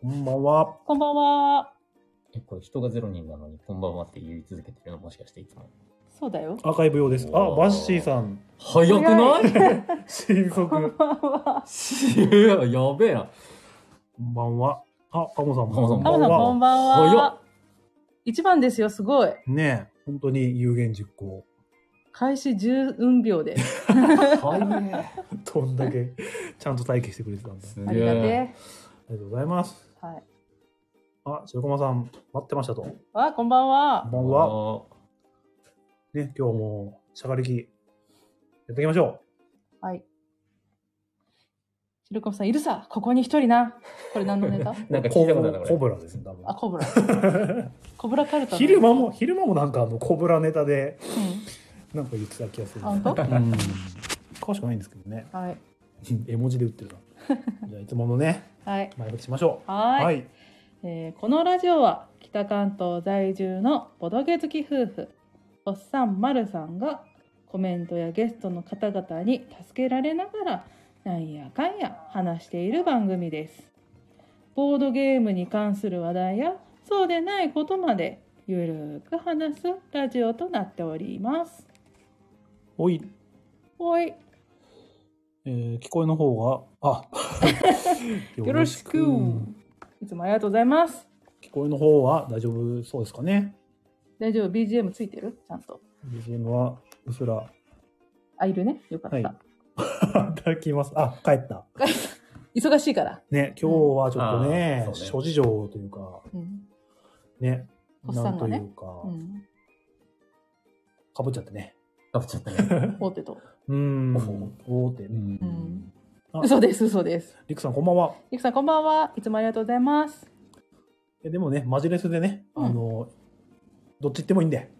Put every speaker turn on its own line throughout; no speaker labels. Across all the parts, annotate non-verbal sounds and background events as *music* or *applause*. こんばんは。
こんばんは。
え、これ人がゼロ人なのに、こんばんはって言い続けてるのもしかしていつも。
そうだよ。
アーカイブ用です。あ、
おー
バッシーさん。
早くない
新速。
こ
こ
んばんは。
しや *laughs* やべえな。
んばんは。あ、カモさん。
カモさん
カモさん、こんばん
早っ
は。一番ですよ、すごい。
ねえ、本当に有言実行。
開始10秒で。
早え。
どんだけ *laughs* ちゃんと待機してくれてたんだ。
す
ありがて
げえ。
え。
ありがとうございます。
はい。
あ、白駒さん、待ってましたと。こん
わ、こんばんは。
ばんは。ね、今日も、しゃがりき、やっていきましょ
はい。ひろこむさん、いるさ。ここに一人な。これ何のネタ
う。
なんか聞いたことあるな、
コ
こ
ブラですね、多分
あ、コブラ。コブラカルタの。
昼間も、昼間もなんかあの、コブラネタで、
う
なんか言ってた気がする。
本当
うん。詳しくないんですけどね。
ん。はい。
絵文字で打ってるな。じゃあ、いつものね、
はい。
前振りしましょう。
はーい
はい。
えーこのラジオは北関東在住のボドゲ好き夫婦おっさんまるさんがコメントやゲストの方々に助けられながらなんやかんや話している番組ですボードゲームに関する話題やそうでないことまでゆるーく話すラジオとなっております
おい、
おい
えー、聞こえの方
*laughs*
が、あ、
よろしくいつもありがとうございます
聞こえの方は大丈夫そうですかね。
大丈夫 BGM ついてるちゃんと
BGM はうすら。
あいるねよかった、
はいいただきます。あ、帰った。
*laughs* 忙しいから、
ね、今日はちょっとね、
うんあーそうね
諸事情というか、
うん
ね、
おっ
な
さん
ん
が
とい
ね
うか、
うん、
かぶっちゃってね。
食べちゃったね。
ポテト。
うーん
おほ。
おーって。
うん
うん
あ
*laughs* 嘘です、嘘です。
りくさん、こんばんは。
ゆきさん、こんばんは。いつもありがとうございます。
えでもね、マジレスでね、
うん
あの、どっち行ってもいいん
*laughs*
で。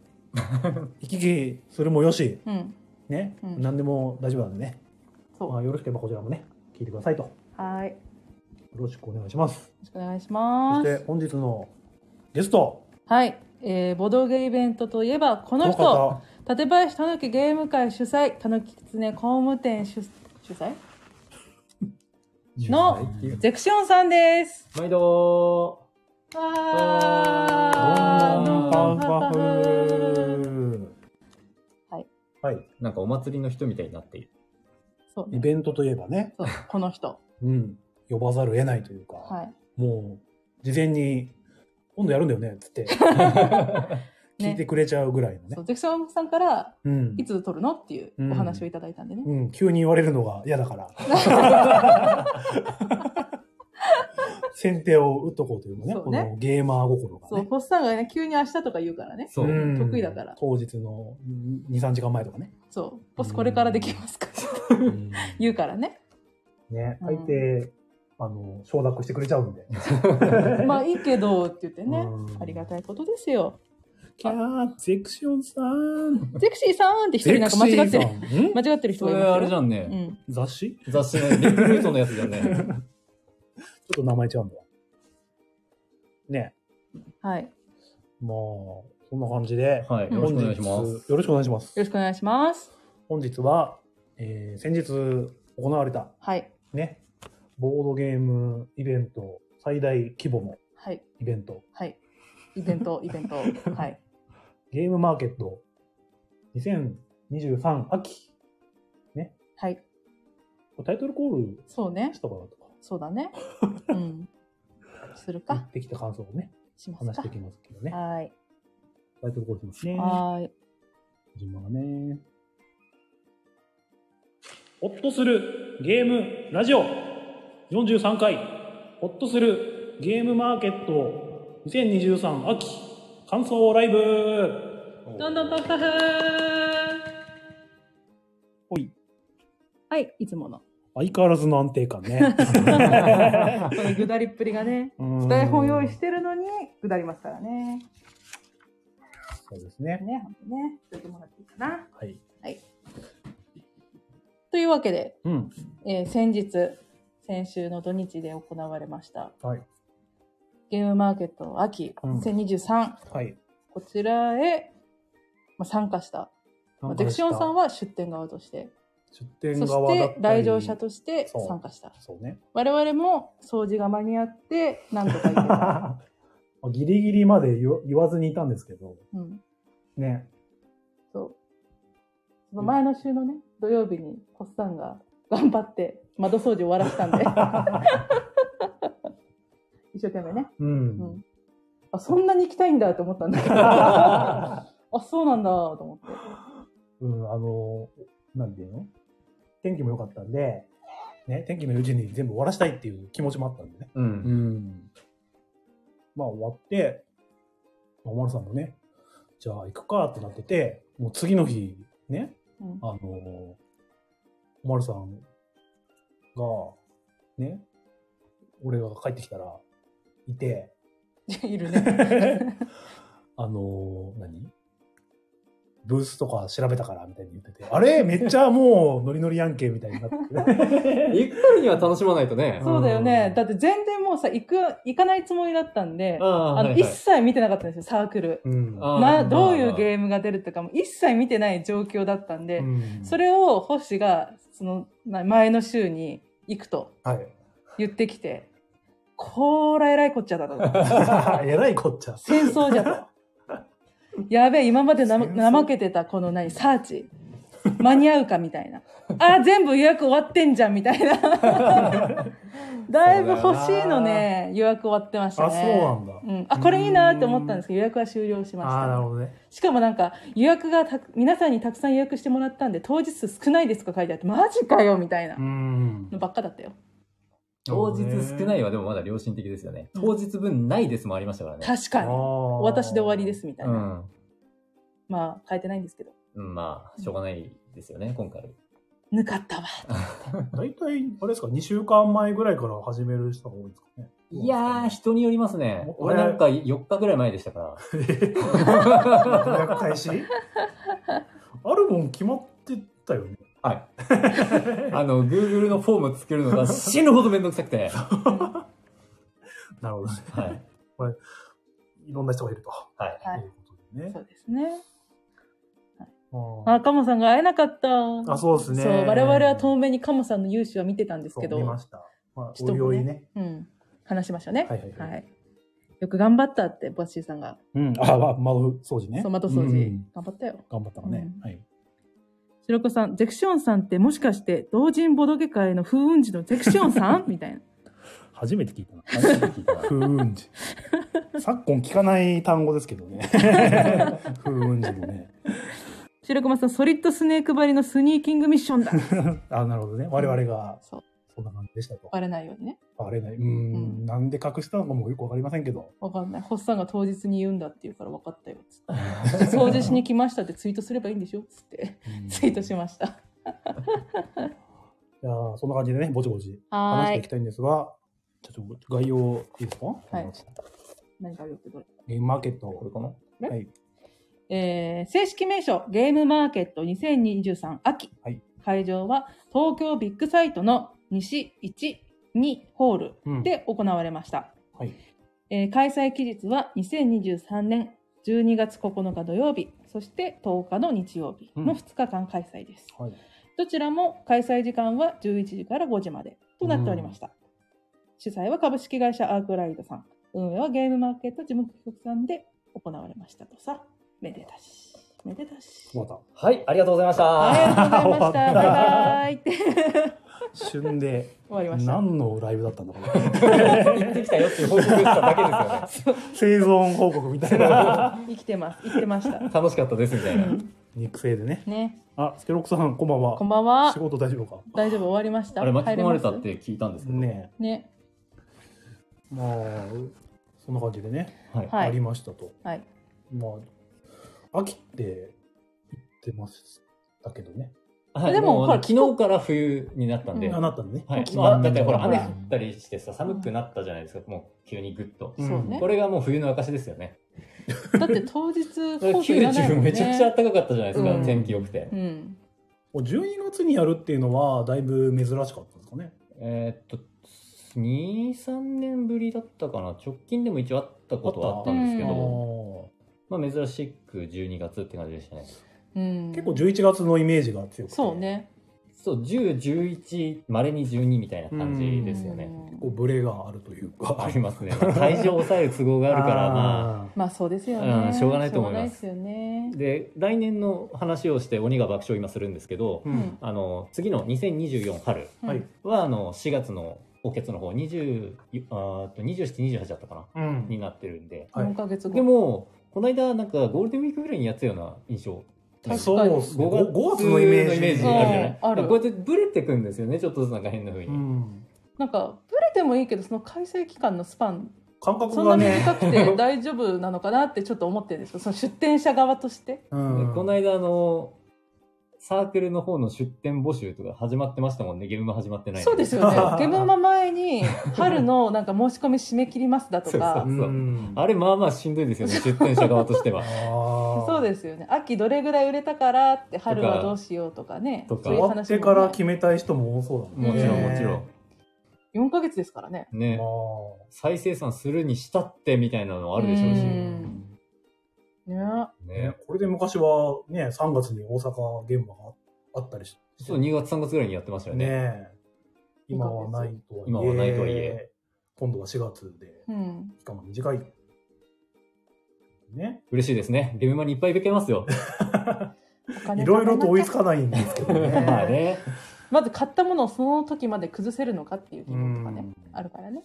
行き来するもよし、
うん。
ね、
うん
何でも大丈夫なんでね。
そう
まあ、よろしければこちらもね、聞いてくださいと。よ
はい。よ
ろしくお願いします。
ろしくお願いし
そし
ま
て
す。
本日のゲスト、
はい。えー、ボドゲイベントといえば、この
この
人、
方
館林たぬきゲーム会主催、たぬききつね工務店主主催の
10代っていう
ゼクシオンさんです。
毎度
わ
どんど
ー
んパンパ
パンパフ
フ
はい。
はい。
なんかお祭りの人みたいになっている。
そう
イ
ね、
ベントといえばね、
そうこの人。
うん。呼ばざるを得ないというか、
はい。
もう、事前に、今度やるんだよね、っつ
*laughs*
って、聞いてくれちゃうぐらいのね。
そうゼクシオンさんから、
うん
い。つ撮るのっていうお話をいただいたんでね。
うん、急に言われるのが嫌だから。先手を打っとこうというのね、
そう
こ
ね
のゲーマー心が
そう、
ね。
ポスさんがね、急に明日とか言うからね。
そう。
ん
得意だから
当日の2、3時間前とかね。
そう、ボスこれからできますか言うからね。
ね、
うん
相手、あの、承諾してくれちゃうんで。
まあいいけどって言ってね
う。ん
ありがたいことですよ。
キャー、ゼクシオンさん。
ゼクシーさんって一人なんか間違ってる。
る。
間違ってる人
そ
がい
れ
ますよ。
あれじゃん
う
ね。
ん。
雑誌ち
雑誌のリクルートのやつじゃんね。 *laughs*
ょっと名前違うんだよ。ね、
はい。よ
まあ、そんな感じで、
はい。よろしくお願いします。
よろしくお願いします
ろ。しくお願いします。
本日は、えー先日行われた、
はい。
ね、ボードゲームイベント、最大規模の
はい。
イベント、
はい。イベン *laughs* ト、イベント。はい。
ゲームマーケット2023秋。
はい。
これタイトルコール
そうね
し。たかなとか、
そうだ *laughs* ね。うん。する
行
か
っ。てきた感想をね、
しま
話し
す
て
か
い。きますけどね。
はい。
タイトルコールしますね。
はーい。
順番がね。ホッとするゲームラジオ43回、ホッとするゲームマーケット2023秋感想ライブ
どんどんパフパフ
おい。
はい。いつもの。
相変わらずの安定感 *laughs* ね。
このぐだりっぷりがね。
うん
台本用意してるのに下りますからね。
そうですね。
ね、ほんとね。ちょっともらっていいかな。
はい。
というわけで、
うん。
えー先日、先週の土日で行われました、
はい。
ゲームマーケット秋
うん
2023、
はい。
こちらへ、まあ、参加した。まあ、ゼクシオンさん
は
は出店側として
出店
そ
側だ
し
った
て
り
来場者として
そう
参加した
そう *laughs* ね
我々も掃除が間に合って何とか行
*laughs*
けた、
ギリギリまで言わ言わずにいたんですけど
うん、
*laughs* ね
そうその前の週のね土曜日にこっさんが頑張って窓掃除終わら
*laughs*
せたんで一生懸命ね、
うん、
うん、あそんなに行きたいんだと思ったん
*laughs*
だけどあ
う
そうなんだと思って
*laughs* ん、あの、なんていうの天気も良かったんで、ね、天気のうちに全部終わらしたいっていう気持ちもあったんでね。
*laughs* う。
うんん。まあ終わって、まあおまるさんもね、じゃあ行くかってなってて、もう次の日、ね、
うん
あの、おまるさんが、ね、俺が帰ってきたら、いて、
いるね
*laughs* あのー何ブースとか調べたからみたいに言ってて、あれめっちゃもうノリノリやんけみたいにな
*laughs*
ってて。
ゆっくりには楽しまないとね。
そうだよね
うん
だって全然もうさ行く行かないつもりだったんで
あ
あの、
はい
一
はい
切見てなかったんですよサークル
うん。
あー
な
うん
どういうゲームが出るとかも一切見てない状況だったんで、
うん
それを星がそのな前の週に行くと
はい。
言ってきてこらえらいこっちゃだと
*laughs* えらいこっ
*laughs*
ちゃ。
戦争じゃとやべえ今までな
戦争
怠けてたこの何サーチ間に合うかみたいなあー全部予約終わってんじゃんみたいなだいぶ欲しいのね予約終わってました
あ、
ね
そうなんだ。
うん、あこれいいなって思ったんですけど予約は終了しました
ああ、なるほどね。
しかもなんか予約がたく皆さんにたくさん予約してもらったんで当日数少ないですとか書いてあってマジかよみたいな
うん。
のばっかだったよ
当日少ない
わ。
はでもまだ良心的ですよね。当日分ないですもありましたからね。
確かに
お
私で終わりで。すみたいうな、
ん。
まあ書いてないんですけど
うん、まあ、しょうがないですよね、今回。
抜かったわ
*laughs* 大体、あれですか、2週間前ぐらいから始める人が多いですかね。
いやー、人によりますね。
俺
俺なんか4日ぐらい前でしたか
予
ら。
約
*laughs*
開始あるもん決まってたよね。
はい。 *laughs* あの、Google のフォーム作るの *laughs* が死ぬほどめんどくさくて。は
なるほどね。
い。
いろんな人がいると。
はい。
はい
ということでね
そうですね
うん
あカモさんが会えなかった
あ、そうですね。
そう我々は遠目にカモさんの勇姿は見てたんですけど
そう見ました。まあ、
人
お
もね
いおいね。
うん、話しましょうね
はいはいはい
よく頑張ったってボッシーさんが、
うん。あ、まあ、窓掃除ね。
そう窓掃除、
うん
頑張ったよ
頑張ったのね。
うん
はい。
白子さん、ゼクションさんってもしかして、同人ボドゲ界の風雲児のゼクションさん *laughs* みたいな。
初めて聞いたな。
初めて聞いたな
風雲児。 *laughs* 昨今聞かない単語ですけどね。 *laughs* 風雲児もね。
白駒さん、ソリッドスネーク張りのスニーキングミッションだ。
あ、なるほどね。我々が
そう、
そんな感じでしたと。
バレないようにね。
バれない。う。
うんん
なんで隠したのかもよくわかりませんけど。
わかんない。ホッサンが当日に言うんだって言うから分かったよ。つって
*laughs*
掃除しに来ましたってツイートすればいいんでしょつって、
うん
ツイートしました。
いやーそんな感じでね、ぼちぼち
は
話して
ー
い
い
き。たいんですが、じゃあちょっと概要いいですか
い何か言ってどれ
ゲームマーケット。
これかな
はい。
えー正式名称ゲームマーケット2023秋、
はい
会場は東京ビッグサイトの西12ホール
うん
で行われました、
はい
えー開催期日は2023年12月9日土曜日そして10日の日曜日
うん
の2日間開催です、
はい。
どちらも開催時間は11時から5時までとなっておりました。主催は株式会社アークライドさん、運営はゲームマーケット事務局さんで行われましたとさ、めでたし、めでたし。
終わっ
はい、ありがとうございまし
あ
た。
りがとうございました。
終わっ
バイ
た
バイって *laughs* 終
た。旬で、
わりまし
*laughs*
た。
何のライブだったんだこれ。
*laughs* 行ってきたよっていう報告しただけですよね。
生存報告みたい
*laughs*
な
生きてます。生きてました。
楽しかったですみたいな。
肉声でね
ね、
あスケロックさんこんばんは
こんばんは
仕。事大丈夫か
大丈夫終わりました。
あれ、巻き込まれたっ
入ます。
て聞いたんですけど。
ね
ね、
えまあそんな感じでね、
はい。
はい
ありましたと
はい。
まあ秋って言ってますだけどね
はい
でも
う
ほら
あの昨日から冬になったんで。
うん
あなったのね、
はい。
昨日
まあ、だってほら、雨降
う
ったりしてさ、寒くなったじゃないですか。もう急にぐっと。
ん
そうね
これがもう冬の証ですよね。
だって当
*laughs*
日
だから
コートいらないもん
90
ね
めちゃくちゃ暖かかったじゃないですか。
うん
天気良くて。
うん。
もう12月にやるっていうのはだいぶ珍しかったんですかね
えーっと、2、3年ぶりだったかな。直近でも一応あったことはあったんですけ
あ
う
ど、
ー
まあ珍しく12月って感じでしたね。
うん。
結構11月のイメージが強くて
そうね。
そう10、11、まれに12みたいな感じですよね。
こうブレがあるというか
ありますね。まあ体重を抑える都合があるから、まあ。
まあそうですよね、
うんしょうがないと思います
しょうがないですよね
で、来年の話をして鬼が爆笑を今するんですけど、
う
うん
ん
あの、次の2024春
あはい
は、あの、4月の補欠の方、20、あーっと27、28だったかな
うん
になってるんで。
はい
4ヶ月後
でも、この間、なんかゴールデンウィークぐらいにやってたような印象。
確かに
そうですね
5
5月のイメージ
あるじゃない
ある
だからこうやってブレてくんですよね、ちょっとずつなんか変な風
う
に。
ん
なんかブレてもいいけどその開催期間のスパン
感
そ
覚
んな
がね
短く
*laughs*
て大丈夫なのかなってちょっと思ってるんですけどその出店者側として
うん
でこの間、あの、サークルの方の出展募集とか始まってましたもんね、ゲームも始まってないの
そうです
*laughs*
よねゲムマ前に春のなんか申し込み締め切りますだとか
そうそう
うん
あれ、まあまあしんどいですよね、出展者側
*laughs*
として
あ
は。
ー
そうですよね秋どれぐらい売れたからって春はどうしようとかね
とか
そういう
終わっ
話
てから
も、
決めたい人も多そうだもんね
もちろん、もちろん。
4ヶ月ですからね
ね、
あ
再生産するにしたってみたいなのあるでしょうし。
ー
うんね
ね
ね、
これで昔はね、3月に大阪現場があったりし
ちょっと2月、3月ぐらいにやってまし
て
たよね。
ね。今はないとはいえ。
今はないとはいえ
今度は4月で、
うん
期間が短い。ね。
嬉しいですね。ゲームマにいっぱい行けますよ。
お金
いろいろと追い
か
つかないんですけど
まあ
ね。
ね。
まず買ったものをその時まで崩せるのかっていう疑問とか
う
ね
ん
あるからね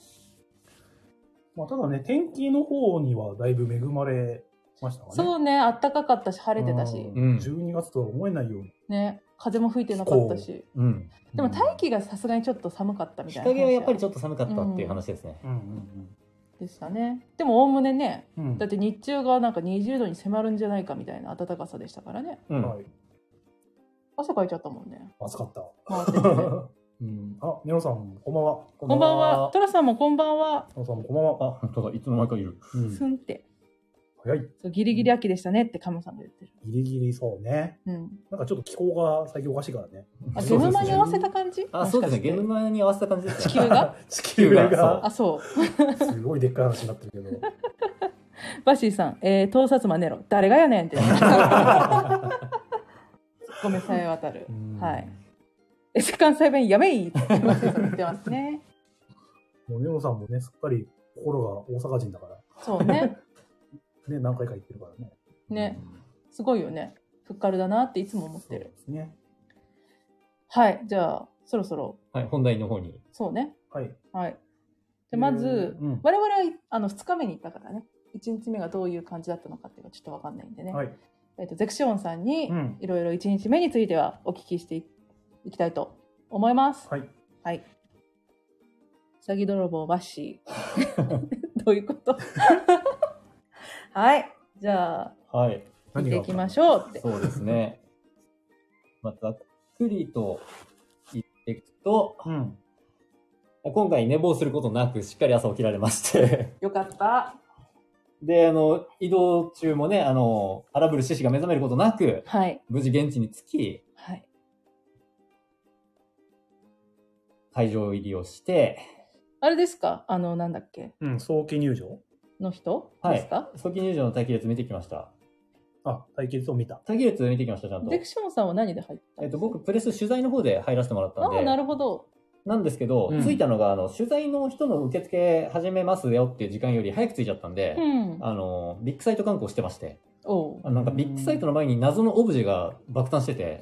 まあ、ただね、天気の方にはだいぶ恵まれましたかね。
そうねあったかかったし晴れてたし
うん
うん
12月とは思えないように。
ね風も吹いてなかったし
うん。
でも大気がさすがにちょっと寒かったみ
日
たいな
陰はやっぱりち
ょっ
ょっと寒かったっていう話ですね。
うんうん
とでしたねでもおおむねね
うん。うん
だって日中がなんか20度に迫るんじゃないかみたいな暖かさでしたからね
うん。
はい。
汗かいちゃったもんね
暑かった。 *laughs*
回
*laughs*
っててね
うん。あ、ネロさん、こんばんは。
こ
こんばんはトラさんもこんばんは
ネロさんもこんばんは。
あ、本当だ。いつの間にかいる。
うん
すんって
早い。
そうギリギリ秋でしたねってカムさんが言ってる
ギリギリそうね。
うん
なんかちょっと気候が最近おかしいからね。
あゲ
そうですね
ムマに合わせた感じ
あ、そうですね。ゲームマに合わせた感じです
地
ね。
球が
*laughs* 地
球が
あそう
すごいでっかい話になってるけど。
バシーさん「えー、盗撮マネロ誰がやねん」ってツッコミさえ渡るはい。「え関西弁やめい!」ってバシーさん言ってますね
もうネオさんもね、すっかり心が大阪人だか
そうね
ら、ね、何回か行ってるからね。
ねすごいよねふっかるだなっていつも思ってる
そうですね。
はいじゃあそろそろ
はい。本題の方に。
そうね
はい。
はいでまず
うん
我々はあの2日目に行ったからね1日目がどういう感じだったのかっていうのはちょっと分かんないんでね、
はい。
えっとゼクシオンさんに、
うん。
いろいろ1日目についてはお聞きしていいきたいと思います。
はい。
はい。詐欺泥棒バッシー。 *laughs* どういうことはい。じゃあ、
はい。
見ていきま
ょ
しょうって。
そうですね。まあ、ざっくりと言っていくと、
う。うん。
今回寝坊することなく、しっかり朝起きられまして。 *laughs*
よかった。
で、あの、移動中もね、あの、荒ぶる獅子が目覚めることなく、
はい。
無事現地に着き、
はい。
会場入りをして、
あれですかあの、なんだっけ
うん、早期入場
の人
はい
ですか、
早期入場の待機列見てきました。
あ、対決を見た。
待機列見てきました、ちゃんと
デ。クションさんは何で入った
えっと、僕、プレス取材の方で入らせてもらったん
あ
で。
あ、なるほど。
なんですけど、
うん
着いたのが、あの、取材の人の受付始めますよっていう時間より早く着いちゃったんで、
うん。
あの、ビッグサイト観光してまして、
おう
あなんかビッグサイトの前に謎のオブジェが爆誕してて、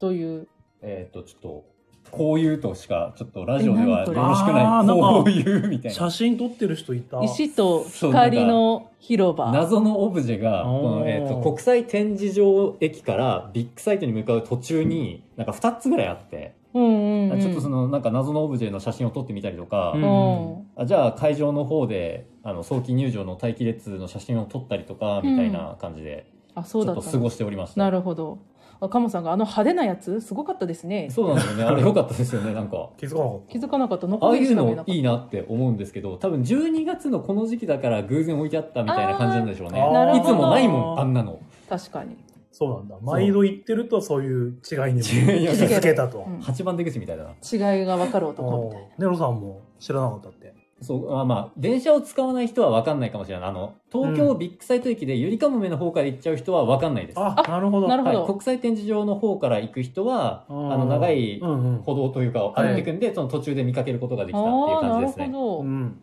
という。
えっ、と、ちょっと、こういうとしか、ちょっとラジオでは
えなんと
よろしく
あ
な
ー
い、
なんか
こういうみたいな。
写真撮ってる人いた。
石と光の広場。
謎のオブジェが、
おー
このえっと国際展示場駅からビッグサイトに向かう途中に、なんか2つぐらいあって、
うんうん、うん。
ちょっとその、なんか謎のオブジェの写真を撮ってみたりとか、
う
うん。
あじゃあ会場の方であの早期入場の待機列の写真を撮ったりとかみたいな感じで、
あ、そう
ち
だ
ょっ
っ
と
た
過
の
ごしておりました
なるほど。あカモさんがあの派手なやつすごかったですね。
そうなんですよねあれ良かったですよねな
*laughs*
んか
気づかなかっ
気づかなかった。
あ
残
あ
り
い
し
う
か見えな
の
かった。
いいなって思うんですけど多分12月のこの時期だから偶然置いてあったみたいな感じなんでしょうね
あーなる
い
ほ
つ
ど
もないもんあんなの
確かに。
た。そうなんだ。毎度行ってるとそういう違いにも気づけたと
う。ん
8番出口みたいだな
違いが分かる
あ
男みたい
ーネロさんも知らなかったって。
そう、あまあ、電車を使わない人は分かんないかもしれない。あの、東京ビッグサイト駅でゆりかもめの方から行っちゃう人は分かんないです。は
あ、なるほど。
なるほ
い、
ど。
国際展示場の方から行く人は、あ
あー
の、長い
うんうん
歩道というかを歩いていくんで、その途中で見かけることができたっていう
ああ、な
感じ
る
ですね。
ほ
う
ど。
ん。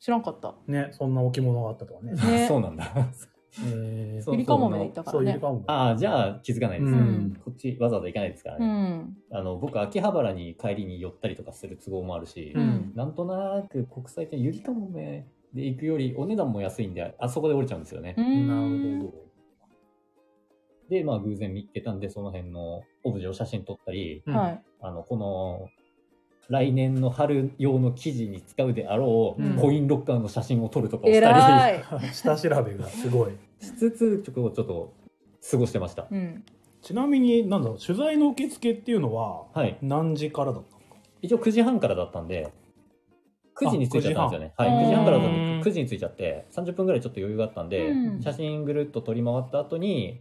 知らんかった。
ね、そんな置物があったとかね。
ね
そうなんだ。
え
そ
ゆりかもめで行った
ー
か
そ
ら
うい
ね
う。かも。
ああ、じゃあ気づかないですね。
うん
こっちわざわざ行かないですから
う
ね。
ん。
あの、僕、秋葉原に帰りに寄ったりとかする都合もあるし、
う
うんん。
なんとなく国際店ゆりかもめで行くよりお値段も安いんで、あそこで降りちゃうんですよね。
うん
なるほど。
で、まあ偶然見つけたんで、その辺のオブジェを写真撮ったり、
うん
はい。
あの、この、来年の春用の記事に使うであろう、
うん
コインロッカーの写真を撮るとかを
え
した
ら
り
い。
下調べがすごい。
しつつ、ちょっと過ごしてました。
うん。
ちなみに、なんだろう、取材の受付っていうのは、
はい。
何時からだったのか。
一応9時半からだったんで、9時に着いちゃったんですよね。
あ
は
9
い。9
時
時
半
半からだっ
うん
た
ん
で、9時に着いちゃって、30分ぐらいちょっと余裕があったんで、
うん
写真ぐるっと撮り回った後に、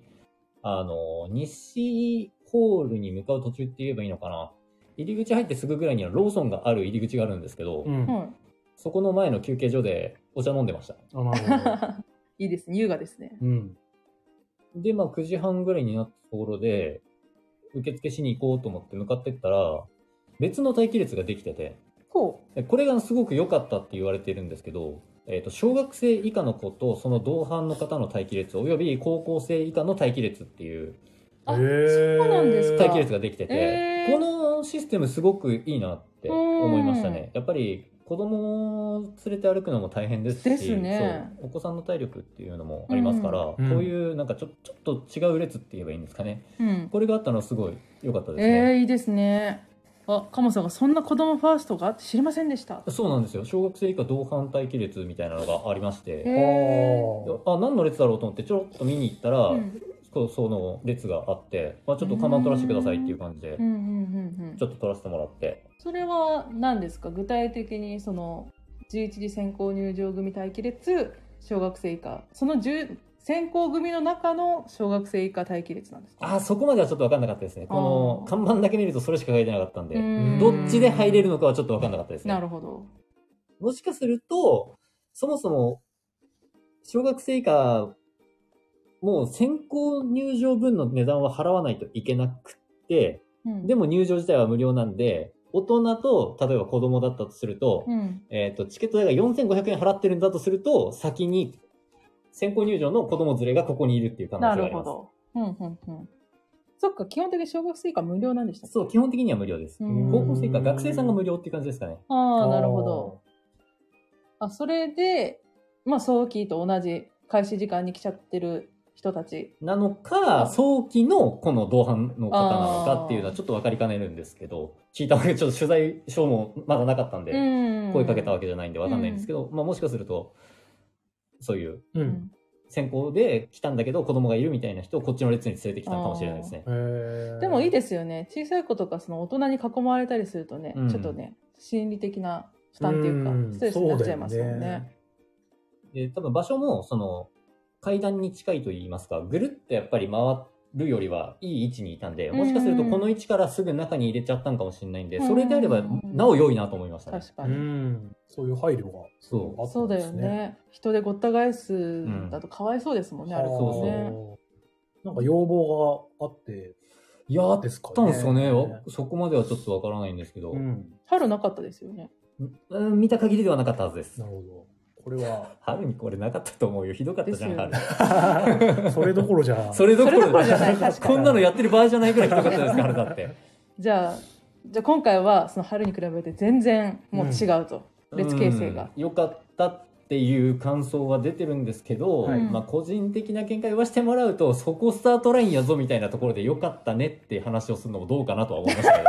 あの、西ホールに向かう途中って言えばいいのかな。入り口入ってすぐぐらいにはローソンがある入り口があるんですけど、
ん。
は
そこの前の休憩所でお茶飲んでました。
あ、なるほど。
い。いいですね。優雅ですね。
*laughs* うん。
で、まあ9時半ぐらいになったところで、受付しに行こうと思って向かってったら、別の待機列ができてて、
ほ
でこれがすごく良かったって言われてるんですけど、えー、と小学生以下の子とその同伴の方の待機列および高校生以下の待機列っていう
あ
へー
そうなんですか
待機列ができてて、
えー
このシステムすごくいいなって思いましたね。やっぱり子供を連れて歩くのも大変ですし
ですね
そうお子さんの体力っていうのもありますから、
うん
こういうなんかちょちょっと違う列って言えばいいんですかね
う。うん。
これがあったのはすごい良かったですね。
ええ、いいですね。あ、カモさんがそんな子供ファーストがあって知りませんでした。
そうなんですよ小学生以下同伴待機列みたいなのがありまして、
へえ。
おー
あ何の列だろうと思ってちょろっと見に行ったら、
うん
そうその列があって、まあ、ちょっと看板取らせてくださいっていう感じで、
うんうんうんうん
ちょっと取らせてもらって
それは何ですか具体的にその11時先行入場組待機列小学生以下その10先行組の中の小学生以下待機列なんですか
あーそこまではちょっと分かんなかったですねこの
あー
看板だけ見るとそれしか書いてなかったんで、
うん
どっちで入れるのかはちょっと分かんなかったですね
なるほど
もしかするとそもそも小学生以下もう先行入場分の値段は払わないといけなくってで
も、
も入場自体は無料なんで大人と例えば子供だったとすると、
うん、
えっとチケット代が4500円払ってるんだとすると先に先行入場の子供連れがここにいるっていう可能
な
性があ
る
り
ほ
ます
どうんうんうんそっか基本的に小学生以下無料なんでしたっけ
そう基本的には無料です
うん
高校生以下学生さんが無料っていう感じですかね
ああなるほどあそれでまあ早期と同じ開始時間に来ちゃってる人たち
なのか早期のこの同伴の方なのかっていうのはちょっと分かりかねるんですけど聞いたわけちょっと取材証もまだなかったんで、声
声
かけたわけじゃないんで分かんないんですけど、まあ、もしかするとそういう
う。
うんん
先行で来たんだけど子供がいるみたいな人をこっちの列に連れてきたのかもしれないですね
へー
でもいいですよね小さい子とかその大人に囲まれたりするとね、
うん
ちょっとね心理的な負担っていうか
うん
ストレスになっちゃいますもんね。
で、多分場所も、その、階段に近いと言いますか、ぐるっとやっぱり回るよりはいい位置にいたんで、
うん
もしかするとこの位置からすぐ中に入れちゃったんかもしれないんで、
うん
それであれば、なお良いなと思いましたね。
確か
う
に、
ん。そういう配慮が。
そう
あった
そ
ん
うだ
で
よ
す
ね人でごった返すのだとかわいそうですもんね、あれ
は
も
そうそう
ね
なんか要望があって、
いやー、あっ
ですかね。
たんですかね。わそこまではちょっとわからないんですけど、
う
うん
ん。
春なかったですよね
うん見た限りではなかったはずです
な。るほど。これは、
春にこれなかったと思うよ。ひどかったじゃん、
ですよ
春
ね。
*laughs*
それどころじゃ。
それどこ
それどこ
ろ
ろじ
じ
ゃ
ゃ
な
ないい。
確かに
こんなのやってる場合じゃないくらいひどかったですから、春だって。
じゃあじゃあ今回はその春に比べて全然もう違うと、列形成が
うん良かったっていう感想は出てるんですけど、
はい
まあ、個人的な見解はしてもらうとそこスタートラインやぞみたいなところで良かったねって話をするのもどうかなとは思いましたけ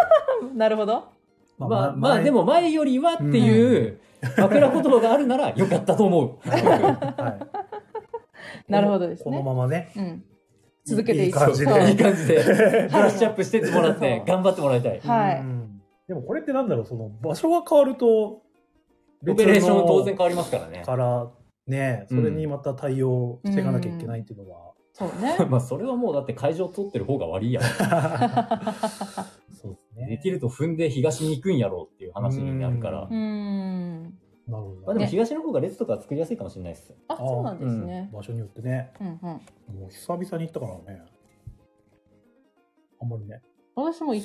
ど
なるほど
まあ、まあまあで。も前よりはっていう枕言葉があるなら良かったと思う。
なるほどですね
このままね。
うん続けてい
いい
く
感じで
そう
いい感じでブラッシュアップしてってもらっ
そ
て
う
頑張ってもらいたい。
はい
うんでもこれってなんだろう、その場所が変わると、
オペレーション
別
も
の
当然変わりますからね。
から、ね、それにまた対応していかなきゃいけないっていうのは、
そう
*laughs*
ね
まあそれはもうだって会場取ってる方が悪いやろ。
そうです
で
ね。
きると踏んで東に行くんやろうっていう話になるから
う。ん
なるほ
まあ
ど
で
ね。
も東の方が列とかは作りやすいかもしれないです。
あ、そうなんですね。
場所によってね、
うんうん。
もう久々に行ったからね。あんまりね。
私も1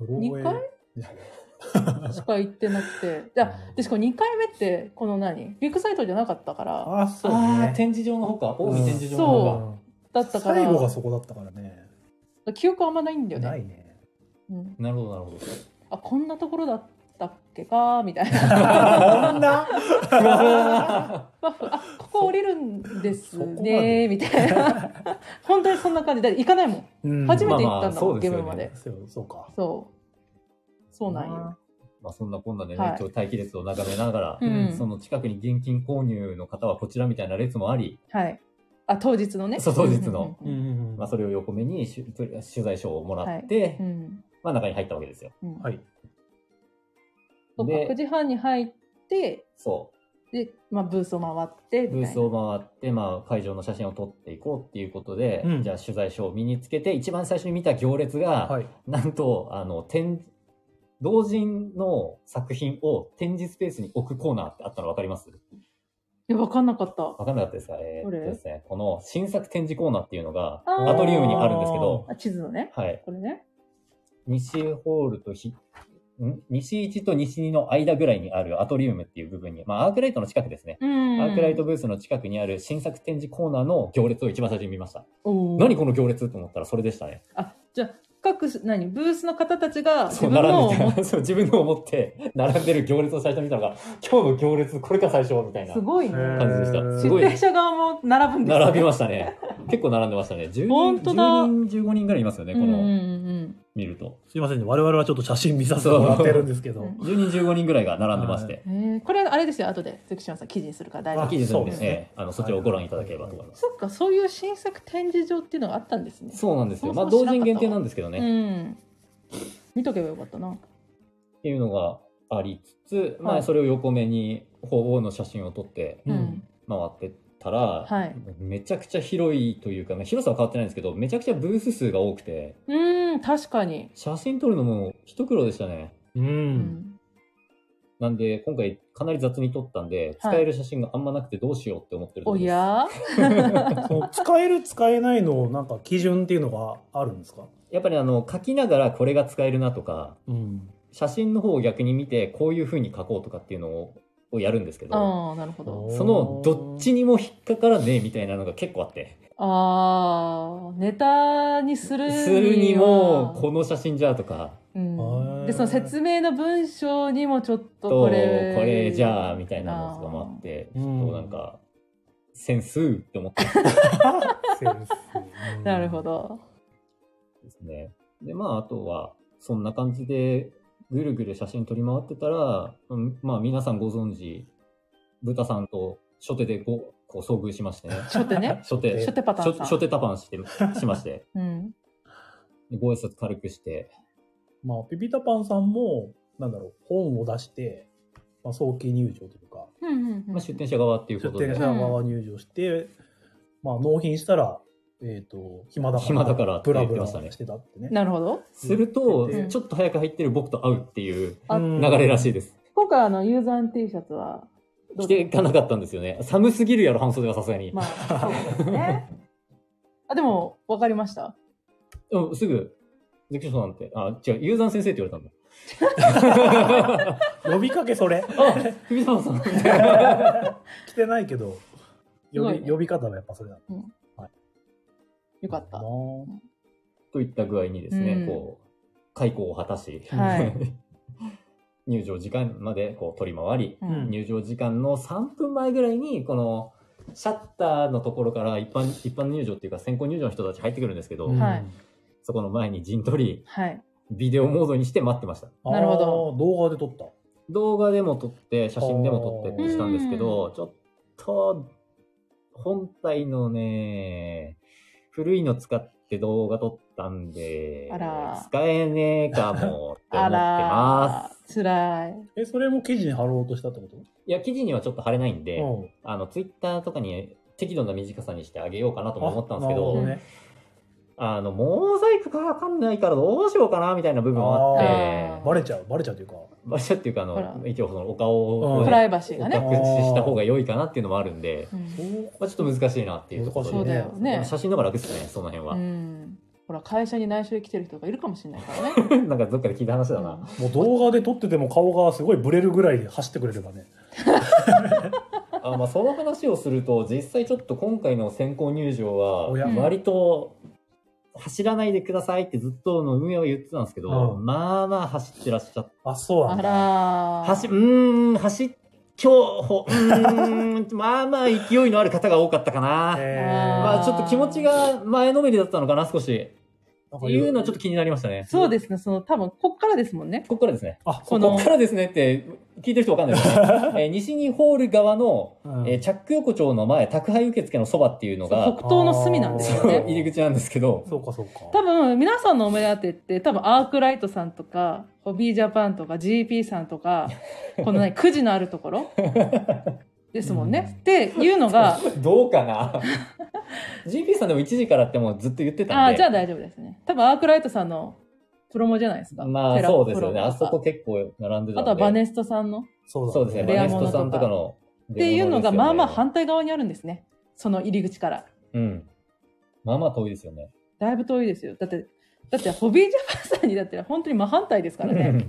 うろ覚え
二回回しか行ってなくて。じゃあ、でしかも2回目って、この何ビッグサイトじゃなかったから、
ああ、そう
ああ、
ね。
展示場の方か。大
うん
井展示場の方
う
か。
ん
だったから、
最後がそこだったからね。
記憶あんまないんだよ
な
ね。
いね。
うん、
なるほど、な
*laughs*
るほど。
あ、こんなところだったっけか、みたいな。 *laughs*
こんな
あ、ここ降りるんです
そこまで
ね、みたいな。 *laughs* 本当にそんな感じ。だって行かないもん。
*laughs* うん
初め
まあ
て
ま
行
あ
ったんだ
そ
も、
うんです
ゲー
よね
ムまで。
そうそうか。
そう。そうなんよ。
まあそんなこんなで
はい
ね、今日待機列を眺めながら
う、ん。
その近くに現金購入の方はこちらみたいな列もあり、
はい。あ、当日のね。
そう当日の
うん
う
うんうん
ん
まあそれを横目に取取材証をもらって
う、ん。
まあ中に入ったわけですよ。
うんうん
はい。
そうか、9
で、
時半に入って、
そ
で、まあ、ブースを回って、
う、ブースを回って、まあ会場の写真を撮っていこうっていうことで
う、ん
じゃあ取材証を身につけて、一番最初に見た行列が、
はい。
なんと、あの、展、同人の作品を展示スペースに置くコーナーってあったの分かります
え、わかんなかった。
わかんなかったですかえー
ど
っ
れ
とですね、この新作展示コーナーっていうのが、
あー
アトリウムにあるんですけど、
あ、地図のね。
はい。
これね。
西ホールとひ、ん西1と西2の間ぐらいにあるアトリウムっていう部分に、まあ、アークライトの近くですね。
うん。
アークライトブースの近くにある新作展示コーナーの行列を一番最初に見ました。
おー
何この行列と思ったらそれでしたね。
あ、じゃあ、各す、何ブースの方たちが、
そ
自
う、
分のを
並
持
ん
っ
でて、 *laughs* そう自分のを持って、並んでる行列を最初に見たのが、今日の行列、これか最初、みたい
て、
な
すごいね。
へー
感じでした。す
出
ごい
店者側も並ぶんですよ
並びましたね。結構並んでましたね。10人、
ほんとだ
10人15人ぐらいいますよね、こ
うんうん
の、
うん
見ると。
すいませんね。我々はちょっと写真見させてもらってるんですけ
う
ど。
ん
10人、15人ぐらいが並んでまして。
えーこれあれですよ後で関島さん記事にするから大丈
あ
夫
記事するんで、
そうですね
ええあのそちらをご覧いただければと思います。
そっかそういう新作展示場っていうのがあったんですね
そうなんですよ。
そ
まあ、
もそも
同
知らなか
人
った
限定なんですけどね、
う
っ
ん見とけばよかったな
ていうのがありつつ、ま
はい
あ、それを横目に、鳳凰の写真を撮って
う
うんん
回ってったら、
はい
めちゃくちゃ広いというか、ね、広さは変わってないんですけど、めちゃくちゃブース数が多くて、
うん確かに
写真撮るのも一苦労でしたね。
う。
うんん
なんで、今回かなり雑に撮ったんで、使える写真があんまなくてどうしようって思ってると
お
ころです。
や
*laughs* その使える使えないのなんか基準っていうのがあるんですか
やっぱりあの、書きながらこれが使えるなとか、
うん。
写真の方を逆に見て、こういう風に書こうとかっていうのををやるんですけど、
ああなるほど
その、どっちにも引っかからねえみたいなのが結構あって、
ああネタにするには
するにも、この写真じゃとか、
うん、
あー
でその説明の文章にもちょっと
と、こ
これ
れじゃあ、みたいなのとかもあって、ち
あー
ょっとなんか、センスって思って
センス
あーなるほ。ど
ですね。で、まあ、あとは、そんな感じで、ぐるぐる写真撮り回ってたら、うんまあ、皆さんご存知、ブタさんと初手でご、こう、遭遇しましてね。
初手
*laughs*
ね
初手、
初手パターンさん
初手タパンして、しまして、
うん
でご挨拶軽くして、
まあ、ピピタパンさんも、なんだろう、本を出して、まあ、早期入場というか、
うんうんうん
まあ、出店者側っていう
出
ことで
店者、側入場して、まあ、納品したら、えっ、と、暇だから、
暇だからって
ブ
言
ラ
って
ブラ
ましたね
してたってね。
なるほど、
すると
うん
ちょっと早く入ってる僕と会うっていう
あ
流れらしい
で
です。
今回あのユーザーの T シャツはど
着
う
ていかなかったんですよね。寒すぎるやろ、半袖はさすがに。
まあそうです
*laughs*
ねあでも分かりました
うん、すぐ、ゼクションさんって、あ、違う、ユーザー先生って言われたん
*laughs*
だ。
す。呼びかけそ *laughs* れ。
あ、ひびさんさん。
来てないけど、
すご
呼
い
び、
ね
呼び方はやっぱそれだ。
よかった
なあ
といった具合にですね、
うん
こう、開校を果たし、
はい、
*laughs* 入場時間までこう取り回り、
うん
入場時間の3分前ぐらいに、この、シャッターのところから一般、一般入場っていうか先行入場の人たち入ってくるんですけど、
はい
そこの前に陣取り、
はい
ビデオモードにして待ってました。
あー
なるほど。
動画で撮った。
動画でも撮って、写真でも撮ってしたんですけど、ちょっと、本体のね、古いの使って動画撮ったんで
あら、
使えねえかもって思
あ
って
ら
ます。
ーつらい
え、それも記事に貼ろうとしたってこと
いや、記事にはちょっと貼れないんで、
うん。
あの、ツイッターとかに適度な短さにしてあげようかなとも思ったんですけ
あなるほ
ど、
ね
あの、モザイクかかんないからどうしようかな、みたいな部分もあっ
あ
ー
て、
バレちゃう、バレちゃうというか。
まあ、ちょっというか、あ
ほら
の、一応そのお顔
う
を
ん
プ
ね、
ライバシー
お
が
隠
ね。
しした方が良いかなっていうのもあるんで、
うん
まあ、ちょっと難しいなっていうところで。
そうだよね。
写真の方が楽ですね、その辺
う
は。
ん。ほら、会社に内緒で来てる人がいるかもしれないからね。
なんかどっかで聞いた話だな。
もう動画で撮ってても顔がすごいブレるぐらいで走ってくれればね。
あまあ、その話をすると、実際ちょっと今回の選考入場は
おや、
割と、走らないでくださいってずっとの運営は言ってたんですけど、
う
まあまあ走ってらっしゃっ
あ、そうな
あ
んだ。
らー。
走、うーん、走っ、競歩、うーん、 *laughs* まあまあ勢いのある方が多かったかな。
え
ー
まあちょっと気持ちが前のめりだったのかな、少し。っていうのはちょっと気になりましたね。
そうですね、その多分こっからですもんね。
ここからですね。
あ、
こ
この
こからですねって、聞いてる人わかんないですね。えー西にホール側の、
うん
えーチャック横丁の前、宅配受付のそばっていうの
そう
が、
北東の隅なんですよ
そう
ね。
入り口なんですけど、
そうかそうか。
多分皆さんのお目当てって多分アークライトさんとかホビージャパンとか GP さんと
*laughs*
かこのねくじのあるところですもんね。っていうの
*laughs*
が
どうかな *laughs* ?GP さんでも1時からってもうずっと言ってたん
あ
で。
あじゃあ大丈夫ですね。多分アークライトさんのプロモじゃないですか。
まあ
テラ
そうですよね。
プロモ
あ
とか
そこ結構並んでたんで。
あとはバネストさんのっ
そうだ
そうですね。
レ
バ
ア
ネス
ものと
ト
か
さんとかの。
ていうのが
レア
まあ
も
まあ
ですよね
反対側にあるんですね。その入り口から。
うん。まあまあ遠いですよね。
だいぶ遠いですよ。だって、だってホビージャパンさんにだって本当に真反対ですから
*laughs*
ね。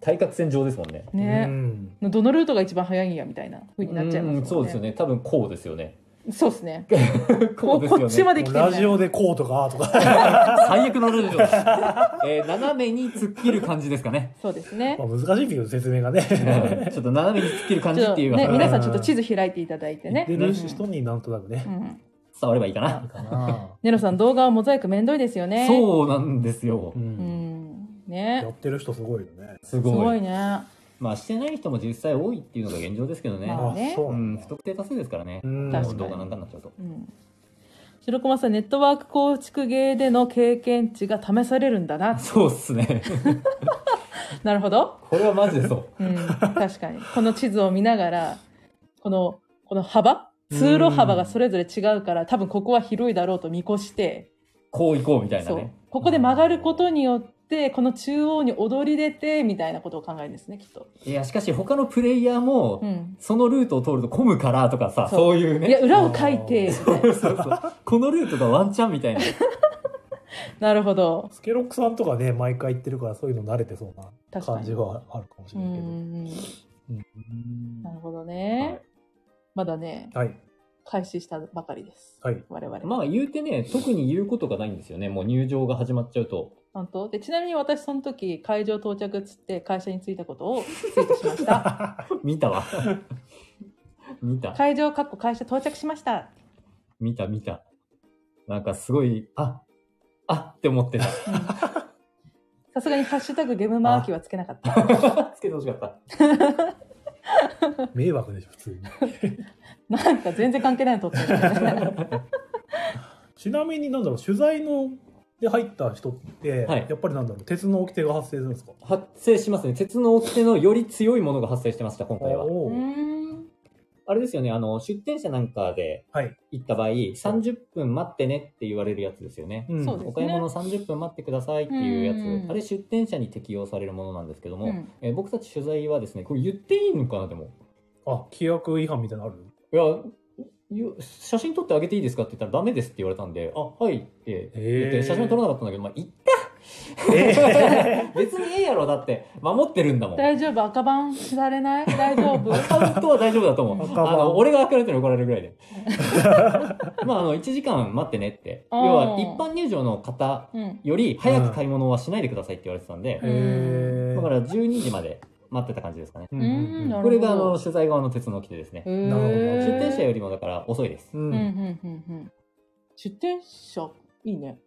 対角線上ですもんね。
う
ね
ん
どのルートが一番早いんやみたいな風になっちゃいますもんね。
うんそうですよね。多分こうですよね。
そうですね。
こ
*laughs* こ
うですよね。
っちまで来
も
て
う
な
ラ
い
ジオでこうとかあーとか。
最悪のルールです。 *laughs* えー斜めに突っ切る感じですかね。
そうですね
*laughs* ま。あ難しいけど説明
*laughs*
が
う
ね。
んちょっと斜めに突っ切る感
ち
じ
ょ
っ
ってと
いうの
ね、
が
皆さんちょっと地図開いていただいてね。
で、る人になんとなくね
う。ん。
伝わればいいかな。
かな
ネロさん動画はモザイクめんどいですよね。
そうなんですよ
う。。
うんん。
や
ね。
ってる人すごいよね。
す
すご
ごい。
いね。
まあしてない人も実際多いっていうのが現状ですけどね。、
まあね
そうなんんだ
不特定多数ですからね。
うん
確かに
動画なんかになっちゃうと。
うん。白駒さん、ネットワーク構築芸での経験値が試されるんだ
*laughs*
な。
そうっすね。
なるほど。
これはマジでそう。
うん。確かに。この地図を見ながら、この、この幅通路幅がそれぞれ違うから、多分ここは広いだろうと見越して、
こう行こうみたいな
そう
ね。
ここで曲がることによってこの中央に躍り出てみたいなことを考えるんですねきっと、
いや、しかし他のプレイヤーも、
うん、
そのルートを通ると混むからとかさ、
そ
そういうね。
いや裏を書いてみたいな
*laughs* そうそうこのルートがワンチャンみたいな。
なるほど
スケロックさんとかね、毎回行ってるからそういうの慣れてそうな
確かに
感じはあるかもし
う
れないけど。
んなるほどね、
はい
まだね
はい。
開始したばかりです
はい。
我々
まあ言うてね、特に言うことがないんですよね。もう入場が始まっちゃうと。
本当でちなみに私その時会場到着っつって会社に着いたことをツイートしました
*laughs*
見たわ。 *laughs* 見た。
会場かっこ会社到着しました、
見た見た。なんかすごい、あ、あって思ってた。
うんさすがに「ハッシュタグゲームマーキー」はつけなかった
つけてほしかった。 *laughs*
迷惑でしょ、普通に。
なんか全然関係ないの撮ってる
ちなみになんだろう、取材の、で入った人って、
はい
やっぱりなんだろう、鉄の掟が発生するんですか
発生しますね。鉄の掟のより強いものが発生してました、今回は。
お
う
ー
ん
あれですよね、あの、出店者なんかで
はい。
行った場合、30分待ってねって言われるやつですよね。
うん
そうですね
お買い物30分待ってくださいっていうやつ、
うん
あれ出店者に適用されるものなんですけども、
うん
えー僕たち取材はですね、これ言っていいのかな、でも。
あ、規約違反みたいなのある
いや、ゆ写真撮ってあげていいですかって言ったらダメですって言われたんで、あ、はいって言って、
へー
写真は撮らなかったんだけど、まあ、行っ
え
た *laughs* 別にええやろ、だって、守ってるんだもん。
大丈夫赤番知られない大丈夫
アカウントは大丈夫だと思う。
赤番
あの、俺がアカウントに怒られるぐらいで。 *laughs* まあ、あの、1時間待ってねって。
あ
要
ー
は、一般入場の方
うん
より早く買い物はしないでくださいって言われてたんで、
へー
だから12時まで待ってた感じですかね。
う
うんなるほど
これがあの取材側の鉄の規定ですね。
へー
なるほど
出店者よりもだから遅いです。
う
う
う
ん
ん
う
うん
ん
うんうん出店者いいね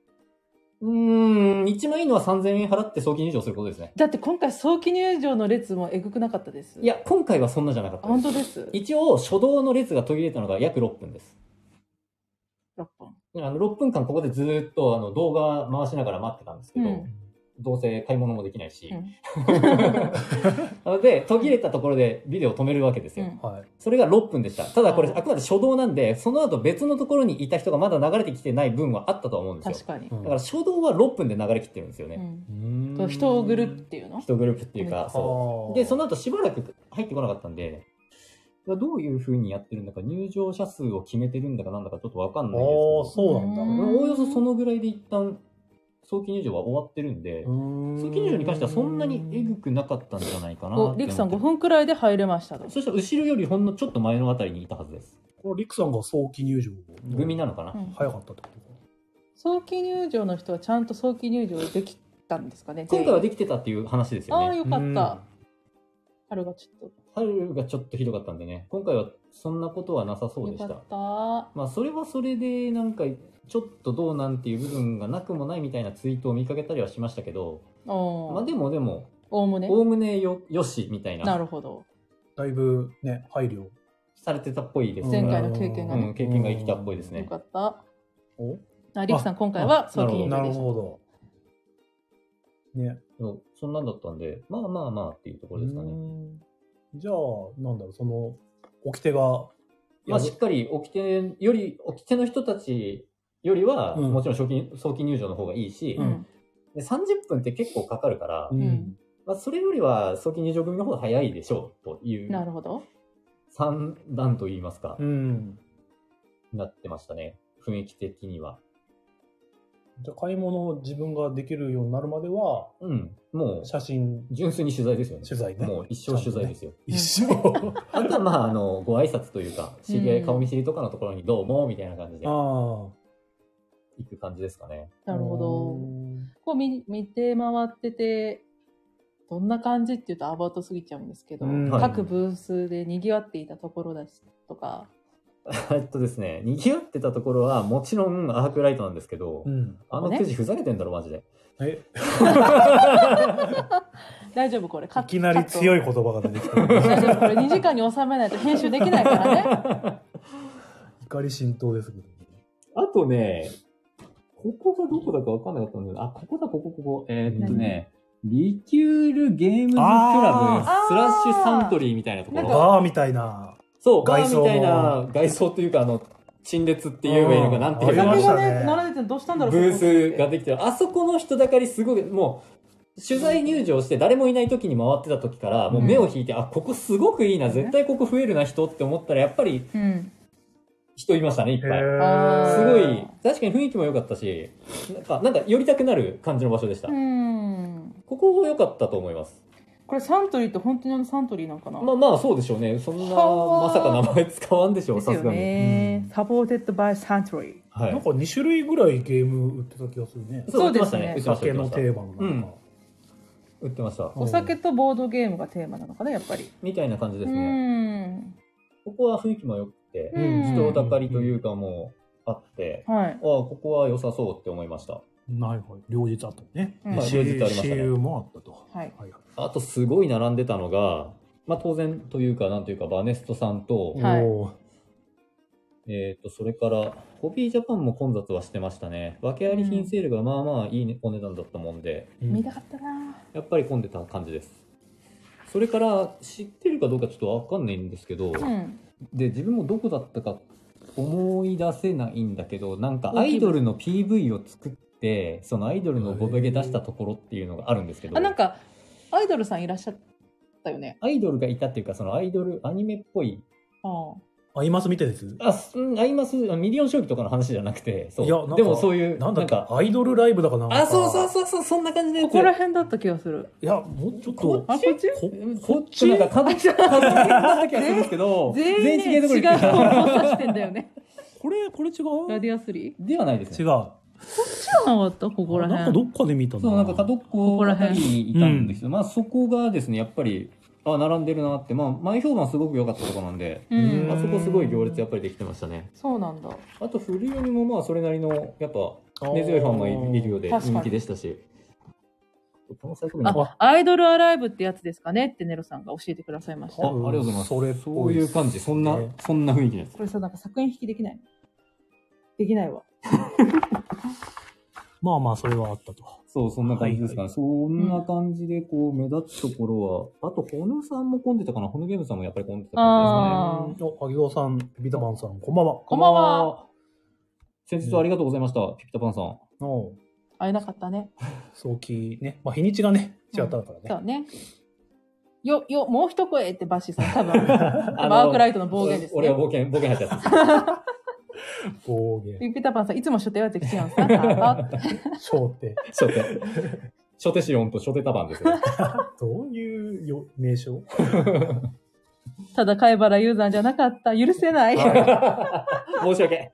ーん、一番いいのは3000円払って早期入場することですね。
だって今回早期入場の列もえぐくなかったです
いや、今回はそんなじゃなかっ
あ
たで
本
す。
当です
一応、初動の列が途切れたのが約6分です。
6本
あの6分間ここでずーっとあの動画回しながら待ってたんですけど、
うん
どうせ買い物もできないし
う、ん
なの *laughs* で途切れたところでビデオを止めるわけですよ、
うん
はい。
それが6分でしたただこれ
あー
あくまで初動なんでその後別のところにいた人がまだ流れてきてない分はあったとは思うんですよ
確かに
う。ん
だから初動は6分で流れ切ってるんですよ
う
ね、
う
ん
ん
そう人をぐるっていうの
一グループっていうか、
う
そう
あー
でその後しばらく入ってこなかったんでどういうふうにやってるんだか入場者数を決めてるんだかなんだかちょっとわかん
あ
ないですけ
ー、そ
ど
うなんだ。
うん
おおよそそのぐらいで一旦早期入場は終わってるんで、早
早
期入場に関してはそんなにえぐくなかったんじゃないかなって思
お
って
リクさん5分くらいで入れましたと
そしたら後ろよりほんのちょっと前のあたりにいたはずです
このリクさんが早期入場
組なのかな、
うん
早かったってことか。
早期入場の人はちゃんと早期入場できたんですかね
今回はできてたっていう話です
あ
よ
あー
ね
よかった春がちょっ
春がちょっとひどかったんでね今回はそんなことはなさ
と
そうで
よ
し
か
た
った
まあそれはそれでなんかちょっとどうなんていう部分がなくもないみたいなツイートを見かけたりはしましたけど、
お
まあでもでも
おおむね
おおむねよよしみたいな
なるほど
だいぶね、配慮。
されてたっぽいです
前回の経験がね
うん経験が生きたっぽいですね
よかった
お
あリクさん今回は早期入
な
場
る
でした
ほど。ね。
そうそんなんだったんでまあまあまあっていうところですかね、
うんじゃあ、なんだろう、その、掟が、
まあ、しっかり起きてより起きての人たちよりは、
うん
もちろん早期早期入場の方がいいし、
う
うん
で30分って結構かかるから、
うん
まあ、それよりは早期入場組の方が早いでしょうという
なるほど
三段といいますか、
うん。
なってましたね雰囲気的には。
じゃあ、買い物を自分ができるようになるまでは、
うん、もう
写真、
純粋に取材ですよね。
取材ね。 *laughs*
もう一生取材ですよ。
一生。 *laughs*
あとはまあ、あの、ご挨拶というか、知り合い顔見知りとかのところにどうも、みたいな感じで行
あ
く感じですかね。 *laughs*
あ。
なるほどこう見見て回っててどんな感じって言うとアバウトすぎちゃうんですけど、
うん
各ブースで賑わっていたところだしとか、
えっとですね、賑わってたところは、もちろんアークライトなんですけど、
うん。
あのくじふざけてんだろ、マジで。
え、
大丈夫これカッ
いきなり強
い
い言葉が出てきた。
*laughs* 大丈夫これ2時間に収めないと *laughs* 編集できないからね
怒り浸透ですけど。
あとね、ここがどこだかわかんなかったんだけど、あ、ここだ、ここ、ここ。えーっとね、リキュールゲームズクラ
あー
ブスラッシュサントリーみたいなところ。
バーみたいな。
そう、バ
外
ー
装も
みたいな外装というか、あの、陳列っていう名のがなんていう
あ
若
りま
手
した
が
ね
ね並んでてどうしたんだろう
ブースが
で
できてる。あそこの人だかりすごい、もう、取材入場して誰もいない時に回ってた時から、もう目を引いて、あ、ここすごくいいな、絶対ここ増えるな、人って思ったら、やっぱり
うん
人いましたね、いっ
へ
ぱい。
ー
すごい、確かに雰囲気も良かったし、なんか、なんか寄りたくなる感じの場所でした。
うん
ここ良かったと思います。
これサントリーって本当にあのサントリーなんかな、
まあまあ、そうでしょうね。そんな、
はあ
まさか名前使わんでしょう、
です
さす
よ
がに。
ね、
うん
サポーテッドバイサントリー
は
なん
い。
か2種類ぐらいゲーム売ってた気がするね。
そうですね
売ってました
酒
ね。
の
売
定番のなんか。
ってました。
お酒とボードゲームがテーマなのかなやっぱり
みたいな感じです
う
ね。
ん
ここは雰囲気も良くて、
うん
人だかりというかもうあって、
はい
ああ、ここは良さそうって思いました。
ないはい。両日あったね。
うん
まあ
私
両日ありましたね
私有もあったと。
はい
はい
あと、すごい並んでたのが、まあ当然というか、なんというか、バネストさんと、
はい
おー
えっ、と、それから、コピージャパンも混雑はしてましたね。訳あり品セールがまあまあいいねお値段だったもんで、
うん
見たかったな
やっぱり混んでた感じです。それから、知ってるかどうかちょっとわかんないんですけ
う
ど、
ん
で、自分もどこだったか思い出せないんだけど、なんかアイドルの PV を作って、そのアイドルのボドゲ出したところっていうのがあるんですけど、
あなんかアイドルさんいらっしゃったよね
アイドルがいたっていうか、そのアイドル、アニメっぽい、
あ
アイマス見てです
あ、すうんアイマス、あミリオン将棋とかの話じゃなくて、そう。
いやなんか
でもそういう、
なんだっけ
か、
アイドルライブだかなんか。
あ、そうそうそう、そうそんな感じの
あ
や
こ
つ。
こら辺だった気がする
いや、もうちょっと。
こ
あこっち
こ
こっちなんか、数、数だった気がするんですけ *laughs* ど、
全員、ね、違う
全員違うところに行って
方
た
向指してんだよね
これ、これ違
ラ
う
ディア3
*laughs* ではないです
違
ね。
う。
なかったここら
なんか
辺
どっかで見たな
そう、なんか角っこあたりにいたんですけど、まあそこがですね、やっぱり、あ、並んでるなって、まあ前評判すごく良かったとこなんで、
う
あ
ん
そこすごい行列やっぱりできてましたね。
そうなんだ
あと、古読みもまあそれなりの、やっぱ、
あー
根強いファンがいるようで
確かに
人気でしたし。この最後にあ
あアイドルアライブってやつですかねってネロさんが教えてくださいました
あありがとうございます
それっぽい
そういう感じ、そんな
ね、
そんな雰囲気です。
これさなんか作品引きできないできないわ
まあまあ、それはあったと。
そう、そんな感じですかね。そんな感じで、こう、目立つところは、あと、ホヌさんも混んでたかな。ホヌゲームさんもやっぱり混んでた感
あ
お、萩尾さん、ビタマンさん、こんばんは。
こんばんは。
じですね。先日はありがとうございました、ピピタパンさん。
の
会えなかったね。
早期ね。まあ、日にちがね、違ったからね。
そうね。よ、よ、もう一声ってバッシーさん、多
*laughs*
分。マークライトの暴言ですね。
俺は暴言、暴言入ったやつです。
暴言、
ピピタパンさん、いつも初手は敵地なんですか
小手。
初手。初手資音と初手
*laughs*
束ですね。
*laughs* どういうよ名称
*laughs* ただ、貝原ユーザーじゃなかった。許せない。
申し訳。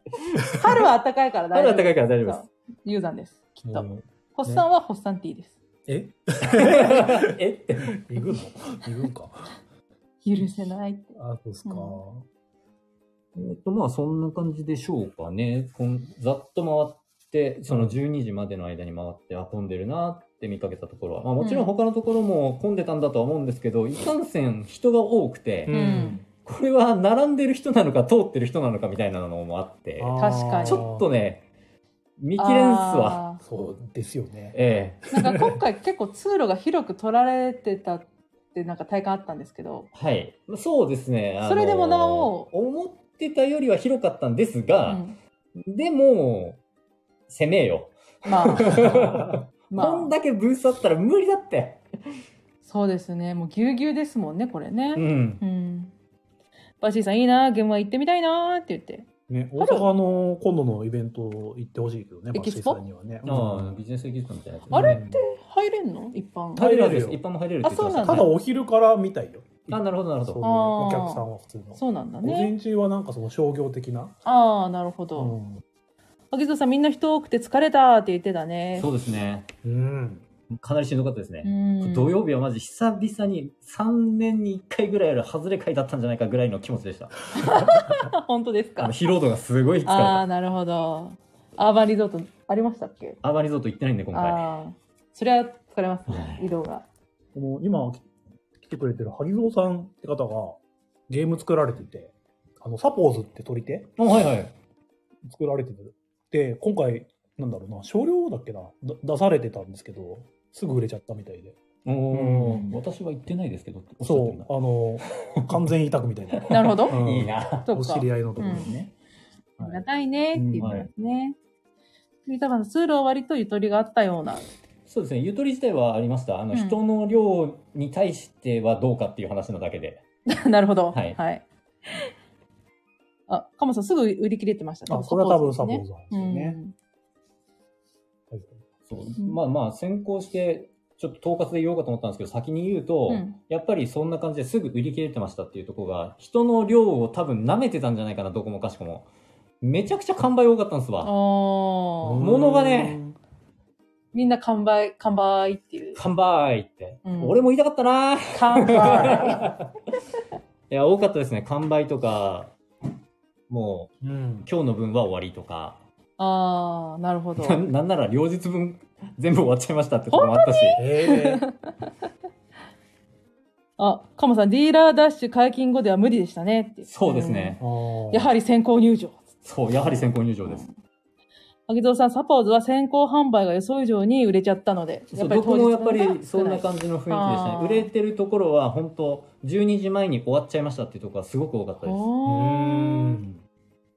春は暖かいから大
春
丈
は
夫。
高いから大丈夫です。
ユーザーです。きっと。
うん
ホッサンはホッサンティーです。
え
*laughs* えって。
行くの行くんか。
許せないって。
あ、そうっすか。
う
えっと、まあ、そんな感じでしょうかね。こんざっと回って、その12時までの間に回って、あ、混んでるなって見かけたところは、まあ、もちろん他のところも混んでたんだとは思うんですけど、いかんせん人が多くて、
ん
これは並んでる人なのか通ってる人なのかみたいなのもあって、
確かに
ちょっとね、見切れんすわ。
あー
そうですよね。
ええ。
なんか今回結構通路が広く取られてたってなんか体感あったんですけど、
はい。まあそうですね。あの
それでもなお
思ってたよりは広かったんです
う
が、
ん、
でも、攻めよ。
まあ、
*laughs*
ま
こん
あ、
だけブースあったら無理だって。
そうですね。もうぎゅうぎゅうですもんね、これ
う
ね。
ん。
うん。バッシーさんいいな、現場行ってみたいなって言って。
ね、大阪の今度のイベント行ってほしいけどね、
エキスポ
松井さんにはね。
ああ、ビジネスエキストみたいなやつ。
あれっ
って
入れんの一般。
入れるん
入れ
で
る
す。
よ
一般も入れるって言ってました
あ
ね。
そ
ただお昼からみたいよ。
あ、なるほど、なる
そう
ほ
ね
ど。
あ
お
ー
客さんは普通の。
そうなんだ
午
ね。
前中はなんかその商業的な。
ああ、なるほ
う
ど。
ん。
あきぞさんみんな人多くて疲れたって言ってたね。
そうですね。
うん。
かなりしんどかったですね。
ん
土曜日はマジ久々に3年に1回ぐらいある外れ会だったんじゃないかぐらいの気持ちでした。
あ *laughs* 本当です
あ
か
の。疲労度がすごい疲れ
ああ
た
ー、。なるほど。アーバンリゾートありましたっけ
アーバンリゾート行ってないんで、今回。
ああ、それは疲れますね、移動が。
この今来てくれてる萩蔵さんって方がゲーム作られてて、あの、サポーズって取り手
あはいはい。
作られてて、で、今回、なんだろうな、少量だっけな、だ出されてたんですけど、すぐ売れちゃったみたいで。
お
う
お
ん
私は行ってないですけどっておっしゃって
そ
るんだ
う、あの、完全委託みたいな。
なるほど。
うん
いいな。
そ
お
う
知
か。
り合いのところにね。
ありがたいねって言いますね。栗田さんの通路は割とゆとりがあったような。
そうですね。ゆとり自体はありました。あの、
うん
人の量に対してはどうかっていう話なだけで。
*laughs* なるほど。
はい
あ、カモさんすぐ売り切れてましたね。
あ、これは多分サ
サ
ポ
ポ
ー
ー
ズ
ズ
なんです
です
よ
ね
ね。はい
そう
うん
まあまあ先行してちょっと統括で言おうかと思ったんですけど先に言うと、
うん
やっぱりそんな感じですぐ売り切れてましたっていうところが人の量を多分舐めてたんじゃないかなどこもかしこもめちゃくちゃ完売多かったんです
うん。
わ
おー
物がね、
みんな完売、完売っていう。
完売って、
うん
俺も言いたかったない
完売。
や多かったですね完売とかもう
うん。
今日の分は終わりとか
ああ、なるほど。
ななんなら両日分全部終わっちゃいましたってとこもあったし
えー、
あ、カモさん、ディーラーダッシュ解禁後では無理でしたねっていう。
そうですね、
あ
やはり先行入場。
そうやはり先行入場です、
萩蔵さん、サポーズは先行販売が予想以上に売れちゃったので、
そうどこもやっぱ
当日分
り
が
そんな感じの雰囲気でし
あ
たね
ー
売れてるところは本当12時前に終わっちゃいましたっていうところがすごく多かった
少
で
ない
す
う
おー
ん。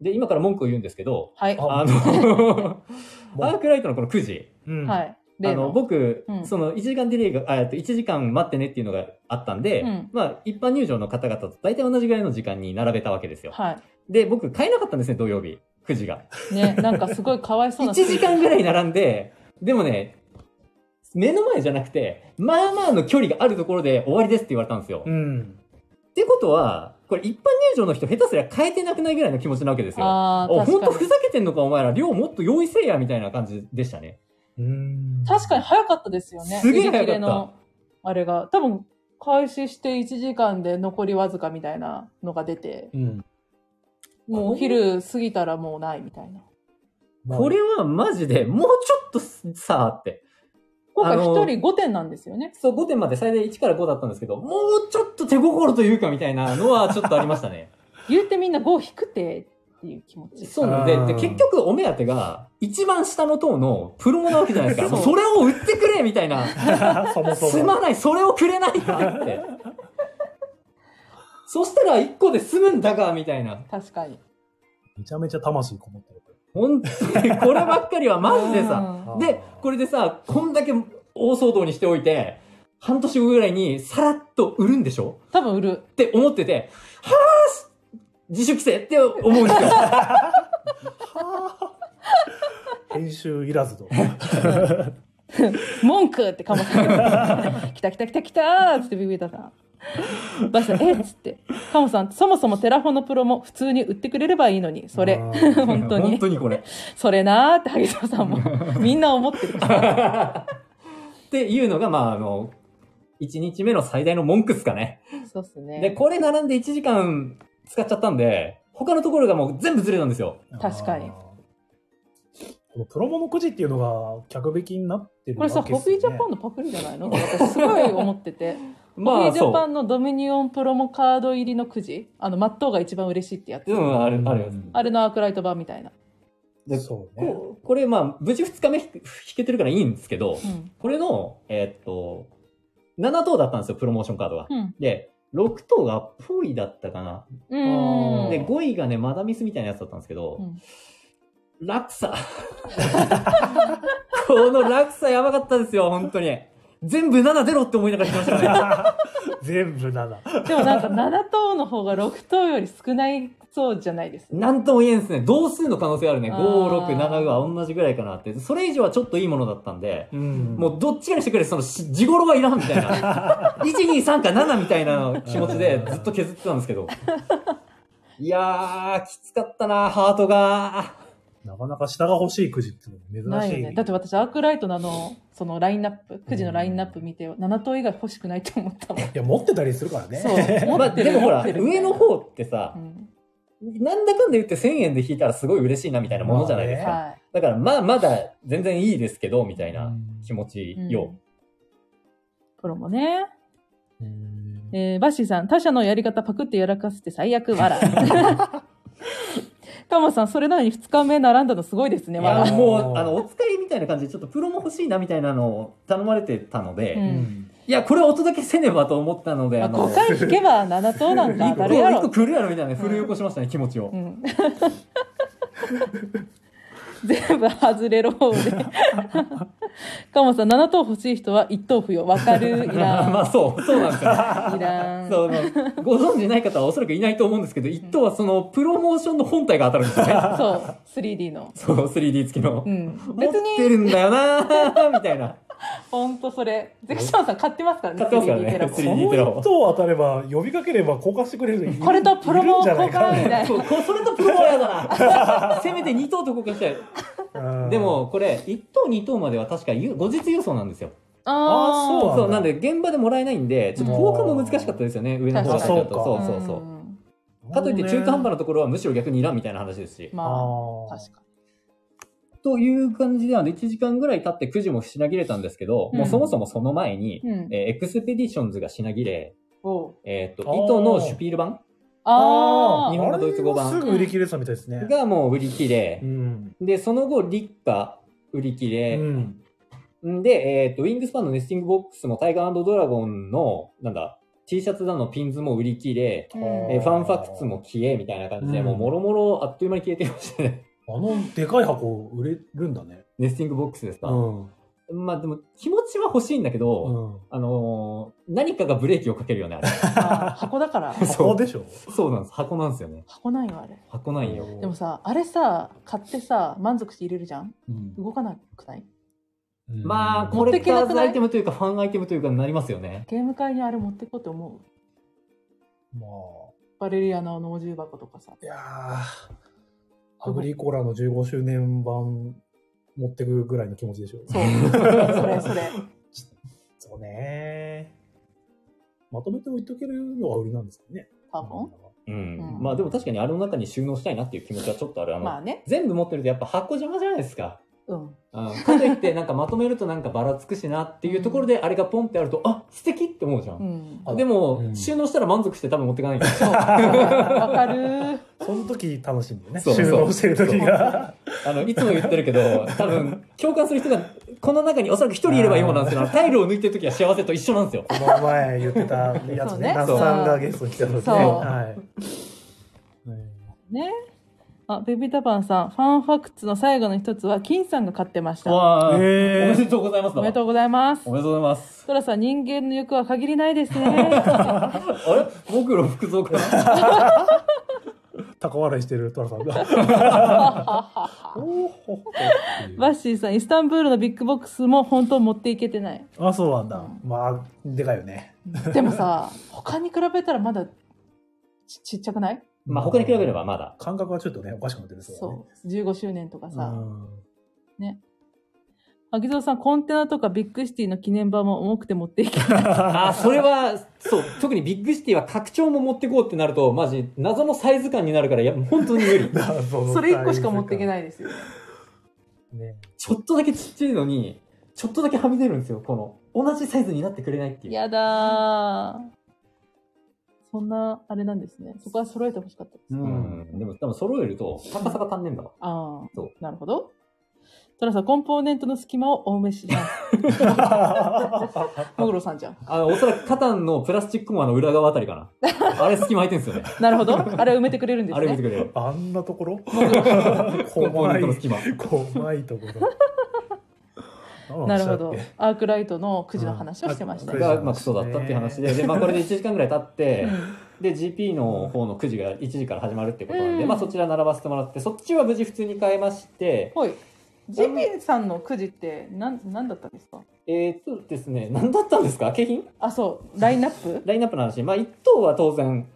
で今から文句を言うんですけど
はい。
あ
あ *laughs* のアークライトのこの9時
うん。
はい。
あ
例
の
の。
僕、
うん
その1時間ディレイがあえっと1時間待ってねっていうのがあったんで、
うん
まあ一般入場の方々と大体同じぐらいの時間に並べたわけですよ
は
で僕買えなかったんですね土曜日9時が
い。ね、なんかすごいかわいそう
1
な。
時間ぐらい並んで、でもね、目の前じゃなくて、まあまあの距離があるところで終わりですって言われたんですよ。
う
っ
ん。
てことは、これ一般入場の人下手すりゃ変えてなくないぐらいの気持ちなわけですよ。
あ
お、
あ、
ほん
確
と
か
ふ
に。
ざけてんのかお前ら、量もっと用意せえやみたいな感じでしたね。
うん。
確かに早かったですよね。
すげえ早かった
売り切れのあれが。多分、開始して1時間で残りわずかみたいなのが出て、
に。うん。
もうお昼過ぎたらもうないみたいな。
これはマジで、もうちょっとさあって。
今回
あの
1人5点なんですよね。
そう、5点まで最大1から5だったんですけど、もうちょっと手心というかみたいなのはちょっとありましたね。
言うてみんな5引くて、っていう気持ち。
そうなんで
あー
で、結局お目当てが、一番下の塔のプロモなわけじゃないですか。
そう
もうそれを売ってくれみたいな。
*laughs* そもそ
す
も。
まない、それをくれない
*laughs*
かって。そしたら一個で済むんだが、みたいな。
確かに。
めちゃめちゃ魂こもってる。
本当に、こればっかりはマジでさ。
うん。
で、これでさ、こんだけ大騒動にしておいて、半年後ぐらいにさらっと売るんでしょ
多分売る。
って思ってて、はぁ自主規制って思うんですよ。
編集いらずと。
文句ってかもしれない。来た来た来た来たーっつってビビったさん。バシさん、えっつって。カモさん、そもそもテラフォのプロも普通に売ってくれればいいの *laughs* に、それ。
あー
*laughs* 本当に
本。当にこれ。
それなーって、萩沢さんも。みんな思ってる。
っていうのが、まあ、あの、1日目の最大の文句っすかね。
そうっすね。
で、これ並んで1時間使っちゃったんで、他のところがもう全部ずれなんですよ。
*laughs* 確かに
あーこのプロモのくじっていうのが客引きになってる
こ
わ
れ
けですよね。
さ、ホビージャパンのパクリじゃないの私すごい思ってて。ホビージャパンのドミニオンプロモカード入りのくじ、あの、マットが一番嬉しいってやつ。
う。うん、ある、ある。
あれのアークライト版みたいな。
でそうね。
ここれ、まあ、無事2日目引く引けてるからいいんですけど
う、ん。
これの、えーっと、7等だったんですよ、プロモーションカードが。
うん。
で、6等がポイだったかな。
うん。
で、5位がね、マダミスみたいなやつだったんですけど、落差。 *laughs* この落差やばかったですよ、本当に。全部7-0って思いながら来ましたね。
*laughs* 全部7。
でもなんか7等の方が6等より少ないそうじゃないですか。
なんとも言えんですね。同数の可能性あるね。
あ
5、
ー
6、7は同じぐらいかなって。それ以上はちょっといいものだったんで、
うん
もうどっちかにしてくれ、その、し地頃はいらんみたいな。1、2、3か7みたいな気持ちでずっと削ってたんですけど。いやー、きつかったな、ハートが。
なかなか下が欲しいくじっていうのも
な
珍
い
しい。
よね。だって私、アークライトのあの、そのラインナップ、くじのラインナップ見て、7等以外欲しくないと思ったもん。
いや、持ってたりするからね。
そう。持
ま
っ
あ、
て
で
る
もほ
持
ら、
ってるみた
上
いな。
の方ってさ
う、ん。
なんだかんだ言って1000円で引いたらすごい嬉しいなみたいなものじゃないですか。
は
だから、まあ、まだ全然いいですけど、みたいな気持ち
い。うん
よ。
プロもね。
うん
えーバッシーさん、他社のやり方パクってやらかすって最悪、わら。
*laughs*
タマさん、それなのに2日目並んだのすごいですね、
い
わ
や
ら。
もうあのお使いみたいな感じでちょっとプロも欲しいなみたいなのを頼まれてたので、
う
うんん
いやこれはお届けせねばと思ったので
まあ、
あの
5回引けば7等なんか当たるや
1個
ろ。
来るやろみたいなね
うん
振り起こしましたね、気持ちを
う、ん全部外れる方で。カモさん、7等欲しい人は1等不要。わかるい
*laughs* ま
ら
あそうそうなんですよ、
ん。
ね、
いらん。
そうまあご存知ない方はおそらくいないと思うんですけど一等はそのプロモーションの本体が当たるんですよね
そう、3D の。
*laughs* そう 3D 付きの、
うん。
持っ
別に、
てるんだよなーみたいな
ほんとそれ。ゼクションさん買ってますからね、
買ってますからね
3D テラ
こ
も。
3D
の人当たれば、呼びかければ交換してくれる人いる
これとプロモ
いるんじゃ
交
ないか
換みたいな
そ。うこそれとプロモやだ
*laughs*
なせめて2等と交換したい
うん
でもこれ1等2等までは確かゆ後日郵送なんですよ *laughs*
あー
あー
そうそう、なんで現場でもらえないんで、ちょっと交換も難しかったですよね、上の方が書いてあると。
あ
そ
そうう
か
そうそう。
ん
かといって中途半端なところはむしろ逆にいらんみたいな話ですし。
まあ
あー
確か
という感じで、あの、1時間ぐらい経って9時も品切れたんですけど、
うん
もうそもそもその前に、
にうん
えーエクスペディションズが品切れ、
おう
えーっ
あ
と、
ー
糸のシュピール版
あ
ー
日
ー
本のドイツ語版
あれはすぐ売り切れてたみたいですね。
がもう売り切れ
う、ん。
で、その後、立夏、売り切
う
れ、
ん。
んで、えーっと、ウィングスパンのネスティングボックスもタイガードラゴンの、なんだ、T シャツだのピンズも売り切れ、
う
あ
ん
えーファンファクツも消えみたいな感じで、
うん
もうもろもろあっという間に消えてましたね。 *laughs*
あの、でかい箱売れるんだね。
ネスティングボックスですか、
ん。
まあでも気持ちは欲しいんだけど、
うん。
あのー何かがブレーキをかけるよね、あれ。 *laughs*
まあ箱だから
そう
箱でしょ
そうなんです。箱なんですよね。
箱ないよあれ
箱ないよ。
でもさあれさ買ってさ満足して入れるじゃん
うん
動かなくない
まあ、
こ
コ
れ
レ
持って
ク
けな
ター
く
ズ
な
ア
い
イテムというか、ファンアイテムというかになりますよね。
ゲーム会にあれ持ってこうって思う
ま
バレリアの脳重箱と
*laughs*
かさ
あ、いやーアグリコラの15周年版持ってくぐらいの気持ちでしょ。
そうそれそれ
そうねまとめて置いとけるのは売りなんですかね。
多分
うん。
うん
まあでも確かにあれの中に収納したいなっていう気持ちはちょっとある。あの、
まあね
全部持ってるとやっぱ箱邪魔じゃないですか。
うん
うんかといって、なんかまとめるとなんかばらつくしなっていうところで、あれがポンってあると、あ、素敵って思うじゃ。
うんん
あ
でも、
うん
収納したら満足して多分持ってかないんですよ
そうわかる
*laughs* そこの時楽しいんだよね。
そうそう
収納してる時が。
あの、いつも言ってるけど、多分、共感する人が、この中におそらく一人いればいいものなんですけど、タイルを抜いてる時は幸せと一緒なんですよ。
この前言ってたや
*laughs* そ
つ
う
ね。
ね
那須さんがゲストに来た時
そ
ね。
う *laughs*
はい。ね
ね。あ、ベビータパンさん、ファンファクツの最後の一つは、金さんが買ってました。お
わー
えー
おめでとうございますだ
め
わ
でとうございます
お。めでとうございます。
トラさん、人間の欲は限りないですね。
あれ僕の服装かな
高笑いしてるトラさんが。おーほっほっていう
バッシーさん、イスタンブールのビッグボックスも本当持っていけて
*laughs*
ない。
あ、そうなんだ。まあ、でかいよね。
でもさ、他に比べたらまだちちっちゃくない
*laughs* まあ、他に比べればまだ。
感覚はちょっとね、おかしくなってるそうだね。
そう。15周年とか
う
さ。
ん
秋蔵さん、コンテナとかビッグシティの記念版も重くて持っていけない。
あー、そ
*laughs*
れは、そう、特にビッグシティは拡張も持ってこうってなると、マジ、謎のサイズ感になるから、いや、本当に無理。
それ1個しか持っていけ
い。
ないですよ。
ね、
ちょっとだけちっちゃいのに、ちょっとだけはみ出るんですよ、この。同じサイズになってくれないっていう。
やだー。そんな、あれなんですね。そこは揃えてほしかったです。
う。
うんん。でも、多分揃えると、高さが足んねえんだわ。
ああ
そう、
なるほど。トラさん、コンポーネントの隙間を多めしない。
*laughs*
もぐろさんじゃん。
あの、おそらくカタンのプラスチックもあの裏側あたりか
*laughs*
な。あれ隙間空いてるんですよね。
なるほど。あれを埋めてくれるんです
あれ見
ね
て。くれる。
あんなとこ
*laughs*
ろ
コンポー
怖い
ネントの、隙間。
怖いと
*laughs*
ころ。何
なる
の話だ
ほ
っけ
ど。。アークライトのくじの話をしてました
うん
よ。
が、まあ、クソだったっていう話で、で、まあ、これで1時間ぐらい経って、で、GP の方の9時が1時から始まるってことなんで、
うん
まあ、そちら並ばせてもらって、そっちは無事普通に変えまして、
ほい。ジピさんのくじってなんなんだったんですか
えーっとですね、何だったんですか景品
あ、そう。ラインナッ
*laughs*
プ
ラインナップの話。まあ、1等は当然、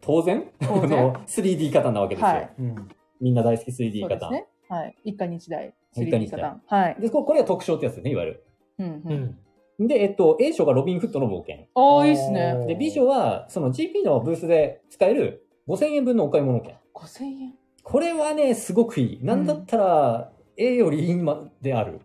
当然
当
あ
然
の、3D カタンなわけですよ。
はい
うん。
みんな大好き 3D
そう
カ
で
タ
す
ン。
ね。はい。一家日大。
一家
3D
日
カ
大
タン。はい。
で、ここれは特賞ってやつですね、いわゆる。
うんう。
うんん。
で、えっと、A 賞がロビンフットの冒険。
ああ、いいっすね。
で、B 賞は、その GP のブースで使える5000円分のお買い物券。
5000円。
これはね、すごくいい。なんだったら、A より今である。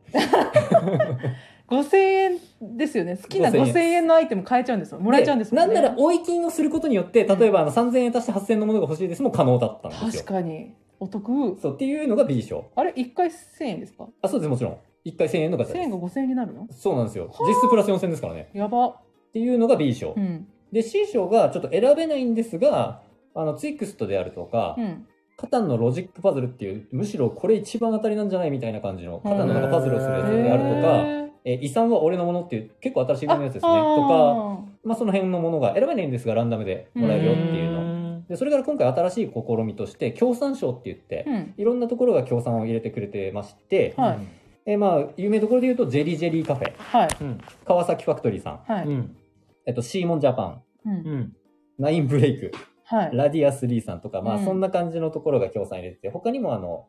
5000円ですよね。好きな
5000
5000円のアイテム買えちゃうんですよ。もらえちゃうんですもんね。
なんなら、追い金をすることによって、例えばあの3000円足して8000円のものが欲しいですも可能だったんです
確か
よ。
に。お得。
そう、っていうのが B 賞。
あれ、1回1000円ですか
あ、そうです、もちろん。1回1000円の方
?1000 円が5000円になるの
そうなんですよ。実質プラス4000ですからね。
やば。
っていうのが B 賞。
うん。
で、C 賞がちょっと選べないんですが、あの、ツイクストであるとか、
うん。
カタンのロジックパズルっていう、むしろこれ一番当たりなんじゃないみたいな感じの、カタンのなんかパズルをするやつであるとか、
へー
えー遺産は俺のものっていう、結構新しいのやつですね。と
あ
か、
ー
まあその辺のものが選べないんですが、ランダムでもらえるよっていうの。
の。
で、それから今回新しい試みとして、協賛賞って言って、
うん。
いろんなところが協賛を入れてくれてまして、
はい
えーまあ、有名どころで言うと、ジェリージェリーカフェ、
はい。
うん。
川崎ファクトリーさん、
はい。
うん。
えっと、シーモンジャパン、
うん。
うん。
ナインブレイク、
はい。
ラディアスリーさんとか、ま
う
あ、
ん
そんな感じのところが協賛入れてて、他にもあの、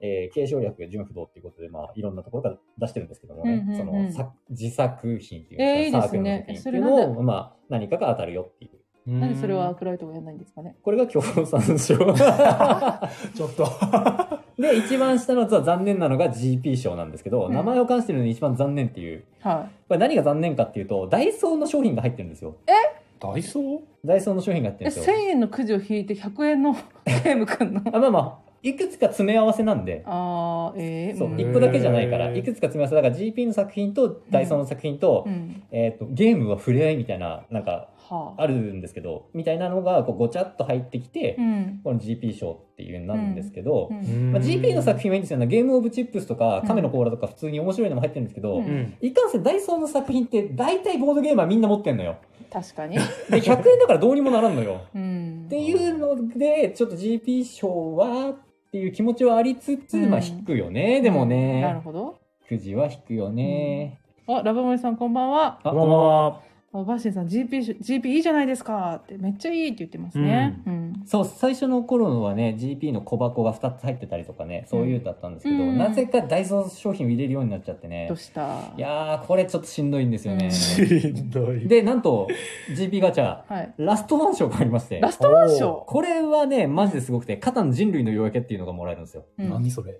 えー、継承略純不動っていうことで、まあ、いろんなところから出してるんですけどもね、
うんうんうん
そのさ、自作品っていうん
えーいい
か、
で
サー
す
クルの
ね
作品っていうのを、まあ、何かが当たるよっていう。
なんでそれはアー
うん
クライトがやらないんですかね。
これが協賛賞。
ちょっと。
*laughs* で、一番下のは残念なのが GP 賞なんですけど、
うん
名前を冠してるのに一番残念っていう。
は
これ何が残念かっていうと、ダイソーの商品が入ってるんですよ。
ダイソー
ダイソーの商品が入っ
い。
て
え、
るんで
1000
すよ。
円のくじを引いて100円の *laughs* ゲームくんの。
あまあまあ、いくつか詰め合わせなんで、
あー、ええ
そうう、
ん
一個だけじゃないから、
へー
いくつか詰め合わせ、だから GP の作品とダイソーの作品と、
うん。
えっ、と、ゲームは触れ合いみたいな、なんか、
はあ。
あるんですけど、みたいなのが、こう、ごちゃっと入ってきて、
うん。
この GP 賞っていうのになるんですけど、
うん
まあ、GP の作
品。
品はいいんですよね。ゲームオブチップスとか、亀の甲羅とか、普通に面白いのも入ってるんですけど、
うん
うん。
いかんせんダイソーの作品って大体ボードゲームはみんな持ってんのよ。
確かに。
で、100円だからどうにもならんのよ。
うん
っ。ていうので、ちょっと GP 賞はっていう気持ちはありつつ、
うん
まあ引くよね。でも
なる
ね、
ほど。
くじは引くよね。
あ、ラブモリさんこんばんは。
あ
こんばんは。
あバッシーさん GP し、GP いいじゃないですかって、めっちゃいいって言ってますね。うん。
そう、最初の頃のはね、GP の小箱が2つ入ってたりとかね、そういうだったんですけど、
うん
なぜかダイソー商品を入れるようになっちゃってね
どう。した
いやー、これちょっとしんどいんですよね。
しんどい。
*laughs* で、なんと、GP ガチャ、
はい。
ラストワン賞がありまして。
ラストワンショ
これはね、マジですごくて、カタン人類の夜明けっていうのがもらえるんですよ。
ー。うん
何それ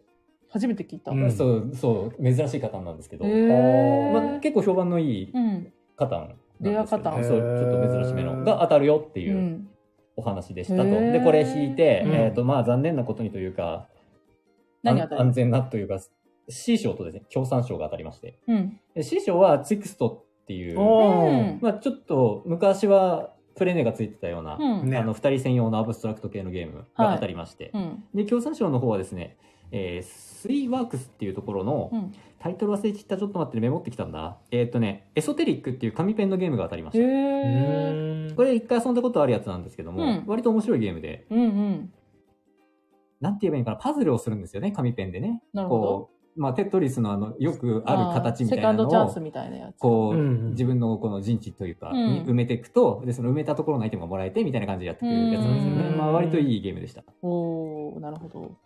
初めて聞いた。
う
へ
ん
そう、そう、珍しいカタンなんですけど、
え。
まあ、結構評判のいい
うん。
カタンなんですけど。
レアカタン
そう、ちょっと珍しめ
へ
の。
ー
が当たるよっていうう。
ん。
お話でしたと。
へー
で、これ引いて、
うん
えっ、と、まあ残念なことにというか、
何が当
あん
たる
安全なというか、C 賞とですね、共産賞が当たりまして。
うん。
で C 賞はツイクストっていう、
お
うん。
まあちょっと昔はプレネがついてたような、
うん。
ね
あの2人専用のアブストラクト系のゲームが当たりまして、
うん。
で共産賞の方はですね、えー、スイワークスっていうところの、
うん
タイトル忘れちゃったちょっと待ってねメモってきたんだえーっ、とねエソテリックっていう紙ペンのゲームが当たりま
へ
した、
え。
これ一回遊んだことあるやつなんですけども、
うん
割と面白いゲームで
うんうん。
なんて言えばいいのかなパズルをするんですよね紙ペンでね
なるほど。
こうまあテトリスのあのよくある形みたい
セ
な
カンド
の
チャン
を
スみたいなやつ。
こ
う
う、
んうん
自分のこの陣地というか、
うん
に埋めていくとでその埋めたところのアイテムがもらえてみたいな感じでやってくるやつなんですよね、
うん
まあ、割といいゲームでした
おおなるほど。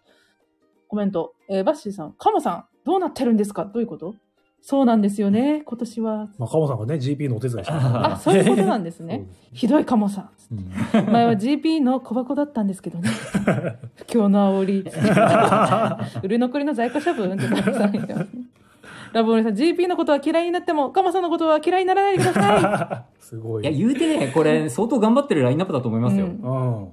コメント。えーバッシーさん、カモさん、どうなってるんですかどういうことそうなんですよね、今年は。
まあ、カモさんがね、GP のお手伝いして
あ、 *laughs* そういうことなんです
す
ね。。ひどいカモ *laughs* さん。前は GP の小箱だったんですけど *laughs* ね。不況の *laughs* 煽り。売れ残りの在庫処分ってカモさん言ってますね。ラボーニさん、GP のことは嫌いになっても、カモさんのことは嫌いにならないでくださ
*laughs*
い。
すごい。
いや言うてねこれ相当頑張ってるラインナップだと思いますよ、
うん
うん。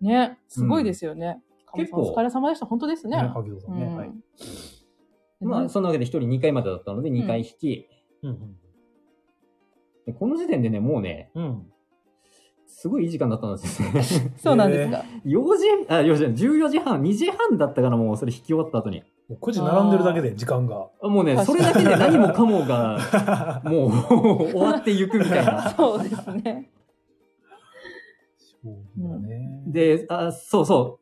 ね、
ね、すごいですよね。カモ
結
さ
構
ん、お疲れ様でした。本当ですね。
萩野さん
う
ね。
ん
はい。
まあ、そんなわけで1人2回までだったので2回引き、
うん
でこの時点でねもうね
うん。うん。
すごいいい時間だったんですよね *laughs*
そうなんですか。
4時あ4時じゃない14時半2時半だったからもうそれ引き終わった後に
もう9時並んでるだけで時間が。
もうねそ
確
れ
か
だ
に
けで何もかもがもう終わっていくみたいな
*laughs* そうですね。
*laughs* そうだね。
*laughs* であそうそ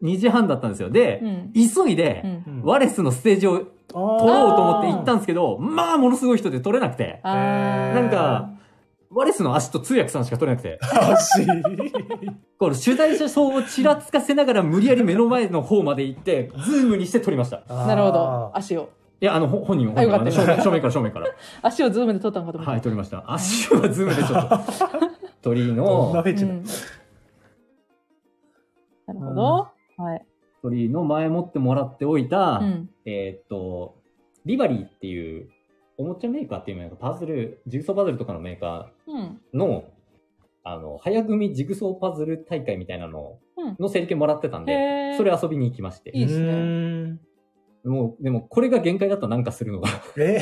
う2時半だったんですよで、
うん。
急いで、
うん
うん、
ワレスのステージを
取ろ
取ろうと思って行ったんですけど、まあ、ものすごい人で取れなくて、
あー
なんか、ワレスの足と通訳さんしか取れなくて、
*laughs* 足。
この取材者層をちらつかせながら無理やり目の前の方まで行って、ズームにして取りました。い
なるほど。足を。
や、あの、ほ本人を、
あよかった
あの正面正面から正面から。
足をズームで撮ったのかと思
は
っ
い、取りました。足はズームでちょっと。鳥
どんな
の
フ、ェ
た。
チ
う
だ
んなるほど。はい。
鳥の前もってもらっておいた、
うん。
えーっと、ビバリーっていう、おもちゃメーカーっていうのがパズル、ジグソーパズルとかのメーカー、
うん。
の、あの、早組ジグソーパズル大会みたいなの
うん
の整理券もらってたんで、
へー
それ遊びに行きまして。
いいですね
うーん
もう、でもこれが限界だったなんかするのが。
え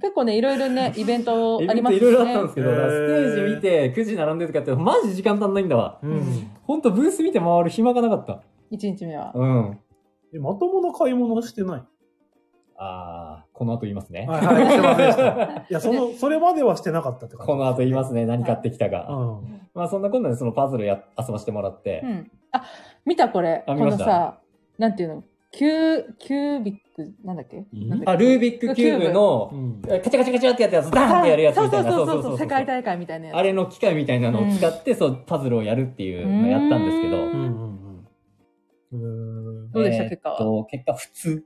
結構ね、いろいろ
*laughs*
ね、イベントあります
い
ね。
ろいろあったんですけど、
へー
だからステージ見て9時並んでとかやって、マジ時間足んないんだわ。
うん。
ほんとブース見て回る暇がなかった。
一日目は。
うん。
え、まともな買い物はしてない。
あー、この後言いますね。
はいはい、してませんで *laughs* した。いや、その、それまではしてなかったって感じ。。
この後言いますすね。何買ってきたか。
うん。
まあそんなこんなでそのパズルや遊ばせてもらって
う、ん。あ、見たこれ。
あ
こ
見ま
の
した
さ、なんていうのキュー、キュービック、なんだっけ
ん
なんだっ
あ、ルービックキューブの、
うん。
カチャカチャカチャってやったやつ、ダーンってやるやつみたいな。
そうそうそうそう。世界大会みたいなやつ。
あれの機械みたいなのを使って、そう、パズルをやるっていうのをやったんですけど、
うん
うんうん。
どうでした結果は
えーっと、結果普通。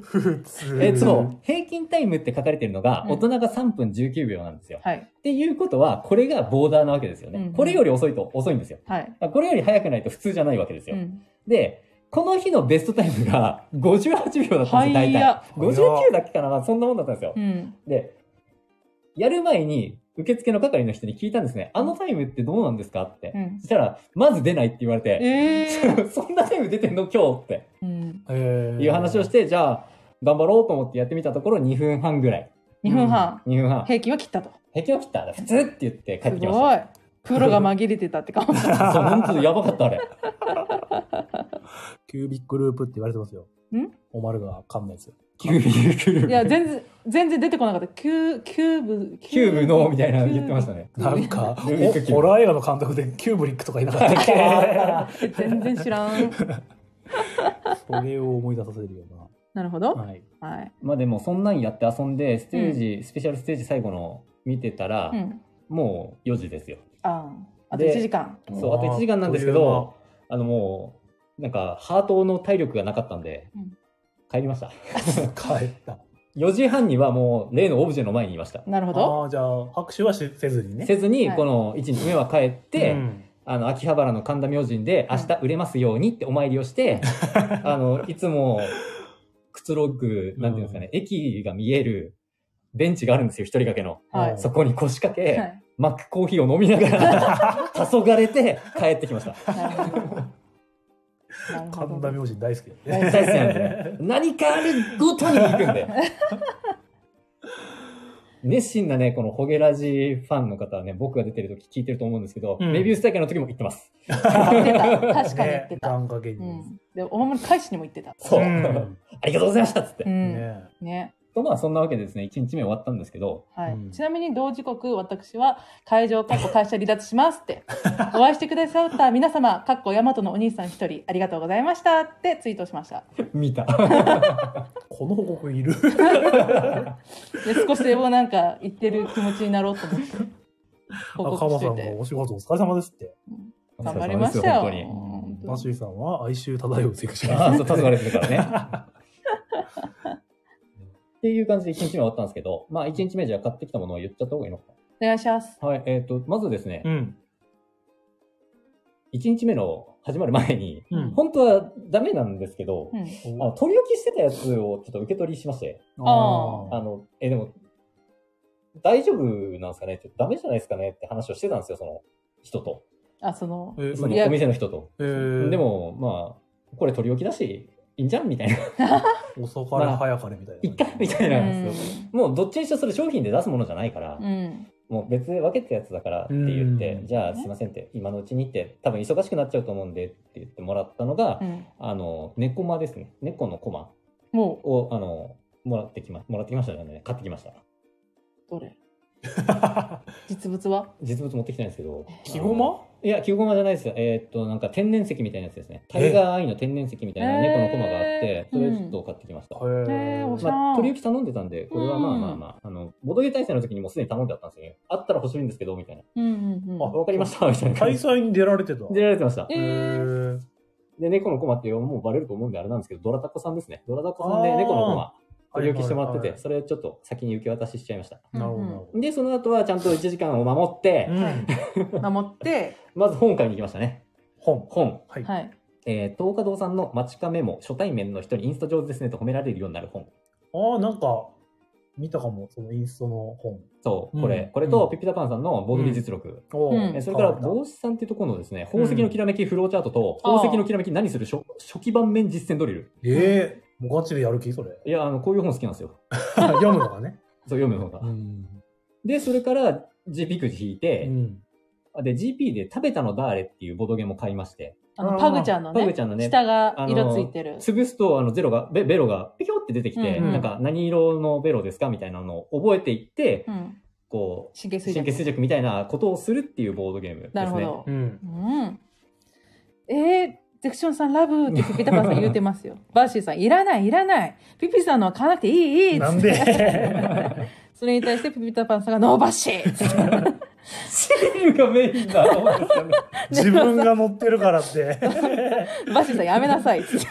普 *laughs* 通。
えーそう、平均タイムって書かれてるのが
う、ん
大人が3分19秒なんですよ。
はい。
っていうことは、これがボーダーなわけですよね。
うん
これより遅いと遅いんですよ。
はい。
これより早くないと普通じゃないわけです
う
よ。
ん。
で、この日のベストタイムが58秒だったんですよ、大
早
体
っ。
59だっけかな、まあそんなもんだったんですよ
う。ん。
で、やる前に、受付の係の人に聞いたんですね。あのタイムってどうなんですかって。
うん
そしたら、まず出ないって言われて、
ええ。
*laughs* そんなタイム出てんの今日って
うん。
えー
いう話をして、じゃあ、頑張ろうと思ってやってみたところ2分半ぐらい。
2分半。
2分半。
平均は切ったと。
平均を切ったら普通って言って帰
す
ってきまし
ごい。プ
*laughs*
ロが紛れてたって感じ。
た。そう、本当やばかった、あれ。
キュービックループって言われてますよ。
ん
おまるが噛んだやつ。
キューブ、
いや、全然、全然出てこなかった。キュー、キューブ、
キューブの、みたいなの言ってましたね。
なんか、
ルービックキューブ
おホラー映画の監督でキューブリックとかいなかったっけ
え全然知らん。
それを思い出させるよ
なるほ
うな。
ど。
はい。
はい。
まあでも、そんなんやって遊んで、ステージ、スペシャルステージ最後の見てたら
う、ん。
もう4時ですよ。
ああ。あと
で
1時間。
そう、あと
あー
1時間なんですけ
という間
ど、あのもう、なんか、ハートの体力がなかったんで、
うん
帰りました。
帰った。
4時半にはもう、例のオブジェの前にいました。
なるほど。
ああ、じゃあ、拍手はしせずにね。
せずに、
はい
この1日目は帰って、
うん
あの、秋葉原の神田明神で、
うん
明日売れますようにってお参りをして、あの、いつも、くつろぐ、なんていうんですかね、駅が見えるベンチがあるんですよ、一人掛けの。
は
う
い
ん。
そこに腰掛け、
はい
マックコーヒーを飲みなが
*laughs*
ら、黄昏て帰ってきました。
なるほどなるほ
神
ど
田明神大好きだ
大
ね。
好き
大好きなんですね。何かあるごとに行くんで。熱心なね、このホゲラジファンの方はね、僕が出てる時聞いてると思うんですけど、
うん
レビュース大会の時も行ってます。
言ってた確かに言っ
ね
て
*laughs*
た、
願掛け
う
に。
ん、でお守り返しにも言ってた
そう。
うん
ありがとうございましたっつって。
うんね
ね
と、まあそんなわけでですね、1日目終わったんですけど、
はい
うん
ちなみに同時刻私は会場かっこ会社離脱しますって
*laughs*
お会いしてくださった皆様かっこ大和のお兄さん一人ありがとうございましたってツイートしました
見た。
この報告いる
で少しでもなんか言ってる気持ちになろうと思って報
赤
告
間
し
さ
とい
んが
て
お仕事お疲れ様ですって。
頑張りまし
お疲
た
れ
よ
様ですよ本
本当
マ
に
シーさんは哀愁漂うセクシ
当に。
ー。
ああ、そう、黄昏てるからね。っていう感じで1日目終わったんですけど、まあ1日目じゃあ買ってきたものを言っちゃった方がいいのか
お願いします
な。はい、えっ、と、まずですね、
うん。
1日目の始まる前に、
うん
本当はダメなんですけど、
うん
あの取り置きしてたやつをちょっと受け取りしまして、
あ
あの、え、でも、大丈夫なんですかねちょっとダメじゃないですかねって話をしてたんですよ、その人と。
あその
え
そ
い
の
や
お店の人と。
えー
で、も、まあ、これ取り置きだし、いいんじゃんみ
*laughs*
たいな。
遅かれ早かれみたい
いっ
な。
かみたいな
うん
ですよ。
ん
もうどっちにしろそれ商品で出すものじゃないから、
うん
もう別で分けたやつだからって言って、
うん
じゃあすいませんって、今のうちにって、多分忙しくなっちゃうと思うんでって言ってもらったのが、
うん
あの、猫マですね。猫のコマ
も
を、あの、もらってきま、もらってきましたじゃないね。買ってきました。
うどれ
*laughs*
実物は
実物持ってきてないんですけど。
木駒
いや、木駒じゃないですよ。えーっと、なんか天然石みたいなやつですね。タイガーアイの天然石みたいな
え
猫のコマがあっ
え
て
ー、
それちょっと買ってきました。
えーおしゃ
まあ、取り置き頼んでたんで、これはまあ
うん
まあまあ、あの、ボドゲ大戦の時にもうすでに頼んであったんですよね。あったら欲しいんですけど、みたいな。
うんうんうん
わかりました、みたいな
開
感じ。
催に出られてた。
出られてました。
え
え
ー
ー
*laughs* で、猫のコマってもうバレると思うんであれなんですけど、ドラタコさんですね。ドラタコさんで
あー
猫のコマ、取り置きしてもらっ
はい
て
は
て、
い
それちょっと先に受け渡ししちゃいました。
なるほどなるほ
で、その後はちゃんと1時間を守って
ど。う、ん。
守って、
まず本買いに行きましたね。
本。
本。
はい。
はい。
えー、東華堂さんの街かメモ、初対面の人にインスト上手ですねと褒められるようになる本。
ああ、なんか、見たかも、そのインストの本。
そう、
うん
これ。これ
う
と、
ん
ピピタパンさんのボード技術録。
お
うん
えーそれから、
どう
帽子さんっていうところのですね、宝石のきらめきフローチャートと、宝石のきらめき何する初初期版面実践ドリル。
ええもうガチでやる気そ
*laughs*
れ。
いや、あの、こういう本好きなんですよ。
読むのがね。
そう、読む本が。
ん。
で、それから、GP くじ引いて、
うん。
で、GP で食べたのだあれっていうボドゲも買いまして、
あの、
あー
パグちゃんの
パグ
ね
ち、ゃんのね、
下が色ついてる。
潰すと、あの、ゼロが、ベベロが、ピキョって出てきて、
うんうん
なんか、何色のベロですかみたいなのを覚えていって、
うん。
こ
神経
う、
衰
神経
弱。
衰弱みたいなことをするっていうボードゲームです
な
ね。
るほど
う。ん。
うん。えー、ゼクションさんラブってピピタパンさん言うてますよ。バーシーさん、いらない、いらない。ピピさんのは買わなくていい、いいっつって
なんで
*laughs* それに対してピピタパンさんがノーバシーっつって
シールがメインだろうで
*laughs*
すよね。
自分が乗ってるからって。
バシーさんやめなさいっつって。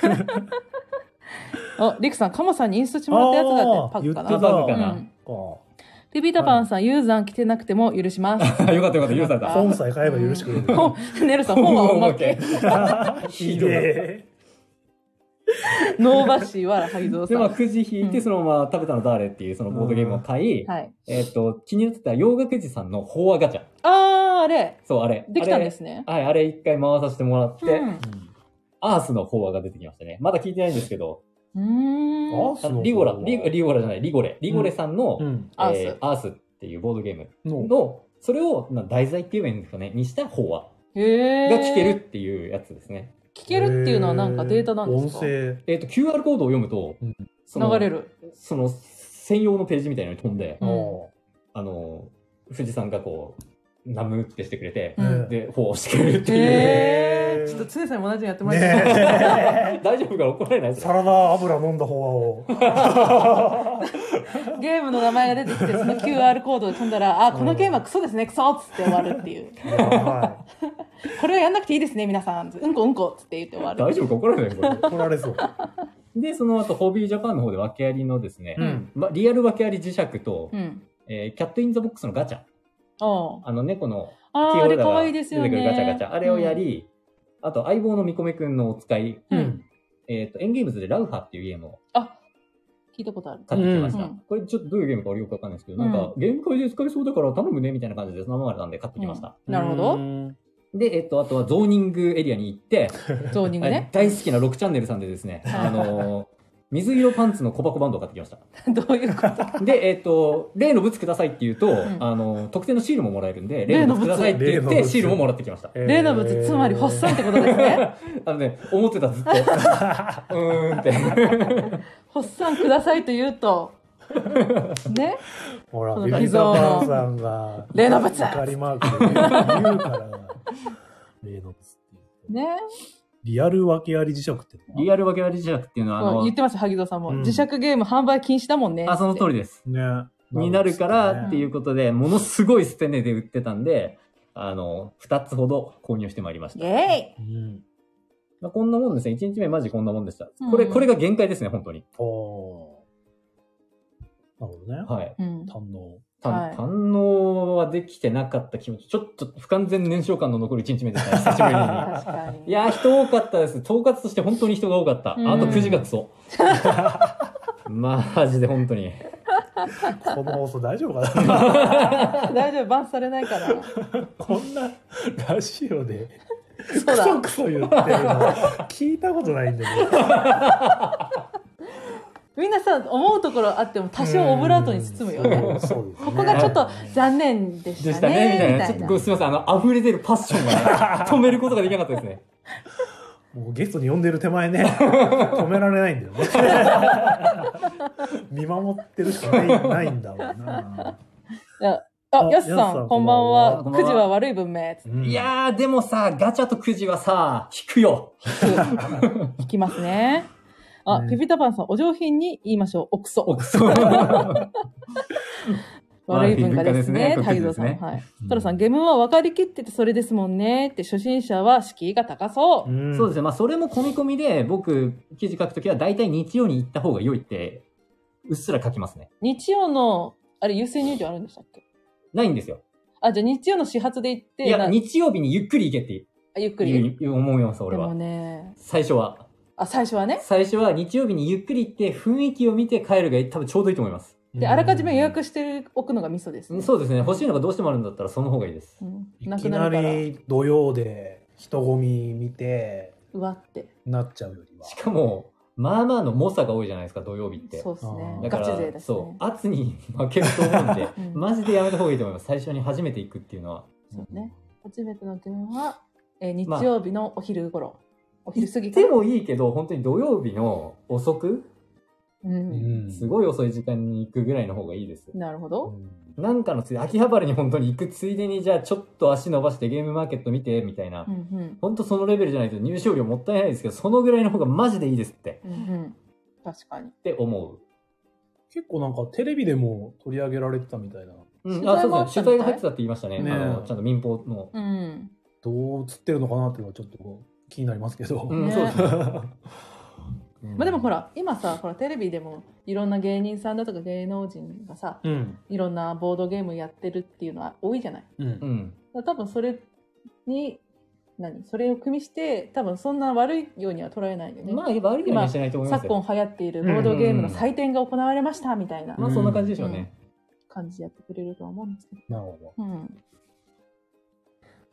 あ、リクさん、カモさんにインストしてもらったやつだって、パグか
あー言
な
っ。
パグか
う
な。
ん、ピピタパンさん、ユーザン来てなくても許します。
あよかったよかった、許された。
本さえ買えば許してくれる。
ほネルさん、本はおまけ。
*laughs* ひで
*laughs* ノーバシーはらはぎぞうさ
*laughs* で、
ん。
まあ、
は
くじ引いて、そのまま食べたの誰っていう、そのボードゲームを買い、
い。
えっと、気になってた洋楽寺さんの法話ガチャ。
あー、あれ、
そう、あれ。
できたんですね。
あれ。はい、あれ一回回させてもらっ
う
て、
ん。
アースの法話が出てきましたね。まだ聞いてないんですけど、
うーん。
ースの
あ
方
の
は
リゴラ、リリゴラじゃない、リゴレ。リゴレさんの、
うん。
ア
え
ース
アースっていうボードゲーム
の、
の、それをな題材って言えばいいんですかね、にした法話
へえ。
が聞ける。っていうやつですね。
聞けるっていうのはなんかデータなんですか
音
流
声。
えっ、と、QR コードを読むと、
うん
その
れる。
その専用のページみたいなのに飛んで、
うん
お
あの、富士山がこう、ナムってしてくれて、
うん
ね
で、法をしてくれるっていう。
へ
へ
え。
ー
ちょっと常さんにも同じのやってもらいたい。
え。
*laughs* 大丈夫か怒られないです
サ
か
ラダ油飲んだ方を。
ゲームの名前が出てきて、その QR コードで飛んだら、あー、このゲームはクソですね、クソっつって終わるっていう。
は
これはやんなくていいですね、皆さん。うんこうんこっつって言って終わる。
大丈夫か怒られないこれ
い。取られそう。
で、その後、ホビージャパンの方で訳ありのですね、
うん
ま、リアル訳あり磁石と、
うん。
えーキャットインザボックスのガチャ。
あ
あの、猫の
あ
キ
ー、
ー
あ
ホ
れ
ルダー
可
が
愛い
出
です
て
よ
くる
ね。
ガチャガチャ。あれをや、り、あと、相棒のみこめくんのお使い、
うん。
うん
えっ、と、エンゲームズでラウハっていうゲームを
あ、聞いたことある。
買ってきました。
うん
これちょっとどういうゲームか俺よくわかんないですけど、なんか、ゲーム会で使えそうだから頼むねみたいな感じで頼まれたんで買ってきました。
なるほ
う
ど。
ん
で、えっと、あとはゾーニングエリアに行って、
ゾーニングね。
大好きな6チャンネルさんでですね、
はい
あのー水色パンツの小箱バンドを買ってきました。
*laughs* どういうこと
で、えっ、と、例のブツくださいって言うと、
ん
あの、特定のシールももらえるんで、
例
例
のブ
のブ
ツ
ツくださいって言っ
例の
て、
ブツ
シールももらってきました。
例の物、つまり、発散ってことです
*laughs*
ね。
あのね、思ってた、ずっと。うーんって。
発散くださいと言う
*laughs*
と。ね。
ほら、
こ
ビ
の
ビザパンさんが、
例の物
わかりマークで言うからな、例の物っていう。
ね。
リアル訳あり磁石ってのは
リアルわけありじゃなくていうのは、あ
うん
の、
言ってました、萩野さんも。
うん
磁石ゲーム販売禁止だもんね。
あ、その通りです。
ね。
になるか
ね
らっていうことで、ものすごい捨て値で売ってたんで、あの、2つほど購入してまいりまし
イ
た。
ェイ
うん。
まあ、こんなもんですね。1日目マジこんなもんでした。
うん
これ、これが限界ですね、本当に。
おー。なるほどね。
はい。
うん。
堪能。
た
はい
堪能はできてなかった気持ち。ちょっと不完全燃焼感の残る1日目で *laughs* した、久しぶりに。
確かに。
いやー、人多かったです。統括として本当に人が多かった。あ
うん
と9時が
*laughs*
クソ。マジで本当に。
この放送大丈夫かな *laughs*
大丈夫、バンされない
*laughs*
から。
こんなラジオで、
そう
ク
だ。
ソクソ言ってるの、聞いたことないんだけど。
みんなさ、思うところあっても多少オブラートに包むよね。
うんそうですね
ここがちょっと残念で
で
し
したたね、みた
ね。
い
み
な。
た
ち
い
ょっ
な
と。ごすみません。あの、溢れ出るパッションが、ね、止めることができなかったですね。
もうゲストに呼んでる手前ね、止められないんだよね。見守ってるしかないないんだろうな。
あ、
あ
やす
やす
さ
さ
ん、
ん
こんばんは。
こん
く
ばんは
じは悪い文明。
*laughs*
うん
いやー、でもさ、ガチャとくじはさ、引くよ。
引きますね。あ、
ね
ピピタパンさん、お上品に言いましょう。おくそ。
奥さ *laughs* ん。
悪い文化ですね。
まあ
太
いい
蔵
文化で
さ
す
ん。
ね
はい。
うん
トラさん、ゲームは分かりきっててそれですもんね。って、初心者は敷居が高そう
う。ん
そうですね。まあ、それも込み込みで、僕、記事書くときは、大体日曜に行った方が良いって、うっすら書きますね。
日曜の、あれ、優先入場あるんでしたっけ
ないんですよ。
あ、じゃあ日曜の始発で行って、
いや、
な
日曜日にゆっくり行けって
あゆっくり。
いう思います、
で
俺
も
は。
ね、
最初は。
あ、最初はね。
最初は日曜日にゆっくり行って雰囲気を見て帰るが多分ちょうどいいと思いま
う
す。
ん
で、あらかじめ予約しておくのがミソですね。
そうですね。欲しいのがどうしてもあるんだったらその方がいいです
う。ん。
い
なく
き
な
な
るから、う
り土曜で人混み見て
わって。
なっちゃうよりは
しかも、まあまあの猛者が多いじゃないですか、土曜日って。
そうですね
あ。ー
だか
ガチ
ら、
勢だし
そう
ね、。、
圧に負けると思うんで
*laughs* うん
マジでやめた方がいいと思います。最初に初めて行くっていうのは。
そうね。初めてのゲームは、えー日
まあ
曜日のお昼頃。お昼過ぎか
で
ら。
もいいけど、本当に土曜日の遅く、
う
う。
んん
すごい遅い時間に行くぐらいの方がいいです。
なるほど。
うん
なんかのつい秋葉原に本当に行くついでに、じゃあちょっと足伸ばしてゲームマーケット見て、みたいな
う。ん
本当そのレベルじゃないと入賞料もったいないですけど、そのぐらいの方がマジでいいですって、
うん。うんうん。確かに。
って思
結構なんかテレビでも取り上げられてたみたいな
う。うん、
取材
あ、そう
もあ
そ
った
う、取材が入ってたって言いましたね。
ねえ
あの、ちゃんと民放の。
うん。
どう映ってるのかなっていうのはちょっと気になりますけど、
うん、
ね
そうですね。
うん
まあでもほら、今さ、ほら、テレビでもいろんな芸人さんだとか芸能人がさ、
うん
いろんなボードゲームやってるっていうのは多いじゃない。だか
うん
うん。
ら多分それに、何それを組みして、多分そんな悪いようには捉えないよね。
まあ、悪いようにはしないと思います
昨
よ。
今流行っているボードゲームの祭典が行われましたみたいな
うん
まあ、そんな感じでしょうね。
感じでやってくれるとは思うんですけど。
なるほど
うん。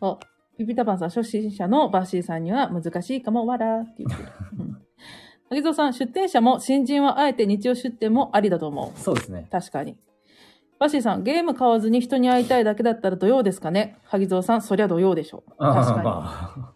あ、ピピタパンさん、初心者のバッシーさんには難しいかも、わらーって言ってる。うん萩蔵さん、出店者も新人はあえて日曜出店もありだと思う。
そうですね。
確かに。バッシーさん、ゲーム買わずに人に会いたいだけだったら土曜ですかね萩蔵さん、そりゃ土曜でしょう。
あー
確かに。
ま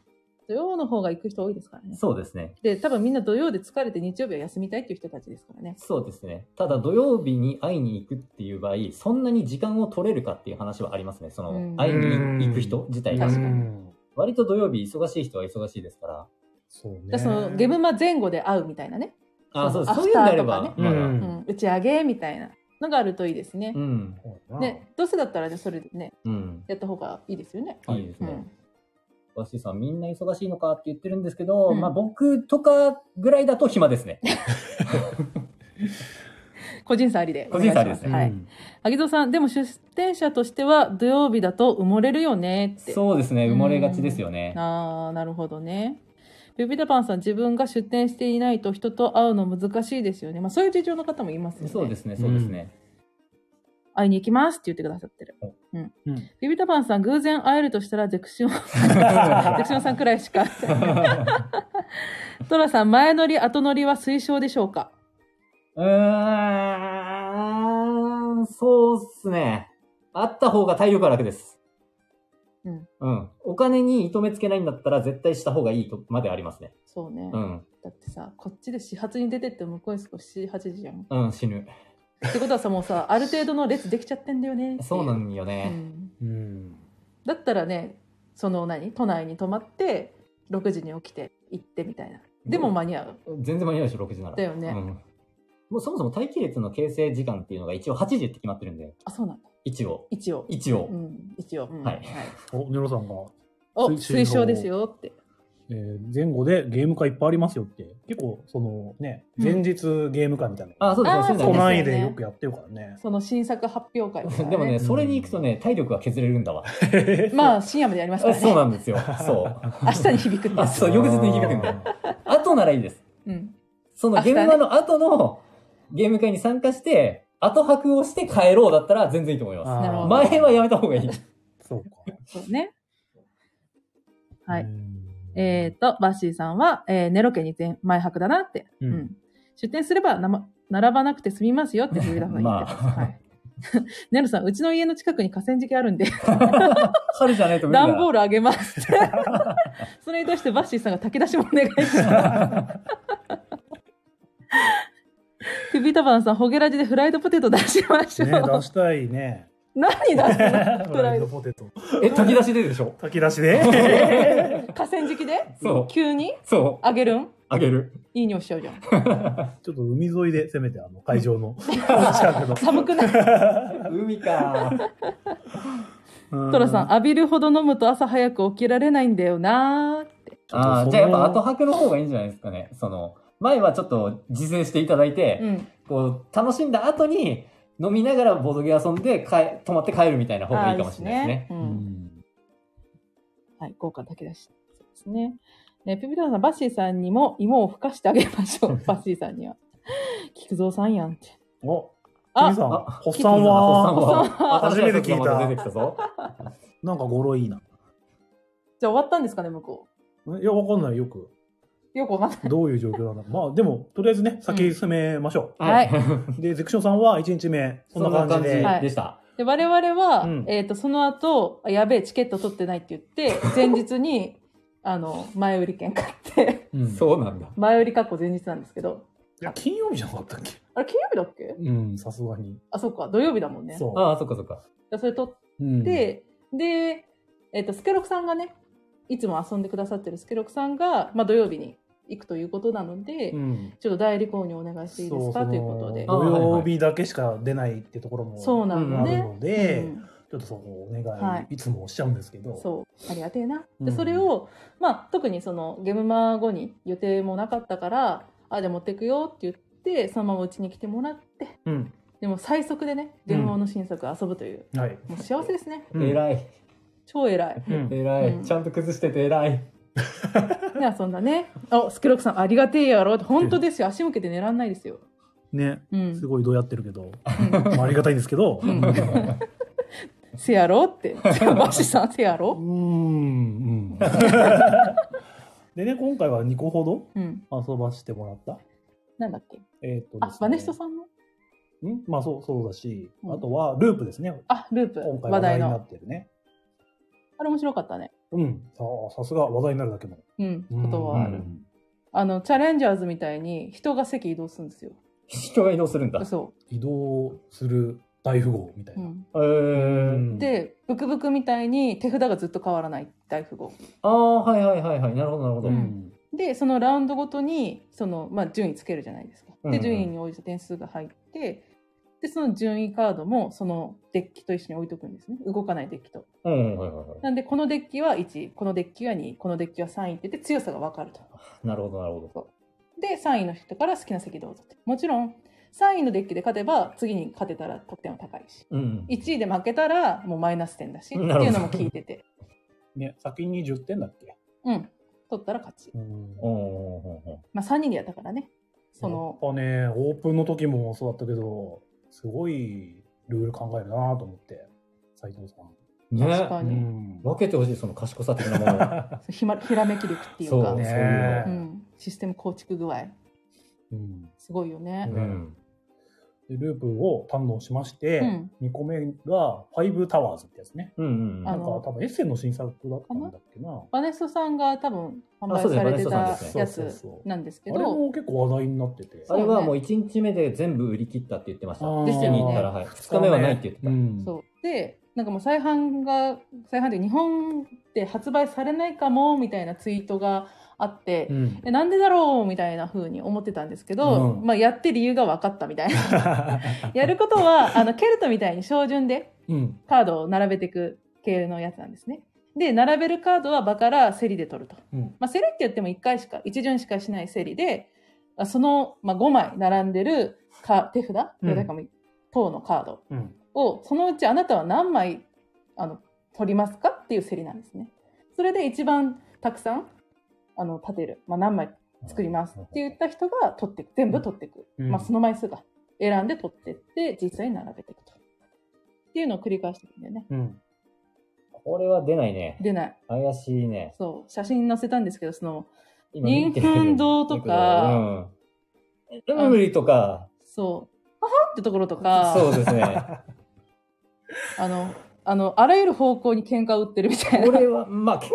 土曜の方が行く人多いですから
あ、 *laughs*
ね。
そうですね。
で、多分みんな土曜で疲れて日曜日は休みたいっていう人たちですからね。
そうですね。ただ、土曜日に会いに行くっていう場合、そんなに時間を取れるかっていう話はありますね。その、
うん
会いに行く人自体が
確。か
う
に
ん
割と土曜日忙しい人は忙しいですから。
そうね
じゃあそのゲームマ前後で会うみたいなね。
あー、そうです。
アフ
そういう
タ
の
ー
であれ
と
ば、
かね
ま
う
うん
だ。
ん、打ち上げみたいなのがあるといいですね
う。ん。
そうだな
ね、どうせだったらじゃあそれでね、
うん。
やった方がいいですよね。
いいです
う
ね。
ん、
バッシーさん、みんな忙しいのかって言ってるんですけど、
うん
まあ僕とかぐらいだと暇ですね。
個人差ありで。
個人差ありですね
お願いしますはい。萩蔵さん、でも出店者としては土曜日だと埋もれるよねって。
そうですね、埋もれがちですよね。
ああ、なるほどね。ビビタパンさん、自分が出店していないと人と会うの難しいですよね。まあ、そういう事情の方もいますよね。
そうですね、そうですね。
会いに行きますって言ってくださってる。うん。
うん
ビビタパンさん、偶然会えるとした
*laughs*
ら、ゼクシオン、ゼクシオンさんくらいしか。トラさん、前乗り、後乗りは推奨でしょうか
うーん、そうっすね。あった方が体力は楽です。
うん。
うん。お金に糸目つけないんだったら絶対した方がいいとまでありますね。
そうね。
うん。
だってさ、こっちで始発に出てって向こうに少し8時じゃん。
うん、死ぬ。
ってことはさ、もうさ、 *laughs* ある程度の列できちゃってんだよねってい。
そうなんよ
う
ね。
ん
うん。
だったらね、その何都内に泊まって、6時に起きて行ってみたいな。でも間に合う。
全然間に合うでしょ、6時なら。
だよね
うん。もうそもそも待機列の形成時間っていうのが一応8時って決まってるんで。
あ、そうなんだ。
一応。
一応。
一応
う。ん、一応。うん
*laughs* はい
お、ネロさんが、
お、推
推
奨
奨
ですよって。
えー前後でゲーム会いっぱいありますよって、結構、そのね、
うん
前日ゲーム会みたいな。
あ、そうです
あ
ね
ー、
そう
そう
都
ですね。
内でよくやってるからね。
その新作発表会とか、
でもね、
うん
それに行くとね、体力が削れるんだわ。
*laughs*
まあ、深夜までやります
あ
から
そうな
ね。
んです
*laughs*
よ。そう。
明日に響くんで
あ
す。
*laughs* そう翌日に行けばいいんだ後ならいいです。
うん。
その現場の後のゲーム会に参加して、後泊をして帰ろうだったら全然いいと思いま
なるほど
す。前はやめた方がいい。
そうか。
そうね。はい。
うん。
えっ、と、バッシーさんは、えー、ネロ家に前前泊だなって。う。
うんん
出店すればなま、並ばなくて済みますよって、ビビダさん言ってます。
まあ
*laughs* はい。ネロさん、うちの家の近くに河川敷あ
*laughs*
るんで、
春じゃないと無理だ。
段ボールあげます *laughs* って。それに対してバッシーさんが炊き出しもお願いし
*laughs*
ます。ビビタバンさん、ホゲラジでフライドポテト出しましょう。
ね、出したいね。
*laughs* 何出すの
*laughs* フライドポテト。
え、炊き出しででしょ
炊き出し
*laughs*
で。 *laughs*
河川敷で
そう。
急に
そう。
あげるん
あげる。
いい匂いしちゃうじゃん。
ちょっと海沿いで、せめて、あの、会場の近くの。
寒くない
海か。
うん
トラさん、浴びるほど飲むと朝早く起きられないんだよなーって。
あ
そ
あ、
の
じゃあやっぱ後泊の方がいいんじゃないですかね。その、前はちょっと自制していただいて、
うん。
こう、楽しんだ後に、飲みながらボードゲー遊んで、帰泊まって帰るみたいな方がいいかもしれないです
あーいい
ね。
ですねう
うんん。
はい、豪華だけだし。そうですね。えーピピタパンさん、バッシーさんにも芋をふかしてあげまし *laughs* ょう。バッシーさんには。菊蔵さんやんって。
お、
あ
君さん、
あ
ホッサンは、
おっさんは
初めて聞いた
新しやつがま出てきたぞ。
なんか語呂いいな。
じゃあ終わったんですかね、向こ
えいや、わかんない、よく。
う。よくわかんない。
どういう状況なんだろう。まあ、でも、とりあえずね、先進めましょ
は
はい *laughs* い。
う。で、ゼクションさんは1日目、そんな感じで。
は
はい
じでした。
で、我々は、
うん
えっ、と、その後、あやべえ、チケット取ってないって言って、前日に、 *laughs* あの、前売り券買って、
いうん
そうなんだ。
前売り確保前日なんですけど、
や金曜日じゃなかったっけ
あれ、金曜日だっけ
うん、さすがに。
あ、そっか、土曜日だもんね。
そ
ああ、そっかそっか。
う。それ取っ
う。うん、
で、で、えっ、と、スケロクさんがね、いつも遊んでくださってるスケロクさんが、まあ、土曜日に行くということなので、
うん。
ちょっと代理購入お願いしていいですかということで
そ。の土曜日だけしか出ないってところも
そうな
あ
の
る
ね。
の
う
で、
ん
ちょっとそこお願い、、
はい
つもしちゃうんですけど。
そうありがてえな、
うん
でそれを、まあ、特にそのゲームマ後に予定もなかったからあじゃあ持ってくよって言ってそのままうちに来てもらって
う。うん。
でも最速でねゲームマの新作遊ぶという、
はい。
もう幸せですね
うん
偉い。
超偉い
うん。
偉
うん
い。ちゃんと崩してて偉い。
ねそんなねあスクロクさんありがてえやろって本当ですよ足向けて狙わないですよ
ね、
うん
すごいどうやってるけど、まあ、ありがたいんですけど、
うんせやろって *laughs* バシさんせや
う
ろ
ん、うん。でね、今回は2個ほど
うん
遊ばしてもらった。
なんだっけ
えっ、と
あ
ですね
バネストさんの
んまあそう、そうだし、
うん
あとはループですね。
あループ
今回
話
話題
題
にな
の
ってるね。
あれ面白かったね
うん。さあ、さすが話題になるだけの。
うんこと
う
はある、
ん
あの、チャレンジャーズみたいに人が席移動するんですよ。
人が移動するんだ。
そ。
移動する大富豪みたいう
う
な。
ん、
えー。
ん、
で、ブクブクみたいに手札がずっと変わらない大富豪。
ああ、はいはいはいはい。なるほどなるほ
う
ど。
ん、
で、そのラウンドごとに、その、まあ、順位つけるじゃないですか。
うんう
で、
ん
順位に応じた点数が入って、で、その順位カードも、そのデッキと一緒に置いとくんですね。動かないデッキと。
うん、はいはいは
なんで、このデッキは1、このデッキは2、このデッキは3位って言って強さがわかると。
い。なるほどなるほ
で、3位の人から好きな席どうぞって。もちろん、3位のデッキで勝てば、次に勝てたら得点は高いし。
ど。うん。
1位で負けたらもうマイナス点だしってい
なるほど
うのも聞いてて。
ね、先に10点だっけ
うん。取ったら勝ち。
うん
おーおーおーおー
まあ、3人でやったからね。その、
やっぱね、オープンの時もそうだったけど、すごいルール考えるなと思って、斉藤さん。
確か
ね
に
ん
分けてほしい、その賢さ的なもの。
ひまひらめき力っていうか
そう
ね
そういう
う
の
ん、システム構築具合、
うん
すごいよね。
うん。
でループを堪能しまして、
うん
2個目がファイブタワーズってやつね。
うんうんうん。
あ
な
の
んか多分エッセンの新作だったんだっけな。
バネストさんが多分販
あ
売
そうです
されて
バネ
た
ストさんです
ね
や
そう
つ
そうそう
なんですけ
あれ
ど、
も結構話題になってて。
あれはもう1日目で全部売り切ったって言ってました。
あー
ディズニー行ったら、はい。2日目はないって言ってた。
うん
そうでなんかもう再販が再販で日本で発売されないかもみたいなツイートがあって、
うん
えなんでだろうみたいな風に思ってたんですけど、
うん
まあやって理由が分かったみたい
*laughs*
な *laughs* やることはあのケルトみたいに照準で
うん。
カードを並べていく系のやつなんですねで並べるカードは場から競りで取ると、
うん
まあ、競りって言っても1回しか1巡しかしない競りであその、まあ、5枚並んでるか手札
うん
だかも等のカード
うん。
をそのうちあなたは何枚あの取りますかっていう競りなんですねそれで一番たくさんあの立てる、まあ、何枚作りますって言った人が取ってく全部取ってく、
うん
まあ、その枚数が選んで取ってって実際に並べていくとっていうのを繰り返していくんだよね
うん。
これは出ないね。
出ない
怪しいね。
そう写真載せたんですけどその
今見てる
任天堂とか、
うん。エムリとか、
そうあはんってところとか
そうで
*laughs*
すね。
あのあのあらゆる方向に喧嘩を売ってるみたい
こ
な
れは、まあ、喧嘩は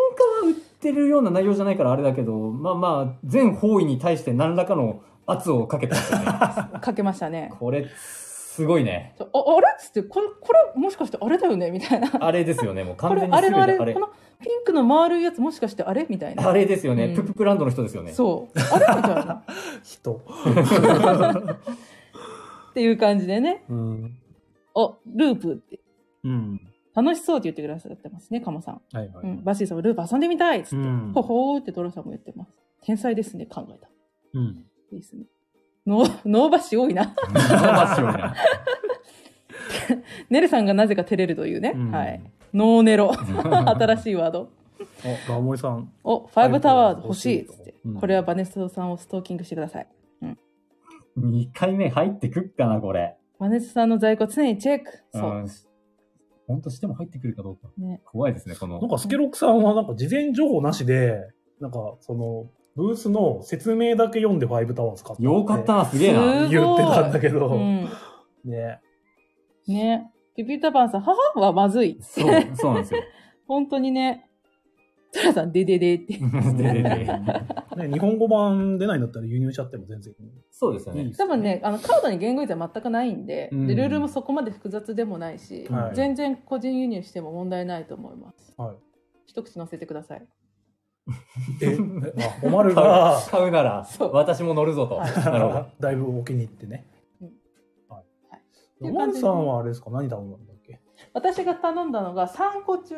売ってるような内容じゃないからあれだけど、まあまあ、全方位に対して何らかの圧をか
*laughs*
けたんですよね。
かけましたね
これ、すごいね。
ちょああれっつってこれこれもしかしてあれだよねみたいな
あれですよね、もう
こ
完
れ
全に
あれ
全て
のあれ
あれ
こ。のピンクの丸いやつもしかしてあれみたいな
あれですよね、
うん
プッププランドの人ですよね。
そうあれみた *laughs* いな
人。
っていう感じでね
うん。
おループって
うん。
楽しそうって言ってくださってますね、カモさん。
はいは
う
い
ん、。バシーさんもループ遊んでみたいっつって、
うん
ほほーってドラさんも言ってます。天才ですね、考えた。
うん。
いいですね。の、脳バシ多いな。 *laughs*
まあ強いな
ネルさんがなぜか照れるというね。
うん
はい。
*laughs*
*laughs* ノーネロ。新しいワード。
あ、ガモイさん。
お、ファイブタワーズ欲しいっつって。
うん
*laughs* これはバネストさんをストーキングしてください。
2回目入ってくっかな、これ。
バネストさんの在庫常にチェック。そう。
ん。ほんとしても入ってくるかどうか。
ね
怖いですね、この
なん。かスケロクさんはなんか事前情報なしで、なんかその、ブースの説明だけ読んでファイブタワーズ買ったて
よかったな、すげえ
す
な。
ごい
言ってたんだけど、
うん。
ね。
ね。ピピタパンさん、母はまずい。
そう、そうなんですよ。
*laughs* 本当にね。トラさん、でででって。
ででで
ね、日本語版出ないんだったら輸入しちゃっても全然
そうですよ
いい
ね
で。す
多分ね、あのカードに言語依存は全くないんで,で、
うん
ルールもそこまで複雑でもないし、
はい
全然個人輸入しても問題ないと思います。
はい
一口乗せてください。
え、あ、おま
*laughs*
るが、
買うなら
そ、う
私も乗る
*laughs*
ぞと。
はい
*laughs* なるほど。
だいぶお気に入ってね
うん。
はい
は
お
い。
まるさんはあれですか何頼んだんだっけ
私が頼んだのが3個中、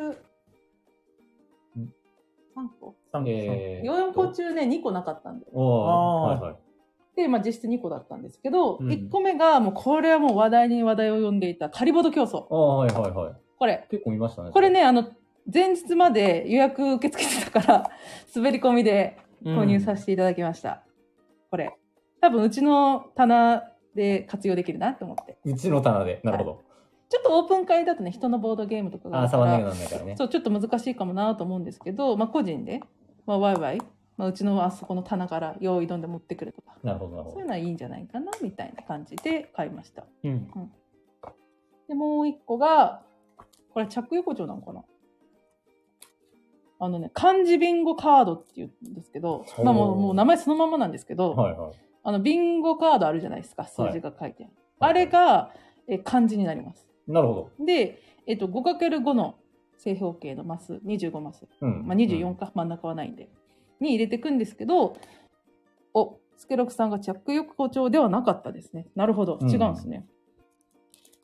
3個
三個
えー
?4 個中ね、2個なかったんで。
おー
あ
はい
ー
はい。
で、まあ実質2個だったんですけど、
うん
1個目が、もうこれはもう話題に話題を呼んでいた、カリボド競争。
あーはいはいはい。
これ。
結構見ましたね。
これ。ね、あの、前日まで予約受け付けてたから、 *laughs* 滑り込みで購入させていただきました。これ。多分うちの棚で活用できるなと思って。
うちの棚で。なるほど。
ちょっとオープン会だとね、人のボードゲームとかがあ
ああ、
るか
触んなきゃ
ら、
なんないからね。
そう、ちょっと難しいかもなと思うんですけど、まあ個人で、まあワイワイ、まあうちのあそこの棚から用意どんで持ってくるとか、
なるほど、なる
そう
ほ
いう
ど。
のはいいんじゃないかなみたいな感じで買いました。
て。うん。
で、もう一個が、これ着横丁なのかなあのね、漢字ビンゴカードって言うんですけど、まあもうもう名前そのままなんですけど、
はいはい。
あの、ビンゴカードあるじゃないですか、数字が書いてある。あれが、え、漢字になります。
なるほど。
で、えっと、5×5 の正方形のマス、25マス、
うん。
まあ、24か、真ん中はないんで、に入れていくんですけど、お、スケロクさんが着横丁ではなかったですね。なるほど、
うん
違うんですね。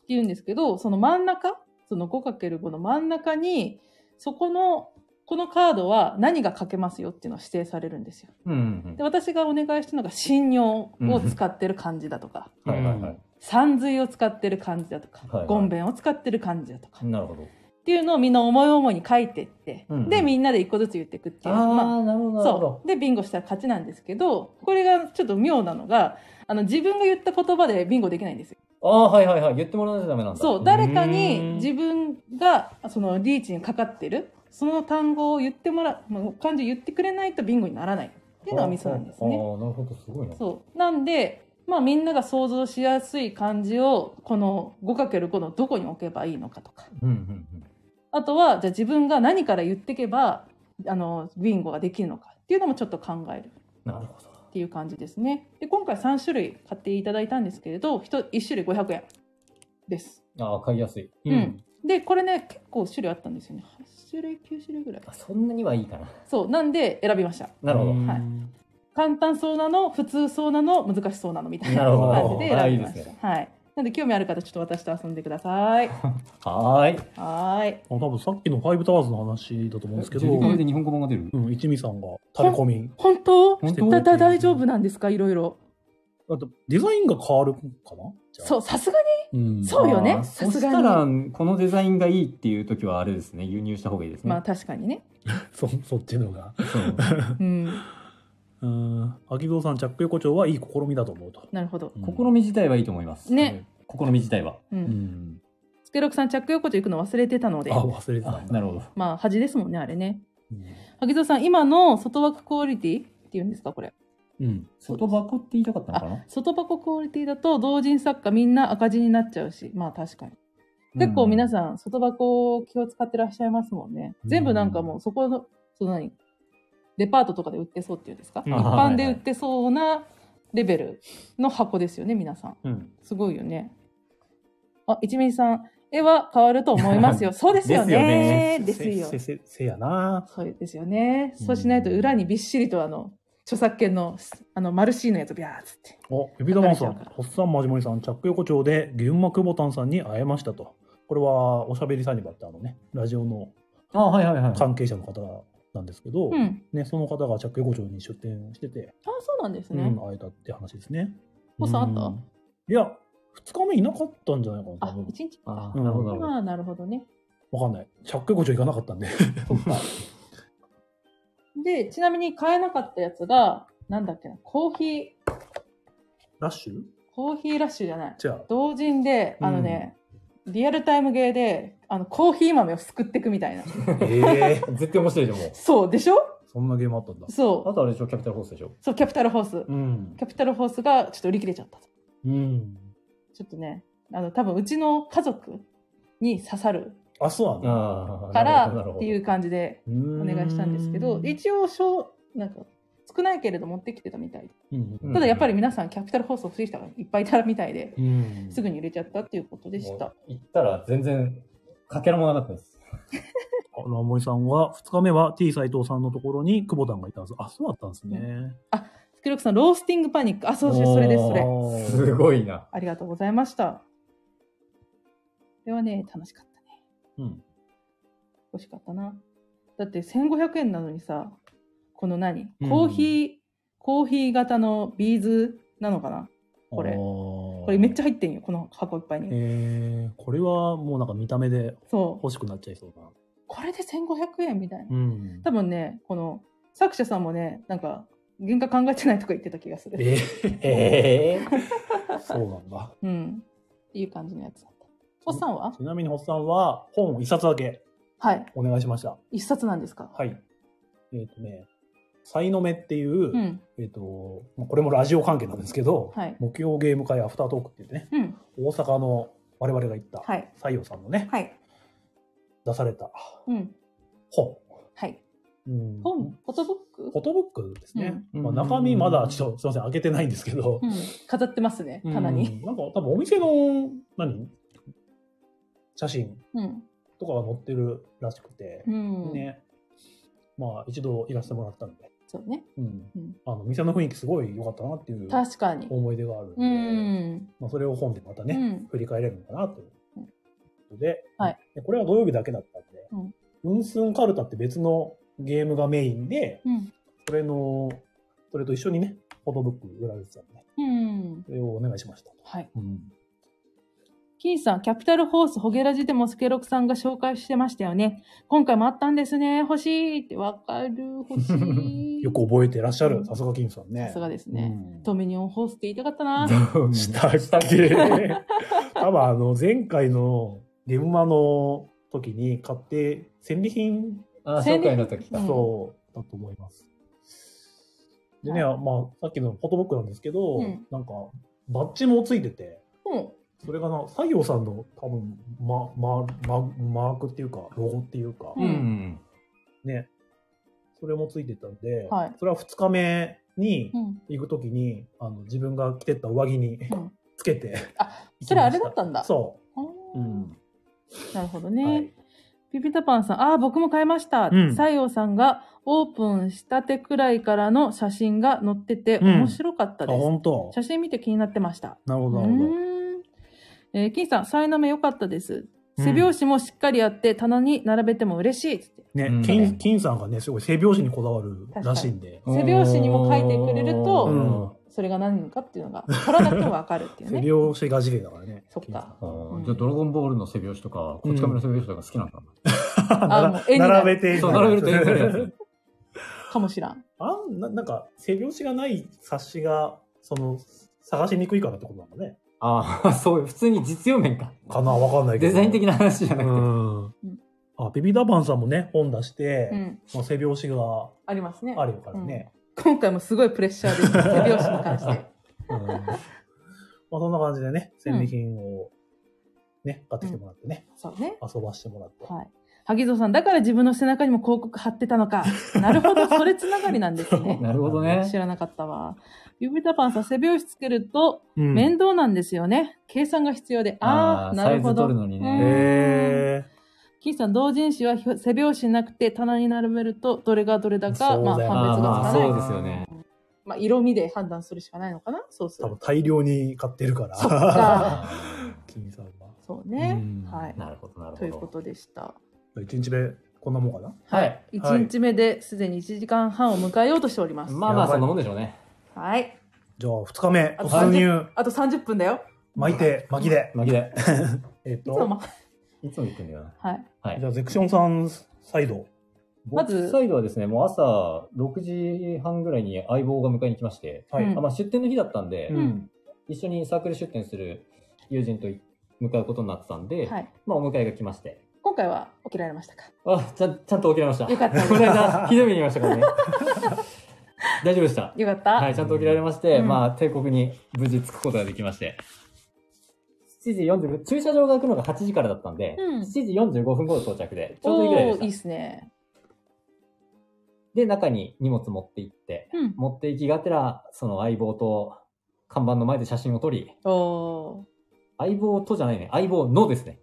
っていうんですけど、その真ん中、その 5×5 の真ん中に、そこの、このカードは何が書けますよっていうのは指定されるんですよ。
うん。うん
で私がお願いしたのが信用を使ってる漢字だとか、
うん。はいはいはい。
さんずいを使ってる漢字だとか、
はいはい
ごんべんを使ってる漢字だとか、
なるほど。
っていうのをみんな思い思いに書いてって、
うんうん
でみんなで一個ずつ言っていくっていうまあ
あー、なるほど、なるほ
そ
ど。
う。で、ビンゴしたら勝ちなんですけど、これがちょっと妙なのが、あの、自分が言った言葉でビンゴできないんですよ。
ああー、はいはいはい。言ってもらわないとダメなんだ。
そう。誰かに自分が、その、リーチにかかってる、その単語を言ってもらう、もう漢字言ってくれないとビンゴにならないっていうのがミソなんです
あ
ね。
あ、なるほど、すごいな。
そう。なんで、まあみんなが想像しやすい漢字を、この 5×5 のどこに置けばいいのかとか。
うんうんうん。
あとは、じゃあ自分が何から言ってけば、あの、ビンゴができるのかっていうのもちょっと考える。
なるほど。
っていう感じですね。で今回3種類買っていただいたんですけれど 1, 種類500円です。
ああ、買いやすい。
うん。でこれね結構種類あったんですよね8種類9種類ぐらい
あそんなにはいいかな。
そうなんで選びました
なるほど。
はい簡単そうなの普通そうなの難しそうなのみたいな
なるほど
感じで
あ
選
いい
び
で
ますし
ね
たはいなんで興味ある方ちょっと私と遊んでくだ *laughs* さい
はーい。
はーい
多分さっきのファイブタワーズの話だと思うんですけど、
ジェリカ
う
で日本語版が出る
ん、一味さんがタレコミ。
本当
本当
だだ大丈夫なんですかいろいろ
あと、デザインが変わるかなじゃあ
そうさすがに
うん。
そうよね
あー
さ
そ
す
し
がに
たら、このデザインがいいっていう時はあれですね、輸入した方がいいですね。
まあ確かに *laughs* ね
*laughs* そ、そっちのが。
*laughs* そう
うん
うん。秋蔵さん、チャック横丁はいい試みだと思うと。
なるほど
試み自体はいいと思います。
ね。
試み自体は。
う
うんん。
スケロクさん着用コート行くの忘れてたので
あ、忘れてた
あ。なるほど。
まあ恥ですもんねあれね
うん
萩蔵さん、今の外枠クオリティっていうんですか、これ。
うん。
外箱って言いたかったのかな
外箱クオリティだと、同人作家みんな赤字になっちゃうし、まあ確かに。結構皆
ん。
さん、外箱を気を使ってらっしゃいますもんね。全部なんかもう、そこの、その何デパートとかで売ってそうっていうんですか、
うん
一般で売ってそうなレベルの箱ですよね、皆さん。
うん。
すごいよね。あ、一味さん、絵は変わると思いますよ。そうですよね。ですよ
せ、せ、せやな
そうですよね。そうしないと裏にびっしりとあの著作権のあのマルシーのやつビャーっつって。
お、エビダマンさん、ホッサンマジモリさん、チャック横丁で、群馬久保田さんに会えましたと。これは、おしゃべりサニバってあのね、ラジオの
あ、はいはいはい。
関係者の方なんですけど、
うん。
ね、その方がチャック横丁に出店してて、
あ、そうなんです
う
ね
ん。会えたって話ですね。
おさんあ
う
っ
いや、2日目いなかったんじゃないかな、
た。
多
あ
分、。
一日。
あ
う
ー、
ん
なるほどなるほど。
まあなるほどね。
わかんない。チャック横丁行かなかったん
*laughs*
で。
でちなみに買えなかったやつがなんだっけなコーヒー
ラッシュ
コーヒーラッシュじゃない。
じゃあ、
*laughs* 同人であのね、リアルタイムゲーであのコーヒー豆をすくっていくみたいな。
ええ
絶対面白いでも。
そうでしょ？
そんなゲームあったんだ。
そ
あとあれでしょ、キャピタルホースでしょ
う。。そうキャピタルホース。
うん。
キャピタルホースがちょっと売り切れちゃった。
うん。
ちょっとね、あの、多分うちの家族に刺さる
あ、そうなんだ。
ああ、
から
なるほど
っていう感じでお
お
願いしたんですけど、一応、小なんか、少ないけれど持ってきてたみたいで。
うん
うん
ただやっぱり皆さん、キャピタル放送欲しい人がいっぱいいたみたいで、
うん
すぐに売れちゃったっていうことでし
も
た
う。行ったら全然、かけらもなかったです。
あの、森さんは、2日目は T 斎藤さんのところに久保田がいたはず。あ、そうだったんですね。
スケロクさん、ロースティングパニック。あ、そうです、それです、それ。
おー
すごいな。
ありがとうございました。これはね、楽しかったね。
うん。
美味しかったな。だって1500円なのにさ、この何
うん
コーヒー、コーヒー型のビーズなのかなこれ
こ
これめっちゃ入ってんよ、この箱いっぱいに。
えー、これはもうなんか見た目で
そう。
欲しくなっちゃいそうな。
これで1500円みたいな。
うん
多分ね、この作者さんもね、なんか、原価考えてないとか言ってた気がする。
え
ええ
ー、そうなんだ。
うん。っていう感じのやつだった。おっさんは
ちなみに、ホッさんは本を1冊だけ
はい。
お願いしました。
一冊なんですか
はい。えっ、とね、サイノメっていう、
うん。
えっ、と、まあこれもラジオ関係なんですけど、
はい
目標ゲーム会アフタートークっていうね、
うん。
大阪の我々が行った、
はい。
西洋さんのね、
はい。
出された
うん。
本。
はい。
うん
本フォトブック
フォトブックですね。
うん
まあ、中身まだちょっとすいません、開けてないんですけど
う、ん。飾ってますね、
うん
棚に。
なんか多分お店の、何写真
うん。
とかが載ってるらしくて
う、ん。
ね。まあ、一度いらしてもらったので、
そうね。
うん
うん
あの、店の雰囲気すごい良かったなっていう
確かに。
思い出があるんで、
うん。
まあ、それを本でまたね、
うん
振り返れるのかなということで、
はい
でこれは土曜日だけだったんで、うんすんかるたって別のゲームがメインで、
うん。
それの、それと一緒にね、フォトブック売られてたんで、
うん。
それをお願いしました。
はい。
うん。
金さん、キャピタルホース、ホゲラジでもスケロクさんが紹介してましたよね。今回もあったんですね。欲しいって、わかる。欲し
*laughs*
い。
よく覚えてらっしゃ
うん
る。さすが金さんね。
さすがです
う
ね。
ん
ドミニオンホースって言いたかったな。
したっけ多分あの、前回のゲムマの時に買って、戦利品、
あ、紹介の時か
うん。
そう、だと思います。でね、
は
まあ、さっきのフォトブックなんですけど、
うん
なんか、バッジもついてて、
うん。
それがな、西洋さんの多分、ま、ま、ま、マークっていうか、ロゴっていうか、
うん
ん。
ね、それもついてたんで、
はい
それは2日目に
うん。
行く時に、あの、自分が着てった上着に
うん
つけて、
あ、
行きました
それあれだったんだ。
そ
あ
う。
ー
ん。
なるほどね。
はい
ピピタパンさん、ああ、僕も買いました。
うん
西洋さんがオープンしたてくらいからの写真が載ってて
うん
面白かった
あ、
です。
本当。
写真見て気になってました。
なるほ
う
ど、なるほど。
ーん。えー、金さん、サイナメ良かったです。
うん
背拍子もしっかりあって、棚に並べても嬉しいっつって。
ね、
うん
金、金さんがね、すごい性拍子にこだわるらしいんで。
背拍子にも書いてくれると
うん
それが何かっていうのが、取らなくてもわかるってい
*laughs*
う
背
ね。
拍子が事例だからね。
そっか
あ
金
ーじゃあ、ドラゴンボールの背拍子とか、こっち亀の背拍子とか好きなんだな。
さん
あもう絵になる
並べて。
そう、並べると絵になるや
*laughs*
つ。
かもしらん。
あんななんか、背拍子がない冊子が、その、探しにくいからってことなのね。
ああ、 *laughs* そう、普通に実用面か。
かなわかんないけ
デ
ど。
ザイン的な話じゃな
う
くて。
ん。あ、ビビダパンさんもね、本出して、
うん。
まあ、背拍子が
ありますね。
あるからね。
今回もすごいプレッシャーです。背
*laughs*
拍子に関して。
うんまあ、そんな感じでね、戦利品を、ね、買ってきてもらってね、
そうね。
遊ばしてもらって。
はい。萩蔵さん、だから自分の背中にも広告貼ってた
*laughs*
のか。なるほど、それつながりなんですね。
なるほどね
知。らなかったわ。ビビタパンさん、背拍子つけると
うん
面倒なんですよね。計算が必要で。ああ、
ー
なるほ
サイズ取る
ど。
のに
うん
ね。
へ
金さん、同人誌はひょ背拍子なくて棚に並べると、どれがどれだか、
そう
まあ、
だよ
判
ああ、
別が
まあ、
つかない。
そうですよね。
まあ、色味で判断するしかないのかなそうす
ー多
る
分
と。
大量に買ってるから。
そ
*laughs*
っか
あ
金さんは。
そうね。
うん
はい
ー *laughs* なるほど、なるほど。
ということでした。
一日目、こんなもんかな
はい。
1日目ですでに1時間半を迎えようとしております。
まあまあ、そんなもんでしょうね。
はい。
じゃあ、二日目、
あと
突入、
あと30分だよ。
巻いて、巻きで。
負けで。
えっ、
いつも
と、
ま、
いつも言ってんだよな。
はい。
はい
じゃ。あ、ゼクションさんサイド。
まず
僕サイドはですね、もう朝6時半ぐらいに相棒が迎えに来まして、
はい。
うん
あまあ、出店の日だったんで、
うん。
一緒にサークル出店する友人と向かうことになってたんで、
はい。
まあ、お迎えが来まして。
今回は起きられましたか
あ、ちゃんちゃんと起きられました。
よか
*laughs*
った
この間、ひどい目に遭いましたからね。 *laughs* 大丈夫でした。
よかった。
はい、ちゃんと起きられまして、
うん
まあ、帝国に無事着くことができまして。7時40分、駐車場が開くのが8時からだったんで、
うん
7時45分頃到着で、ちょうどいいぐらいで
お
し
ー
た
いいっ。すね。
で、中に荷物持って行って、
うん。
持って行きがてら、その相棒と看板の前で写真を撮り、
おー
相棒とじゃないね、相棒のですね。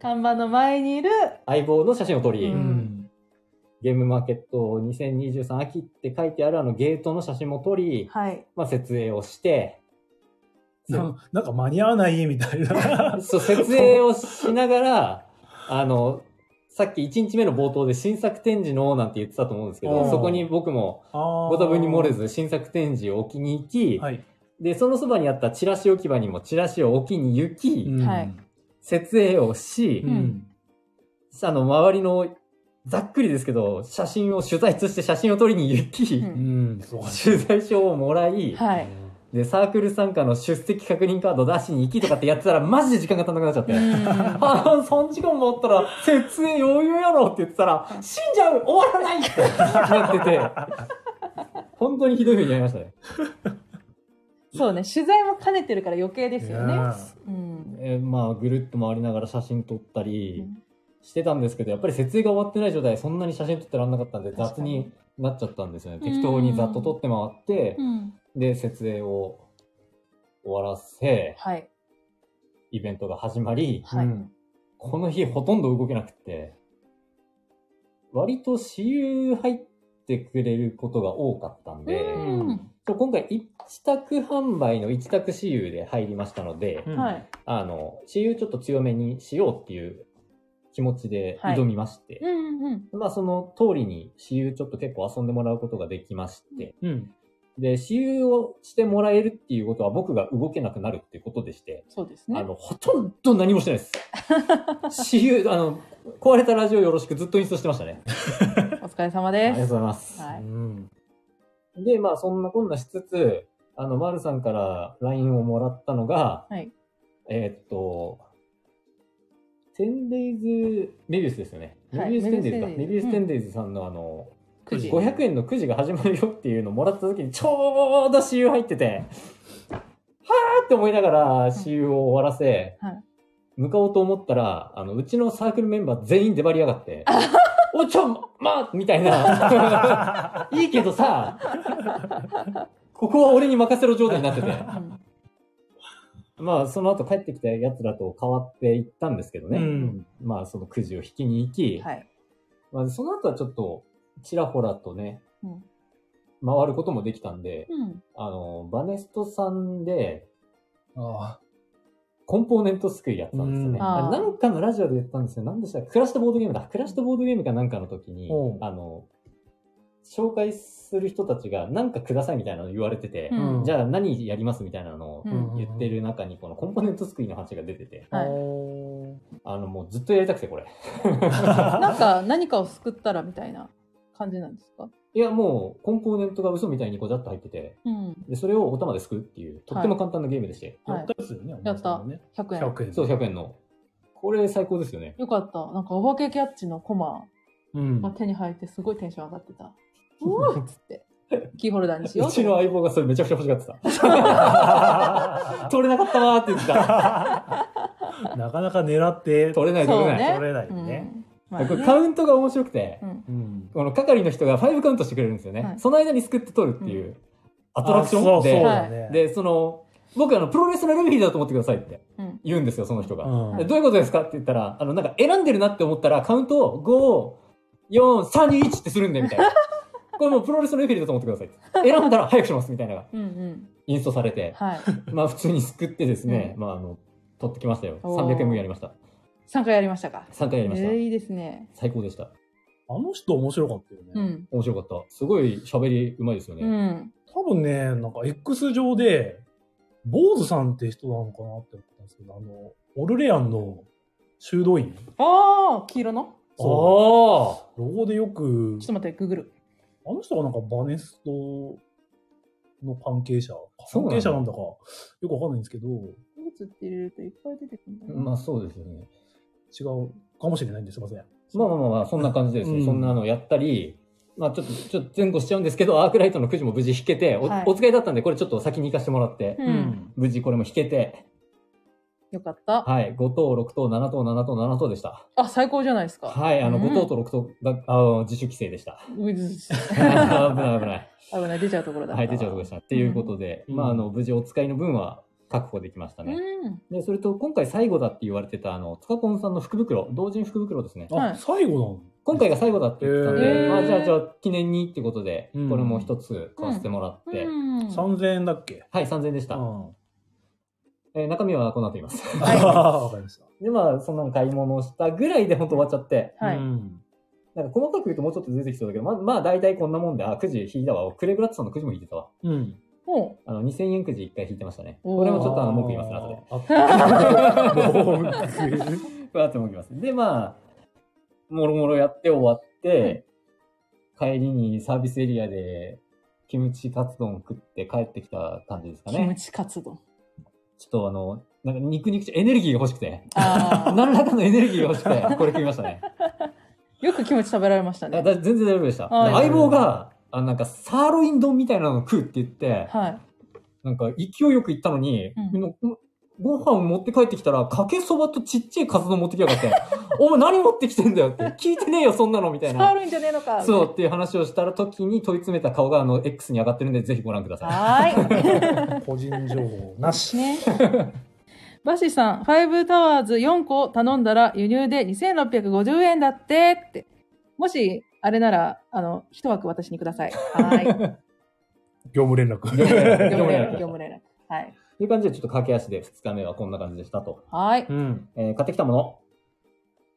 看板の前にいる、
相棒の写真を撮り、
う
うんん。
ゲームマーケット2023秋って書いてあるあのゲートの写真も撮り、
はい。
まあ、設営をして、
ななんか間に合わないみたい
*laughs*
な。
そう、設営をしながら、あの、さっき1日目の冒頭で新作展示のなんて言ってたと思うんですけ
う
ど、
ん
そこに僕も
ご
ご多分に漏れ。ず新作展示を置きに行き、
はい。
で、そのそばにあったチラシ置き場にもチラシを置きに行き、
うん
はい。
設営をし、
うん。
あの、周りの、ざっくりですけど、写真を取材として写真を撮りに行き、
う
うんん。そうか
取材証をもらい、
はい。
で、サークル参加の出席確認カード出しに行きとかってやってたら、マジで時間が足んなくなっちゃって。
うん
あの、3時間もあったら、設営余裕やろって言ってたら、死んじゃう終わらないってなってて、本当にひどい目に遭いましたね。
そうね。取材も兼ねてるから余計ですよね。
ね
うん。
えーまあ、ぐるっと回りながら写真撮ったり
うん
してたんですけど、やっぱり設営が終わってない状態でそんなに写真撮ってらんなかったんで、
確
雑
かに
になっちゃったんですよね。適当にざっと撮って回って
う、ん。
で、設営を終わらせ、
はい。
イベントが始まり、
はい。
うん
この日ほとんど動けなくて、割と私有入ってくれることが多かったんで、
うん
そう今回一択販売の一択私有で入りましたので、
うん
はい。
あの、私有ちょっと強めにしようっていう気持ちで
はい
挑みまして、
うんうん。
まあその通りに私有ちょっと結構遊んでもらうことができまして、
うん。
で、私有をしてもらえるっていうことは僕が動けなくなるっていうことでして、
そうですね
あ。の、ほとんど何もしてないです。私有、あの、壊れたラジオよろしくずっとインストしてましたね。
お疲れ様
ありが
で
とう
す。
ございます。
は
う
い。
ん。
で、まあ、そんなこんなしつつ、あの、マルさんから LINE をもらったのが、
はい
えーっと、10 days メビウスですよね。
はい
メビウス10 days か。
メビ
メビ
ウ
ウ
ス
ス
10days
10 days さんのあの、
9時。
500円のくじが始まるよっていうのをもらった時にちょうど私有入ってて、はーって思いながら私有を終わらせ、
はい
向かおうと思ったら、あの、うちのサークルメンバー全員出張りやがって、おいちょ、ま、みた
*laughs*
いな。いいけどさ、ここは俺に任せろ状態になってて。
うん
まあ、その後帰ってきた奴らと変わっていったんですけどね。
うん
まあ、そのくじを引きに行き、
はい。
まあ、その後はちょっと、ちらほらとね、
うん
回ることもできたんで、
うん。
あの、バネストさんで、
あ
コンポーネント救いやったんですよね。
うん
あー
あなんかのラジオで言ったんですよ。なんでしたっけクラッシュとボードゲームだ。クラッシュとボードゲームかなんかの時に
おう、
あの、紹介する人たちがなんかくださいみたいなの言われてて
う、ん
うん
じゃあ何やりますみたいなのを
う
う
ん
ん。
言ってる中に、このコンポーネント救いの話が出てて、
あ。
はい
おー
あの、もうずっとやりたくて、これ。
*laughs* なんか何かを救ったらみたいな感じなんですか
いや、もう、コンポーネントが嘘みたいにごちゃっと入ってて、
うん。
で、それをお玉ですくうっていう、とっても簡単なゲームでして、
や
はい
った。ですよね、
やった
お前さんもね
100円。
100円。
そう、100円の。これ最高ですよね。
よかった。なんかお化けキャッチのコマ
うん
が。手に入ってすごいテンション上がってた。うわっつって。キーホルダーにし
う
よう
ち
と。
の相棒がそれめちゃくちゃ欲しがってた。取れなかったわーって言ってた。
なかなか狙って、
取れない取れない。
取れないよ
うん
ね。
まあね
これカウントが面白くて
う、ん
うん。
この係の人が5カウントしてくれるんですよね。
はい
その間にすくって取るっていうアトラクション
あそう
で
そう
はい
だね。
で、その、僕あの、プロレスラーレフェリーだと思ってくださいって
うん。
言うんですよ、その人が。
うん
でどういうことですかって言ったら、あの、なんか選んでるなって思ったら、カウントを5、4、3、2、1ってするんで、みた
*laughs*
いな。これもうプロレスのレフェリーだと思ってください。選んだら早くします、みたいなのが
うんうん。
インストされて、
はい。
まあ普通にすくってですね、
う
まああの、取ってきましたよ。
おー
300円分やりました。
3回やりましたか。
3回やりました。
えーいいですね。
最高でした。
あの人面白かったよね。
うん。
面白かった。すごい喋りうまいですよね。
うん。
多分ね、なんか X 上で、坊主さんって人なのかなって思ったんですけど、あの、オルレアンの修道院。
ああ、黄色の
そ
おー
う。ロゴでよく
ちょっ、と待って、ググる。
あの人がなんかバネストの関係者、
そ
関
うなんだ
係者なんだか、よくわかんないんですけど、
ブーツって入れるといっぱい出てくるんだな
まあそうですよね。
違うかもしれないんですいません。
まあまあまあまあ、そんな感じですね。
うん
そんなのやったり、まあちょっと、ちょっと前後しちゃうんですけど、アークライトのくじも無事引けて、お,、
はい
お使いだったんで、これちょっと先に行かせてもらって、
う。
うんん。
無事これも引けて、
よかった。
はい、5等、6等、7等、7等、7等でした。
あ、最高じゃないですか。
はい、あの、
うん
5等と6等が、あの自主規制
*laughs*
でした。
うずうず
危ない危ない。
危ない、出ちゃうところだった。
はい、出ちゃうとこでした。っていうことで、
うん
まああの、無事お使いの分は確保できましたね。
うん。
で、それと今回最後だって言われてた、あの、つかこんさんの福袋、同人福袋ですね。
あ、
はい
最後
今回が最後だって言ってたんで、
へー
まあじゃあじゃあ記念にってことで、
うん
これも一つ買わせてもらって、
うん
なの ?3000 円だっけ
はい、3000円でした。
うん。
えー中身はこの後言います。
あー *laughs* わかりました。
で、まあ、そんなの買い物をしたぐらいで本当終わっちゃって、
は
う
い。
ん
なんか細かく言うともうちょっと出てきそうだけど、まあ、まあ、大体こんなもんで、あ、くじ引いたわ。クレグラッツさんのくじも引いてたわ。
うん。
おう
あの、2000円くじ一回引いてましたね。
おー
これもちょっとあの、文句言いますね、後で。
後で。
わーって思います。で、まあ、もろもろやって終わって、帰りにサービスエリアで、キムチカツ丼食って帰ってきた感じですか
キム
ね。
チカツ丼。
ちょっとあの、なんか肉肉しいエネルギーが欲しくて、
あ
*laughs* 何らかのエネルギーが欲しく
*laughs*
て、これ食いましたね。
あ。よくキムチ食べられました
あだ
ね。
全然大丈夫でした。で
はい
相棒が、あのなんかサーロイン丼みたいなの食うって言って、
はい。
なんか勢いよく行ったのに、
うん
のご飯を持って帰ってきたら、かけそばとちっちゃいカツ丼持ってきやがって、 *laughs* お前何持ってきてんだよって、聞いてねえよそんなのみたい
サー
な。
ロインじゃねえのか。
そうっていう話をした時に問い詰めた顔があの X に上がってるんで、ぜひご覧ください。
は
個人情報な
ーい。
し。
ね。バシさん、ファイブタワーズ4個を頼んだら輸入で2650円だってって。もし、あれなら、あの、一枠私にください。
*laughs*
は
業務連絡。
ーい。業
業
務
務
連
連
絡、
絡
業務連絡。はい。
という感じで、ちょっと駆け足で2日目はこんな感じでしたと。
はい。
うん。
えー買ってきたもの。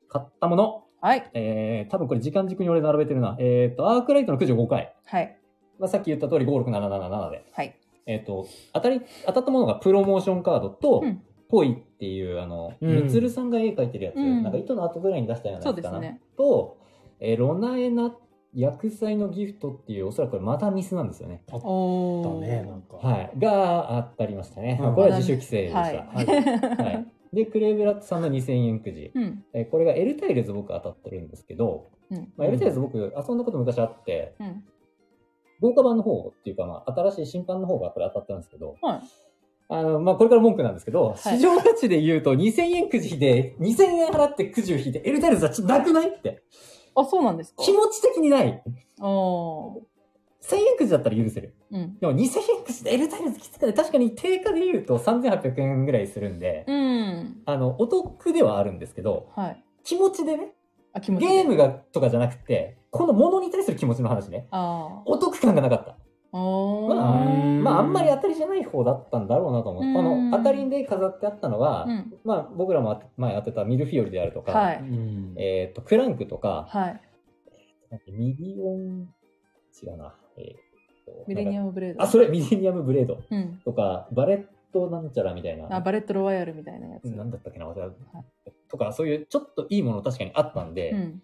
買ったもの。
はい。
えー、多分これ時間軸に俺並べてるな。えー、っと、アークライトのくじを5回。
はい。
まあ、さっき言った通り56777で、
はい。
えっ、と、当たり、当たったものがプロモーションカードと
うん、
ポイっていう、あの、
うん
みつるさんが絵描いてるやつ、
うん
なんか糸の後ぐらいに出したような
そう
やつ
で
か
す
な。
ね。
と、えーロナエナ薬剤のギフトっていう、おそらくこれまたミスなんですよね。
だ
お
ね、なんか。
はい。があったりましたね。
うん
これは自主規制でした。
はい
はい。
ー
はい。で、クレーブラッツさんの2000円くじ。
*laughs* うん。
えーこれがエルタイルズ僕当たってるんですけど、
うん
まあ、エルタイルズ僕遊んだこと昔あって、
うん。
豪華版の方っていうか、まあ、新しい新版の方がこれ当たったんですけど、
はい
あの、まあ、これから文句なんですけど、
い
市場価値で言うと2000円くじで、2000円払ってくじを引いて、エルタイルズはちょっとなくないって。
あ、そうなんですか
気持ち的にない。
おー
1000円くじだったら許せる。
うん。
でも2000円くじでエルタイルズきつくて、確かに定価で言うと3800円ぐらいするんで、
うん。
あの、お得ではあるんですけど、
はい。
気持ちでね、
あ、気持ちいい。
ゲームがとかじゃなくて、この物に対する気持ちの話ね。
あ
お得感がなかった。
あ。おー
まあ
うん
まあ、あんまり当たりじゃない方だったんだろうなと思
うん
う。この当たりで飾ってあったのは、
うん。
まあ、僕らも前当てたミルフィオリであるとか、
は
う
い。
ん。
えっ、と、クランクとか、
はい。
ミリオン、違うな、えーと
ミレニアムブレー
なん
ド。
かあ、それ、ミレニアムブレード
うん。
とか、バレットなんちゃらみたいな、
あ、バレットロワイヤルみたいなやつ。
なんだったっけな、忘れたとか、そういうちょっといいもの確かにあったんで、
うん。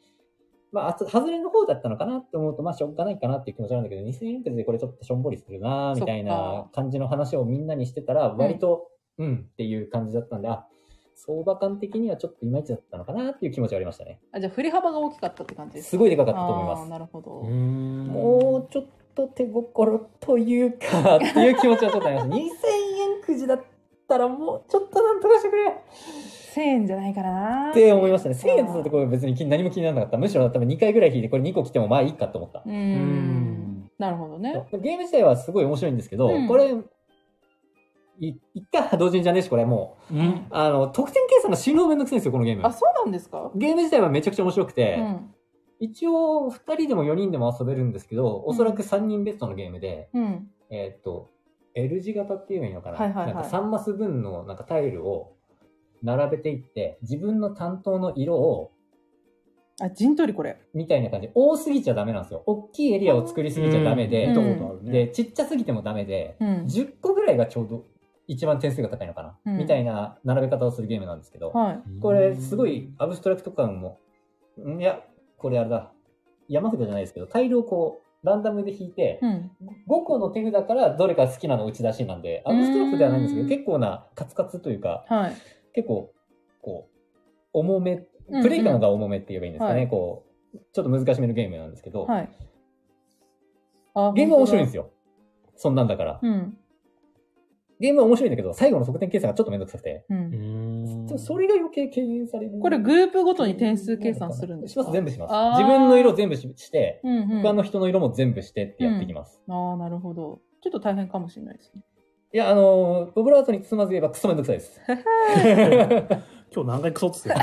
まあ、あつ外れの方だったのかなって思うと、まあ、しょうがないかなっていう気持ちなんだけど、2000円くじでこれちょっとしょんぼりするなみたい
そっ
な
か
感じの話をみんなにしてたら、割と、うん、っていう感じだったんで、あ、相場感的にはちょっといまいちだったのかなっていう気持ちはありましたね。
あ、じゃあ振り幅が大きかったって感じです
すごいでかか
か
ったと思いま
あー
す。
なるほど。
うん
もうちょっと手心というか、っていう気持ちはちょっとありました。2000円
*laughs*
くじだったらもうちょっとなんとかしてくれっ
1000円じゃないからな。
て思いましたね。1000円だとこれ別に気に何も気にならなかった。むしろ多分2回ぐらい引いて、これ2個来てもまあいいかと思った。
う。
うんん。
なるほどね。
ゲーム自体はすごい面白いんですけど、
うん
これ、い、一回同時にじゃねえし、これも
う
うん
ん。
う、あの、得点計算の死ぬほどめんどくさいんですよ、このゲーム
あ、。そうなんですか
ゲーム自体はめちゃくちゃ面白く
う
て、
ん。
一応、二人でも四人でも遊べるんですけど、おそらく三人ベストのゲームで、
うん。
えーっと、L 字型っていうのいいのかな、
はいはいはい
なんか3マス分のなんかタイルを並べていって、自分の担当の色を、
あ、陣取りこれ。
みたいな感じ、多すぎちゃダメなんですよ。大きいエリアを作りすぎちゃダメで、
見
う
た
ん
ことある
で、
ね。
ちっちゃすぎてもダメで、
うん。
10個ぐらいがちょうど一番点数が高いのかな、
うん
みたいな並べ方をするゲームなんですけど、
はい。
これすごいアブストラクト感も、んいや、これあれだ、山札じゃないですけど、タイルをこう、ランダムで引いて、
うん。
5個の手札からどれか好きなの打ち出しなんで、アブストラクトではないんですけど、結構なカツカツというか、
はい。
結構、こう、重め、
んうん
プレイ感が重めって言えばいいんですかね、
はい
こう、ちょっと難しめのゲームなんですけど、
はい。あ。
ゲームは面白いんですすよ。そんなんだから。
うん。
ゲームは面白いんだけど、最後の得点計算がちょっとめんどくさくて。
うん
う。ん。
でも
*laughs*
それが余計敬遠される。
これグループごとに点数計算するんです
しま
か
す、全部しま
あー
す。自分の色全部しして、
うんうん。
他の人の色も全部してってやっていきます。
ああ、なるほど。ちょっと大変かもしれないですね。
いや、あのー、ボブラートに包まず言えばクソめんどくさい
*laughs*
です。
今日何回クソっつってる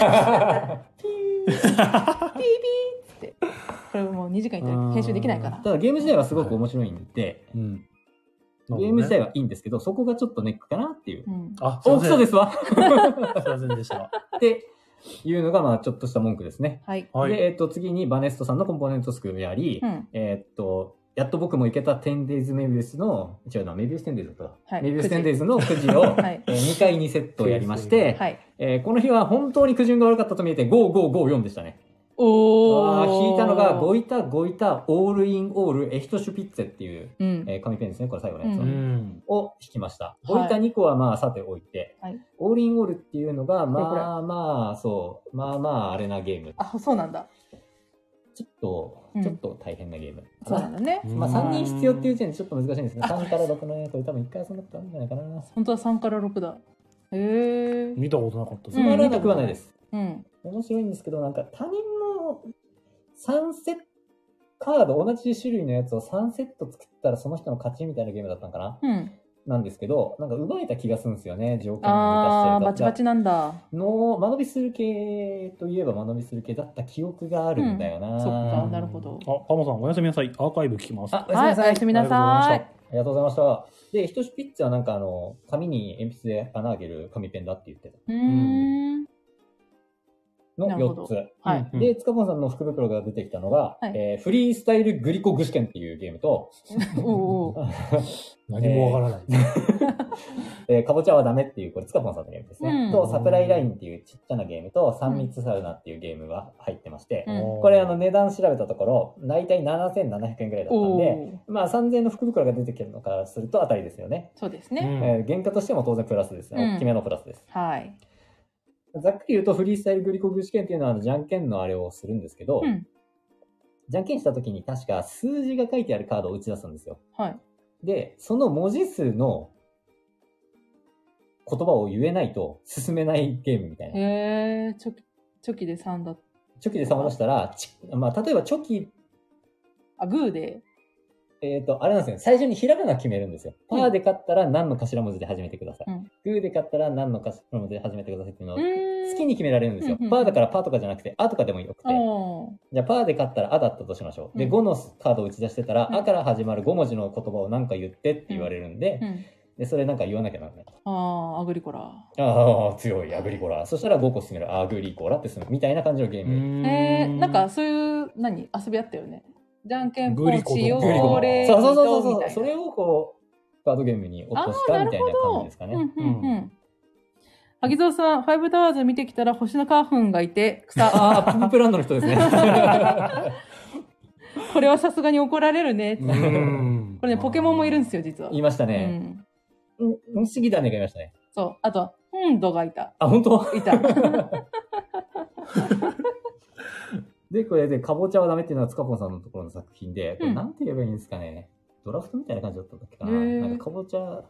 *laughs*
これもう2時間いたら編集できないから
た。だゲーム自体はすごく面白いんで、
うん。
ゲーム自体はいいんですけど、そこがちょっとネックかなっていう
う。ん。
あ、すい
お、
ま
ク
せん。
ソですわ
すいませんでした。
っていうのが、まあちょっとした文句ですね。
はい。
はい。
で、えっと、次にバネストさんのコンポーネントスクールであり、
うん。
えーっと、やっと僕も行けた 10days メビウスの、違うな、メビウス 10days だったわ。
はい
メビウス
くじ
10days のくじを、
はい
えー2回2セットをやりまして、
はい。
えーこの日は本当に苦順が悪かったと見えて、5554でしたね。
お
あ
ー。
ー引いたのが、5板、5板、オールインオール、エヒトシュピッツェっていう、
うん。
えー紙ペンですね、これ最後のやつ
う
は。
うん。
を引きました。
はい
5板2個はまあさておいて、
はい
オールインオールっていうのが、
これ
まあまあ、そう、まあまああれなゲーム。
あ、そうなんだ。
ちょ
う
っと、
ん
ちょっと大変なゲーム。
そうなんだね。
まあ、3人必要っていう
じ
時点でちょっと難しいんですね。
あ
3から6のやこれ多分1回遊んだことあるんじゃないかな。
本当は3から6だ。へえ。
見たことなかった
つ
ぞ
まらなくはないです。
うん。
面白いんですけど、なんか他人の3セット、カード、同じ種類のやつを3セット作ったらその人の勝ちみたいなゲームだったのかな
うん。
なんですけど、なんか奪えた気がするんですよね、条件に
あー、
満
バ
たし
チ
ちゃ
バ
うと
チ。なんだ。
の、間延びする系といえば間延びする系だった記憶があるんだよな。
んそっかなるほど
あ、カモさんおやすみなさい。アーカイブ聞きます。
あ、おやす
は、
みない
お
さい
や。すみなさい。
ありがとうございました。で、ひとしピッツはなんかあの、紙に鉛筆で穴開ける紙ペンだって言ってた。
うーん。
の
なるほど
4つ。
はい
うんで、塚本さんの福袋が出てきたのが、
はい
えーフリースタイルグリコ具志堅っていうゲームと、
お
*laughs*
うおう
何もわからない。
えーかぼちゃはダメっていう、これ、つかぽんさんのゲームですね。
うん
と、サプライラインっていうちっちゃなゲームと、三密サウナっていうゲームが入ってまして、
うん
これ、あの、値段調べたところ、だいたい7700円ぐらいだったん
お
で、
う
まあ、3000円の福袋が出てきるのからすると当たりですよね。
そうです
う
ね。
ん
えー原価としても当然プラスですね。
うん
大きめのプラスです。
はい。
ざっくり言うと、フリースタイルグリコグ試験っていうのは、あのじゃんけんのあれをするんですけど、
うん。
じゃんけんした時に確か数字が書いてあるカードを打ち出すんですよ。
はい。
で、その文字数の言葉を言えないと進めないゲームみたいな
へ。え、チョキ、チョキで3だった。
チョキで触らしたら、ちまあ、例えばチョキ、
あ、グーで。
えっ、と、あれなんですよ。最初にひらがな決めるんですよ。パ
うん
ーで勝ったら何の頭文字で始めてください。
うん
グーで勝ったら何の頭文字で始めてくださいっていうのを
う、ーん。
好きに決められるんですよ
うんうん。
パーだからパーとかじゃなくて、あとかでもよくて。
おー
じゃあ、パーで勝ったらあだったとしましょう。で、
うん
5のカードを打ち出してたら、
うん
あから始まる5文字の言葉を何か言ってって言われるんで
う、ん。
で、それなんか言わなきゃならない。
ああ、アグリコラ。
ああ、強い、アグリコラ。そしたら5個進める。アグリコラって進む。みたいな感じのゲーム。
えー、なんか、そういう、何遊びあったよね。じゃんけんぽ
グ
ん
リコと
しよう、
グリコ
これ、
そうそうそう
み
そう
た
そ。
いうな
それをこう、カードゲームに落としたみたいな感じですかね。
うんうんうん。萩蔵さん、ファイブタワーズ見てきたら星のカーフンがいて、草、
ああ、プッ *laughs* プランドの人ですね。
これはさすがに怒られるね。
うーん
*laughs* これね、ポケモンもいるんですよ、実は。
言いました
う
ね。
ん。
うん、杉田ねがいましたね。
そう。あと、フンドがいた。
あ、本当
い
*laughs*
た。
で、これで、かぼちゃはダメっていうのはつかぽんさんのところの作品で、こ
う
れ
ん
なんて言えばいいんですかね。ドラフトみたいな感じだったんだっけかな。
へー
なんかかぼちゃ、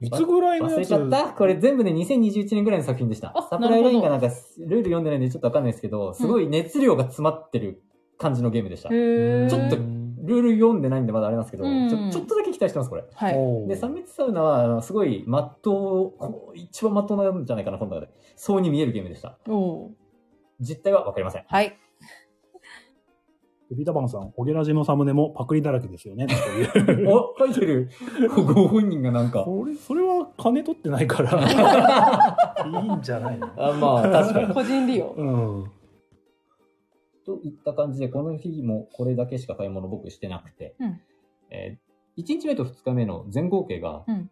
いつぐらいの
忘
や
れ
つ
ちゃったこれ全部で2021年ぐらいの作品でした
あ。
サプライライン
な
が
る
なんか、ルール読んでないんでちょっとわかんないですけど、すごい熱量が詰まってる感じのゲームでした。
へー
ちょっとルール読んでないんでまだあれなんですけど、
うん
ちょちょっとだけ期待してます、これ。
はい。
おー
で、三密サウナは、あのすごい、まっとうこう、一番まっとうなんじゃないかな、この中で。そうに見えるゲームでした。
おお
実態はわかりま *laughs* せん。
はい。
ビタバンさん、ホゲラジのサムネもパクリだらけですよね。という
*laughs* お、書いてる。ご本人がなんか。
これ、それは金取ってないから。
いいんじゃないの
あまあ、確かに。
個人利用。
うん。
といった感じで、この日もこれだけしか買い物僕してなくて、
うん
えー、1日目と2日目の全合計が、
うん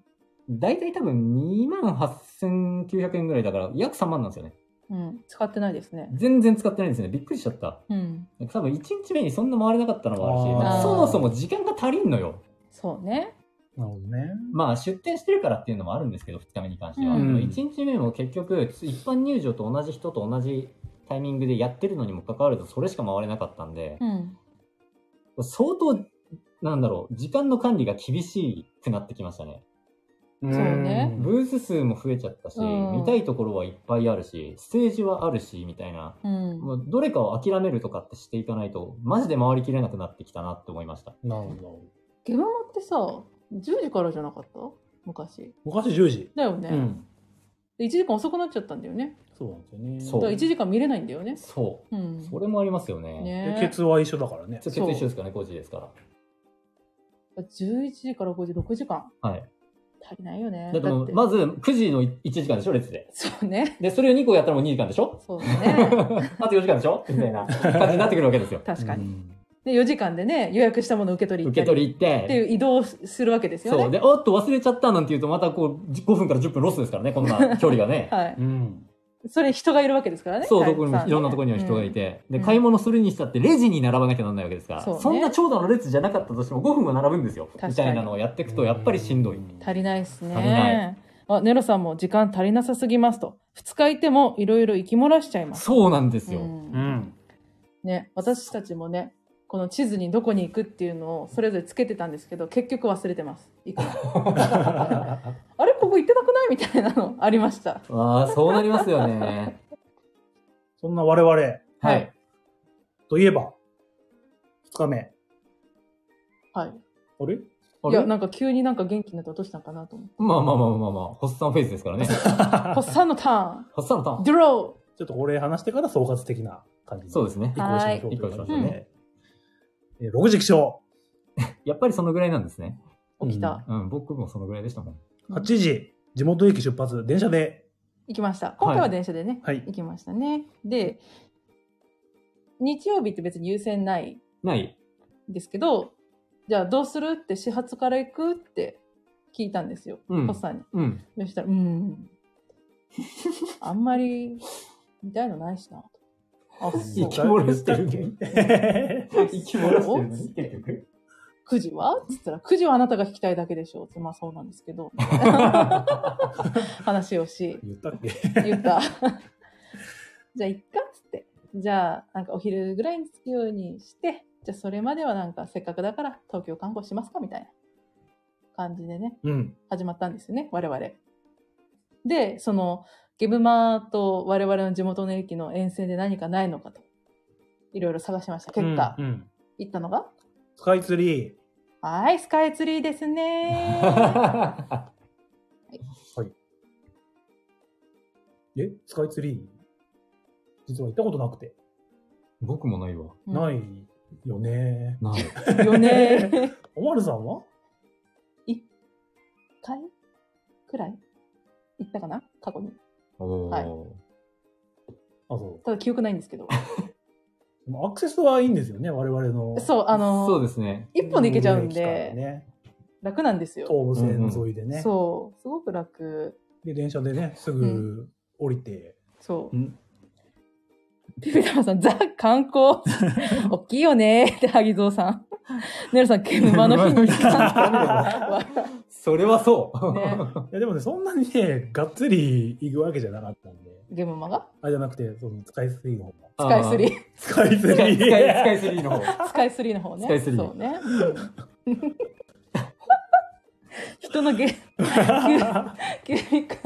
だいたい多分28,900円ぐらいだから、約3万なんですよね。
うん。使ってないですね。
全然使ってないんですよね。びっくりしちゃった。
うん。
なんか多分1日目にそんな回れなかったのもあるし、
あー
なんかそもそも時間が足りんのよ。
そうね。
なるほどね。
まあ出店してるからっていうのもあるんですけど、2日目に関しては。
うん
1日目も結局、一般入場と同じ人と同じタイミングでやってるのにも関わると、それしか回れなかったんで、
うん。
相当、なんだろう、時間の管理が厳しくなってきましたね。
そう
ね
ブース数も増えちゃったし、
うん
見たいところはいっぱいあるし、ステージはあるし、みたいな。
うん。
もうどれかを諦めるとかってしていかないと、マジで回りきれなくなってきたなって思いました。
なるほ
ゲブマってさ、10時からじゃなかった昔。
昔10時。
だよね。
うん。
で1時間遅くなっちゃったんだよね。
そうなんですよね。
そう
だから1時間見れないんだよね。
そうう。
ん。
それもありますよね。
ね
でケツは一緒だからね。
ちょっと血一緒ですかね、5時ですから。
11時から5時、6時間。
はい。
足りないよね。
だってもうまず9時の1時間でしょ、列で。
そうね。
で、それを2個やったらもう2時間でしょ
そうね。。
*laughs* あと4時間でしょみたいな感じになってくるわけですよ
*laughs* 確か
う
に。
ん
で、4時間でね、予約したものを受け取り行
受
った
け
り
取り行って。
っていう移動をするわけですよね。
そう。で、おっと忘れちゃったなんて言うと、またこう、5分から10分ロスですからね、こんな距離がね。
*laughs* はい。
うん。
それ人がいるわけですからね。
そう、
会
ど
員
こに
さん
も、
ね
いろんなところには人がい。て。
ん
で、買い物するにしたって、レジに並ばなきゃなんないわけですから、
そうね
そんな長蛇の列じゃなかったとしても、5分は並ぶんですよ。
かに
みたいなのをやっていくと、やっぱりしんどい。
うん足りないです
足りな
ね。あ、ネロさんも時間足りなさすぎますと。2日いてもいろいろ行き漏らしちゃいます。
そうなんですよ。
ん
うん。
ね、私たちもね、この地図にどこに行くっていうのをそれぞれつけてたんですけど、結局忘れてます。行く
*laughs*
のあれここ行ってなくないみたいなのあ *laughs* りました。
ああ、そうなります
*laughs*
よね。
そんな我々
は
はいい。
といえば、2日目。あ
はい。
れ
あ
い
れ
や、なんか急になんか元気になって落としたんかなと
*laughs*
思って。
まあまあまあまあまあ、ホッサンフェイスですからね。
ホッサンのタ
ホッサンのター
ーン、
ン。
ドロ
*laughs* ちょっとお礼話してから総括的な感じに
そうですね
移。行しましょうという感じでね。えー6時起床、
やっぱりそのぐらいなんですね。
ー起きた。
うん、僕もそのぐらいでしたもん。
8時、地元駅出発、電車で、
行きました。今回は電車でね、
はい
行きましたね。で、日曜日って別に優先ない
ない。
んですけど、じゃあどうするって始発から行くって聞いたんですよ、
うん
ポッサンに。
うん。
そしたら、うん。あんまり、みたいのないしな。あ、そ
生
う。
き漏れしてるね。生き漏れしてるね
そう
結局。
9時はっつったら、9時はあなたが聞きたいだけでしょうって、まあそうなんですけど、話をし、
言ったっけ
*laughs* 言った。じゃあ、いっかっつって。じゃあ、なんかお昼ぐらいに着くようにして、じゃあそれまではなんかせっかくだから東京観光しますかみたいな感じでね、
うん。
始まったんですよね、我々。で、その、ゲブマと我々の地元の駅の沿線で何かないのかと、いろいろ探しました。結果、
うんうん
行ったのが、
スカイツリー
はい、スカイツリーですねー。
あ
えスカイツリー実は行ったことなくて、
僕もないわ。
うん
*laughs* ないよね
ない。
よねー。
おまるさんは
一回くらい行ったかな過去に。
おー。
はい
あそ
ただ記憶ないんですけど。
うでもアクセスはいいんですよね我々の
そう、あ
そ
の
う、ですね。
一本で行けちゃうん
駅から
で、
ね、
楽なんですよ。
東武線沿いでね、
そう、すごく楽。
で電車でねす
う
ぐ降りて、
そう
うん。
ピピタマさん、ザ観
*laughs*
光。大きいよね。って、萩蔵さん。ネルさん、ケムマの日に行ったんだ。
それはそ
ね
う。
いやでもねそんなにねがっつり行くわけじゃなかったんで
ゲムマが
あれじゃなくてそのスカイツリーの方も
スカイスリ
ー。
ー。
スカイツ
スカ
リ
イスカイスカ
ー
イス
*laughs*
リーの方。
スカイスリーの方ね。
スカイスリー
そうね。うん人 *laughs* のゲ、急にか、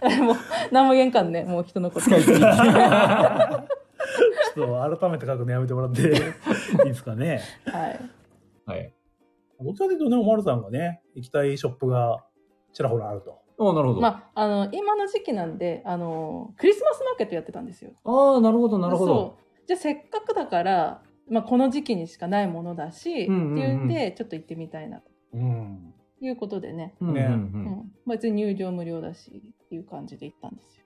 あれもう、何も言えんかんね、もう人のこと。
スカイツリー。
ちょっと改めて書くのやめてもらっていいですかね
はい。
はい。
どちらかというとね、おまるさんがね、行きたいショップがちらほらあると。
おーなるほど。
まあ、あの、今の時期なんで、あの、クリスマスマーケットやってたんですよ。
ああ、なるほど、なるほど。
そう。じゃあせっかくだから、まあ、この時期にしかないものだし、
うんうんうん
って言って、ちょっと行ってみたいな、と
うん。
いうことでね。
うんうん
う
うん
ん。まあ、別に入場無料だし、っていう感じで行ったんですよ。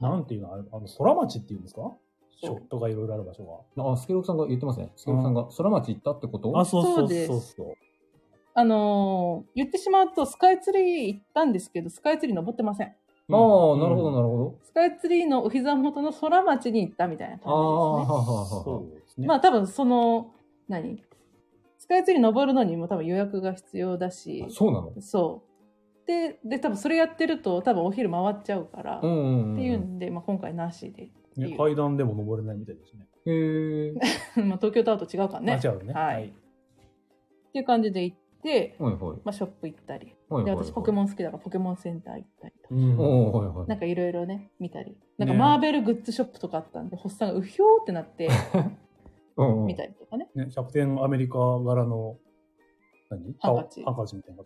なんていうの、あれあの、空町っていうんですかシ
そ
ョ
う
ップがいろいろある場所
あ、スケロクさんが言ってますね。スケロクさんが、空町行ったってこと
が。あ、そうそう
そうです
そうそう。
あのー言ってしまうと、スカイツリー行ったんですけど、スカイツリー登ってません。
ああ、なるほど、
うん
なるほ
スカイツリーのお膝元の空町に行ったみたいな感じですね。
ど。ああ、はあ、はあ、は
そうですね。
まあ多分その、何スカイツリー登るのにも多分予約が必要だし
あ。、そうなの
そう。で、で、多分それやってると多分お昼回っちゃうから、
う
っ
んうんうん。
ていうんで、まあ今回なしで。 *laughs*
ね
っていう
階段でも登れないみたいですね。
へえ。
まあ東京タワーと違うからね。
あ、違うね。
はい。っていう感じで行って、
はいはい。
まあショップ行ったり。
はいはい
で、
はい。
私ポケモン好きだからポケモンセンター行ったりとか。
うん。
おおはい
な
は
ん
い。
かいろいろね、見たり。なんか
ね
マーベルグッズショップとかあったんで、ホッサンがうひょーってな *laughs* って、
うんうん
見たりとかね。
ね、キャプテンアメリカ柄の、何
ハンカチ
ハンカチみたいにな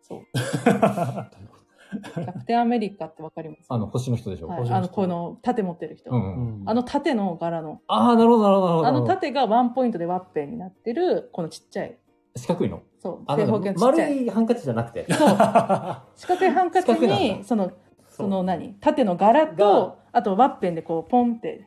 そう。
のあったり。
キャプテンアメリカってわかります
あの、星の人でしょ。
はい
星の人
あの、この盾持ってる人。
うんうん。
あの、盾の柄の、
ああ、なるほど、なるほど、な
あ
る
の
ほど。
盾がワンポイントでワッペンになってる、このちっちゃい、
四角いの。
そう、
あ
正
の、
方形のちっちゃ
丸
い、
いハンカチじゃなくて。
四角いハンカチ
四角なん
に、
だ
その、
そ
その何盾の柄と
が、
あとワッペンでこう、ポンって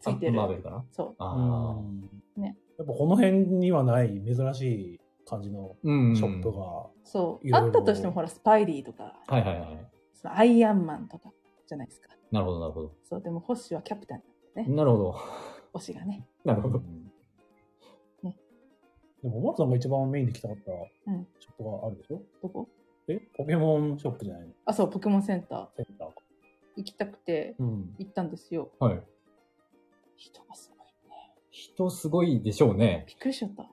ついて
あ
る
マ。ーベルかな。
そう。
ああ。
うん
ね。
やっぱこの辺にはない珍しい感じの
うんうん。
ショップ。が。
そう。
いろいろ
あったとしても、ほら、スパイリーとか、
はいはいはい。
そのアイアンマンとか、じゃないですか。
なるほど、なるほど。
そう、でも、ホッシュはキャプテンなんでね。
なるほど。 *laughs*
推しがね。
なるほど。
ね
でも、おばあさんが一番メインで来たかった
ん
ショップがあるでしょ、
どこ
えポケモンショップじゃないの
あ、そう、ポケモンセンター
センターか。
行きたくて
うん。
行ったんですよ。
はい。
人がすごい。
人すごいでしょうね。
びっくりしちゃった。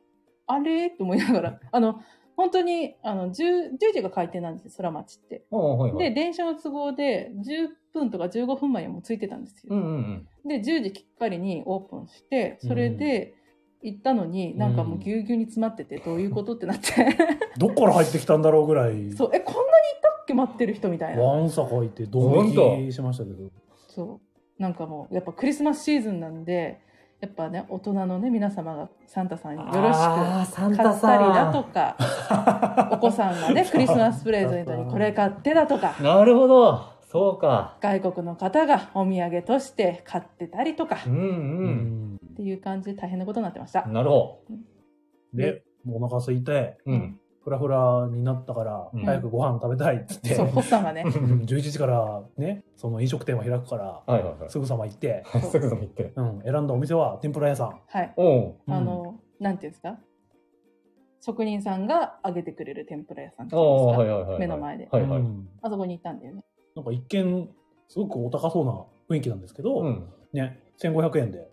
あれと思いながら。あの、本当に、あの、10, 10時が開店なんですよ、空町って。
ああ、はいは
で、
い。
電車の都合で10分とか15分前にはもう着いてたんです
う
よ。
んうんうん。
で、10時きっかりにオープンして、それで行ったのに、
うん
なんかもうぎゅうぎゅうに詰まってて、どういうことってなって。
どっから入ってきたんだろうぐらい、
*laughs* そう、え、こんなにいたっけ待ってる人みたいな。
ワンサカいて同
ほん
撃しましたけど。
そう。なんかもう、やっぱクリスマスシーズンなんで、やっぱね、大人のね、皆様がサンタさんによろしく。
ああ、サン
買
タ
ったりだ
さ
と
ん。
か、
*laughs*
*laughs*
お子さんがね、クリスマスプレゼントにこれ買ってだとか、
なるほど。そうか。
外国の方がお土産として買ってたりとか
う
うんん。
っていう感じで大変なことになってました
うん。。なるほ
で、もうお腹空いて、
ど。うん。 *laughs*
フラフラになったから
うん、
早くご飯食べたいっつって
そう、、ホッサンがね、
うん11時からね、その飲食店を開くから、
はいはいはい。
すぐさま行って、
そう
すぐさま言って。
うん、選んだお店は天ぷら屋さん。
はい、
おう。
うん
あの、なんていうんですか職人さんが揚げてくれる天ぷら屋さんってい
おう、
うん
は
で
い
すか
はいはいはい。
目の前で
はいは
う
い。
ん
あそこに行ったんだよね。
なんか一見、すごくお高そうな雰囲気なんですけど、
うん。
ね、1500円で、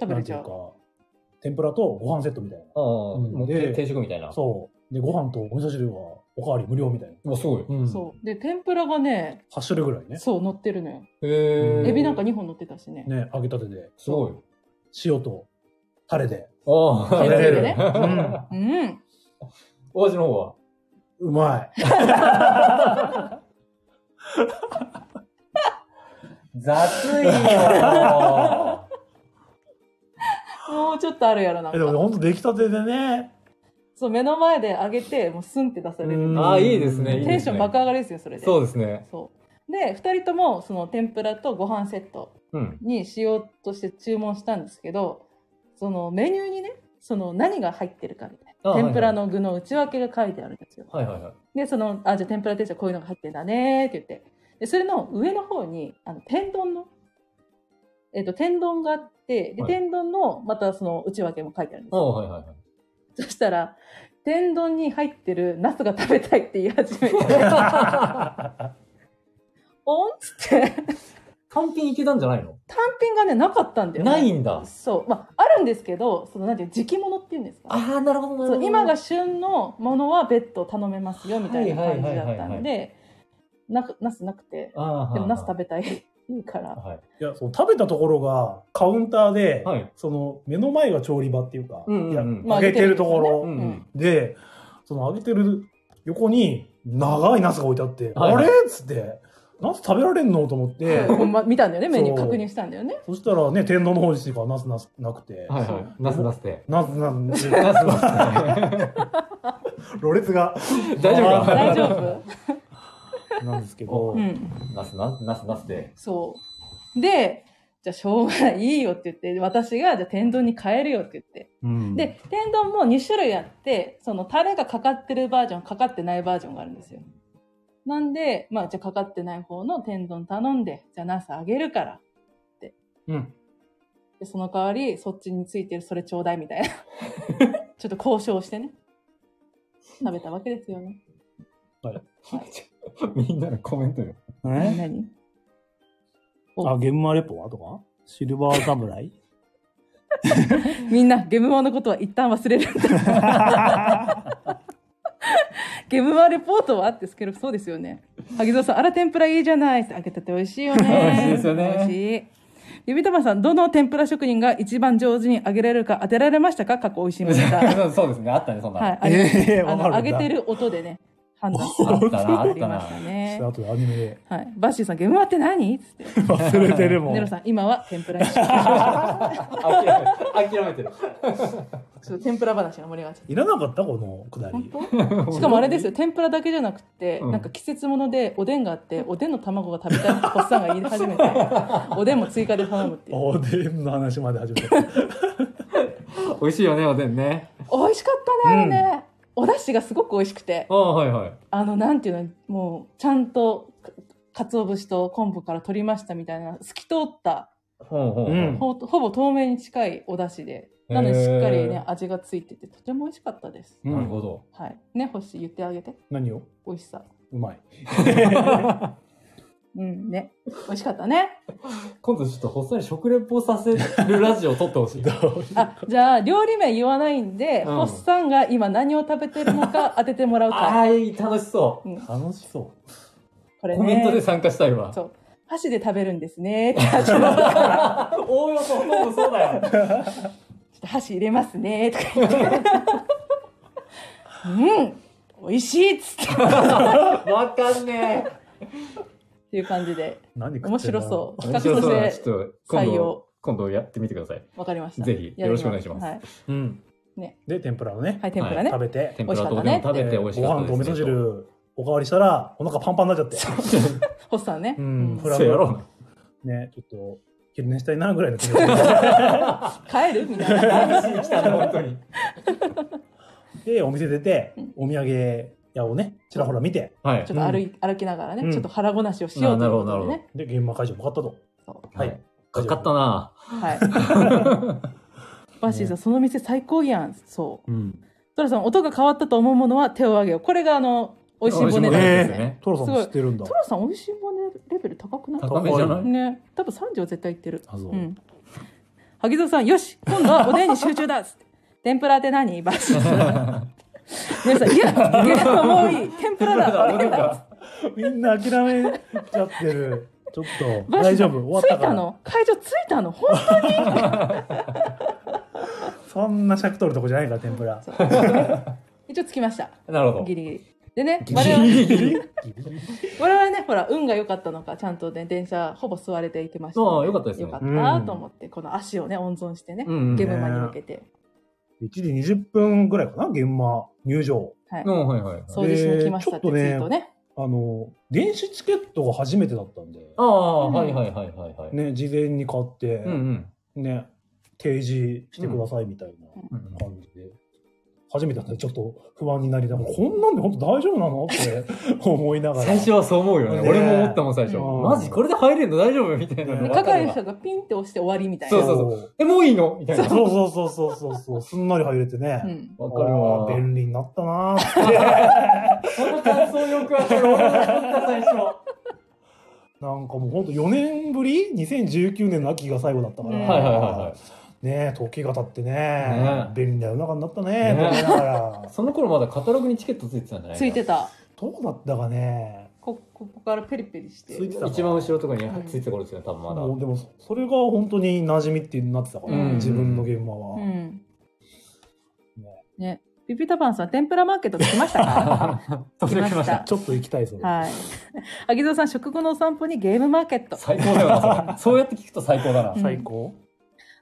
食べ
なん
れ
て
ち
い
ゃ
うか
う。、
天ぷらとご飯セットみたい
ああ、もう
で
定定食みたいな。
な。そう。で、ご飯とお味噌汁はおかわり無料みたいな。
う。わ、すごい。
うん
そう。で、天ぷらがね、
8種類ぐらいね。
そう、乗ってるのよ。
へ
うん
え。
エビなんか2本乗ってたしね。
ね、揚げたてで、
すごい。
塩とタレで。
ああ、
食べれるね
うん
うん。
*laughs* お味の方は
*laughs*
うまい。
雑い *laughs* よ。
もうちょっとあるやろなん
えでも
か。
ほんと出来たてでね。
そう、目の前で揚げて、もうスンって出される。
あーいいですねいい
テ
で
ン
す
ション爆上がりですよ、それで。
そうですね。
そう。で、2人とも、その天ぷらとご飯セット
うん。
にしようとして注文したんですけど、そのメニューにね、その何が入ってるかみたい
あ
な。
はい
天ぷらの具の内訳が書いてあるんですよ。
はいはいはい。
で、その、あ、じゃあ天ぷら定食こういうのが入ってんだねーって言って。で、それの上の方に、あの、天丼の、えっ、と、天丼があって、で、
はい
天丼の、またその内訳も書いてあるんです
あ
よ。
あ、はいはいはい。
そしたら、天丼に入ってるナスが食べたいって言い始めて、おんっつって、
単品いけたんじゃないの
単品がね、なかったんだよ、ね。
ないんだ。
そう。まあ、あるんですけど、その、なんていう、時期物っていうんですか、
ああ、なるほどなるほ
そ
ど。
う今が旬のものは別途頼めますよ、みたいな感じだった
はいはいはいは
ん
い
で、なく、ナスなくて、
ああ、
でもナス食
べ
べたいって言うから、
はい。
いや、その食べたところがカウンターで、
はい。
その目の前が調理場っていうか、
うんうんうん
いや揚げてるとこ
う
ろ
んうん。
で、その揚げてる横に長いナスが置いてあって、
はい
あれっつって、ナス食べられんのと思って、
そうほんま見たんだよね、
そう
メニュー確認したんだよね。
そしたらね、天丼の方にしてからナスナスなくて、
はい
そ
は
う
い。ナスナスで。 *laughs*
ナスナス、
ナスナスで。
ろれつが、
大丈夫か
大丈夫
なんですけど、
うん。
ナスナス、ナスナスで。
そう。で、じゃあしょうがない、いいよって言って、私が、じゃあ天丼に変えるよって言って。
うん
で、天丼も2種類あって、そのタレがかかってるバージョン、かかってないバージョンがあるんですよ。なんで、まあ、じゃあかかってない方の天丼頼んで、じゃあナスあげるから。
うん。
で、その代わり、そっちについてるそれちょうだいみたい
*laughs*
な。ちょっと交渉してね。食べたわけですよね。
みんなのコメントよ。
え
何
あ、ゲームマレポはとかシルバー
*laughs*
侍
みんなゲムマのことは一旦忘れるんだゲムマレポートはですけどそうですよね萩蔵さんあら天ぷらいいじゃない揚げたて美味しいよね
美味しいですよね
美味しい指玉さんどの天ぷら職人が一番上手に揚げられるか当てられましたか過去美味しいもの
*laughs*
が
*laughs* そうですね。あったね、そんなの。
はい、
えーわ
あ
かるん
の
だ
揚げてる音でね判断
あったな、あ
あ
っ
り
た
ま
な
し。た
ちょっ
ね
と後でアニメで
はい、バッシーさんゲムマって何つって
忘れてるもん。
ネロさん今は天ぷらにしよう
諦め諦めてる。
ちょっと天ぷら話が盛り上がっちゃった
いらなかったこのくだ
本
り。
当しかもあれですよ天ぷらだけじゃなくて、
うん
なんか季節物でおでんがあっておでんの卵が食べたいっておっさんが言い始め
*laughs*
ておでんも追加で頼むっていう
おでんの話まで始めた。
*laughs*
美味しいよね、おでんね。
美味しかったねあれね、お出汁がすごく美味しくて
ああ、はいはい。
あのなんていうのもうちゃんとか鰹節と昆布から取りましたみたいな透き通った
ほうほうほう。
うん
ほほぼ透明に近いお出汁でなのでしっかりね味がついててとても美味しかったです、
なるほど。
はいね星言ってあげて
何を
美味しさ
うま
*laughs*
い。
うんね美味しかったね
今度ちょっとほっそり食レポさせるラジオ撮ってほ *laughs* しい。
あじゃあ料理名言わないんで、
うん
ホッさんが今何を食べてるの
*laughs*
か当ててもらう
あ
か
あ、いい楽しそ
楽しそう
こ
う。
れね
コメントで参加したいわ。
そう箸で食べるんですねってちょっ
おおよそほとんどそうだよ。
と箸入れますねとか言って
*laughs*
うん美味しいっつってっ
わかんね
ていう感じで。
何食ってんだ
面白そう
え。
企画とし
ち
て
ょっと今
採
度
用、
今度やってみてください。
分かりました
ぜひ
や
よろ
り
しくお願いします
はい、
う。ん。
ね
で、天ぷらをね、
はい、天ぷらね、
食べて、
天ぷらとおでんを食べて美味し
ご
かっ
飯
た
とお
です、
味噌汁おかわりしたら、お腹パンパンになっちゃって。
星さんね。
うん
うん
ほら
そうやろうね。
ね、ちょっと、昼寝したいなぐらいの気持ち
*laughs*
で
帰るみたい
*laughs*
な。
何しに来たの、本当に。
で、お店出て、お土産屋をね、ちらほら見て、
はい
ちょ。っと歩い歩きながらね、
うん
ちょっと腹ごなしをしようということでね。
で、現場会場も買ったと。
そう
はい。
かかったな。
はい。
*laughs*
バッシーさん、その店最高やん。そう。
うん。
トラさん、音が変わったと思うものは手を挙げよう。これがあの、美味しい
美味し
骨
い
なん
も
で
の
すね。
ですね。
トロさんも知ってるんだ
ト。ラさん、美味しいものレベル高くない
高めじゃない
ね。多分30は絶対いってる。
あ、そう
う。ん。萩澤さん、よし今度はおでんに集中だっつって。 *laughs* 天ぷらって何バッシーさん。皆さん、いや、いや、もういい。天ぷらだ。
みんな諦めちゃってる。ちょっ
*laughs*
と、
バ
大
ッシーさ
丈
ん
夫。終わった
着い
か
た
ら。
の会場着いたの本当に
そんな尺取るとこじゃないから、天ぷら。
一応着きました。
*laughs* なるほど。
ギリギリ。でね、
ギ
我々
リ
*laughs*
ギリ。
我々ね、ほら、運が良かったのか、ちゃんとね、電車、ほぼ座れていけましたの。
ああ、よかったですね
よか。ったと思って、この足をね、温存してね、
うんうん
ゲームマに向けて、
1時20分ぐらいかな、現場入場。
はい、
うん、はいはい。
掃除しに来ましたってツイートね。
あの、電子チケットが初めてだったんで、
ああ、
うん
はいはいはいはいはい。
ね、事前に買って
うん、うん
ね、提示してくださいみたいな
うんうん。
感じで。初めてだったんでちょっと不安になりながら、こんなんで本当大丈夫なのって *laughs* 思いながら。
最初はそう思うよね。
ね
俺も思ったもん、最初。
うん
マジこれで入れるの大丈夫みたいな
ね
の
うん
が。
係の人がピンって押して終わりみたいな。
そうそうえ、もういいのみたいな。
そうそうそうそうそうそう、すんなり入れてね。
うん、
わかるわ。
あー便利になったなーって。
*laughs* その感想よくわかる。俺も思った最初。
なんかもうほんと4年ぶり ?2019 年の秋が最後だったから。
うん
はいはいはいはい。
ねえ、時が経ってね、
ね
便利な世の中になったね、
ね
と思いながら。
その頃まだカタログにチケットついてたんじゃない
ついて
た。
た。
どうだったかね。
こここからペリペリして。
ついてた
一番後ろとかについてた頃ですよね、多分ま
*laughs*
だ。
もうでも、それが本当に馴染みってなってたから、
うん
自分の現場は。
うん。ね。ピピタパンさん、天ぷらマーケット来ました
*laughs*
か
飛んできました。
ちょっと行きたい、それ。
はい。萩澤さん、食後のお散歩にゲームマーケット。
最高だよな、それ。そうやって聞くと最高だな。
最高。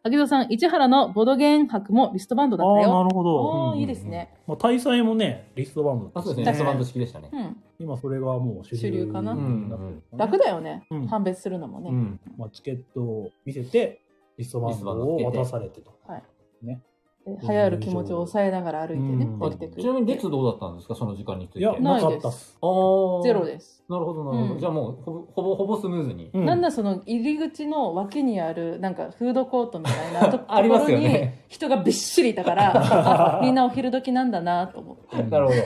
萩澤さん、市原のボドゲン博もリストバンドだ
あ
った
あ、
よ。
なるほど。
お
う
ー
ん
いいですね。
まあ、大祭もね、リストバンドだ
あ、
った
そう
し
ですね。ストバンド式でしたね。
うん。
今それがもう主流
主流かな
になってるかな
楽だよね
うん。
判別するのも
う
ね。
ん。
まあ、チケットを見せて、リストバンドを渡されてと。
で流行る気持ちを抑えながら歩いてね
うん、
できてくる。
ちなみに列どうだったんですか、その時間について。
いや、
あ
なかったっす。
ー
ゼロです。
なるほど、なるほ
うん
ど。じゃあもう、ほぼ、ほぼ、ほぼスムーズに。
う
なんだその入り口の脇にあるなんかフードコートみたいなとと
あり
こ
ま
ろ
すよ
に
ね
人がびっしりいたから、あみんなお昼時なんだなと思って、
なるほど。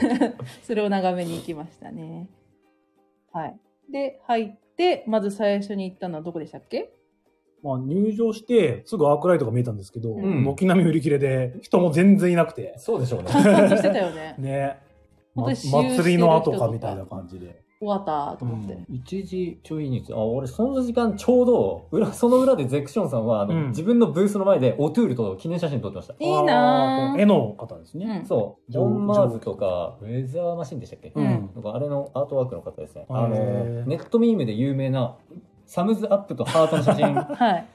それを眺めに行きましたね。はい。で、入って、まず最初に行ったのはどこでしたっけ
まあ、入場して、すぐアークライトが見えたんですけど、
ん
軒並み売り切れで、人も全然いなくて、。
そうでしょうね。
閑散としてたよ
*laughs*
ね
ね。ま
本当に私有して
祭り
る人とか
の後かみたいな感じで。
終わったと思って。
うん
1時ちょいに、あ、俺その時間ちょうど、裏、その裏でゼクションさんは、あの、
うん
自分のブースの前でオトゥールと記念写真撮ってました。
いい
あ
な
ー
ぁ
絵の方ですね。
うん
そう。ジョン・マーズとか、ウェザーマシンでしたっけ、
うん
とか、あれのアートワークの方ですね。
へ
あ
ー
の、ネットミームで有名な、サムズアップとハートの写真
はい。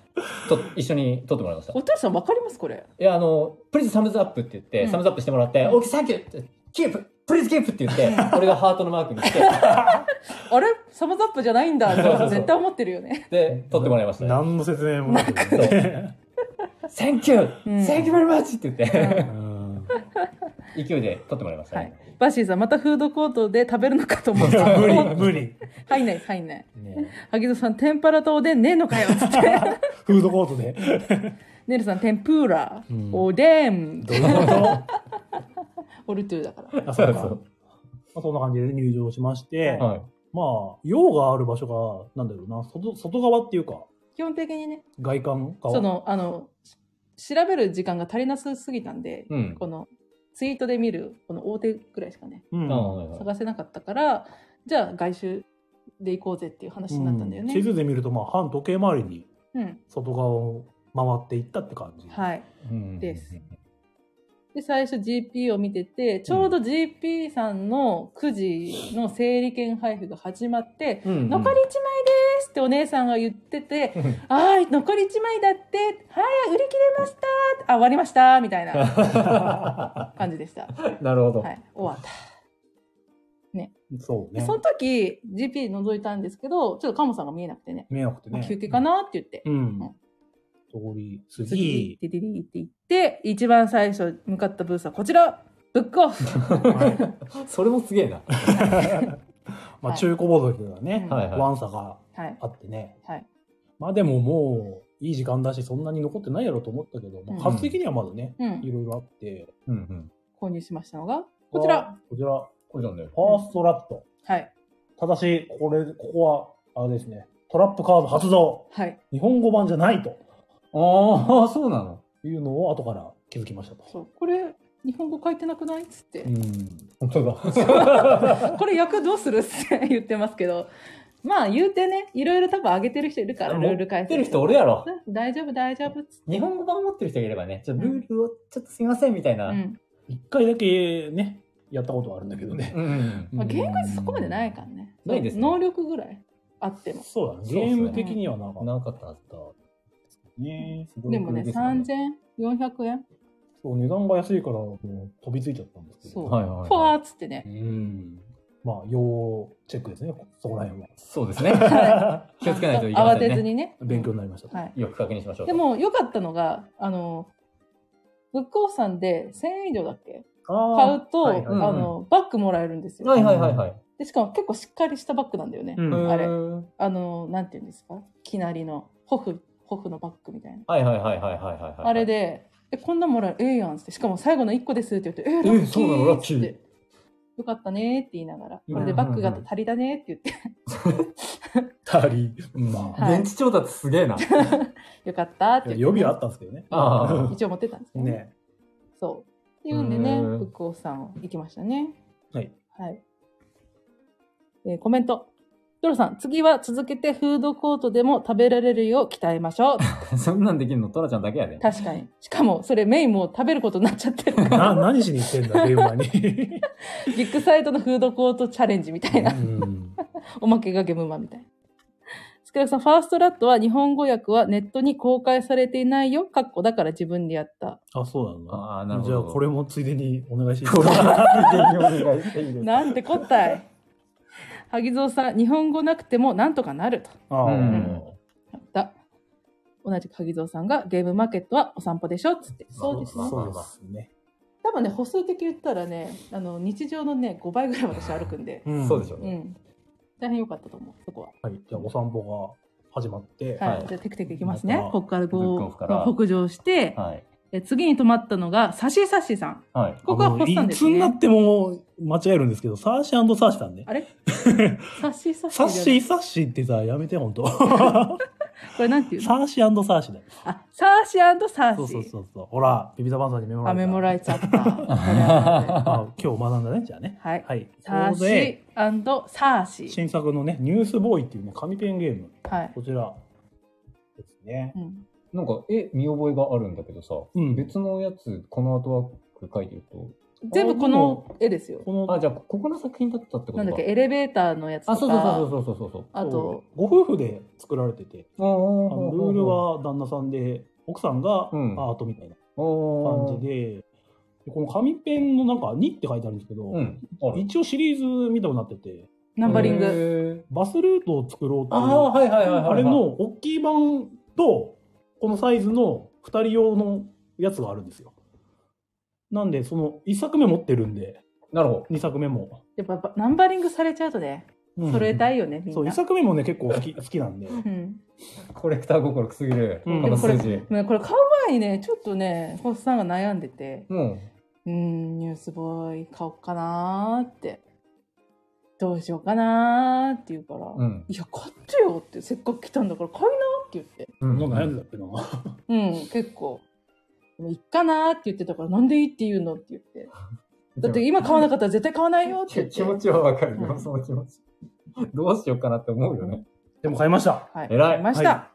と *laughs* 一緒に撮ってもらいました。い
お父さんわかりますこれ。
や、あの、プリズサムズアップって言って、
うん
サムズアップしてもらって、
うん
オーケーサンキューってキーププリズキープって言って、俺がハートのマークにして、
あれサムズアップじゃないんだ
そうそうそ
って
う
絶対思ってるよね。
で、撮ってもらいましたね。
何の説明もなく
そう。センキュー、
*laughs* うん
センキューベルマッチって言って、
うん
*laughs*
勢いで撮ってもらいました
はい
ね。。
バッシーさん、またフードコートで食べるのかと思っ
いや
た。
無理、無理。
入んないです、入んない。
ね
萩野さん、天ぷらとおでんねえのかよつって。
フードコート
*laughs*
で。
ネルさん、天ぷら、
うん
おでん、
どういうこ
オルトゥーだから。
とあ、そうか。
そ
ま
う
あ、そんな感じで入場しまして、
はい。
まあ、用がある場所が、なんだろうな、外、外側っていうか、
基本的にね、
外観側。
その、あの、し調べる時間が足りなすすぎたんで、
うん。
この、ツイートで見る、この大手くらいしかね、
うん、
うん
探せなかったから、じゃあ外周で行こうぜっていう話になったんだよ
う
ね。
地図で見ると、まあ、半時計回りに
うん。
外側を回っていったって感じ。
はい。
うん
ですで、最初 GP を見てて、ちょうど GP さんのくじの整理券配布が始まって、
うんうん
残り1枚です
*laughs*
ってお姉さんが言ってて、あー残り1枚だって、はい、売り切れましたあ、終わりましたみたいな感じでした。は
なるほど。
い、終わった。ね。
そう
で
ね
そ。の時 GP 覗いたんですけどちょっとカモさんが見えなくてね
迷惑って
まあ
ね。
休憩かなって言って、
うん。通り過
次
ぎ。
ディディディって言って一番最初向かったブースはこちらブックオフ
は
*laughs* それもすげえな。
ま
は
あ
い
中古ボードゲームがね、
はいはい
ワンサが
はい
あってね。
はい
まあでももう、いい時間だし、そんなに残ってないやろと思ったけど、まあ
うん
数的にはまだね、
うん
いろいろあって。
うんうん。
購入しましたのがこちら
あ。こちら。
これなんだよ。
ファーストラット。
はい
ただし、これ、ここは、あれですね、トラップカード発動。
はい
日本語版じゃないと
ああ、そうなの。
いうのを後から気づきましたと。
そうこれ日本語書いてなくないっつって
うん。
本当だ。
これ役どうするって言ってますけどまあ言うてねいろいろ多分上げてる人いるからルール
持
解
って
説
る人俺やろ。
大丈夫大丈夫っつって
日本語版持ってる人がいればね、ちょっとルールをちょっとすいませんみたいな。
う
うん
ん
一回だけね、やったことはあるんだけどね。
うん。
まあ、言語率そこまでないからね
ないですね
能力ぐらいあっても
そうだね。
そう
ゲ
ですね
ーム的にはなかった
なかったはずだ。
ね。
でもね3400円
そう、値段が安いから、もう飛びついちゃったんですけど。
そう
はいはいはい
フォーっつってね
うん。
まあ、要チェックですね、そこら辺は。
そうですね。
は
気をつけないといけま
慌
せ
てず
んね。
にね
*laughs* 勉強になりましたと。
はい
よく確認しましょう。
で、も良かったのがあのブックオフさんで1000円以上だっけ買
あ
うと、
はいはい
はい
あのバッグもらえるんですよ、
はいはいはいはい。
でしかも結構しっかりしたバッグなんだよね、
ーうん
あれ
うん
あのなんて言うんですかきなりのホフホフのバッグみたいな、
はいはいはいはいはいはいはい。
あれ。で「えこんなんもらえるええやん」ってしかも最後の1個ですって言って「えラ
え
ッキ
そうなの
ー」
ラ
っ
ッ
つ
キ
っ
ー
て「よかったね」って言いながら「これで
うん
バッグが足りだね」って言って
たり。ま
はい
現地調達すげえな。
「よかった」っ
あ、
て言って
予備はあったんですけどね。
*laughs* あ
一応持ってたんですけどね
ね。
そうっていうんでね
うん
ブックオフさん行きましたね
はい、
はいえーコメントドロさん次は続けてフードコートでも食べられるよう鍛えましょう
*laughs* そんなんできるのトラちゃんだけやで。
確かにしかもそれメインもう食べることになっちゃってるから
な、何しに行ってんだ、電話に。
ビッグサイトのフードコートチャレンジみたいな。
うん
おまけがゲムマみたいな。スケラクさん、ファーストラットは日本語訳はネットに公開されていないよ。かっこだから自分でやった。
あ、そうなんだ。
あーなるほ
じゃ
ど
あ、これもついでにお願いします
こ。れはぜひお願いしていいですか
なんてこったい。萩蔵さん、日本語なくてもなんとかなると。
あー
うん
やった。同じく萩蔵さんがゲームマーケットはお散歩でしょっつって。そうですね
まあ。まあ
そう
まあ
ですね。
多分ね、歩数的に言ったらね、あの日常のね、5倍ぐらい私歩くんで。
そうでし
ょ。
ょう
う
ね。
ん。大変良かったと思う、そこは。
はい。じゃあ、お散歩が始まって、
はい。
はい
じゃあテクテクいきますね。
また
ここから
ブックオ
こ
フ
う、
か
ま
ら
あ北上して、
はい。
え次に泊まったのが、サシサシさん。
はい。
ここはホッサン
い
で
つ
す
に
ね。
なっても間違えるんですけど、サーシーサーシさんね。
あれサシサシ。
サッシーサッシーってさ、やめて、ほんと。
これなんていうの
サーシーサーシーだよ。
あ、サーシサーシ。
そうそうそうそう。ほら、ビビタバンさんにメモら
あ、
れた。
メモられちゃった。これ
あ
は
今日学んだね、じゃあね。
はい。
はい。
サー
ここで
シサーシ。
新作のね、ニュースボーイっていうね、紙ペンゲーム。
はい。
こちらですね。
うん、
なんか、え、見覚えがあるんだけどさ、
うん
別のやつ、このアートワーク書いてると、
全部この絵ですよ。
この、
あ、じゃあ、ここの作品だったってこと
な
か
んだっけ、エレベーターのやつとか。
あ、そうそうそうそうそうそう
あと、
ご夫婦で作られてて、あ
そう。
のルールは旦那さんで、奥さんがア
うん
ートみたいな
感
感じで、でこの紙ペンのなんか2って書いてあるんですけど、
うん。ある
一応シリーズみたいになってて、
ナンバリング。
グ。
バスルートを作ろうって
あ
い
あ、
う、
はいはいはいはいはい。
あれの、大きい版と、このサイズの2人用のやつがあるんですよ。なんで、その1作目持ってるんで、
なるほ
2作目も。
やっぱばナンバリングされちゃうとね、
うん
揃えたいよね、み
そ
ん
う、1
な。
作目もね、結構好き好きなんで。
うん。
ど。コレクター心くすぐる、
うん
この数字。
まあこれ買う前にね、ちょっとね、ホスさんが悩んでて。
も
うーん、ニュースボーイ買おうかなーって。どうしようかなーって言うから、
う、うん。
いや、買ってよって、せっかく来たんだから買いなーって言って。
う
もう悩んで
だ。
たっけな。
うん、結構。でもいっかなーって言ってたから、なんでいいって言うのって言って。だって今買わなかったら絶対買わないよって
気気
言
持
って。
ちはわかる
う
よ、
ん
その気持ち。どうしようかなって思うよね。
でも買いました。
はい、
偉い
買いました。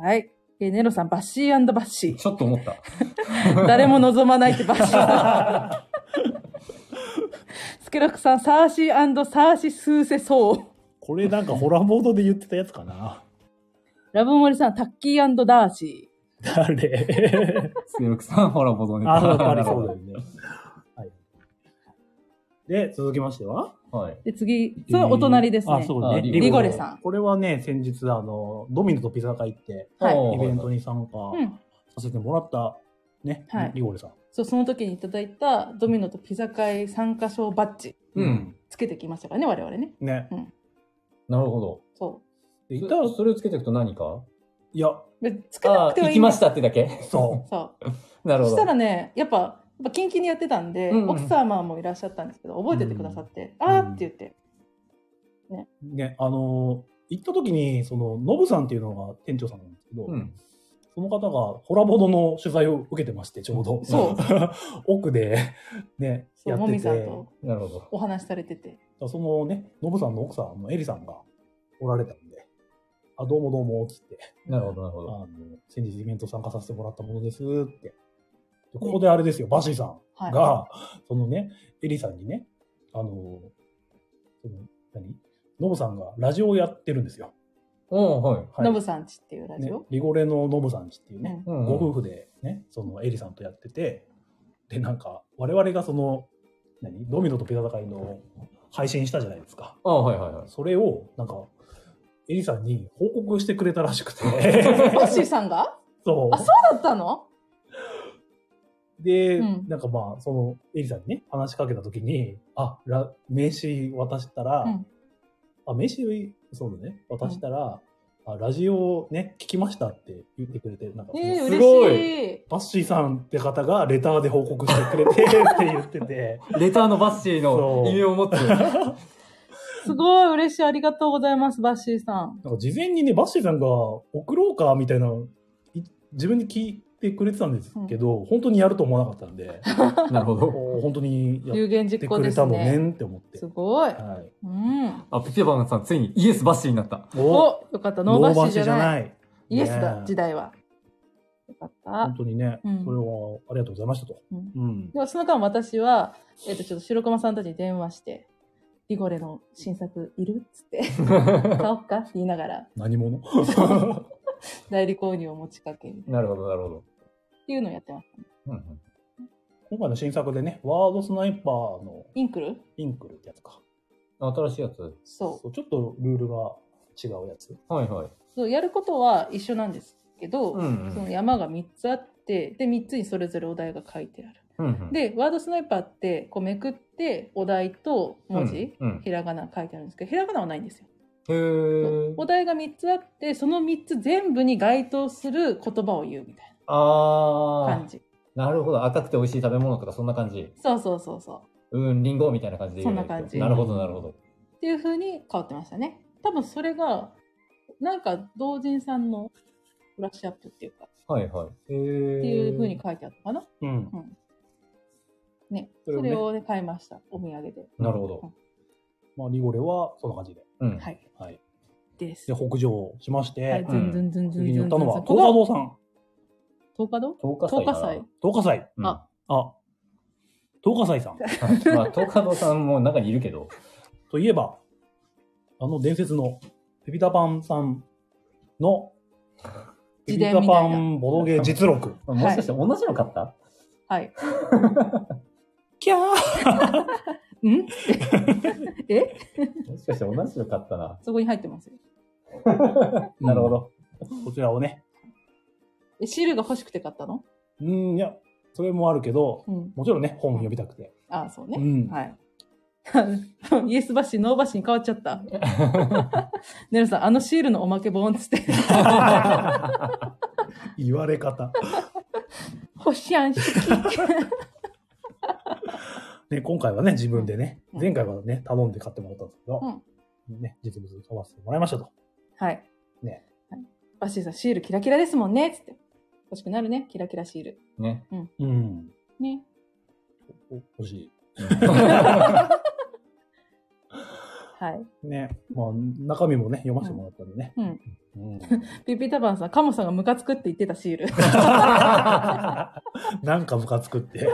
はい。えネロさん、バッシーバッシ
ちょっと思った。
ー。誰も望まないってバッシーさん。スケロクさん、サーシーサーシスーセソー。
*laughs* これなんかホラーボードで言ってたやつかな。
ラブモリさん、タッキーダーシー。
誰
強くさん、ほら、ボドネ
あ、やっぱりそうだよね。で、続きましては、
はい。
で、次、それはお隣ですね。
あ、そうね。
あリ
リゴレさん。
これはね、先日、あの、ドミノとピザ会って、
はい
おー
イベントに参加
うん。
させてもらった、ね、
はい
リゴレさん。
そう、その時にいただいたドミノとピザ会参加賞バッジ、
うん。
つけてきましたからね、我々ね。
ね。
なるほど。
そ
で、い
そ
たら、
それをつけていくと何か
いや、
う。別につけな
あ
くて
あ、
もい
行
い
き
んだ
ましたってだけ *laughs*
そ
そう。
なる
そし
ほど。
たらね、やっぱ、やっぱキンキンにやってたんで、
うんうん
奥様もいらっしゃったんですけど、覚えててくださって、
ん
あーって言って、
う。ね、あの、行った時に、その、ノブさんっていうのが店長さんなんですけど、
うん。
その方がホラボドの取材を受けてまして、ちょうど。
そう
*laughs* 奥で、ね、
そう
やっ
も
て
みさん
て。
と
なるほど。
お話しされてて、
そのね、ノブさんの奥さんのエリさんがおられたんで、あ、どうもどうも、つって、
なるほど、なるほ
あ
ど。
の、先日イベント参加させてもらったものですって。でここであれですよ、バシーさん
はい。
が、そのね、エリさんにね、あの、その、何ノブさんがラジオをやってるんですよ。
うん、はい。
はい
ノブさんちっていうラジ
ね
オ。、
リゴレのノブさんちっていう
う
ね、
ん
うん
ご夫婦でね、そのエリさんとやってて、で、なんか、我々がその、何ドミノとピザ戦いの配信したじゃないですか。
ああ、はいはいはい。
それを、なんか、エリさんに報告してくれたらしくて。
*laughs* バッシーさん
*laughs*
が
そう。
あそうだったの
で、
うん
なんかまあ、その、エリさんにね、話しかけたときに、あ、ら名刺渡したら、
うん
あ、名刺、そうだね、渡したら、あラジオね、聞きましたって言ってくれて、なんか、
えー、
すごい
嬉しい。
バッシーさんって方がレターで報告してくれてって言って
*laughs*
て、
レターのバッシーの
そう
意味を
*laughs*
持つ。
すごい嬉しい。ありがとうございます、バッシーさん。
なんか事前にね、バッシーさんが送ろうかみたいな、い自分に聞いてくれてたんですけど、本当にやると思わなかったん
*laughs*
で、
なるほど。
おー本当にやっ
有言
っ
実
て
行
く
で
れ
す
たの
ね。
ねって思って。
すご
は
い。
い。
うん。
あ、ピピバンさん、ついにイエスバッシーになった。
お
お、よかった。ノーバッシーじゃない。
い。
イエスだ、
ね
時代は。よかった
本。当にね、
うん
それはありがとうございましたと。
うん
うん。
では、その間私は、えっ、と、ちょっと白駒さんたちに電話して、リゴレの新作いるっつ *laughs* って、買おうかって言いながら、
何者 *laughs*
代理購入を持ちかけるっ
*laughs* なるほど、なるほど。
ていうのをやってます。
うんうん
今回の新作でね、ワードスナイパーの
インクル
インクルってやつか。
新しいやつ。
そう
ちょっとルールが違うやつ。
はいはい。
そう。やることは一緒なんですけど、
うんうん
その山が3つあって、で、3つにそれぞれお題が書いてある。
うんうん、
で、ワードスナイパーって、こうめくって、お題と文字、
うんうん
ひらがな書いてあるんですけど、ひらがなはないんですよ。
へー
お題が3つあって、その3つ全部に該当する言葉を言うみたいな
あ
感
ー
じ。
なるほど。赤くて美味しい食べ物とかそんな感じ。
そうそうそうそう。
うん、リンゴみたいな感じで言えばいい
そんな感じ
なるほど、なるほど。
っていう風に変わってましたね。多分それが、なんか同人さんのブラッシュアップっていうか、っ
はいはい。
て
へー
いう風に書いてあったかな。
うん。
ね。
そ
そ
れ
れ
を
を,、
ね
ね、買いました。お土産で。
なるほど。
まあ、リゴレはそんな感じで。
うん。
はい。
はい。
です
で、。北上しまして、
はい、
ん
ずんずんずんず
次
んずん
に
ず
寄
ん。
ったのは、
こ
東華
こ
堂さん、
東華堂
東華
東華
祭かな。
祭。
東華祭。
うん
あ
あ、東華祭さん。
はいまあ、東華堂さんも中にいるけ
*laughs*
ど。
といえば、あの伝説のペピタパンさんの、ペピ
自伝
タ
みた
パ
いな
ンボドゲ実録。
もしかして同じの買った、
はい。
キャー
うんえ
もしかして同じの買ったな。
そこに入ってますよ。
なるほど。
こちらをね。
えシールが欲しくて買ったの
うん、いや、それもあるけど、
うん。
もちろんね、本を読みたくて。
ああ、そうね。
うん
はい。 *laughs* イエスバッシー、ノーバッシーに変わっちゃった。 *laughs* ネルさん、あのシールのおまけ本っつって。
*laughs* 言われ方。
ほしゃんしき。
ね、今回はね、自分でね、
うん
前回はね、頼んで買ってもらったんですけ
う
ど、ね、実物買わせてもらいましたと。
はい。
ね
はい。バッシーさん、シールキラキラですもんね。つって。欲しくなるね。キラキラシール。
ね。
うん。
ね。
お欲し
はい。
い。ね、まあ、中身もね、読ませてもらったんでね。
うん。
うん。
ピピタバンさん、カモさんがムカつくって言ってたシール。
*laughs*
*laughs* なんかムカつくって。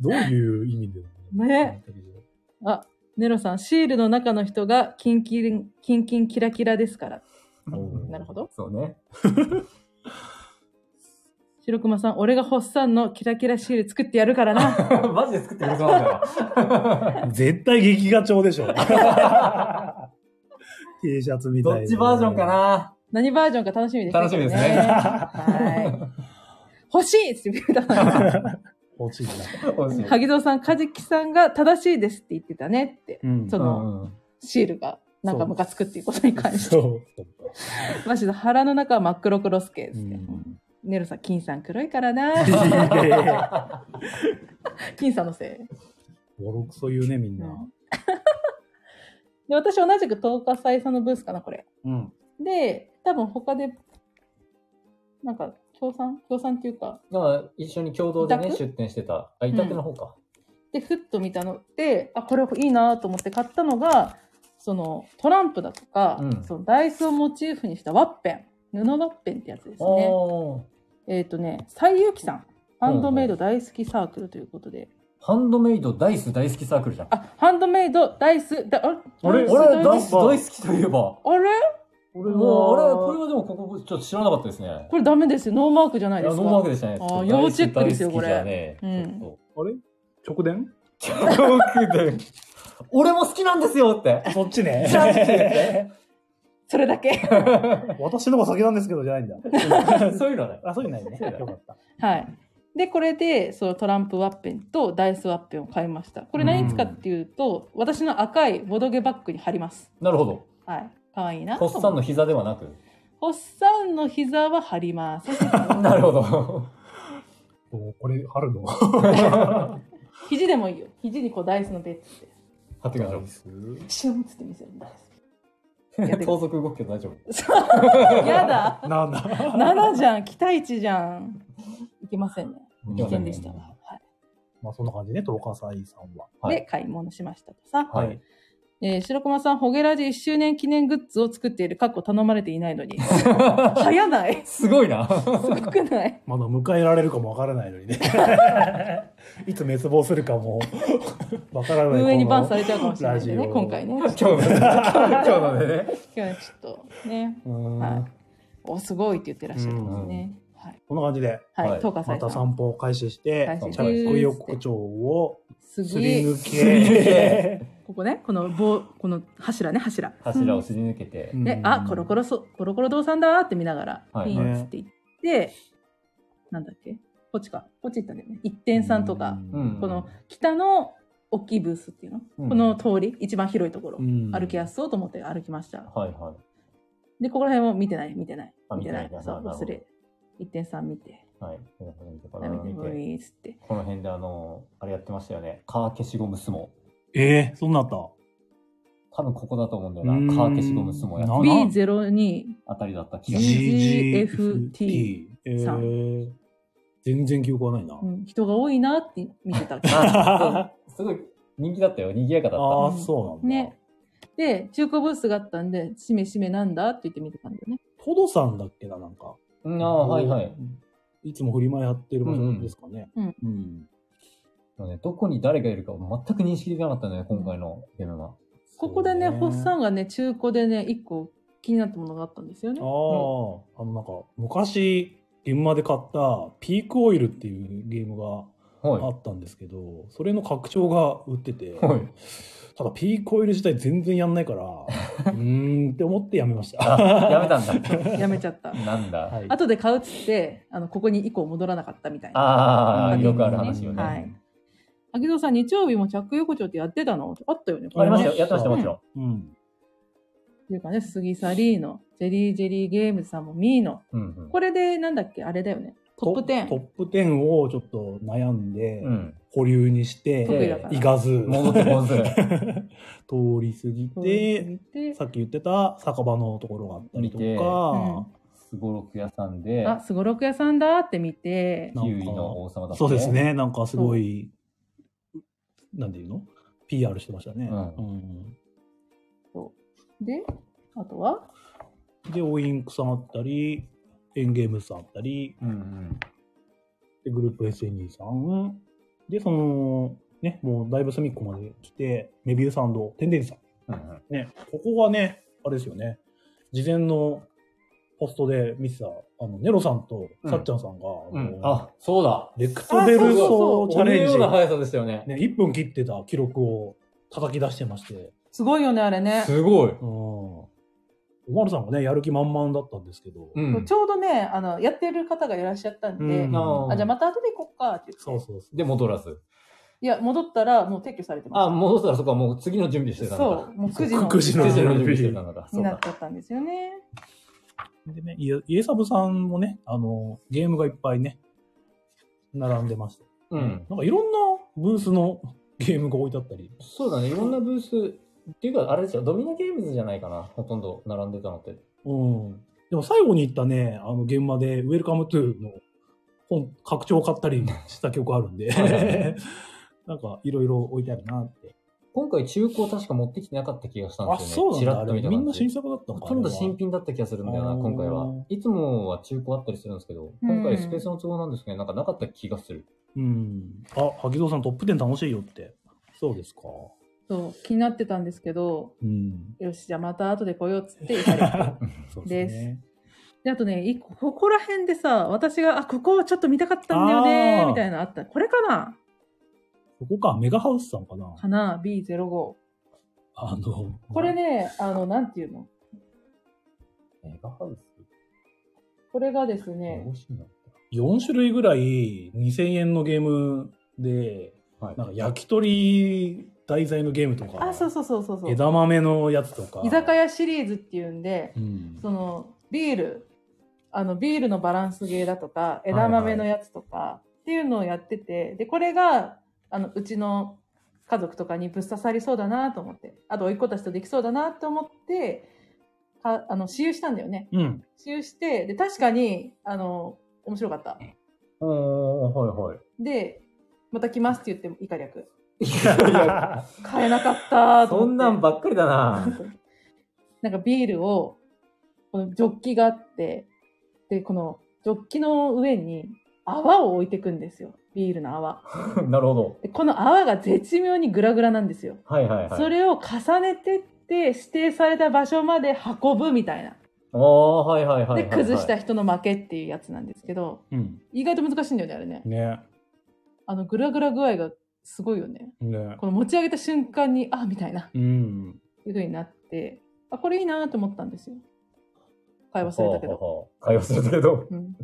どういう意味で
ね。あ、ネロさん、シールの中の人がキンキン、キンキンキラキラですから。
おー
なるほど。
そうね。
白熊さん、俺がホッサンのキラキラシール作ってやるから
*laughs*
な。
*laughs* マジで作ってくれそうなんだよ。 *laughs*
絶対劇画調でしょ。T シャツみたいな。
どっちバージョンかな
何バージョンか楽しみですね。
楽しみですね
はい。欲しいって言ってた。
欲しいな。
欲し
*laughs*
い。
萩蔵さん、カジキさんが正しいですって言ってたねって。
うん
その、シールが、なんかムカつくっていうことに関して。
そう。
マジで腹の中は真っ黒クロスケですね。
ん。
ネロさん、金さん黒いからな。
いい
*laughs*
ね
金さんのせい。
ボロクソ言うね、みんな。
*laughs* で、私同じく東華祭さんのブースかな、これ。
うん。
で、多分他で、なんか、協賛協賛っていうか、
だから一緒に共同で
委
ね、
託
出店してた。あ、委託の方か。
で、ふっと見たので、あ、これいいなと思って買ったのが、その、トランプだとか、
うん
そのダイスをモチーフにしたワッペン、布ワッペンってやつですね。
おー
えっ、とね、西遊記さん、ハンドメイド大好きサークルということで、
ハンドメイドダイス大好きサークルじゃん。あ
あ、ハンドメイド、ダイス、だあ
あれ
ダイス
れ、
ダ
ダ
イ
イ
ス
ス大好きといえば。
あれ
俺
も
も、あれ、これはでもここ、ちょっと知らなかったですね。
これダメですよ。ノーマークじゃないい
や、
です
ノ
か。
ーマークでしたね。
あー要チェックですよこれうん
あれ直伝
ちょっと大好きじゃねえちょっとよくで俺も好きなんですよって。 *laughs*
そっち
じゃあ
ね。
って
それだけ。
*laughs*
*laughs*
私の方が先なんですけど、じゃないん
*laughs*
だ。
言って。そういうのはない。
あ、そういうのないね。
そうだ
よかった。
はい。で、これで、そのトランプワッペンとダイスワッペンを買いました。これ何に使うっていうと、私の赤いボドゲバッグに貼ります。
なるほど。
はい。可愛いなと
ホ
思う。
ッサンの膝ではなく。
ホッサンの膝は貼ります。 *laughs*
なるほど。
もうこれ、貼るの
肘でもいいよ。肘にこうダイスのベッドって。
貼ってください。
シュンって見せるんです。やって
盗賊動くけど大丈夫。
やだ。
なんだ。
7じゃん。期待値じゃん。いけませんね。危
危
険でしたわ。はい。
まあ、そんな感じね、トロカサイさんは。
はい
で、買い物しましたとさ。
はい。
えー白駒さん、ホゲラジ1周年記念グッズを作っている、かっこ頼まれていないのに。早ない
すごいな。
すごくない
まだ迎えられるかもわからないの
*laughs*
にね。いつ滅亡するかも、わからない。
運営にバン
こ
さ
の
れちゃうかもしれないんで
ラ
ね、
ジオ
今回ね。
今日の、今日のでね。
今日はちょっとね、
うん
はい。お、すごいって言ってらっしゃるんですね。
こんな感じで、
はい。は。
はいい
東
また
海斎さん。
散歩を開始して、
開
始
チャック横丁を
す
す
げ
り
え。
抜け、
ここね、この棒、この柱ね、柱。
柱をすり抜けて。
で、あ、コロコロそ、コロコロ堂さんだーって見ながら、
はい
ピンつって行って、なんだっけこっちか。こっち行ったんだよね。一点さんとか、
うん
この、北の大きいブースっていうの、
うん
この通り、一番広いところ、
うん
歩きやすそうと思って歩きました。
はいはい。
で、ここら辺も見てない、見てない、
あ
見てない
見てな。い
そう、
なるほど
忘れ。一点三見て、
はい。この辺でこ
ダメ
の
で、
辺
ウ
で見て
ィーっつって。
この辺であの、あれやってましたよね。カー消しゴム相撲。
えー、そんなあった
多分ここだと思うんだよ
うーん
な。カー消しゴム相撲や
あ
っ
な
B02、
あたりだった気がする。
GGFT
えー、全然記憶はないな。
うん、人が多いなって見てた。
*laughs* あすごい人気だったよ。賑やかだっ
ああ、そうなんだ。
ね。で、中古ブースがあったんで、しめしめなんだって言って見てたんだよね。
トドさんだっけな、なんか。
た。うん、ああ、はいはい。。
いつも振り前やってる場所ですかね。
うん
うん。
ねどこに誰がいるか全く認識できなかったんだよね、今回のゲームは。
ここでね、
そう
ホッサンがね、中古でね、一個気になったものがあったんですよね
ああ。、あのなんか、昔、現場で買ったピークオイルっていうゲームがあ
は
ったんですけど、それの拡張が売ってて、
い。はい。
ただピークオイル自体全然やんないから、うーんって思ってやめました。
あ、やめたんだ。 *laughs*
やめちゃった。
なんだ。
はい
後で買うっつって、あの、ここに以降戻らなかったみたいな。な
ああ、
んか
よくある話よね。
はい秋蔵さん、日曜日も着横丁ってやってたのあったよね。
ありましたよ。
うん
やってました、もちろん。
うん。
っていうかね、杉サリーノ、ジェリージェリーゲームズさんもミーノ。
うんうん。
これで、なんだっけ、あれだよね。トップ
トッ
10。
プ10をちょっと悩んで、
うん。
保留にして、
得意だから。
行かず、
戻ってこず。
通り過ぎて、
で、
さっき言ってた酒場のところがあったりとか、
見て
うん
すごろく屋さんで、
あ、すごろく屋さんだって見て、
キウイの王様だった
そうです。ね、なんかすごい、なんていうの ?PR してましたね。
うん
うん
で、あとは
で、オインクさんあったり、エンゲームズさんあったり、
うんうん。
でグループ SNE さん、で、その、ね、もうだいぶ隅っこまで来て、メビウサンド、テンデンさん。
うんうん
ね、ここがね、あれですよね、事前のポストで見てた、あの、ネロさんとさっちゃんさんが、
うん。
あの
あ、そうだ。
レクトベルソーチャ
鬼の
レン
よ
ジ、
うな
ね、
速さでしたよね。
1分切ってた記録を叩き出してまして、
すごいよね、あれね。
すごい。
うん。おまるさんがね、やる気満々だったんですけど、
うん
ち。ょうどね、あの、やってる方がいらっしゃったんで、
うん
あー
あ、じゃあまた後で行こっか、って言って。
そうそうそう。
で、戻らず。
いや、戻ったらもう撤去されてま
あ、
し
戻ったらそこはもう次の準備して
た。
たのか。
そう、もう9時の
9時
次の準
の
備してたのか。そ
に
う
なっ
か
ち。ゃったんですよね。
でね、イエイエサブさんもね、あの、ゲームがいっぱいね、並んでました。
うん。
なんかいろんなブースのゲームが置いてあったり、
そうだね。いろんなブース、っていうか、あれですよ。ドミナゲームズじゃないかな。ほとんど並んでたのって。
うん。でも最後に行ったね、あの、現場で、ウェルカムトゥーの本、拡張を買ったりした記憶あるん
はいはいは
で、 *laughs* なんかいろいろ置いてあるなって。
今回中古確か持ってきてなかった気がしたん
あ、
です
そ
よね。
う
ち
なん
らっ
だ。あ
と
れ
見た
み
感
んな
じ
新。作だったの
ほ
か
とんど新品だった気がするんだよ
あ
な、
ー
今回は。いつもは中古あったりするんですけど、今回スペースの都合なんですけど、なんかなかった気がする。
うん。あ、萩蔵さんトップ10楽しいよって。そうですか。
そう、気になってたんですけど、
うん。
よし、じゃあまた後で来ようっつって行かれた
そうですね。
で、あとね、いここら辺でさ、私が、あ、ここちょっと見たかったんだよね
あー
みたいなのあった。これかな
ここか、メガハウスさんかな。
かな ?B05。こ
あの、
れね、あの、なんていうの
メガハウス
これがですね、
欲しいな
4種類ぐらい2000円のゲームで、
はい
なんか焼き鳥題材のゲームとか、
あ、そうそうそうそうそう。
枝豆のやつとか。
居酒屋シリーズっていうんで、
うん。
そのビールあのビールのバランスゲーだとか枝豆のやつとか、っていうのをやっててでこれがあのうちの家族とかにぶっ刺さりそうだなと思ってあと甥っ子たちとできそうだなと思ってかあの私有したんだよね
うん。
私有してで確かにあの面白かった
あーはいはい。
でまた来ますって言っていか略
いやいや
買えなかったと思って
そんなんばっかり
*laughs*
だな。
なんかビールを、このジョッキがあって、で、このジョッキの上に泡を置いていくんですよ。ビールの泡。
なるほど。
で、この泡が絶妙にグラグラなんですよ。
はいはいはい。
それを重ねてって、指定された場所まで運ぶみたいな。
ああ、はいはいはいはい
で、
はい。
崩した人の負けっていうやつなんですけど、
うん。
意外と難しいんだよね、あれね。
ね。
あの、グラグラ具合がすごいよね。
ね。
この持ち上げた瞬間に、あ、みたいな、
うん。
いう風になって、あ、これいいなと思ったんですよ。会話されたけど。
ど。会話するけど。
うん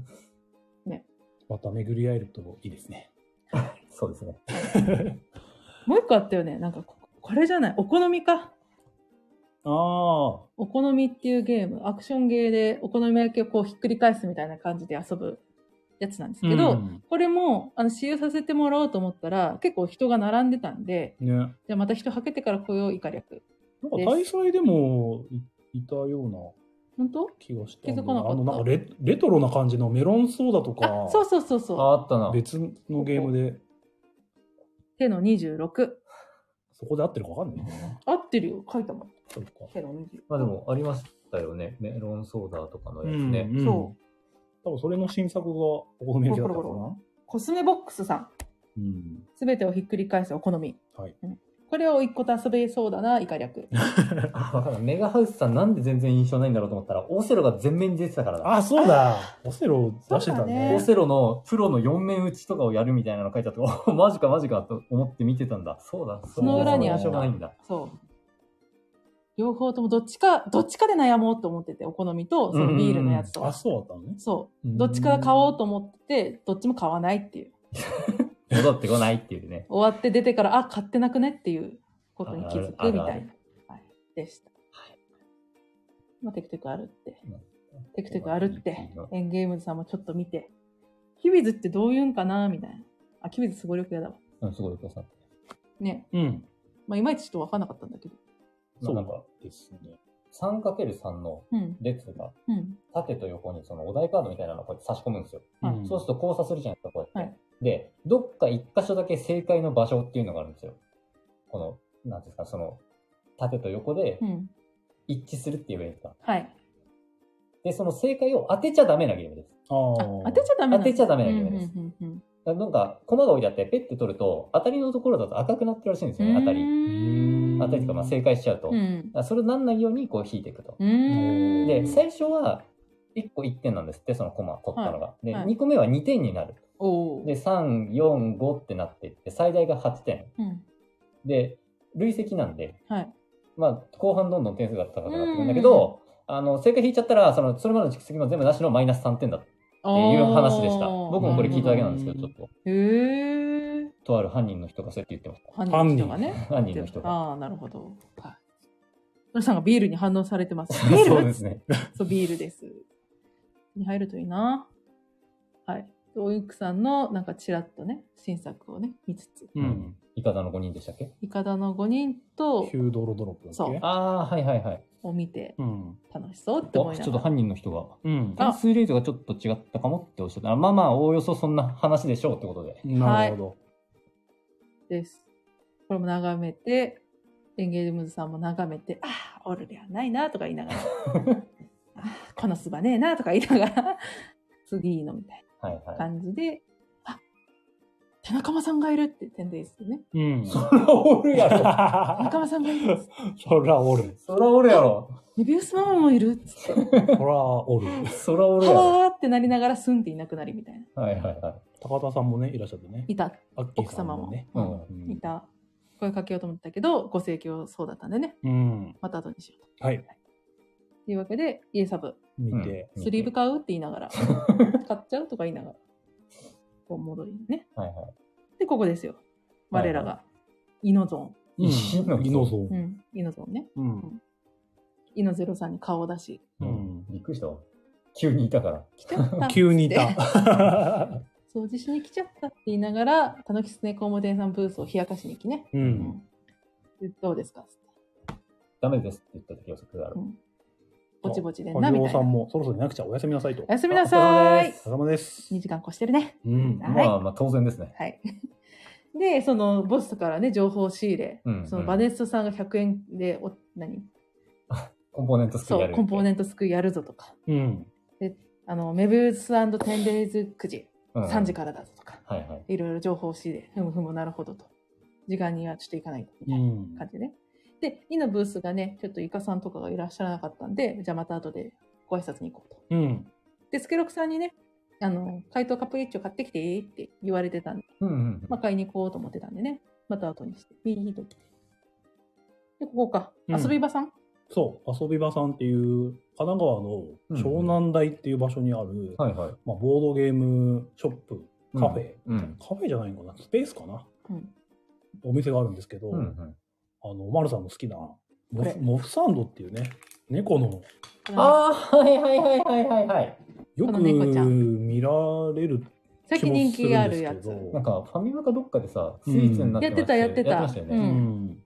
また巡り合えるといいです
*laughs*
ね。
そうですね。
もう一個あったよね。なんかこ、これじゃない。お好みか。
ああ。
お好みっていうゲーム。アクションゲーでお好み焼きをこうひっくり返すみたいな感じで遊ぶやつなんですけど、
うん
これも、あの、使用させてもらおうと思ったら、結構人が並んでたんで、
ね。なんか
じゃあまた人はけてから来よう、イカ略。
大祭でもいいたような
本当
気がした。
気づかなかった
あの、なんかレレトロな感じのメロンソーダとか、
あ、そうそうそうそう。
ああったな。
別のゲームで、
手の26。
そこで合ってるかわかんないな。
合ってるよ。書いたもん。
そうか。
手の26。
まあでも、ありましたよね。メロンソーダとかのやつ
ん
ね。
ん
そ
多分それの新作がお好み焼きだったか
コロコロ
な。
コスメボックスさ
う
ん。
ん。
すべてをひっくり返すお好み。
はい
うんこれを一個と遊べそうだな、イカ略。
あ、わかんない。メガハウスさんなんで全然印象ないんだろうと思ったら、オセロが全面に出てたからだ。
あ、そうだ。オセロ出してたね。
オセロのプロの4面打ちとかをやるみたいなの書いてあって、 *laughs* おマジかマジかと思って見てたんだ。そうだ。
その裏にあった
そうだ印象ないんだ。
そう。両方ともどっちか、どっちかで悩もうと思ってて、お好みとそのビールのやつと
あ、
か。
そうだったのね。
そう。
うん
どっちか買おうと思ってて、どっちも買わないっていう。
戻ってこないっていうね。
終わって出てから、あ、買ってなくねっていうことに気づ
あ
く
る
みた
あるあ
い
る
な。はい。でした。まあ、テクテクあるって
うん。
テクテクあるって。エンゲームズさんもちょっと見て。キビズってどういうんかなみたいな。あ、キビズすごいよくやだわ。
*laughs* うん、すごい良さ。
ね。
うん。
まあ、いまいちちょっとわかんなかったんだけど。
そう
なんか、
ですね。
3×3 の
うん。
列が、
うん。
縦と横にそのお題カードみたいなのをこうやって差し込むんですよ。
はい
ん
そうすると交差するじゃないですか、こうやって。
は
で、どっか一箇所だけ正解の場所っていうのがあるんですよ。この、なんていうんですか、その、縦と横で
うん。
一致するって言えばいいんですか。
はい。
で、その正解を当てちゃダメなゲームです。
あ
あ、
ー
当てちゃダメな
当
んだ
てちゃダメなゲームです。
うんうんうんうん
だからなんか、駒が置いてあって、ペッて取ると、当たりのところだと赤くなってるらしいんですよね、当た
う
り。
ーん
当たりとか、まあ正解しちゃうと。
うん
だからそれなんないようにこう引いていくと。
うーん
で、最初は、 1個1点なんですって、そのコマ、取ったのが。で、
はい
2個目は2点になる。
おー
で、3、4、5ってなっていって、最大が8点。
うん。
で、累積なんで、
はい。
まあ、後半どんどん点数が高くなってくるんだけど、あの、正解引いちゃったら、その、それまでの蓄積も全部なしのマイナス3点だっていう話でした。
あー
僕もこれ聞いただけなんですけど、
る
ち
ほ
ょっ
へ
と、
え。
とある犯人の人がそうやって
*laughs*
言ってました。
犯人の人がね。
犯人の人が。
ああ、なるほど。はい。皆さんがビールに反応されてます。ビ
*laughs* そう
ー
で
ル
すね。
そう、ビールです。に入るといいな。はい。おゆくさんの、なんかちらっとね、新作をね、見つつ。
う。
うんん。いかだの5人でしたっけ
いかだの5人と
ヒ、ュードロドロップだっけ
そう
ああ、はいはいはい。
を見て
うん。
楽しそうっ
あ
て
ち
思
ょっ
いな
と
がら。
犯人の人が。
うん。
あ
点数レートがちょっと違ったかもっておっしゃった。まあまあ、おおよそそんな話でしょうってことで。
なるほど。
です。これも眺めて、エンゲージムズさんも眺めて、ああ、おるではないなとか言いなが
*laughs*
ら、ああ、このすばねえなとか言いながら、 *laughs* 次いいのみたいな。
はいはい。
感じで、あ田中間さんがいるって点ですよね。
うん。そ
お
*laughs*
るやろ。
田中間さんがいる
*laughs*
んです。
らおる。
そらおるやろ。
メビウスママもいるっつって、
そらおる。
そらおるや
*laughs*
ろ。
はーってなりながらすんっていなくなりみたいな。
はいはいはい。
高田さんもね、いらっしゃってね。
いた、
アッキー
奥
さん
様も。
もね。
うん
うん
いた。声かけようと思ったけど、ご盛況そうだったんでね。
うん。
また後にしようと。
はい。
っていうわけで、家サブ、
見て。
うん
スリーブ買うって言いな
*laughs*
がら、買っちゃうとか言いながら、こう戻りにね。
はいは
で、ここですよ。我らが、イノゾ
い。石の
イノゾ
ーン。
ン。
うん、イノゾーンね。
うん。
イノゼロさんに顔を出し、
う
うんん。びっくりしたわ。急にいたから。
来ちゃ
*laughs*
った。
急にいた。
掃除しに来ちゃったって言いながら、たぬきすね工務店さんブースを冷やかしに行きね。
う。
うんでどうですか
ダメですって言った時はそこがある
う。んぼちぼちで
お
な、みたい
さん
な。
もそろそろいなくちゃおやすみなさいと。
おやすみなさ
お疲れ様
い
です
お疲れ様です。
!2 時間越してるね。
うん。
はい
まあまあ当然ですね。
はい。で、そのボスからね、情報を仕入れ、
うん
そのバネッソさんが100円でお、何
コンポーネントスキル
そ
や
う、
る。
コンポー
ン
ネントスクールやるぞとか、
うん。
あの、メブステンデイズ9時、
ト
3時からだぞとか、
ら。はいはい。
いろいろ情報を仕入れ、ふむふむなるほどと。時間にはちょっと行かないと。みたいな
うん。
感じね。で、イのブースがね、ちょっとイカさんとかがいらっしゃらなかったんで、じゃあまた後でご挨拶に行こうと。
うん。
で、スケロクさんにね、あの、解凍カプリッチョ買ってきてって言われてたんで、
うんうん
まあ買いに行こうと思ってたんでね、また後にして、いいと。で、ここか、
うん
遊び場さん、
そう、遊び場さんっていう、神奈川の湘南台っていう場所にある、
うん。はいはい。
まあ、ボードゲームショップ、
うん
カフェ、
うん。
カフェじゃないのかな、スペースかな、
うん
お店があるんですけど、
うんうん。
あの、マルさんの好きな、モ
れ
フモフサンドっていうね、猫の、
ああ、はいはいはいはいはいはい。
よ
こ
く
の猫ちゃん
見られる
最
気
近
も
人
する
気があ
んで
る
すけ
やつ。
ど
なん、かファミマかどっかでさ、ス
う
イ
ん
ーツになってましたよ
やってたやってた
やって
う
ま
ん。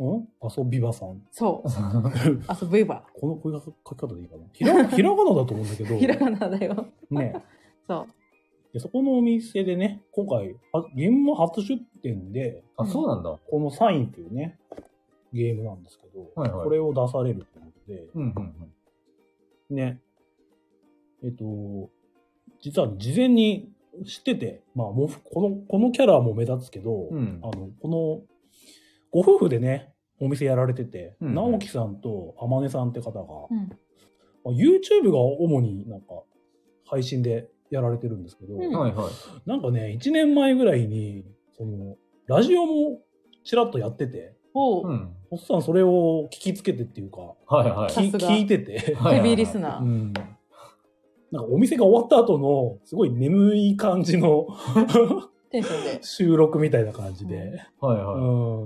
うん、遊び場さん。
そう、
したよね。
遊び場。
この声書き方でいいかな。ひ
*laughs*
らひらがなだと思うんだけど、
ひらがなだよ。
ね、
そう。
でそこのお店でね、今回、はゲーム初出店で、
あ、そうなんだ。
このサインっていうね、ゲームなんですけど、
はいはい
これを出されるということで、
うんうんうん。
ね、えっと、実は事前に知ってて、まあ、もうこの、このキャラも目立つけど、
うん
あの、この、ご夫婦でね、お店やられてて、
うん
直樹さんと天音さんって方が、
うん。
まあ YouTube が主になんか配信でやられてるんですけど、
うん
はいはい。
なんかね、1年前ぐらいに、その、ラジオもちらっとやってて、
おう、
うん。
おっさんそれを聞きつけてっていうか、
はいはい。
さ
き
すが
聞いて
*laughs*
て、
はい
ヘ
はいはい
ビーリスナー。
うんなんかお店が終わった後の、すごい眠い感じの
テンションで。
収録みたいな感じで、
はいう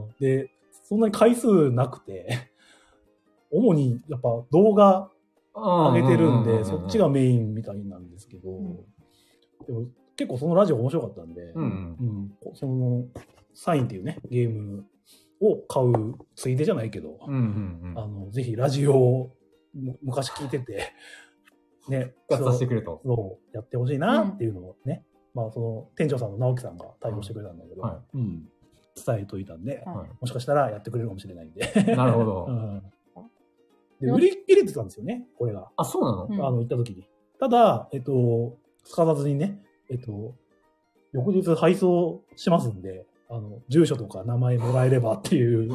は
ん
い。
で、そんなに回数なくて、 *laughs* 主にやっぱ動画
あ
上げてるん
ううう
で、
う
そっちが。メインみたいなんですけど、
ん
でも結構そのラジオ面白かったんで、
うんうん。
うん、そのサインっていうねゲームを買うついでじゃないけど、
うんうんう
あ
ん。
のぜひラジオをむ昔聞いてて *laughs* ね
復活させてくれと。
そうやってほしいなっていうのをね、まあその店長さんの直樹さんが対応してくれたんだけど、
は
うん伝えといたんで、
はい
は
もしかしたらやってくれるかもしれないんで、
い。なるほ
う
ど。
ん、で売り切れてたんですよねこれが、
あ、そうなの
うん
あの行った時にただえっとすかさずにねえっと翌日配送しますんであの住所とか名前もらえればっていう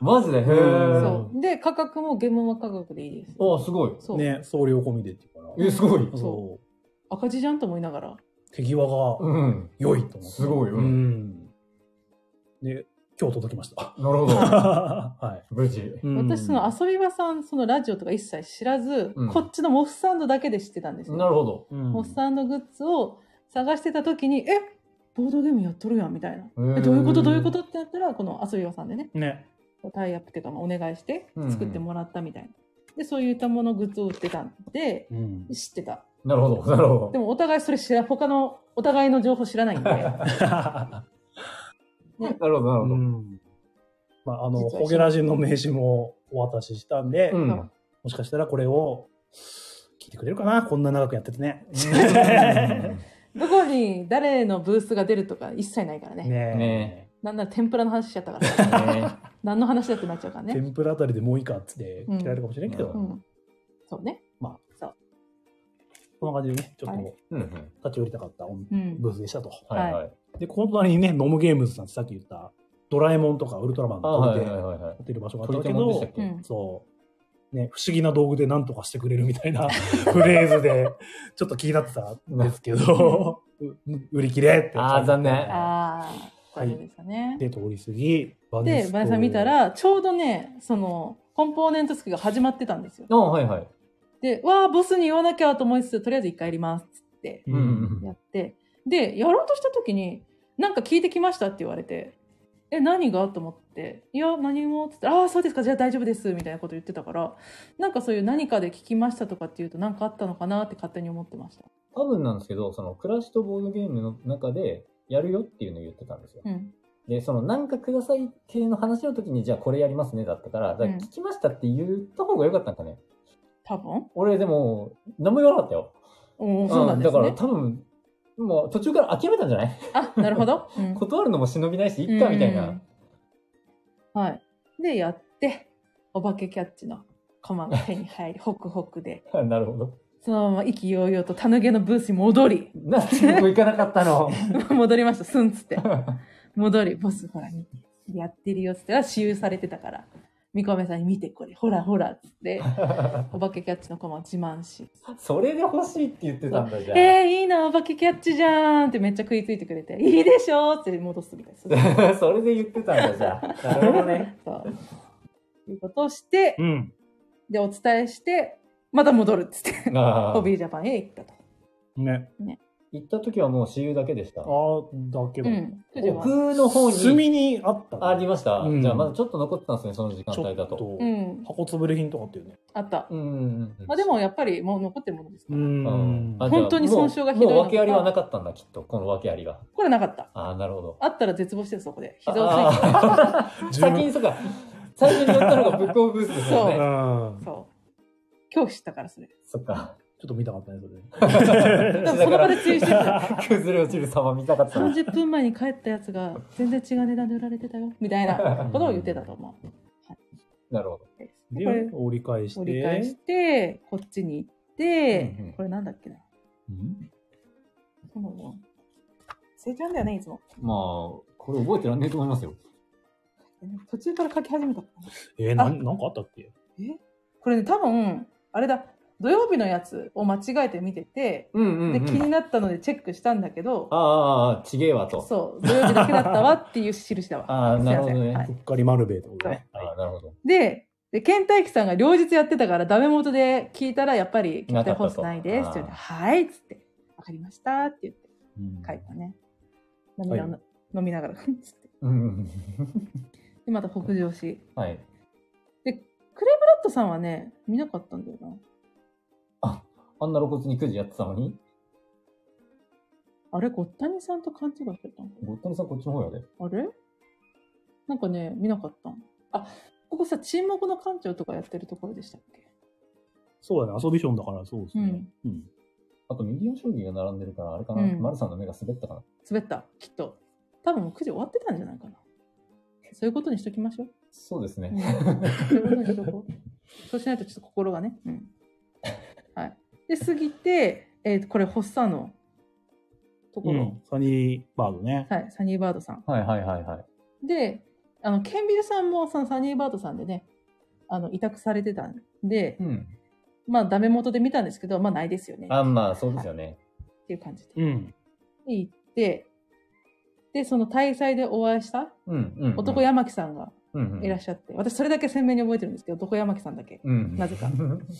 マジでへ
うん
ー。
そうで価格もゲームマ価格でいいです
ああ、すごい。
そう、
ね、送料込みでっていうから。
え、すごい。
そ
赤字じゃんと思いながら
う。手際が
うん。
良いと思って。
すごい。う。
うんん。で、今日届きました。 *laughs*
なるほど。
は
無事。
い。
私その
朝。
遊び場さんそのラジオとか一切知らず、
うん
こっちのモフサンドだけで知ってたんですよ
なるほど。
うん
モフサンドグッズを探してた時にえボードゲームやっとるやんみたいな、
へー
えどういうことどういうことってなったらこの遊び場さんでね
ね。
タイアップっていうかまあお願いして
うんうん
作ってもらったみたいな、でそういったものグッズを売ってたんで
うん。
知ってた
なるほど。なるほ
でもお互いそれ知ら他のお互いの情報知
*laughs*
らないんで
ど。なるほど、なるほど。
まあ、あの、
実は
ホゲラジンの名刺もお渡ししたんで、
*laughs* うん。
そう
もしかしたらこれを聞いてくれるかなこんな長くやってて
*laughs*
ね。
どこに誰のブースが出るとか一切ないからね
ねえ。
ね
なんなら天ぷらの話しちゃった
*laughs*
から
えね
何の話だってなっちゃうからね
天ぷらあたりでもういいかっつって嫌られるかもしれんけど、
う
うんそうね
ま
そう
こんな感じでね、ちょっと
はい
立
うんうん。
ち寄りたかった
うん
ブースでしたと。
はいはい。
で、この隣にね、ノムゲームズさんってさっき言った、ドラえもんとかウルトラマン
あ
が
あ、は
置
い
い
はい
て、
はいはい。
持ってる場所があっ
取
た
り
け
手もんでした
ど
っ、け
うん
そう、ね、不思議な道具で何とかしてくれるみたいな *laughs* フレーズで、ちょっと気になってたんですけど、う売り切れって。
あー残念
ああそうですかね、
で、通り過ぎ、バネ
で
スト
バヤさん見た、らちょうどねそのコンポーネント付けが始まってたんですよ
ああ、はいはい。
でわあボスに言わなきゃと思いつつとりあえず一回やりますっつって
うん
うん
やってでやろうとした時に「なんか聞いてきました」って言われて「え何が?」と思って「いや何も」っつって「ああそうですかじゃあ大丈夫です」みたいなこと言ってたからなんかそういう何かで聞きましたとかっていうと何かあったのかなって勝手に思ってました。
多分なんですけど、その、暮らしとボードゲームの中で、やるよっていうのを言ってたんですよ。
うん、
で、その、なんかください系の話の時に、じゃあこれやりますね、だったから、だから
うん
聞きましたって言った方が良かったんかね。
多分
俺、でも、何も言わなかったよ。
おーそうなんです
だから
ね。
多分、もう途中から諦めたんじゃない *laughs*
あなるほど。うん
断るのも忍びないし、いっか、みたいな。
う
*laughs*
んはい。で、やって、お化けキャッチのコマが手に入り、ホクホクで、
なるほど。
そのまま意気揚々とタヌゲのブースに戻り、 *laughs*
なんで僕行かなかったの *laughs*
戻りました、スンっつって。戻り、ボス、ほら、見てやってるよっつって、私有されてたから、みこめさんに見てこれ、ほらほらっつって、お化けキャッチのコマを自慢し、
*laughs* それで欲しいって言ってたんだじゃん。
えー、いいな、お化けキャッチじゃんってめっちゃ食いついてくれて、いいでしょーって戻すみたいな。
*laughs* それで言ってたんだじゃあ。なるほ
*laughs*
どね。
そう。いうことをして、
うん。
で、お伝えして、また戻るっつって、
あ
ホビージャパンへ行ったと。
ね。
*laughs* 行った時はもう私有だけでした。
あーだけど、
うん。富士は
奥の方に。
隅にあったの
ありました、
うん
じゃあまだちょっと残ってたんですね、その時間帯だ
ち
と。
ょっ
う
と
ん。
箱潰れ品とかあったよね。
あった。
うんうんうん。
まあでもやっぱりもう残ってるものですから。
ん
あじゃあ
本当に損傷がひどいのか
もうもう訳ありはなかったんだ、きっと。この訳ありが。
これなかった。
ああ、なるほど。
あったら絶望してる、そこで。膝をついて。
あー
*laughs*
自分
先に、そうか。最初に乗ったのがブックオブブースですよ
う
ね。
うん
そう。今日知ったから、それ。
そっか。 *laughs*
ちょっと見たかったね、それ。
で *laughs* もその場で注意してた。
崩れ落ちる様見たかったな。
30分前に帰ったやつが全然違う値段で売られてたよ。みたいなことを言ってたと思う。
なるほど。
でこれ
で、折り返して。
折り返して、こっちに行って、
うんうん
これなんだっけな。
うん
もう、忘れちゃうんだよね、いつも。
まあ、これ覚えてらんねえと思いますよ。
途中から書き始めた。
えー、なんなんかあったっけ
これね、多分、あれだ、土曜日のやつを間違えて見てて、
うんうん、う
で、気に
ん。
なったのでチェックしたんだけど、
ああ、ちげえわと。
そう、土曜日だけだったわっていう印だわ。
*laughs* ああ、
すい
なる
ま
ほ
せ
ど
ん
ね。
は
う
い
っかり丸べえってことね。
ああ、なるほど。
で、で、ケンタイキさんが両日やってたから、ダメ元で聞いたら、やっぱり、聞
な
き
か
た
っ
い
たと
放送ないですって言われて、はいっつって、わかりましたって言って書いたね。涙をな、飲みながら、ふ *laughs* んっつって。
うん。
で、また北上し。
*laughs* はい。
フラットさんはね、見なかったんだよな。
あんな露骨にくじやってたのに、
あれ、ごったにさんと勘違いしてたんだ
ごったにさんこっちの方やで。
あれなんかね、見なかったのあ、ここさ、沈黙の館長とかやってるところでしたっけ
そうだね、遊びションだからそうですね。うん。
あと、右の将棋が並んでるから、あれかな、
うん
丸さんの目が滑ったかな。
滑った、きっと。多分もう9時終わってたんじゃないかな。そういうことにしときましょう。
そうです
うん、
ね。
そういうことにしとこう。そうしないとちょっと心がね。うん。はい。で、過ぎて、えー、これ、発作のとこ
う
ろ、
ん、サニーバードね。
はい、サニーバードさん。
はいはいはいはい。
で、あの、ケンビルさんも、そのサニーバードさんでね、あの、委託されてたんで、
うん。
まあ、ダメ元で見たんですけど、まあ、ないですよね。
あ、まあ、そうですよね。
っていう感じで。
うん。
で行って、で、その大祭でお会いした
うん、うん。
男山木さんがいらっ
ゃ
しゃって、私それだけ鮮明に覚えてるんですけど、男山木さんだけ。
る。うん。
なぜか。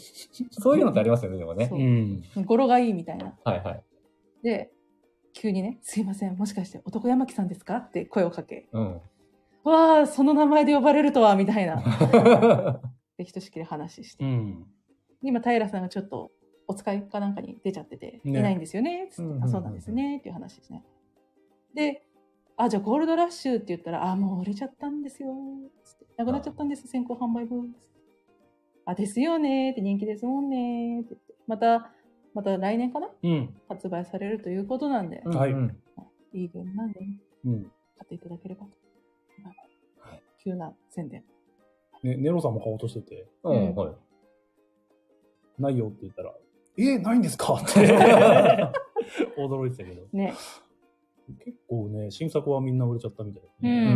*laughs* そういうのってありますよね、でもね
そ。
うん。
語呂がいいみたいな。
はいはい。
で、急にね、すいません、もしかして男山木さんですかって声をかけ、
*laughs*
うん。
わあ、その名前で呼ばれるとは、みたい
*laughs*
な。で、ひとしきり話して。
うん。
今、平さんがちょっと、お使いかなんかに出ちゃってて、
ね
いないんですよね、つ
う
っ
んうんう
て。
ん
あ、そうなんですね、っていう話ですね。で、あ、じゃあゴールドラッシュって言ったら、あ、もう売れちゃったんですよ、つって。なくなっちゃったんです、先行販売分。つってあ、ですよね、って人気ですもんね、って言って。また、また来年かな
うん。
発売されるということなんで、
はい
うん
いい分なんでね、
うん。
買っていただければと。
はい
急な宣伝。
ね、ネロさんも買おうとしてて、
うん、はい。
ないよって言ったら、えないんですかって
*laughs*
驚いてたけど。
ね。
結構ね、新作はみんな売れちゃったみたいな、
う
うんん、
ね。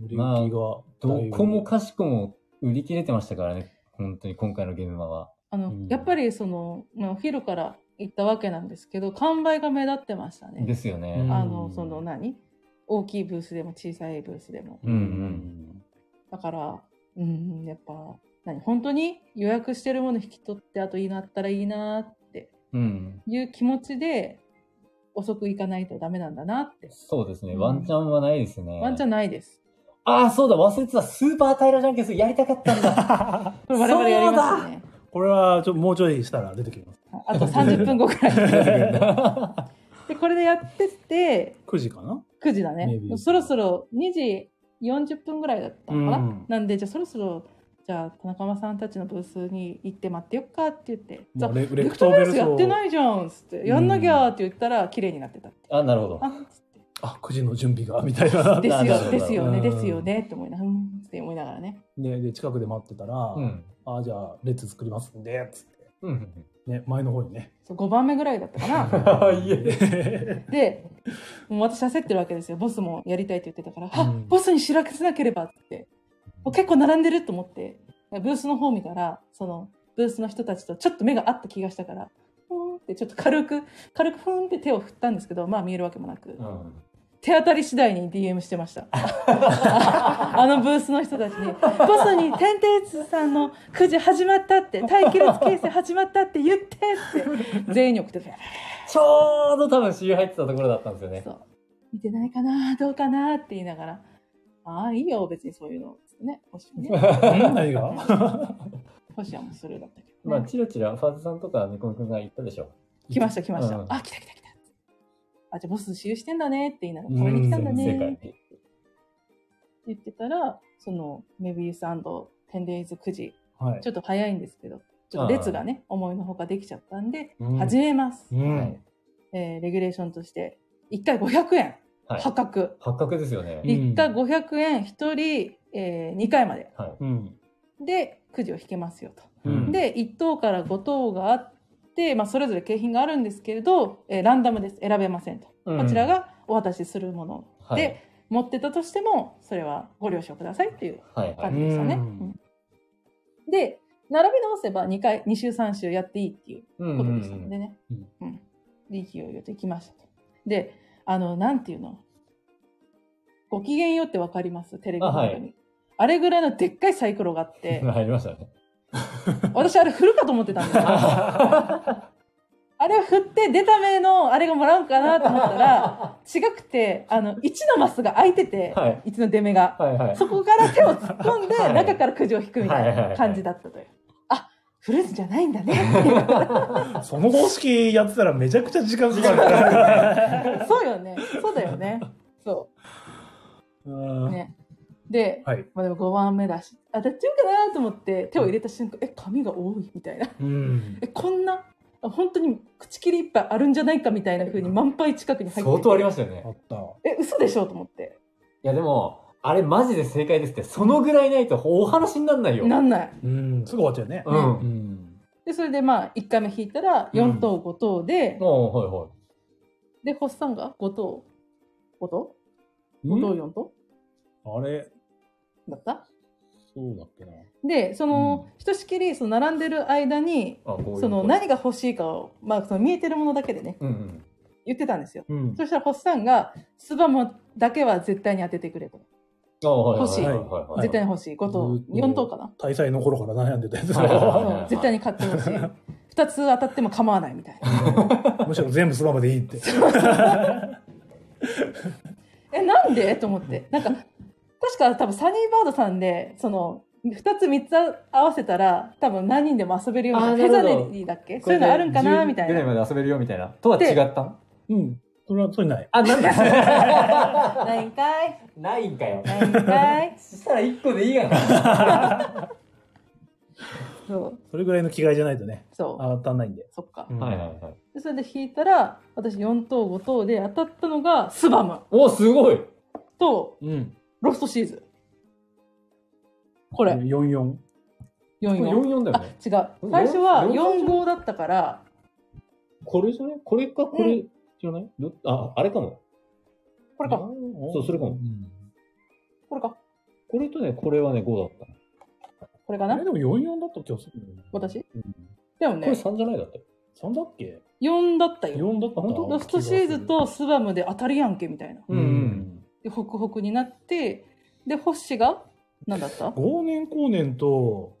うん。
売れ
まあ、
行き
ど
がだいぶ、
こもかしこも売り切れてましたからね。本当に今回のゲームマは。
あの、
うん
やっぱりその、まあお昼から行ったわけなんですけど、完売が目立ってました
で
ね。
すよ
う
ね
ん。
あの、その何大きいブースでも小さいブースでも。
うん
だから、うん、やっぱ、何本当に予約してるもの引き取って、あといいなったらいいなって
うん。
いう気持ちで、遅く行かないとダメなんだなって。
そうですね。
うん
ワンチャンはないですね。
ワンチャンないです。
ああ、そうだ、忘れてた。スーパー平ジャンケンスやりたかったんだ。
これ我々やりますよね。
これはちょもうちょいしたら出てき
*laughs*
ます。
あと30分後くらい。で、これでやってって、
9時かな
9時だね
Maybe.。
そろそろ2時40分ぐらいだったのかな。
うん
なんで、じゃあそろそろ、じゃあ田中間さんたちのブースに行って待ってよっかって言って、じゃ
も
あ
うレレ
レ
ク
クト
トー
ベ
ベル
ルス
ソ
やって
ー。
ないじゃんっつって、やんなきゃーって言ったら綺麗になってたって。
あ、なるほど。
あつって
あ、9時の準備が、みたいな。
です
なるほ
よ、
ど
ですよね、
うん
ですよねって思いながら、うんって思いながらね。
ね、で、近くで待ってたら、
うん。
あ、じゃあ、列作りますんで、つって。
うん。
ね、前の方にね。
そう5番目ぐらいだったかな。
あ、いえ。
*laughs*
で、もう私焦ってるわけですよ。ボスもやりたいって言ってたから、あ
うん
ボスに知らせなければって。もう結構並んでると思って、ブースの方見たら、その、ブースの人たちとちょっと目が合った気がしたから、ふーんってちょっと軽く、軽くふーんって手を振ったんですけど、まあ見えるわけもなく、
うん。
手当たり次第に DM してました。あのブースの人たちに、ボスに天帝通さんのくじ始まったって、待機列形成始まったって言ってって、全員に送ってた。
ちょうど多分 C 入ってたところだったんですよね
そ。う。見てないかなどうかなって言いながら、ああ、いいよ、別にそういうの。ね、星もね。
ん何が
*laughs* 星はもうそれだったけど、
まあ、
ね。
チラチラ、ファーズさんとかニコミ君が言ったでしょ。
来ました、来ました。
うん
あ、来た来た来た。あ、じゃあボス私有してんだねって言いながら、これに来たんだね
世
って
界。
言ってたら、その、メビウス &10days9 時、
はい。
ちょっと早いんですけど、ちょっと列がね、思いのほかできちゃったんで、
うん
始めます。
うん
はい。
えーレギュレーションとして、1回500円、
はい
破格。
発覚ですよね
うん。
1回500円、1人、え2回まで。
はい。
うん。
でくじを引けますよと。
うん
で1等から5等があって、まあ、それぞれ景品があるんですけれど、えーランダムです選べませんと。
うん
こちらがお渡しするもの
はい
で、持ってたとしてもそれはご了承くださいっていう
はいはい
感。じでしたね。
うん
うんで並び直せば2回2週3週やっていいっていう
うん
こ
う
と
ん
でしたの
うん。
でね。
う
うんんで勢いよく行きましたと。であのなんていうのご機嫌ようってわかりますテレビの中に。
あは
あれぐらいのでっかいサイコロがあ
*laughs*
って、
入りましたね。
私あれ振るかと思ってたんです
*laughs*
よ。あれを振って出た目のあれがもらうかなと思ったら、違くて、あの、1のマスが開いてて、
はい
1の出目が。
はいはい。
そこから手を突っ込んで、
はい
中からくじを引くみた
はいはい
い
は
ない感じだったという。あ、振るんじゃないんだねっていう。
その方式やってたらめちゃくちゃ時間かかる。 *laughs*
*laughs* そうよね。そうだよね。そうう。
ん
ね。で、
はい。
まあでも5番目だし、あ、どっちかなと思って手を入れた瞬間、え、髪が多いみたいな。
うん。
えこんなあ本当に口切りいっぱいあるんじゃないかみたいな風に満杯近くに入って
相当ありましたよね
あ。った。
え嘘でしょと思って
いやでも、あれマジで正解ですって、そのぐらいないとお話になんないよ。
なんない
うん。すぐ終わっちゃうよね。
う。
うんん。
でそれでまあ1回目引いたら4等5等で、
もう、はいはい。
でホッサンが5等5等5等4等
あれ、
だった
そうだっけな。
でその、ひとしきりその並んでる間に
あ、こういう
その
こと
何が欲しいかを、まあ、その見えてるものだけでね
うんうん。
言ってたんですよ
うん。
そしたらホッサンが「スバムだけは絶対に当ててくれ」と
あ、はい、
欲しい
はいはいはい。
絶対に欲しい5
う
と
ん
4等かな
大祭の頃から悩んでたやつ
はいはい
そ
は
う絶対に買って
*laughs*
ほしい2つ当たっても構わないみたい
*laughs*
な
むしろ全部スバムでいいって。
えなんでと思ってなんか確か多分サニーバードさんでその2つ3つ合わせたら多分何人でも遊べるよう
あ
な
ー
フェザ
なるほど
ーリーだっけそういうのあるんかなみたい
ぐらい
な
まで遊べるよみたいな。とは違ったん
*laughs* うん。それは、それない。
あ、 *laughs* なんだ
ないんかい
ないん
*laughs*
かよ。
ないんかい
そしたら1個でいいやな。
そう
それぐらいの気概じゃないとね、
そう
当たんないんで。
そっか
うん
はいはいはい。
でそれで引いたら私4等5等で当たったのがスバム
お、すごい
と
うん。
ロストシーズこれ
44。
これ
44
44だよ
あ
ね。
違う最初は
四四
45だったから
これじゃないこれかこれじゃないどあ、あれかも。
これ
あ
か
ーそう、それかも。
これか
これとね、これはね、5だった。
これか
あ
な
れでも44だった気がするんだよね。
私
うん
でも
これ
ね
3じゃないだって。
3だっけ
4だったよ
?4 だった
本当
ロストシーズ。とスバムで当たるやんけみたいな
う
うんん
う
うんん。
でホクホクになってで星が何だった
合年後年と、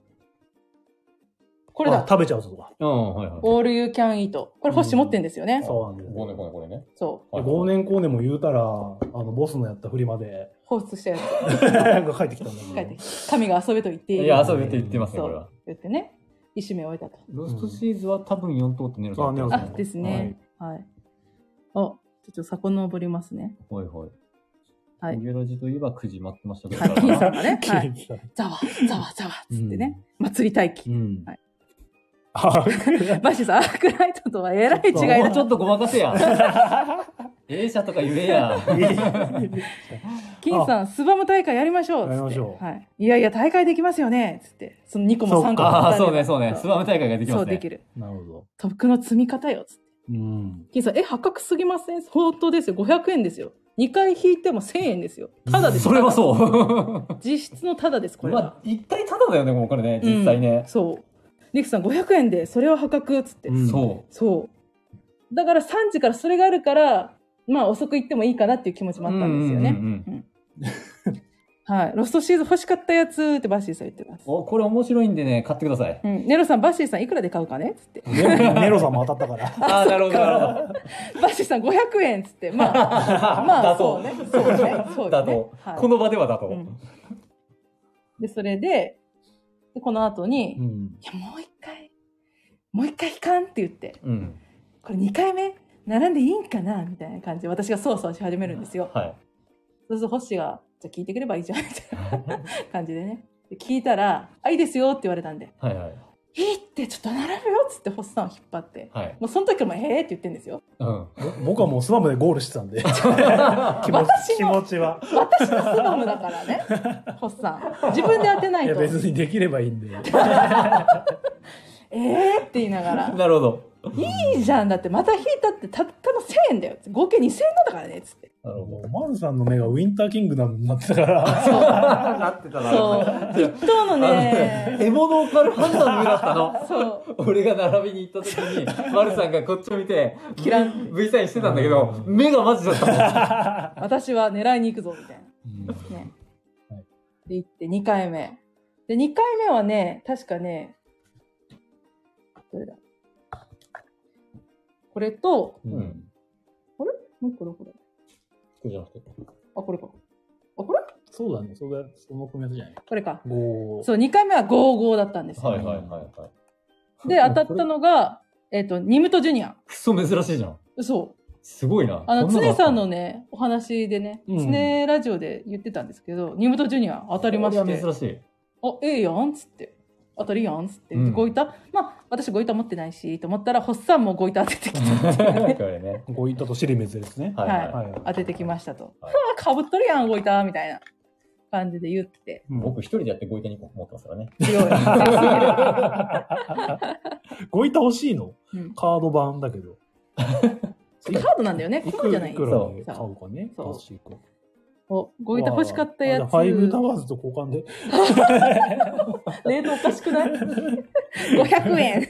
これだ
あ食べちゃうぞとか。
ああ、はいはい。
オールユーキャンイートこれ星持ってんですよね、
そうなんです
こ
よ
れね、これね、これね。
そう
はいはい
合年後年も言うたら、あの、ボスのやったフリマで、 *laughs*
放出したやつ
が帰ってきたんだけど。
書いて神が遊べと言っている
いや、遊びって言ってますね、
そう
これは。
言ってね一締め終えたと
ロストシーズは多分4等って寝る
あネロさ
あ
ん
ですねはい、あちょっと遡りますね
はいはい。
はい
オゲラジといえば9時待ってましたけど。
はい金さんが
*laughs*
ね、は
聞
い、
いてきた
ざわざわざわっつってね、祭り待機
うん
はい
あ
バシさんアークライトとはえらい違い
違い
だ
ちょっとごまかせ *laughs* や。A 社とか言えや。
金さん、スバム大会やりましょうっつって。
やりましょう
はい。いやいや、大会できますよねっつって。その2個も3個も
あ
ああ、そうね、そうね。ス
そう
ワム大会ができま
そう
す
で
ね
き。る。
なるほど。
特区の積み方よっつって。
うん。
金さん、え、破格すぎません相当ですよ。500円ですよ。2回引いても1000円ですよ。ただです。
それは
う。
*laughs* そう。
実質のただです、これ
ま
は。
あ、一体ただだよね、もうこれね、実際ね。
そう。リクさん、500円で、それは破格っつって。
うん
そ
そう。だから3時からそれがあるから、まあ遅く行ってもいいかなっていう気持ち
う。
もあったんですよね。
うんうんうんうん
はい。ロストシーズン欲しかったやつってバッシーさん言ってます。
お、これ面白いんでね、買ってください。
うん。ネロさん、バッシーさんいくらで買うかねっつっ
*laughs*
て。
ネロネロさんも当たったから。 *laughs*
ああ、なるほど、なる *laughs* ほど。
バッシーさん500円っつって。ま
*laughs*
あ、まあ、
妥
そう
当
ね。そうね。
*laughs*
そう
だ
よ
と
ね。。
こ
は
の場ではだ
う
と。
んい。で、それで、でこの後に、
う
い
ん。
や、もう一回、もう一回引かんって言って、
うん。
これ2回目並んでいいんかなみたいな感じで私が操作をし始めるんですよ。
はい。 *laughs*
そうすると星が、じゃあ聞いてくればいいじゃんみたいな感じでね。で聞いたら、あ、いいですよって言われたんで、
はいはい。
いいってちょっと並ぶよっつって星さんを引っ張って。
はい。
もうその時からもう、へえって言ってんですよ。 *laughs*
うん。
僕はもうスマムでゴールしてたんで。気持ち、気持ちは。
私のスバムだからね、ホッサン。自分で当てないい
や、
と。
別にできればいいんで。
えーって言いながら。
なるほど。
いいじゃん。だってまた引いたってたったの1000円だよ。合計2000円なんだからね。つって。
なる
もうマルさんの目がウィンターキングダムになってたから。
なってた
そう。一等のね。
獲物を狩る判断の上だったの。
そう。
俺が並びに行った時に、丸さんがこっちを見て、
キラン
V サインしてたんだけど、目がマジだった
私は狙いに行くぞ、みたいな。ね
はい。
で、行って2回目。で、2回目はね、確かね、どれだこれと、
もん。うん。
もう一個どこだ
これじゃなくて。
あ、これか。あ、これ
そうだね。それ、その組み合わせじゃない。
これか。
ゴー。
そう、2回目は55だったんですよ。
はいはいはいはい。
で、当たったのが、えっ、と、ニムトジュニア。
クソ珍しいじゃん。
そう。
すごいな。
あの、
こな
常さん
あ
の
っ
ね、お話でね、
うん
常ラジオで言ってたんですけど、ニムトジュニア当
た
たりまし
これ
て、
は珍し
*laughs*
い。
あ、ええやんっつって、当たりやんっつって、
うん
ごいた、まあ、私ごいた持ってないし、と思ったら、ホッサンもごいた当ててきたっていうね
これね。
ゴイタとシリメズですね。
はいはい
は
はい。
い。
当ててきましたと。
はい
*laughs* あ、かぶっとるやん、ごいた、みたいな感じで言って、
僕
僕一人でやってごいた2個持ってますからね。
強い。強すぎる。
ゴイタ欲しいの
うん
カード版だけど。
カードなんだよね、
い
コマ
く
じゃない
いくらで買
そう
うかね。
そう
確か
お、ごいた欲しかったやつ。
ファイブタワーズと交換で。
*laughs* 冷凍おかしくない ?500 円。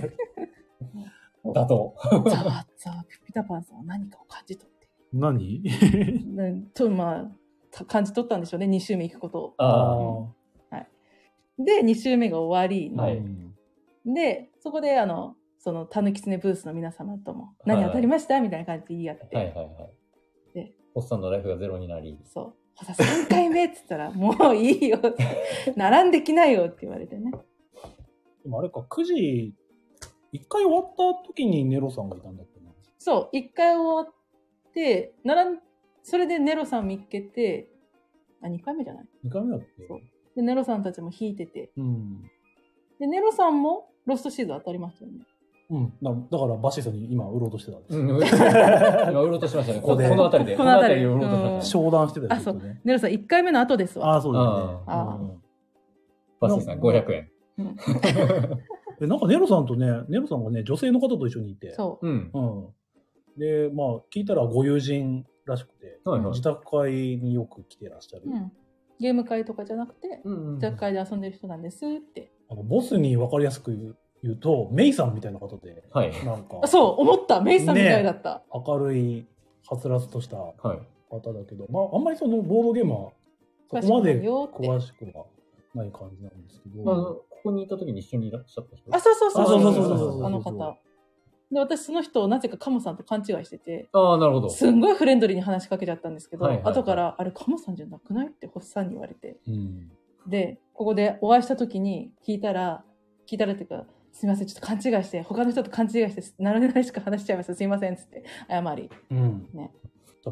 だと。
ざわざわ、ピピタパンさんは何かを感じ取って。
何
うん、と、まあ、た感じ取ったんでしょうね、2週目行くことを。
ああ。
で、2週目が終わり、
はい
で、そこで、あの、その、たぬきつねブースの皆様とも、
い
何当たりましたみたいな感じで言い合って、
はいはいはい。
で
おっさんのライフがゼロになり。
そう、ほさ、3回目って言ったら、 *laughs* もういいよって、並んできないよって言われてね。
でもあれか、9時、1回終わった時にネロさんがいたんだっけな。
そう、1回終わって、並ん、それでネロさん見っけて、あ、2回目じゃない
2回目だっけ
そうで、ネロさんたちも弾いてて、
うん。
で、ネロさんもロストシーズン当たりましたよね。
うん。だだから、バシさんに今売ろうとしてたん
*laughs*
です。
うん、今売ろうとしましたね。こ
ここで
この辺りで。
この辺り
この辺りで売ろうとしまし
商談してた
あ
よ、
そう
ずっとね。
ネロさん1回目の後ですわ。
ああ、そうだよね。
た。
ああ
うん
バッシーさん、500円。
うん、
え、なんかネロさんとね、ネロさんがね、女性の方と一緒にいて。
そう。
うん。
うん。で、まあ、聞いたらご友人らしくて、
はいはい
自。宅会によく来てらっしゃる。
うん、ゲーム会とかじゃなくて、
うんうん
雑貨会で遊んでる人なんですって。
あのボスに分かりやすく言う言うと、メイさんみたいな方で、
はい。
なんか
あ、そう、思った。メイさんみたいだった。
明るい、はつらつとした方
はい。
だけど、まあ、あんまりそのボードゲームは、そこまで詳しくはない感じなんですけ
あの、
ど、
ここにいた時に一緒にいらっしゃった人。
あ、そうそうそう
あそうそうそうそうそう
あの方。で、私その人をなぜかカモさんと勘違いしてて、
ああ、なるほど。
すんごいフレンドリーに話しかけちゃったんですけど、
はいはいはい
後から、あれカモさんじゃなくないってホッサンに言われて。
うん。
で、ここでお会いした時に聞いたら、聞いたらっていうか、すみません、ちょっと勘違いして、他の人と勘違いして、並んでないしか話しちゃいました、すみません、つって、謝り。
うん
ね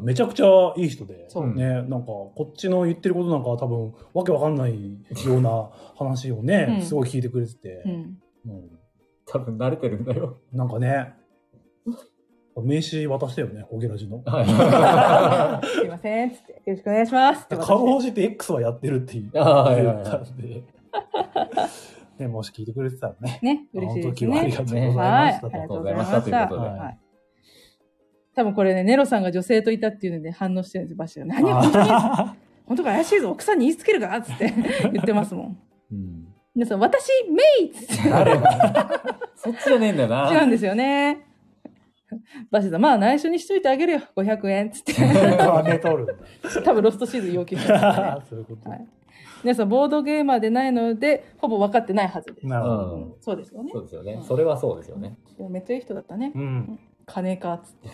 めちゃくちゃいい人で、
そう
うん
ね、なんかこっちの言ってることなんかは多分わけわかんないような話をね、
うん
すごい聞いてくれてて
う、
*laughs*
ん。
うん、
多分慣れてるんだよ。
なんかね、名刺渡したよね、ホゲラジの。
*laughs* はい。
すみません、つって、よろしくお願いします。って
か
私
ろうじて X はやってるって言
ああ、はいはい
っ
は
た
い。
んで、 *laughs* ね、もし聞いてくれてたらね、
ね、
あ
嬉
の
しいです
時はあり
ね
が。とうござい
は
ま
い、
し
あ
たと。
りがとうございました。
ありがとうご
ざいました
はい多分これね、ネロさんが女性といたっていうので反応してるんですよ、バシが。何本当に
あ
本当か怪しいぞ、奥さんに言いつけるかっつって言ってますもん。
ーうん
皆さん、私、メイっつって
あれ *laughs* そっちじゃねえんだよな。
違うんですよね。バシさん、まあ内緒にしといてあげるよ、500円っつっ
*laughs*
て。
金取るんだ。
多分ロストシーズン要求してますね。
そういうこと。
はい皆さん、ボードゲーマーでないので、ほぼ分かってないはずです。
なるほど。
うん
そうですよね
そ。うですよね。それはそうですよね。
でもめっちゃいい人だったね。
うん。
金かっつって。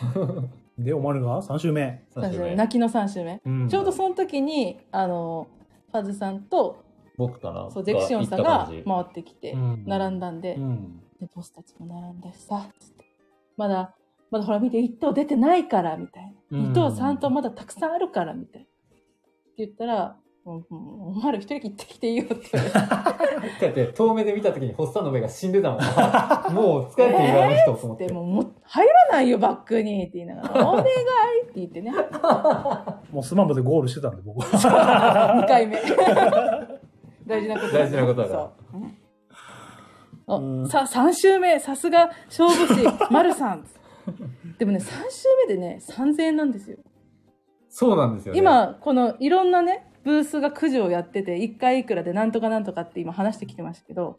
で、おまるが3週目。
三種類
泣きの3周目。
うん
ちょうどその時に、あの、ファズさんと、
僕かな。
そう、ゼクシオンさんが回ってきて
うん、
並んだんで
う、ん。
で、ボスたちも並んでさ、つって。まだ、まだほら見て、一等出てないから、みたいな。
うん
一等三等まだたくさんあるから、みたいな。って言ったら、もう、もうお前ら一人行ってきていいよって言われて。
だって、遠目で見た時に、ホッサンの目が死んでたもん。 *laughs* もう疲れているあの人と思って
で。もうもう入らないよバックにって言いながら「お願い!」って言ってね
もうスマブでゴールしてたんで、僕 *laughs* は。
2回
*laughs*
目大事なこと
大事なことだから
そう、うん
うん
おさ3周目さすが勝負師丸さんでもね3周目でね3000円なんですよ
そうなんですよね。
今このいろんなねブースがくじをやってて1回いくらでなんとかなんとかって今話してきてましたけど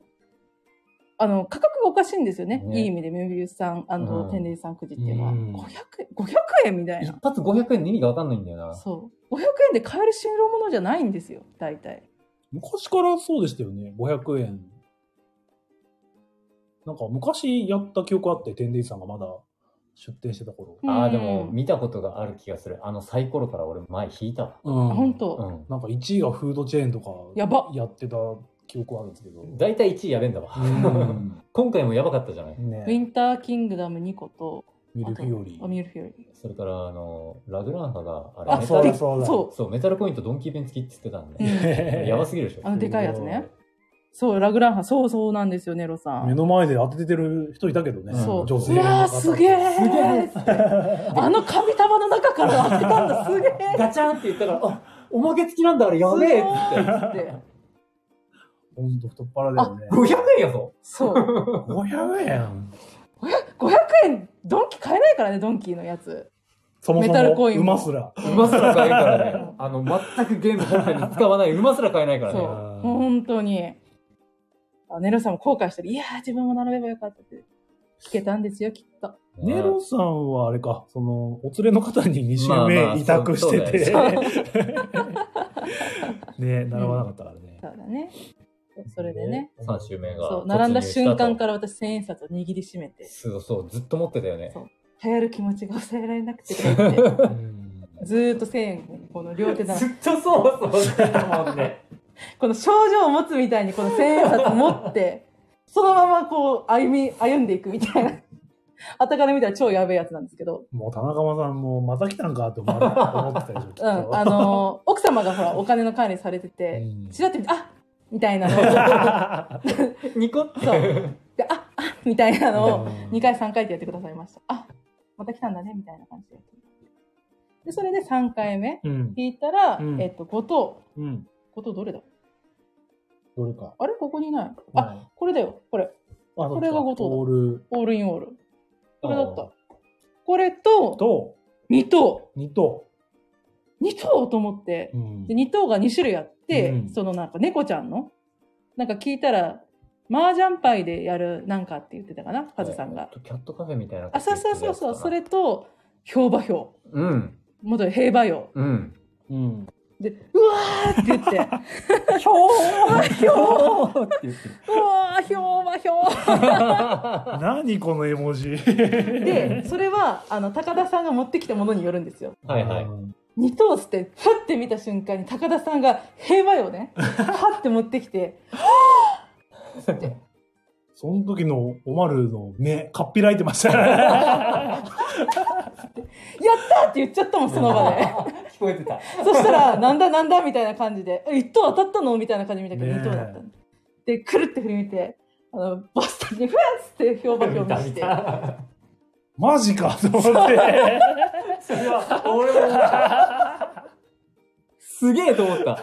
あの価格がおかしいんですよね
ね
いい意味でメビウスさん
うん
天竜さんくじっていうのは、
うん
500円500円みたい
一
な
発500円の意味がわかんないんだよな。
そう500円で買える新郎ものじゃないんですよ大体
昔からそうでしたよね、500円。なんか昔やった記憶あって、天デイさんがまだ出店してた頃。
あ
う
あ、
ん
でも見たことがある気がする。あのサイコロから俺前引いたわ。
う
あ
ん
本
う
当、
ん。
なんか1位がフードチェーンとか
やば
やってた記憶あるんですけど。
大体1位やべんだわ。
う
今回もやばかったじゃない。
ん
ウィ
ね
ンターキングダム2個と
ミルフィオリ
あとあミルフィオリ
それから、あの、ラグランハが、あれ、
あ
メ
そ
タ
う
ル
だ、そうだ。
そ
そう、メタルコイントドンキー弁付きって言ってたん
う、う
で。
ん、
ー
やばすぎるでし
あ
ょ。
のでかいやつねそうラグランハそうそうなんですよネロさん
目の前で当ててる人いたけどね、
うん
そう。
女性
う
の
わ
方
あ、すげえ。あの紙束の中から当てたんだ、すげえ。
ガチャンって言ったから、あ、おまけ付きなんだ、あ *laughs* れ、やべえっつっ
す
て。
ごいって。
ほんと太っ腹だよね。
500円やぞ
そう。
500円
500円、ドンキ買えないからね、ドンキのやつ。
そもそ
メタルコイン
も、馬すら。
馬すら買えるからね。あの、全くゲーム本編に使わない馬すら買えないから
そ
ね。
う。本当に。あネロさんも後悔してる。いやー、自分も並べばよかったって。聞けたんですよ、きっと。
ね
ネロさんはあれか、その、お連れの方に2週
まあまあ
目委託してて、
そう
*laughs* ね、並ばなかったからね。
そうだね。それでね。
3週目が。。
そう、並んだ瞬間からら私千円札を握りしめ
*laughs*
て、
そうそう、ずっと持ってたよね。
そう流行る気持ちが抑えられなくて、こうやって
うん
ずーっと千円、この *laughs* 両手だ
ずっとそうそうしてたもんね。
この症状を持つみたいにこの千円札持って、そのままこう歩み、歩んでいくみたいな。あたから見たら超やべえやつなんですけど。
もう田中間さんもまた来たんかと思ってたでしょ、きっ
うん。
と。
あのー奥様がほら、お金の管理されて
う
て、
ん
ちらって見て、あみたい
*laughs*
なのを、
ニコって。
そうで、ああみたいなのを、
うん
2回3回ってやってくださいました。あまた来たんだね、みたいな感じで。で、それで3回目
うん。
引いたら、
うん
えっと、後
うん。
藤、後藤どれだ
どれか。
あれここにいない。あ、
あ、
これだよ、これ。これが後藤だ
オール
オールインオール。これだっ
あ
た。これと、
と
2等。
2頭。
2等と思って。
うん
で、2等が2種類あって、
うん
そのなんか猫ちゃんの、なんか聞いたら、麻雀パイでやるなんかって言ってたかな、カズさんが。。
キャットカフェみたいな。
あ、そうそうそうそう、そ。れと、評馬評。
うん。
元平馬評。
うん。
うん。
で、うわーって
*laughs*
言って、
ひょーひょーって言って *laughs* る。
うわー、評馬評。
何この絵文字。
で、それは、あの、高田さんが持ってきたものによるんですよ。
はいはい。
二等捨て、ふって見た瞬間に高田さんが平和よね。
*laughs*
はって持ってきて、
*laughs* その時のおまるの目、かっぴらいてましたね。
やったって言っちゃったもん、その場で。
聞こえてた。
そしたら、なんだなんだみたいな感じで、え一等当たったのみたいな感じで見たけど、
ねえ
二等だったの。で、くるって振り見て、あの、バスターにふわっつって評判表見して。
マジかと思って。
*laughs* それは、俺も。すげえと思った。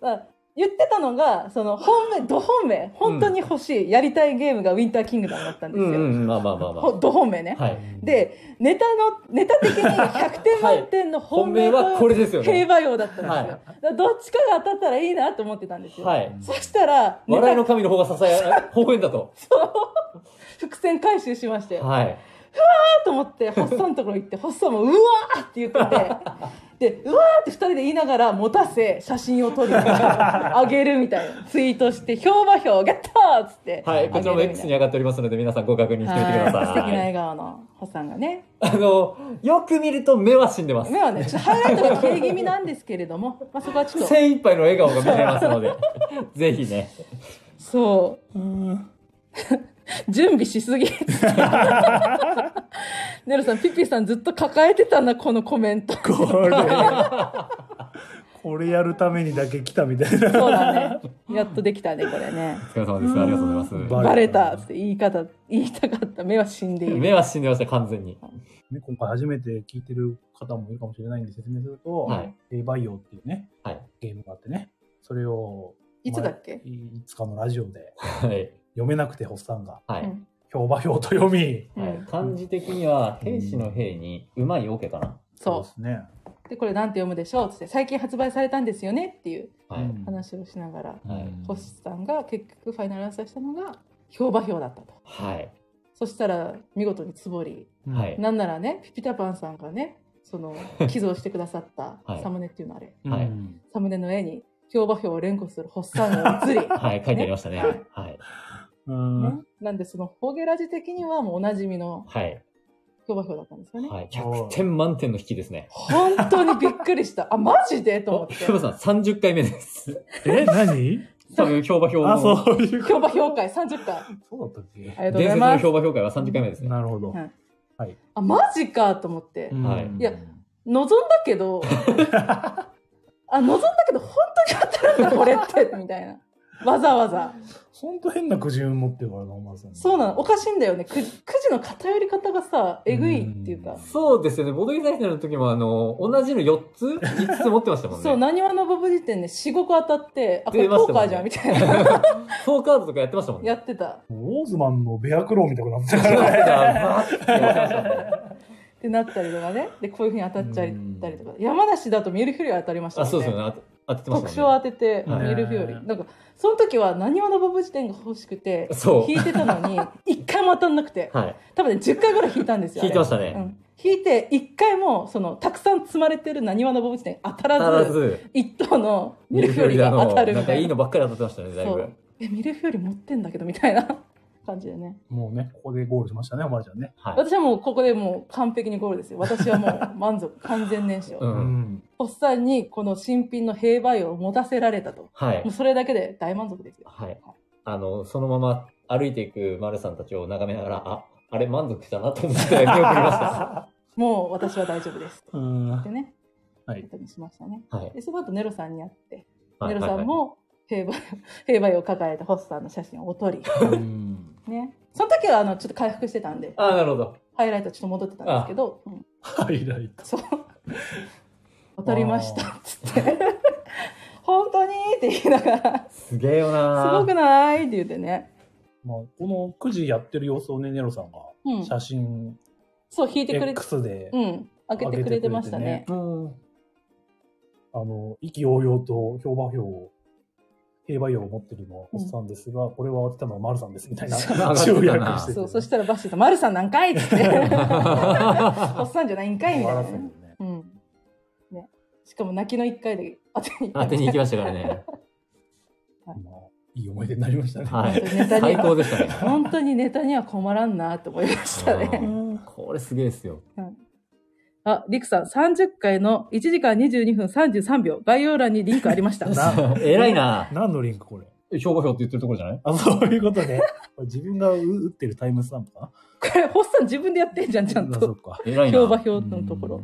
あ言ってたのが、その、本命、ど本命、本当に欲しい、やりたいゲームがウィンターキングダムだったんです
う
よ。
んうん、まあまあまあま
ほど本命ね。
あ。はい。
で、ネタの、ネタ的に100点満点の本
本
命
命
と
はこれですよ
平
ね。
和用だったんですよ。
はい
だからどっちかが当たったらいいなと思ってたんですよ。
はい。
そしたら、ネ
笑いの
タ
神の方が支え、 *laughs* 微笑んだと。
伏線回収しまして、あ
はい。
ーと思って、ホッサンのところ行って、ホッサンもうわーって言
*laughs*
ってて、で、うわーって二人で言いながら持たせ、写真を撮り、あげるみたいな。ツイートして、評判表ゲットーっつって。
はい。こちらも X に上がっておりますので、皆さんご確認してみてくだ
はい素敵な
さい。
笑顔のホッサンがね。
*laughs* あの、よく見ると目は死んでます。
目はね、ちょっとハイライトが消え気味なんですけれども、まあそこはちょっと。
精一杯の笑顔が見れますので、ぜひね。
そう。 *laughs* 準備しすぎ。ネロさん、ピッピーさんずっと抱えてたな、このコメント。
これ。これやるためにだけ来たみたいな。 *laughs*
そうだね。 *laughs* やっとできたね、これね
お。疲れ様です。ありがとうございま。
バ
バレ
レた
たって言い方、言いたかった。目は死んですいる。
目は死んでました、完全に。
ね、今回初めて聞いてる方もいるかもしれないんで説明すると、
はい
エイバイオっていうね、
はい
ゲームがあってね、それを
いつだっけ
いいつかのラジオで
はい。
読めなくてホッサンが
は
う
い。
ん
評判表と読み、
う
はい
ん、
漢字的には、兵士の兵に、うまいオケかな。
そ
ですね。
う。で、これなんて読むでしょうつって、最近発売されたんですよねっていう
はい。
うん
話をしながら、
はい
星さんが結局ファイナルアンサーしたのが、評判表だったと。
はい。
そしたら、見事につぼり、
は。い。
なんならね、ピピタパンさんがね、その、
*laughs*
寄贈してくださった
はい
サムネっていうのあれ、
うん
はい
うん
サムネの絵に、評判表を連呼するホッサンが映
*laughs*
り、
はい。書いてありましたね。
ね
はい。
ねなんでその、ホゲラジ的にはもうおなじみの
はい。
評判表だったんですよね。
はい。100点満点の引きですね。
本当にびっくりした。あ、マジでと思
お、 *laughs*
って。
ひょさん、30回目です。
え、何 *laughs*
多分、評判表
あ、
の、
そういうこ
評判評会30回。あ
と。そうだったっけ
りがとうご
伝
ざい
説の
ます
評。判評会は30回目ですね。
なるほど。
はい
はい。
あ、マジかと思って。
はい
いや望んだけ
*laughs*
ど、あ、望んだけど本当に当たるんだ、これって、みたいな。わざわざ。
ほんと変な苦渋持ってるからな、お前さん。
そうなの、おかしいんだよね。くじ、くじの偏り方がさ、えぐいっていうか。
そうですよね。ボドゲ大会の時も、あの、同じの4つ ?5 つ持ってましたもんね。
そう、なにわのボブ時点で4、5個当たって、あ、これ
出
ポ
ました
ーカ
もん
ー
ね
じゃん、みたいな。 *laughs*
そうカードとかやってましたもんね。
やってた。
ウォーズマンのベアクローみたいになってた
や
から
ってま
ね。
した。バーってやってましたもんね
ってなったりとかねでこういうふうに当たっちゃったりとか山梨だとミルフィーユ当たりました
あ、
もん
そうですよ
ね
ね。あ当ててま
特
した
賞
もん
当ててミ
はい
ルフィーユなんかその時は何わのボブ辞典が欲しくて
そう
引いてたの
*laughs*
に一回も当たんなくて
ね。はい。
多分ね10回ぐらい引いたんですよ
聞いてました
あれう
ね。
ん引いて一回もそのたくさん積まれてる何わのボブ辞典当た
必
らず
ず、
一等のミ
ミ
ル
ル
フ
フ
ィ
ィ
ーユ
ーユ
が
だ
当
の、
たる
な
み
んか
た
い
い
い
な
のばっかり当たってましたね、だい
そ
ぶ
う。えミルフィーユ持ってんだけどみたいな感じでね
もうね、ここでゴールしましたね、おばあちゃんね。
*laughs* はい。
私はもうここでもう完璧にゴールですよ私はもう満足完全燃焼、
う。
うんん。
おっさんにこの新品の兵売を持たせられたと
はい
もう。それだけで大満足ですよ
はい。あの、そのまま歩いていく丸さんたちを眺めながら、あ、あれ満足したなと思って見送りま
*laughs*
した。
もう私は大丈夫です
うん。
ってね、
はい
ことにしましたね
はい。
でその後ネロさんに会って
はい
ネロさん、も兵売兵売を抱えたホッサンの写真をお撮り
うん
ねその時はあのちょっと回復してたんで
はいはいあ、なるほど。
ハイライトちょっと戻ってたんですけど、うん
ハイライト。
そう。当たりました。つって。 *laughs* 本当にって言いながら、
すげえよな
すごくないって言ってね。
まあ、このくじやってる様子をね、ネロさんが
うん。
写真
そう、引いてくれて、
X で、
うん。開けてくれてましたね。
うん。
あの、意気揚々と評判票を、競馬用を持ってるのはおっさんですが、これは当てたのは丸さんですみたいな
そうなんだ
話をやりしてて
そう、そしたらバッシーさん、丸さん何回っつって。おっさんじゃないんかいみたい
終わ
な
らせる
ね
よ。ね
うん。ね。しかも泣きの一回で当てに行
当
って
に行きましたからね。
まあいい思い出になりましたね。
は
本
い
当。にネタに
*laughs* 最高
は、
でしたね。
本当にネタには困らんなと思いましたね。
うんこれすげえですよ。
あ、リクさん、30回の1時間22分33秒、概要欄にリンクありました。
な
*laughs* 偉いな。
何のリンクこれ
評価表って言ってるところじゃない
あ、そういうことね。 *laughs* これ自分が打ってるタイムスタンプか
これ、ホッサン自分でやってんじゃん、
な
ちゃん
あそ
と。
っか。
偉いな。
評判表のところ。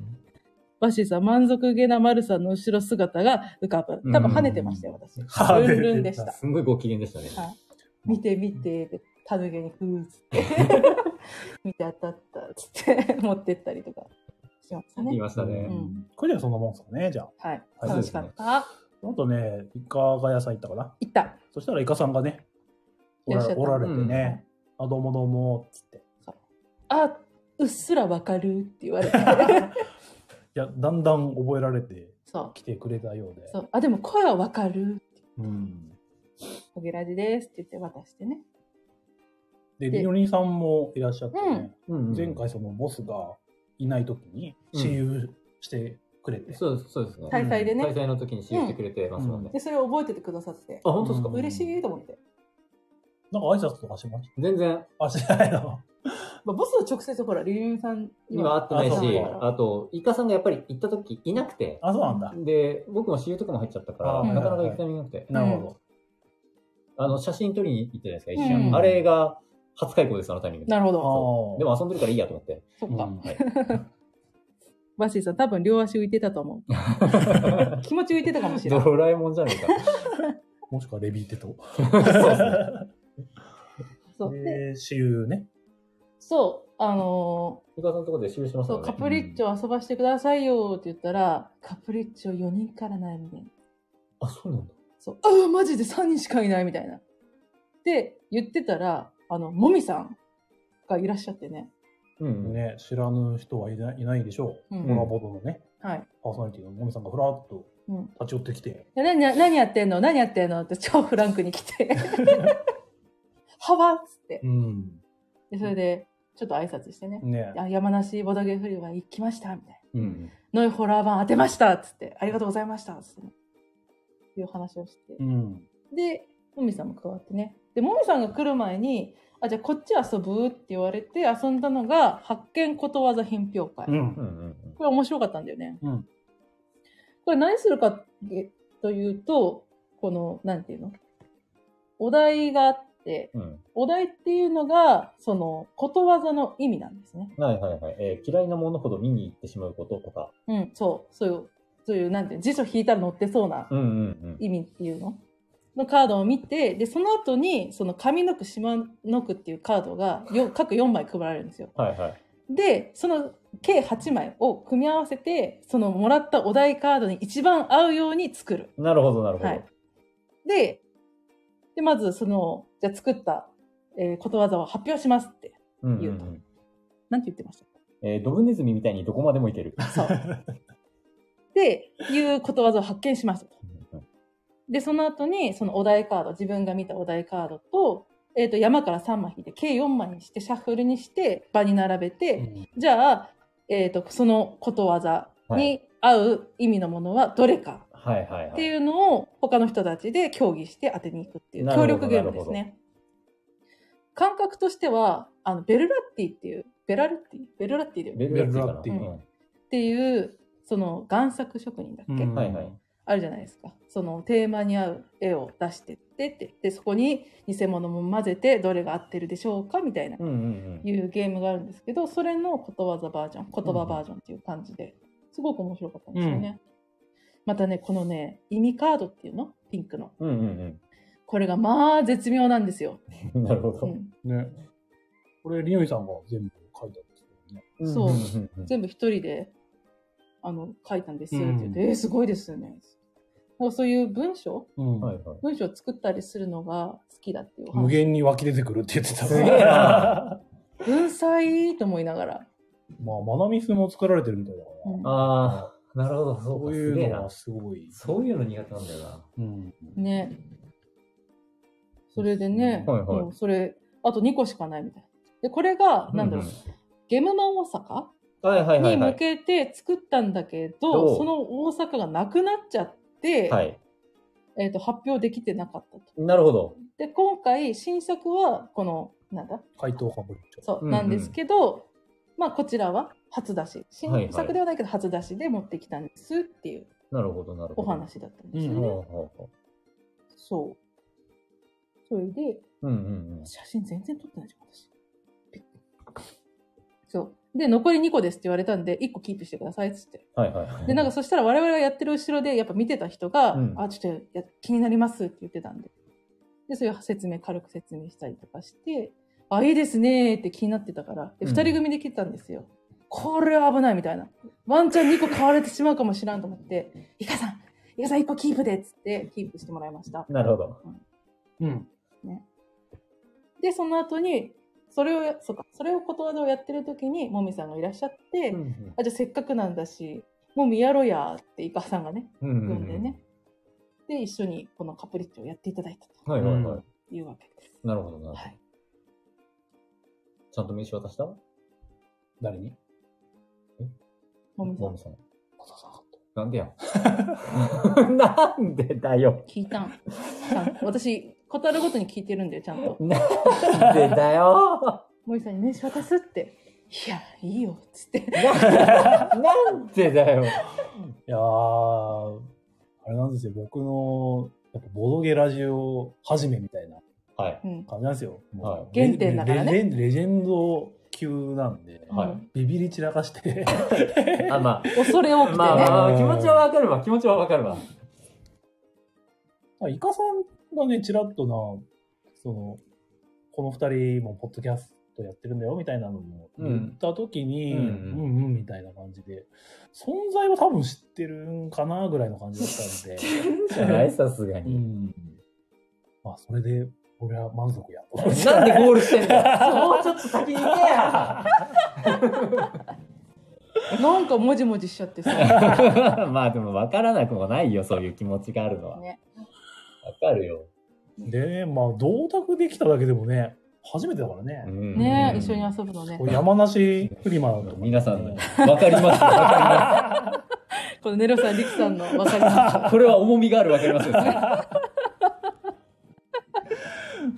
バシーさん、満足げなマルさんの後ろ姿が浮かぶ。多分跳ねてましたよ、
*laughs*
私。
跳ねてた
ルンルンでした。
すんごいご機嫌でしたね。
はい見て見て、たぬげにふーっつ
*laughs*
って。見て当たった、つって *laughs* 持ってったりとかしました
言い
ね。
ましたね。
ん
これではそんなもんですかね、じゃあ。
はい。
はい
楽しかった。
あとね、イカが野菜行ったかな。
行った。
そしたらイカさんがね、おら
いらっしゃった
おられてね、あ、どうもどうも、つって。
あ、うっすらわかるって言われ
*laughs*
て。
いや、だんだん覚えられて
そう。
きてくれたようで。
そう。あ、でも声はわかる。
うん。
ホゲラジですって言って渡してね。
で、
で
りおりんさんもいらっしゃってね、
うん
前回そのボスがいない時に
うん
親友してくれて。
そうそうですね。
大会でね。
大会の時に支援してくれてますもんね
で。それを覚えててくださって
あ、本当ですか
うん
嬉しいと思って、
なんか挨拶とかしまし
全然、
たあ、しないの。
まあ、ボスは直接ほらリリンさん
今会ってない
あそう
し
なん、だ
あと、イカさんがやっぱり行った時いなくて、
あ、そうなんだ。
で、僕も CU とかも入っちゃったか
あ
ら、
ー
なかなか行くタイミングなくて、
なるほど。
あの、写真撮りに行ってたじゃないですか、一
うん
瞬。あれが初開講です、あのタイミングで。
なるほど
ああ。
でも遊んでるからいいやと思 *laughs* って。
そっ
うん、
か、
はい
バッシーさん多分両足浮いてたと思う気持ち浮いてたかもしれ *laughs* ない
*laughs* ドラえもんじゃねえか。
もしくはレビーテと。
そうで
*laughs* で、私有ね。
そうあの
イカさんのところで終了しま
ー
し
そ
た
うカ
ね。
プリッチョ遊ばしてくださいよって言ったら、カプリッチョ4人からないみたいな
あ、そうなんだ。
そうああマジで3人しかいないみたいなで言ってたらあのもみさんがいらっしゃってね
うん。
ね、知らぬ人はいないいないでしょ
う
う。
ん
コラボのね、
はい、
パーソナリティのもみさんがふらっと
うん、
立ち寄ってきて、
で何や何やってんの何やってんのって超フランクに来
*laughs*
て。はばっつって。
うん。
で、それで、ちょっと挨拶してね。
ね、
あ山梨ボドゲフリは行きましたみたい
うん。
な。ノイホラー版当てましたっつって。ありがとうございましたっつって、ね。いう話をして
う。ん。
で、もみさんも加わってね。で、もみさんが来る前に、あ、じゃあこっち遊ぶって言われて遊んだのが、発見ことわざ品評会。
うん
うん。うん
これ面白かったんだよね。
うん
これ何するかってというと、この、なんていうのお題があって、
うん。
お題っていうのが、その、ことわざの意味なんですね。
うん。はいはいはい。えー嫌いなものほど見に行ってしまうこととか。
うん、そう、そういう、そういう、なんていうの辞書引いたら載ってそうな
うんうん
意味っていうののカードを見て、で、その後に、その上の句、下の句っていうカードが、よ各4枚配られるんですよ。
うん。はいはい。
でその計8枚を組み合わせてそのもらったお題カードに一番合うように作る。
なるほどなるほど。
はい、ででまずそのじゃあ作った、えーことわざを発表しますって
うんうん
言うとなんて言ってました
えードブネズミみたいにどこまでもいける。
そう。で、いうことわざを発見しましたと。で、その後に、そのお題カード、自分が見たお題カードと、えっ、と、山から3枚引いて、計4枚にして、シャッフルにして、場に並べて、じゃあ、えっ、と、そのことわざに合う意味のものはどれか
はいはい
っ
は
て
い。
いうのを、他の人たちで協議して当てに行くっていう
なるほ
協
ど
力ゲームですね。感覚としては、あの、ベルラッティっていう、ベラルッティベルラッティだよね
ベルラッティ
ベル
か
ラッティ
なうん
っていうその贋作職人だっけ、
うん
はいはい
あるじゃないですかそのテーマに合う絵を出してってってでそこに偽物も混ぜてどれが合ってるでしょうかみたいな、
うんうん
いうゲームがあるんですけどそれのことわざバージョン言葉バージョンっていう感じですごく面白かったんですよね、またねこのね意味カードっていうのピンクの
うん。うんうん
これがまあ絶妙なんですよ、
うん。 *laughs* なるほ
う
ど。
ん、
ね。これ、りのりさんが全部書いたんですけどね。
そうん
んん
全部一人であの書いたんですよって言って、えーすごいですよねなんかそういう文章
うん
はいはい。
文章を作ったりするのが好きだっていうお
無
話
限に湧き出てくるって言ってた。
すげえな
文才と思いながら
*laughs* まあ、マナミスも作られてるみたいだか
う
ら。
ん
*laughs* ああ、なるほど。そ
そうう
か、
い
すげえ
うの
な
は。すごい。
そういうの苦手なんだよな。
うん。
ねそれでね、
はいはい
もうそれあと2個しかないみたいでこれがなんだろう、
うんう
ゲムマ大
んはいはい
阪
は
に
いは
向
い。
けて作ったんだけど、
どう
その大阪がなくなっちゃって、
はい。
えー、と発表できてなかったと
なるほど。
で今回新作はこのなんだ
回答かぶりちゃ
そう、
うんうん
なんですけど、まあこちらは初出し。新
はいはい
作ではないけど初出しで持ってきたんですっていう
なるほど、なるほど。
お話だったんですよ
うん。
ね。
ほうほうほ
そう。それで、
ううんうんうん。
写真全然撮ってないじゃん、私。びっそう。で、残り2個ですって言われたんで、1個キープしてくださいっつって。
はいはいはい。
で、なんかそしたら我々がやってる後ろで、やっぱ見てた人が、
うん
あ、ちょっとや気になりますって言ってたんで。で、そういう説明、軽く説明したりとかして、あ、いいですねーって気になってたから、で、
うん
2人組で切ったんですよ。これは危ないみたいな。ワンチャン2個買われてしまうかもしらんと思って、イカさん、イカさん1個キープでっつって、キープしてもらいました。
なるほど。
うん。うん。
で、その後に、それをや、そうか、それをことわざをやってる時に、もみさんがいらっしゃって、
うん
あ、じゃあせっかくなんだし、もみやろやってイカさんがね、
うんう
呼ん
ん
でね。。で、一緒にこのカプリッチョをやっていただいたと
はいはいは
う
い。
いうわけです。
なるほどな。
はい。
ちゃんと名刺渡した
誰に
もみさ
マ
ん
ム。さん。なんでや。なん *laughs* でだよ。
聞いたん。ちゃんと私、ことあるごとに聞いてるんだよ、ちゃんと。
なんでだよ。 *laughs*
もみさんに名刺渡すって。いや、いいよ、つって。
ななんでだよ。
いやー、あれなんですよ。僕の、やっぱボドゲラジオ始めみたいな
はい。
うん。
感じなんですよ。もう
は
原点だからね
レレジェンレジェンド級なんで、
はい
うん
ビビり散らかして、 *laughs*
あ、ま
恐れ多
あ、
くてね。
まあまあまあ、
うん
気持ちはわかるわ。気持ちはわかるわ。
まあ、イカさんがね、ちらっとな、その、この二人もポッドキャストやってるんだよ、みたいなのも
う
言
ん
った時に、
う
うんん、う
う
んん、うんみたいな感じで、存在は多分知ってるんかな、ぐらいの感じだったんで、
じゃないさすが
う
に。
ん。まあ、それで、俺は満足や。
なんでゴールしてんだ *laughs* よ。もうちょっと先に行けや。
なんかもじもじしちゃってさ。
*laughs* まあでもわからなくもないよ。そういう気持ちがあるのは。わ
ね。
かるよ。
でね、まあ、同卓できただけでもね、初めてだからね。
うん
ね一緒に遊ぶのね。
これ山梨フリマだとかね
*laughs* 皆さん、わかりますよ。わか
このネロさん、リキさんの分かります
ります。これは重みがあるわかりますよね。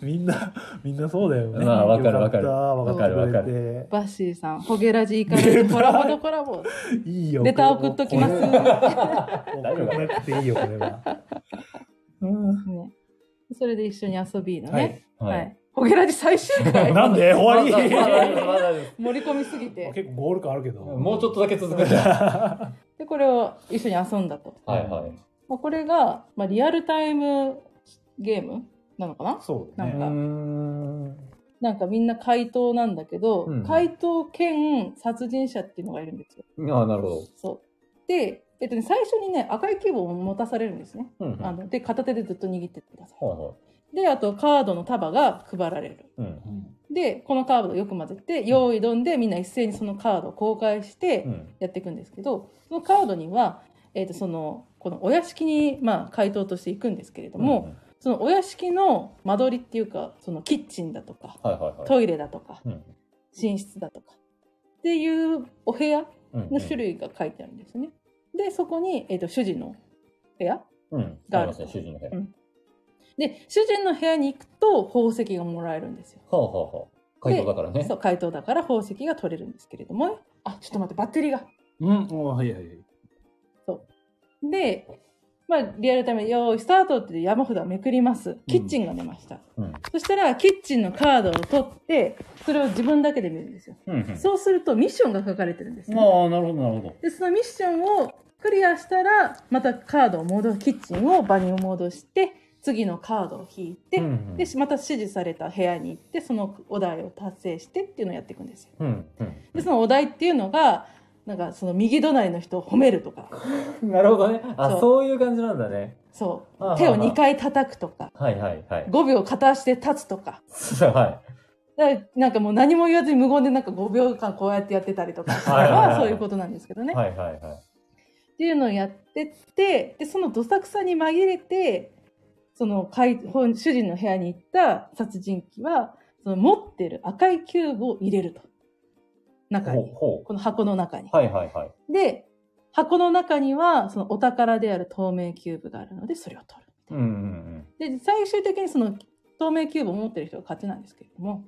みんな、みんなそうだよね。
まあわかるわかる
よったわかるわかる。
バッシーさん、ホゲラジイカレジコラボとコラボ。
いいよ。
レター送っときます。
こ
ね、
れ送らなくていいよ、これは。
それで一緒に遊びの
は
ね
い。。
はい。ホゲラジ最終
*laughs*
回。
なんで終わ
まだま
り
だまだです
盛り込みすぎて。
結構ゴール感あるけど。
もうちょっとだけ続くじゃん。
で、これを一緒に遊んだと。
はいはい。
まあ、これが、まあ、リアルタイムゲームなのかな
そうだ
なん
ね。
か、
ん。
なんかみんな怪盗なんだけど、
うん
怪盗兼殺人者っていうのがいるんですよ。
ああ、なるほ
そう。で、えっとね、最初にね、赤いキューブを持たされるんですね。
ど。うん。
あ
はい
ので、片手でずっと握っててください。
は
で、あとカードの束が配られる。
い。うん。
うん
でこのカードをよく混ぜて用意どんでみんな一斉にそのカードを公開して
うん。
やっていくんですけどそのカードには、えー、とそのこのお屋敷に、まあ、回答としていくんですけれども、そのお屋敷の間取りっていうかそのキッチンだとか
うん、はいはいはい。
トイレだとか
うん
寝室だとかっていうお部屋
うん
の種類が書いてあるんですね。でそこに、えー、と主人の部屋
うん。
が
が
あ
あ
る
りますね、主人の部屋。
う
は
んで主人の部屋に行くと宝石がもらえるんですよ。
あはあはあ。回答だからね
そ。う回答だから宝石が取れるんですけれどもねあちょっと待ってバッテリーが
うん、おはいはいはい。
でまあリアルタイムで用意スタートって山札をめくりますキッチンが出ました、
うん。
そしたらキッチンのカードを取ってそれを自分だけで見るんですよ
うんうん。
そうするとミッションが書かれてるんですね、
ああ、なるほど、なるほど。
でそのミッションをクリアしたらまたカードを戻すキッチンを場に戻して次のカードを引いて、
うんうん
でまた指示された部屋に行ってそのお題を達成してっていうのをやっていくんですよ
うん
でそのお題っていうのがなんかその右隣の人を褒めるとか
うん。なるほどね。
そう
あ、そういう感じなんだね。
そ
あ
う
あ
手を2回叩くとか
はいはいはい。 *laughs*
5秒片足で立つとか
は
だからなんかもう何も言わずに無言でなんか5秒間こうやってやってたりとかそれ
はいはい
は
はい
そういうことなんですけど
い。
ね。
はいはいはい。
っていうのをやってってでそのどさくさに紛れてその怪本主人の部屋に行った殺人鬼はその持ってる赤いキューブを入れると中
ほう
に
ほ
この箱の中に。
う。はいはいはい。
で箱の中にはそのお宝である透明キューブがあるのでそれを取る。
うんうん
で最終的にその透明キューブを持ってる人が勝ちなんですけれども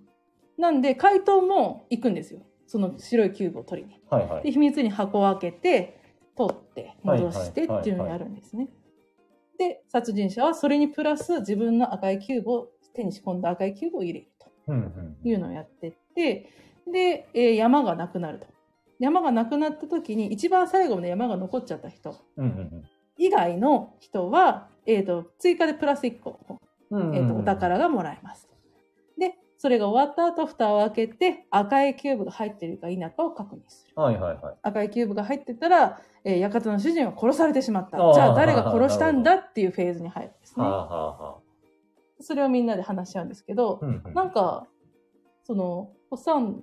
なんで怪盗も行くんですよその白いキューブを取りに
うん。はいは
で
い。
秘密に箱を開けて取って戻してっていうのをやるんですねで殺人者はそれにプラス自分の赤いキューブを手に仕込んだ赤いキューブを入れると
うんうん。
いうのをやってってで、えー山がなくなると山がなくなった時に一番最後の山が残っちゃった人
うんうん
以外の人は、えー、と追加でプラス1個
うん。
えー、とお宝がもらえます。でそれが終わった後蓋を開けて赤いキューブが入っているか否かを確認する。
はいはいはい。
赤いキューブが入ってたら、えー館の主人は殺されてしまった
あ。ー
じゃあ誰が殺したんだっていうフェーズに入るんです
は
ね
あ。はあはあ。
それをみんなで話し合うんですけど
う、んうん。
なんかその「おっさん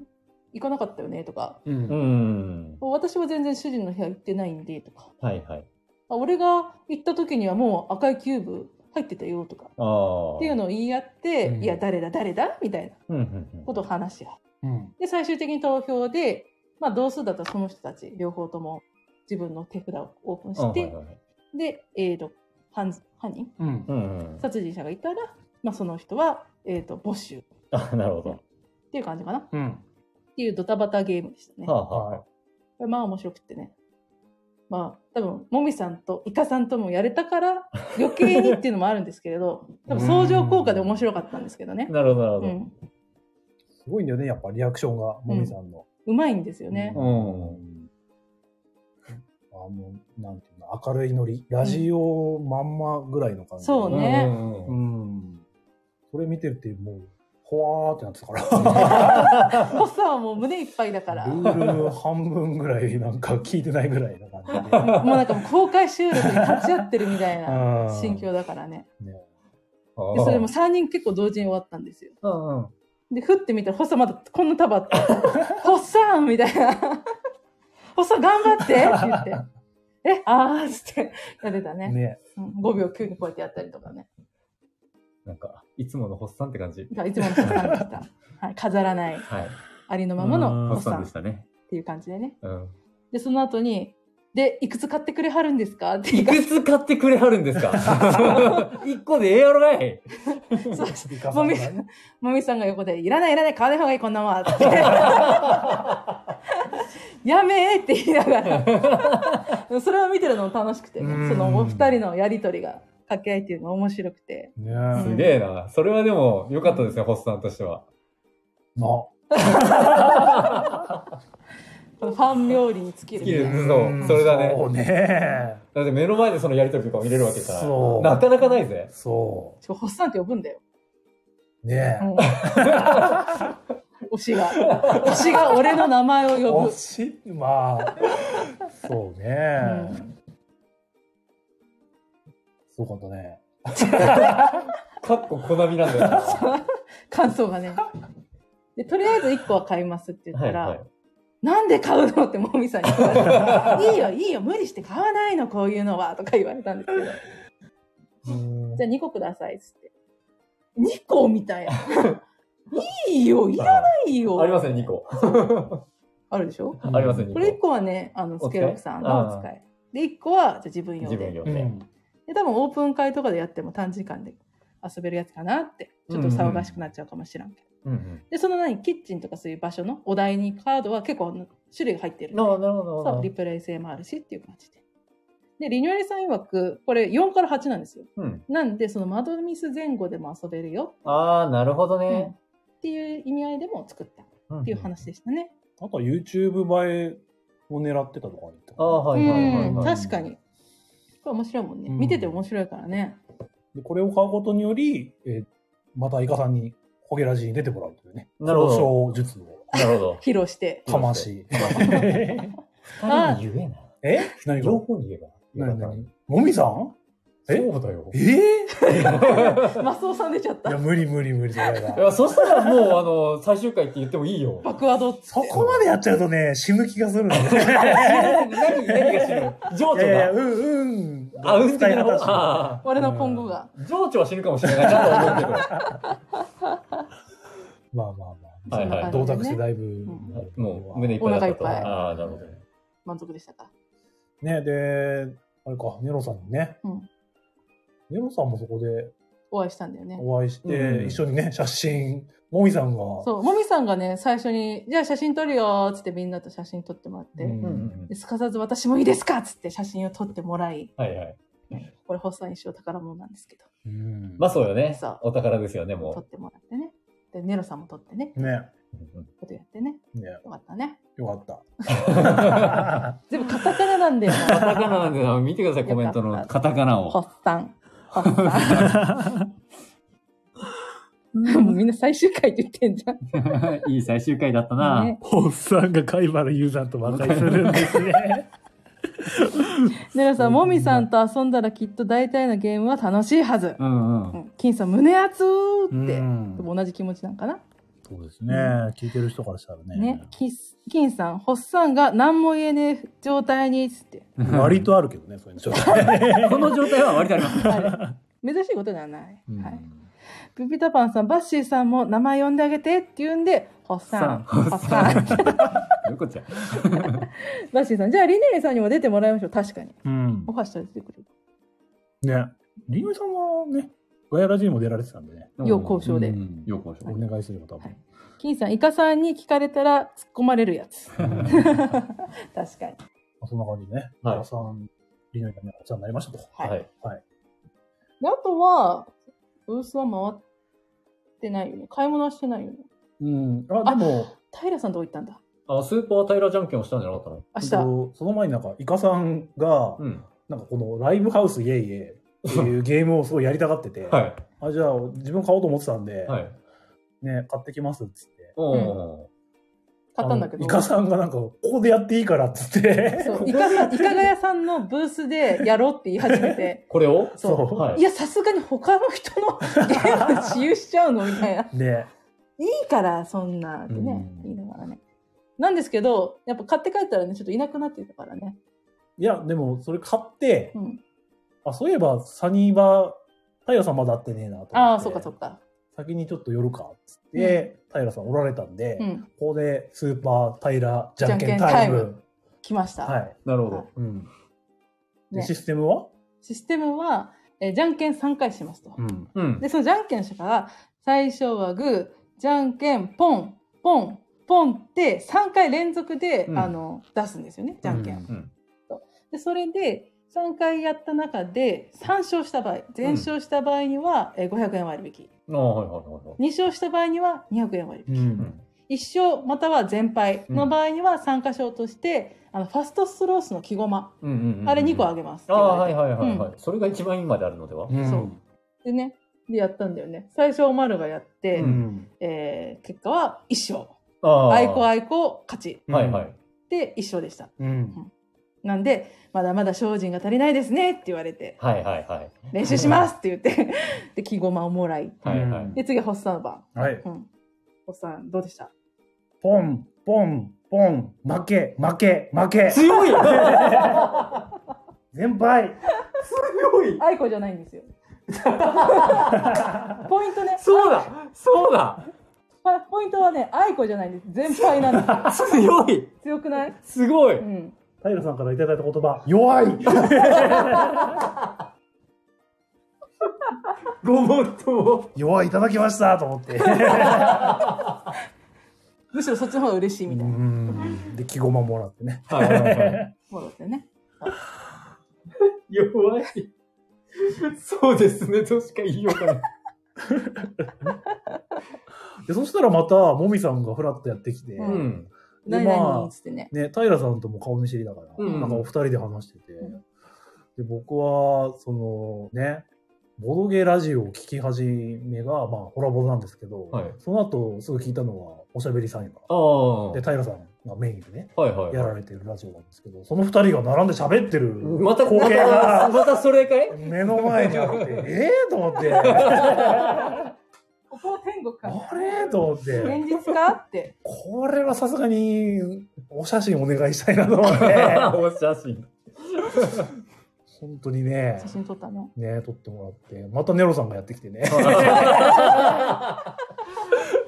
行かなかったよね」とか
う。
うん
「
ん
私は全然主人の部屋行ってないんで」とか
はいはい。
「あ俺が行った時にはもう赤いキューブ入ってたよ」とか
ああ。
っていう
の。
のを言い合って「
うん
いや誰だ誰だ?」みたいな
うんうん
ことを話し合う。
うん。
で、最終的に投票で、まあ、同数だったらその人たち、両方とも自分の手札をオープン
うん。
して、
あはいはいはい
で、えーと、犯犯人、
うん
う。んうん。
殺人者がいたら、まあ、その人は、えーと、募集っ
あ、なるほど。は
ていう感じかな。っ
うん。
ていうドタバタゲームでしたね。
あはあ。
は
これまあ、面白くってね。まあ、多分、もみさんとイカさんともやれたから、余計にっていうのもあるんですけれど、多分、相乗効果で面白かったんですけどね。
なるほどなる
う
ほ
ん。
い。すごいんだよね、やっぱリアクションが、もみさんの。
うまいんですよね。
ど。うん。
*laughs* あもう、なんていうの、明るいノリ。ラジオまんまぐらいの感じ。
そうね
うん
う
うん
ん。それ見てるって、もう、ほわーってなってたから。
ホッサンはもう胸いっぱいだから。
ル
も
ール半分ぐらい、なんか聞いてないぐらいな感じで。
うなんかもう公開収録に立ち会ってるみた *laughs* いな。
うん
心境だからね。
ね
あ
で、それも
ー
3人結構同時に終わったんですよ。
うんうん。
で、ふってみたら、ホッサンまだこんな束あって、ホッサンみたいな。 *laughs* ホッサン頑張ってって言って。え、あーっつってやってたね。
ね。
うん5秒急にこうやってやったりとかね。
なんか、いつものホッサンって感じ。
いつものホッサンでした。はい、飾らない、
はい。
ありのままの
ホ
ホ
ッ
ッ
サ
サン
ンで
っ
したね。
ていう感じでね。
うん。
で、その後に、で、いくつ買ってくれはるんですかって言
い
うか
くつ買ってくれはるんですか *laughs* 一個でええやろがい
そう
イカさんがね
もみさんが横で、いらないいらない、買わない方がいい、こんなも
*laughs*
んは。ってやめえって言いながら。それを見てるのも楽しくて
う
ね。
ん
そのお二人のやりとりが、掛け合いっていうのが面白くて。
ね
すげえな。それはでも良かったですね、ホッサンとしては。
な。
このファン冥利に尽きる。
尽きる
ん
そうそれだね
そうね。
だって目の前でそのやりとりとかを見れるわけじゃない。
そう
なかなかないぜ。
そ
しかも、ホッサンって呼ぶんだよ。
う。ね
うん *laughs* 推しが。推しが俺の名前
え。
を呼
お
ぶ。
し、まあ、そうね。すごかったね。
かっこ好みなんだよな。
感想がね。で、とりあえず1個は買いますって言ったら、
はいはい
なんで買うのってもみさんに言われ *laughs* て、いいよ、いいよ、無理して買わないの、こういうのは、とか言われたんですけど、じ
うん
ゃあ2個ください、つって。2個みたいな。
*laughs*
いいよ、いらないよ。
ありますね、2個。
あるでしょ
うん
ありますね、2個。
これ1個はね、あの、
お
ス
使
ケ
い
ロクさんのお使い。で、1個は、じゃあ自分用
自分
で。
用
う
で。
ん
で、多分オープン会とかでやっても短時間で遊べるやつかなって、ちょっと騒がしくなっちゃうかもしらんけど。
うんうん。
で、その何、キッチンとかそういう場所のお題にカードは結構種類が入ってる。
なるほど、なるほど。なる
そ
ほ
う、リ
ど
プレイ性もあるしっていう感じで。で、リニューアルさん曰く、これ4から8なんですよ。
うん。
なんで、その窓ミス前後でも遊べるよ
ああ、なるほど
うんっ
ね。
ていう意味合いでも作ったっ
って
いう話でしたね。
なんか YouTube 映えを狙ってたとか言ってた
ああ、はいはいはい、
うん、
はい。
確かに。これ面白いもんね。
うん
見てて面白いからね。
でこれを買うことにより、えーまたイカさんにホゲラジに出てもらうというね。
なるほど
交渉術を
なるほど。
披露
*laughs*
して。
かまし。
*laughs*
二人に言えな。
え何が
両方に言えば。
何何もみさんえ
そうだよ。
えー、
マスオさん出ちゃっ
い
た
や、。無理無理無理それ
い
は。
や、そしたらもう、あの、最終回って言ってもい
*laughs*
いよ。
バクワードっつ
そ
って。
こまでやっちゃうとね、死ぬ気がす
*laughs*
るんで。 *laughs* い
何、何が死ぬ情緒
やいや、う
が。
ん、うん。
あ、うん的な方
し。
あ
俺の今後が。
ー情緒は死ぬかもしれないなと思うけ
まあまあまあ。
はいはい
同卓してだいぶ、
*laughs*
ど。もう、胸いっぱいだったと。
お腹いっぱい
ああ、なるほど。
満足でしたか。
ね、で、あれか、ネロさんにね。
うん
ネロさんもそこで
お会いしたんだよね。
お会いして、
うん
一緒にね、写真、もみさんが、
そう、もみさんがね、最初に、じゃあ写真撮るよーっつってみんなと写真撮ってもらって、
うん
うんうんうん
ですかさず私もいいですかっつって写真を撮ってもらい、
はいはい。
これ、発作一生宝物なんですけど、
うん
まあそうよね
そう。
お宝ですよね、
撮
も
ってもらってね。で、ネロさんも撮ってね、
ね、
う。うんうん
ことやってね。
ね、
よかったね。
よかった。
全部カタカナなんだよ。
カタカナなんで、あの見てください、コメント
よか
の
った
*laughs* カタカナを。
発散。発
*laughs*
散。もうみんな最終回って言ってんじゃん。
いい最終回だったな。
ね
*laughs* おっさんが貝原優さんと和解するんです *laughs* ね。
ネロさん、もみさんと遊んだらきっと大体のゲームは楽しいはず。
うんう。
うんん、金さん、胸熱ーって。
ん
でも同じ気持ちなんかな。
そうですね、聞いてる人からしたらね
ね、キス金さん、ホッサンが何も言えねえ状態にっつって。
割とあるけどね、そういうのちょっとね。
この状態は割とあります。
あれ珍しいことではない。
うん
はい。ピピタパンさん、バッシーさんも名前呼んであげてって言うんで、ホッサン、ホッサン。
どういうことじゃ。
バッシーさん、じゃあリネリさんにも出てもらいましょう。確かに。
うん
オ。ファーしたら出てくる。
ね。りんごさんはね、ガヤラジにも出られてたんでね。
要交渉で。
うん
よくおしょ
お願いすれば多分。
はい金さん、イカさんに聞かれたら突っ込まれるやつ。確かに。
まあそんな感じでね、
はい
皆さん、りのりさんにお世話になりましたと。
はい。
はい。
であとは、ブースは回ってないよね。買い物はしてないよね。
うん。あ、でも、
平さんどこ行ったんだ
あ、スーパー平じゃんけんをしたんじゃなかったの
明
えっ
日。
とその前になんか、イカさんが、
うん。
なんかこのライブハウスイエイイエイって
*laughs*
いうゲームをすごいやりたがってて、
は
あじゃあ自分買おうと思ってたんで、
い。はい。
ね、買ってきますっつって。
おお。
買ったんだけど。
あのイカさんがなんか、ここでやっていいからっつって。 *laughs*
そう、イカさん、イカガヤさんのブースでやろうって言い始
*laughs*
めて、
これを
そう
そう。
はい
いや、さすがに他の人のゲーム自由しちゃうのみたいな。い *laughs*
ね。
いから、そんな、ってね、
うん
言いながらね。なんですけど、やっぱ買って帰ったらね、ちょっといなくなってたからね。
いや、でもそれ買って、
うん。
あ、そういえばサニーバー、平さんまだ会ってねえなと思って。
ああ、そっかそっか。
先にちょっと寄るかっつって、平さんおられたんで、
うん。
ここでスーパー平じゃんけん
じゃんけんタ
タ
イ
イ
ム
ム。
来ました。
はい。
なるほ
はい
ど。
うん。で
ね
システムは
システムは、えーじゃんけん3回しますと。
うん。
うん。
で、そのじゃんけんしたから、最初はグー、じゃんけん、ポン、ポン、ポンって3回連続で、
うん
あの、出すんですよね、じゃんけんを。
うん。
でそれで3回やった中で3勝した場合全勝した場合にはえー500円割引
ああ、はいはいはいはい。
2勝した場合には200円割
う。
うんん。
引1勝または全敗
うん
の場合には参加賞として、あのファストストロースの木駒
うんうんうん。
あれ2個あげますって
あ
言
あ、
わ
は
れ
い
て、
はいはいはい。それが一番今であるのでは
うん
そうでねでやったんだよね最初おまるがやって、
うん。
えー結果は1勝
ああ。
愛子
は
愛子勝ち
いはい。
で1勝でした
うん。
なんでまだまだ精進が足りないですねって言われて
はいはいはい。
練習しますって言ってで木駒をもらい
はいはい。
で次は発作の番
はい。
うん、おっさん、どうでした *laughs*
ポン、ポン、ポン、負け、負け、負け、
強い
全敗。
強い
あいこじゃないん
*laughs*
ですよ。ポイントね。
そうだそうだ
あポイントはね、あいこじゃないんです。全敗なんですよ。
強い
強くない
すごい
うん。
平さんからいただいた言葉、弱い
ごもっとも
弱いいただきましたと思 *laughs* って。
むしろそっちの方が嬉しいみたいな。
うん。で、木駒もらってね。
はいはいはい
そうですよね。
*laughs* 弱いそうですねとしか言いようがない
*laughs* で、そしたらまた、もみさんがフラッとやってきて、
うん
ん
で
何
ま
々
あ
っつってね。
ね、平さんとも顔見知りだから、
うん
なんかお二人で話してて、
うん
で、僕は、そのね、ボドゲラジオを聞き始めが、まあ、ホラボドなんですけど、
はい
その後すぐ聞いたのは、おしゃべりサイン
あ
バ
あ
ー。で、
はい
平さんがメインでね、
はい
やられてるラジオなんですけど、その二人が並んで喋ってる
また
光
ま
景
た
が
またそれかい
目の前にあ
*laughs*
って、ええと思って、
ここは天国か
あれと思って。
現実かって。
これはさすがに、お写真お願いしたいなと思っ
*laughs*
て、
お写真
本当にね
写、真撮ったの。
ね、撮ってもらって、またネロさんがやってきてね、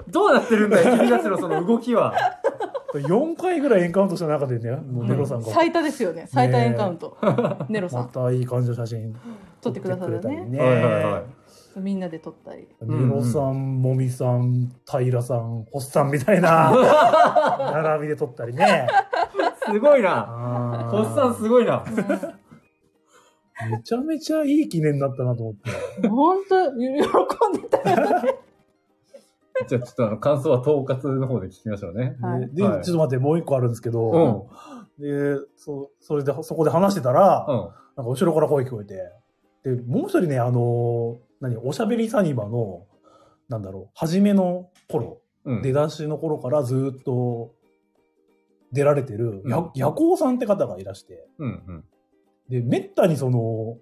どうなってるんだ *laughs* よ君たちのその動きは
4回ぐらいエンカウントした中でね、もうネロさんが、
最多ですよね。最多エンカウ
*laughs*
ント。ネロさ
ま
ん。
たいい感じの写真
撮ってくださる
撮ってくれたり
ね。
ね。
はいはいはい
みんなで撮ったり。
ネロさん、もみさん、平さん、ホッさんみたい
*laughs*
な並びで撮ったりね。
すごいな
ホ
おっさんすごいな
めちゃめちゃいい記念だったなと思って。
本当喜んでたよ。
じゃあちょっとあの感想は統括の方で聞きましょうね
はい
で、
はい
ちょっと待って、もう一個あるんですけど、で、そそれで、そこで話してたら、
うん
なんか後ろから声聞こえて。で、もう一人ね、あのー何、おしゃべりサニバの、なんだろう、初めの頃、
うん
出だしの頃からずーっと出られてる、や
うん
夜行さんって方がいらして、
うん
で、めったにその、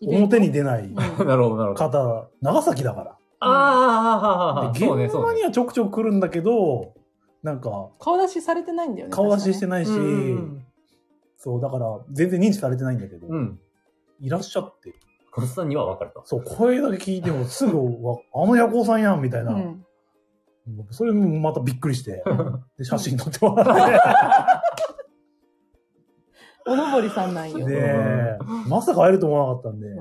イベント
表に出ないう
うんんなるほどなるほど
方、長崎だか
あ
ら。
あ
で、
そうね
現
そう
場
ね
にはちょくちょく来るんだけど、なんか、
顔出しされてないんだよね。
顔出しして
確かね
ないし、
うん
そう、だから、全然認知されてないんだけど、
うん
いらっしゃって、
おっさんには分かれた
そう、声だけ聞いてもすぐ、わあの夜行さんやん、みたいな。
うん。
それもまたびっくり
*laughs*
して、
うん
で、写真撮ってもら
おのぼりさんなん
*laughs*
って、
よ。
で、まさか会えると思わなかったんで、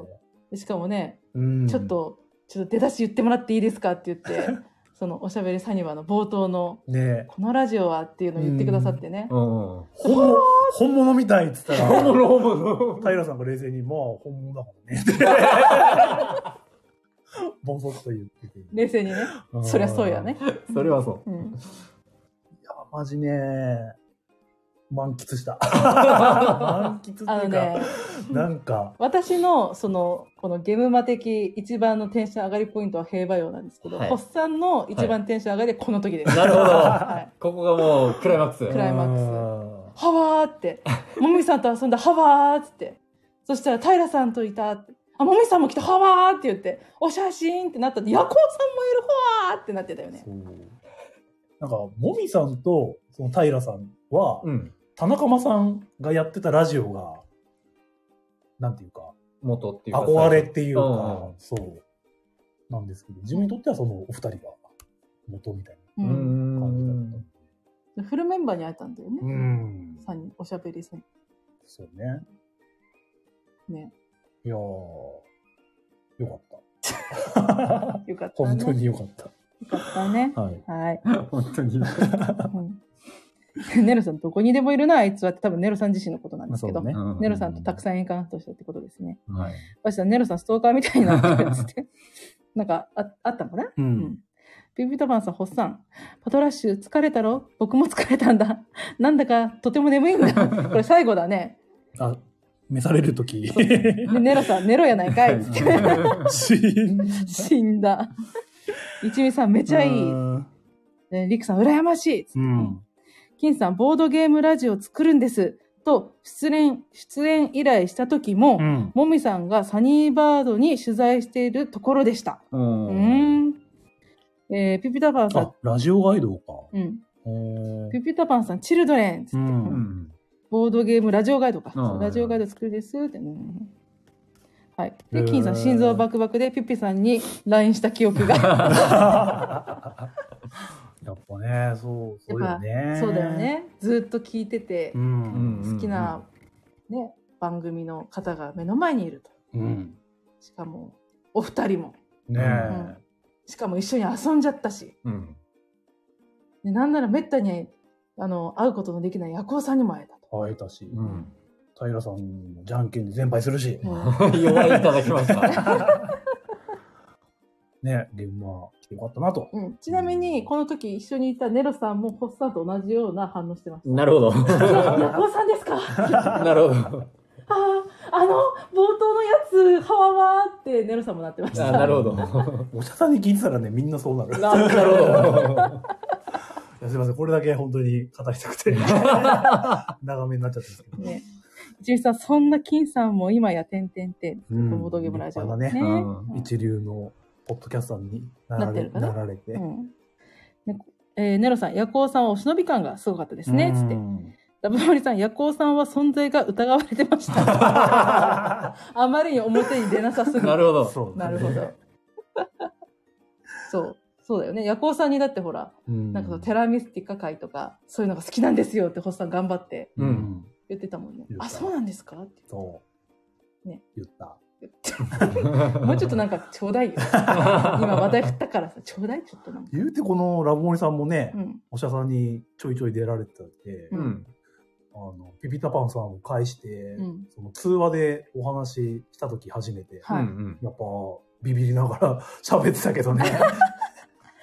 しかもね、
うん
ちょっ、と、ちょっと出だし言ってもらっていいですかって言
*laughs*
って、そのおしゃべりサニバの冒頭の、
ね
このラジオはっていうのを言ってくださってね。
うんうん
本物、本物みたいって言ったら、
物本物
平さんが冷静に、まあ、本物だ
*laughs*
からね、って。ボソッと言ってて。
冷静にね。そりゃそうやね。
それはそう
うん。
うん。マジね、満喫
*laughs*
した。満喫っていうか、
あのね、
なんか、
私の、その、このゲムマ的一番のテンション上がりポイントは平和用なんですけど、
はい
ホッサンの一番テンション上がりはこの時です。
なるほど
は
ここがもうクライマックス。
クライマックス
うん
い。はわーって。もみさんと遊んだ、はわーっつって。そしたら、平さんといたって。あ、もみさんも来た、はわーって言って、お写真ってなった。夜行さんもいる、はわーってなってたよね。
そうなんか、もみさんと、その平さんは、
うん。
田中間さんがやってたラジオが、なんていうか、
元っていうか。
憧れっていうか、
うんうん
そう、なんですけど、自分にとってはそのお二人が元みたい
うん
う
な感じだ
ん
っ。
フルメンバーに会えたんだよね。
た。うん。
さんにおしゃべりさん
そうね。
ね。
いやー、よかった。
よかった、ね。
本当。によかった。
よかったね。
はい。
はい。
本当に。
うん *laughs* ネロさん、どこにでもいるな、あいつはって多分ネロさん自身のことなんですけど、
そうね
ネロさんとたく
ん。
さんエンカウントしたってことですね。
はい。
私はネロさんストーカーみたいになってるっつ
*laughs*
って。なんかあ、あったのかな
う
うん。ビビタパンさん、ホッサン。パトラッシュ、疲れたろ僕も疲れたんだ。 *laughs* なんだか、とても眠い
*laughs*
んだ。これ最後だね。
あ、召されるとき、
でネロさん、ネロやないかいっつって。
死んだ
死
*laughs*
んだ。一味さん、めちゃいい。ねリクさん、羨ましいっつって。
うん。
金さん、ボードゲームラジオ作るんです。と、出演、出演依頼した時も、
うん。
もみさんがサニーバードに取材しているところでした。
う
うー
ん。
ん。えーピピタパンさん
あ、、ラジオガイドか。
うん、
お
ピピタパンさん、チルドレンっつって、
うん
うん。
ボードゲームラジオガイドか、
あ
そうラジオガイド作るですって、うんはい、
へー
で金さん心臓バクバクでピピさんに LINE した記
*laughs*
憶が
やっぱね、そう、そうだよね。
そうだよ。ねずっと聞いてて
う。
うんんうん
好きな、ね、番組の方が目の前にいると
うん。
しかもお二人も
ね
うんしかも一緒に遊んじゃったし
うん。
でなんならめったにあの会うことのできない夜行さんにも会えたと。
え。会えたし、
うん。
平さんもじゃんけんで全敗するし、
うん
弱いいただきました。
ねで、まあ、来てよかったなと。
うん、ちなみにこの時一緒にいたネロさんもホッさんと同じような反応してました。
なるほど。
夜行さんですか
なるほど。
ああ、あの、冒頭のやつ、はわわーって、ネロさんもなってまし
あ
た。
なるほど。
お茶さんに聞いてたらね、みんなそうなる。
ななるほど。
いやすいません、これだけ本当に語りたくて、長めになっちゃったんですけど。
ね。一流さん、そんな金さんも今や、てんてんてん、ボードゲームラジ
立
オ
派なね、
うん
うん
一流のポッドキャスターになら
なって
れ
るかな
なられて。
うんねえーネロさん、夜行さんはお忍び感がすごかったですね、つって
う。
*laughs*
ん
ダブモリさん、夜行さんは存在が疑われてま
*laughs*
した。あまりに表に出なさすぎて
なるほど。
そう
なるほど。そう。そうだよね。夜行さんにだってほら、
な
なんかそのテラミスティカ会とか、そういうのが好きなんですよって星さん頑張って
う。
うんん。
言ってたもんね
言。っ
あ、
た
そうなんですかって
そう。
ね
言った。
言って。
*laughs*
もうちょっとなんかちょうだいよ。今話題振ったからさ、ちょうだいちょっとなんか。
言うてこのラブモリさんもね、
うん。
お医者さんにちょいちょい出られてたんで、
う
うんん。
あの、ピピタパンさんを介して、
うん。
その通話でお話しした時初めて、
はい。
うん
やっぱビビりながら *laughs* 喋ってたけど
*laughs*
ね。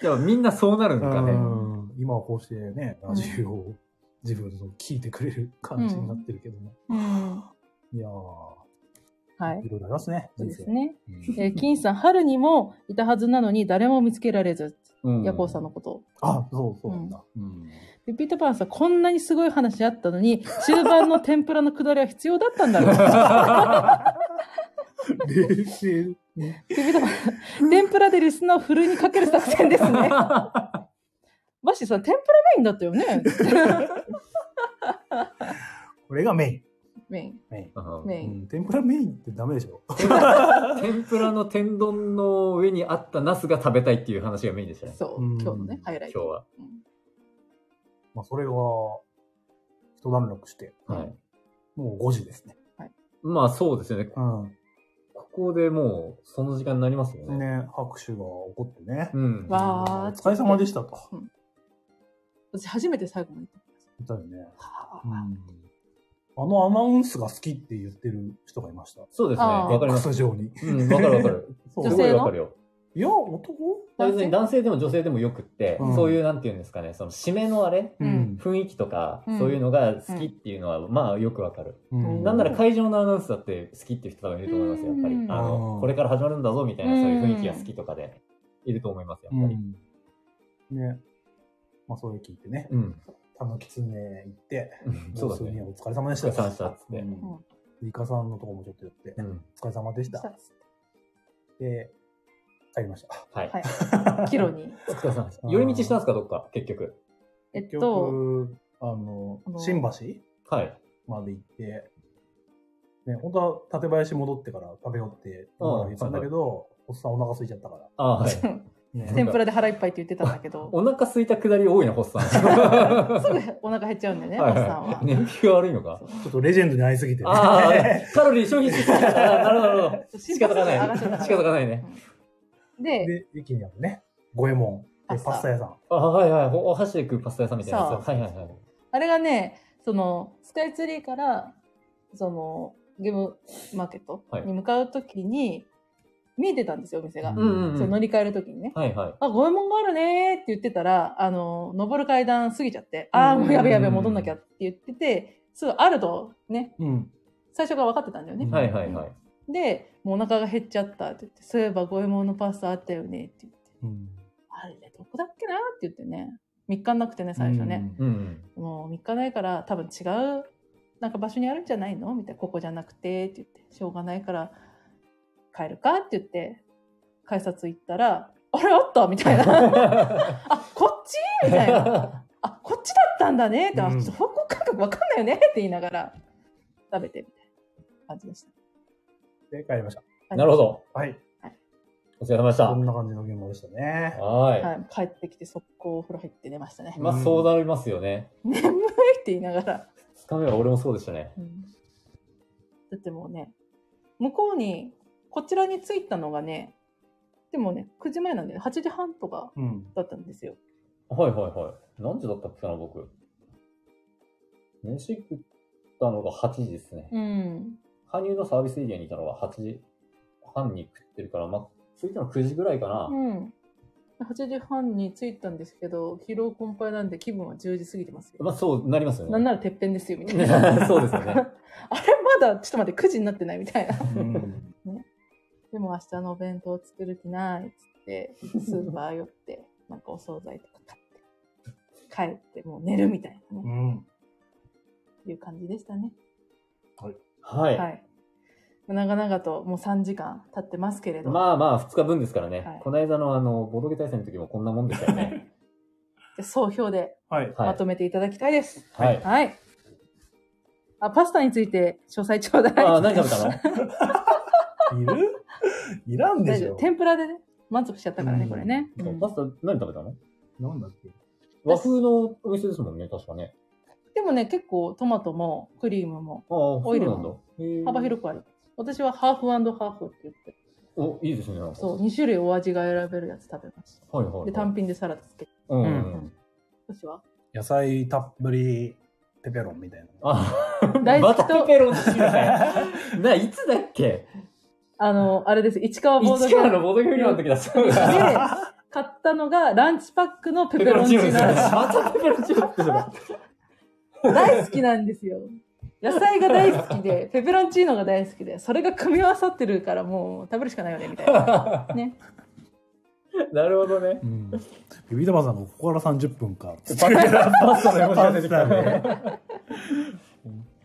でもみんなそうなるん
う
かね。
ん今はこうしてね、ラジオを自分の聞いてくれる感じになってるけども。
うん
いやー、
はい。
いろいろありますね、
そうで
人
す
生。
ね。
うん
えー金さん、春にもいたはずなのに誰も見つけられず、
うん
夜行さんの。ことを。
あ、そうそうなんだ。
うん。
ピピートパンさん、こんなにすごい話あったのに、中盤の天ぷらのくだりは必要だったんだ
*laughs*
ろう。
*laughs* 冷静に。
ピピタパンさん、天ぷらでリスナーをふるいにかける作戦です
*laughs*
ね。バシさん、天ぷらメインだったよね。
これがメイン。
メイン。
メイン。
メイン
うん天ぷらメインってダメでしょ
天ぷらの天丼の上にあったナスが食べたいっていう話がメインでしたね。
そう、
うん
今日のね、ハイラ
今
イ
日
ト。
は。
まあ、それが、一段落して、
はい。
もう5時ですね。
まあそうですよね。
う
ここでもう、その時間になりますもん
ん。
ね。
ね、拍手が起こってね。
うん。
お
わー
疲れ様でしたと。
私、初めて最後まで行っ
言ったよね。
た。
あのアナウンスが好きって言ってる人がいました。
そうですね。
あー
わかります。
ス上に。
うん、わかるわかる。
そう
女
す
性
ごい
の
わかるよ。
いや、男
男性
別に男性でも女性でもよくって、
うん
そういう、なんていうんですかね、その締めのあれ
うん
うん
雰囲気とか、
うん
そういうのが好きっていうのは、まあよくわかる。
うん
なんなら会場のアナウンスだって好きっていう人がいると思いますよ、やっぱり。
うん
あの、これから始まるんだぞみたいな、そういう雰囲気が好きとかで、いると思います、やっぱり。
うんね。まあ、それ聞いてね。
うん。
たぬきつね行って、
うんそう
ボ
だ
スに
ね
は。お疲れ様でした。
お疲れ様でしたっつって
うん
うん
イカさんのとこもちょっと寄って
う、ん。
お疲れ様でし
したた。
で、帰りました。
はい。
はい。キロ
*laughs*
に。
お疲れ様でした。寄り道したんですか、どっか、結局。
えっ
結
と、
局、あの
あの、
新橋
はい。
まで行って、ね、本当は館林戻ってから食べようって言ってたんだけど、おっさんお腹空いちゃったから。
ああ、はい。
*laughs* ね
天ぷらで腹いっぱいって言ってたんだけ
*laughs*
ど、
お腹空いたくだり多いな、ホッサ *laughs* ン。
すぐお腹減っちゃうんだよね、お
はい
っさんは
はい。。燃費が悪いのか。
ちょっとレジェンドに会いすぎて、ね。
ああ、カロリー消費してきた。あーなるほどなるほど。
仕
*laughs* 仕方がない。仕方がないね。
で、
*laughs* で、駅にあるね、五右衛門、
パ
で
スタ
パスタ屋さん。
ああ、はいはい。おお箸で食うパスタ屋さんみたいなやつ。
そ
はいはいはい。
あれがね、その、スカイツリーから、その、ゲームマーケット
はい
に向かうときに、見えてたんですよ、お店が
う。んうん。
そううん乗
はい
り換えるときにね。
はい。
あ、五右衛門があるねーって言ってたら、あの、登る階段過ぎちゃって、あーもうやべやべ戻んなきゃって言ってて、すぐあると、ね、
うん。
最初から分かってたんだよね。
はいはいはい。
で、もうお腹が減っちゃったって言って、そういえば五右衛門のパスタあったよねって言って、
うん。
あれどこだっけなって言ってね、3日なくてね、最初ね。
うんうん。
もう3日ないから多分違うなんか場所にあるんじゃないのみたいな、ここじゃなくてって言って、しょうがないから帰るかって言って、改札行ったら、 *laughs* あれあったみたい
*laughs*
な。あ、こっちみたいな。あ、こっちだったんだねって、あ
うん
ちょっと方向感覚わかんないよねって言いながら食べてみたいな感じでした。
で、帰りました。
はい
なるほ。ど。
はい。
お疲れ様でし
こ
た
ん。な感じの現場でしたね。
はーい。
はい、帰ってきて速攻お風呂入って寝ましたね。
まあ、そうなりますよね。
眠いって言いながら。
二日目は俺もそうでしたね。
うんだってもうね、向こうに、こちらに着いたのがね、でもね、9時前なんで、ね、8時半とか
うん。
だったんですよ。
はいはいはい。何時だったっけかな、僕。飯食ったのが8時ですね。
うん。
羽生のサービスエリアにいたのが8時半に食ってるから、まあ、着いたの9時ぐらいかな。
うん。8時半に着いたんですけど、疲労困憊なんで気分は10時過ぎてますよ。
まあ、そうなりますよね。
なんならてっぺんですよ、みたい *laughs* な。
*laughs* そうですよね。
あれまだちょっと待って9時になってないみたいな。
うん。
でも明日のお弁当作る気ないっつって、スーパー寄って、なんかお惣菜とか買って、帰ってもう寝るみたいな
う
ね、
ん。
いう感じでしたね。
はい。
はい。長々ともう3時間経ってますけれど。 *laughs*
まあまあ、2日分ですからね。
はい
この間のあの、ボドゲ大戦の時もこんなもんでした
*laughs*
よね。
じゃあ総評で
はい。
は
ま
い。
とめていただきたいです。
はい。
はい。あ、パスタについて詳細ちょうだい。
ああ、何食べたの
いる *laughs* いらんで
大
し
丈
ょ
夫。。天ぷらでね、満足しちゃったからね、
うん
これね。うん
パスタ何食べたの
なんだっけ
和風のお店ですもんね、確かね。
でもね、結構トマトもクリームも
ああ、そ
オ
う
イル
なんだ
の。幅広くある。私はハーフハーフって言って、
お、いいですね、なんか。
そう、2種類お味が選べるやつ食べました。
はいはいはい。
で、単品でサラダつけて。
うんう。
うん
私は
野菜たっぷりペペロンみたいな。
あ、
大好
また
き
ペ
と、
ペロンチー
*laughs*
ノだよな、いつだっけ
あの、あれです、市川ボード
市
ゲー
川
ム
のボドゲフリマの時だ、そう
で
だ。、
買ったのがランチパックのペペロンチーノ
だよ。
味。
またペペロンチーノってだ。
大好きなんですよ。野菜が大好きで、ペペロンチーノが大好きで、それが組み合わさってるからもう食べるしかないよね、みたいな。 *laughs* ね。
なるほどね。
うん。ビビタマさんがここから30分か。つって
パスタの横に
パ
出て
ス
き
タ
たんで。
で。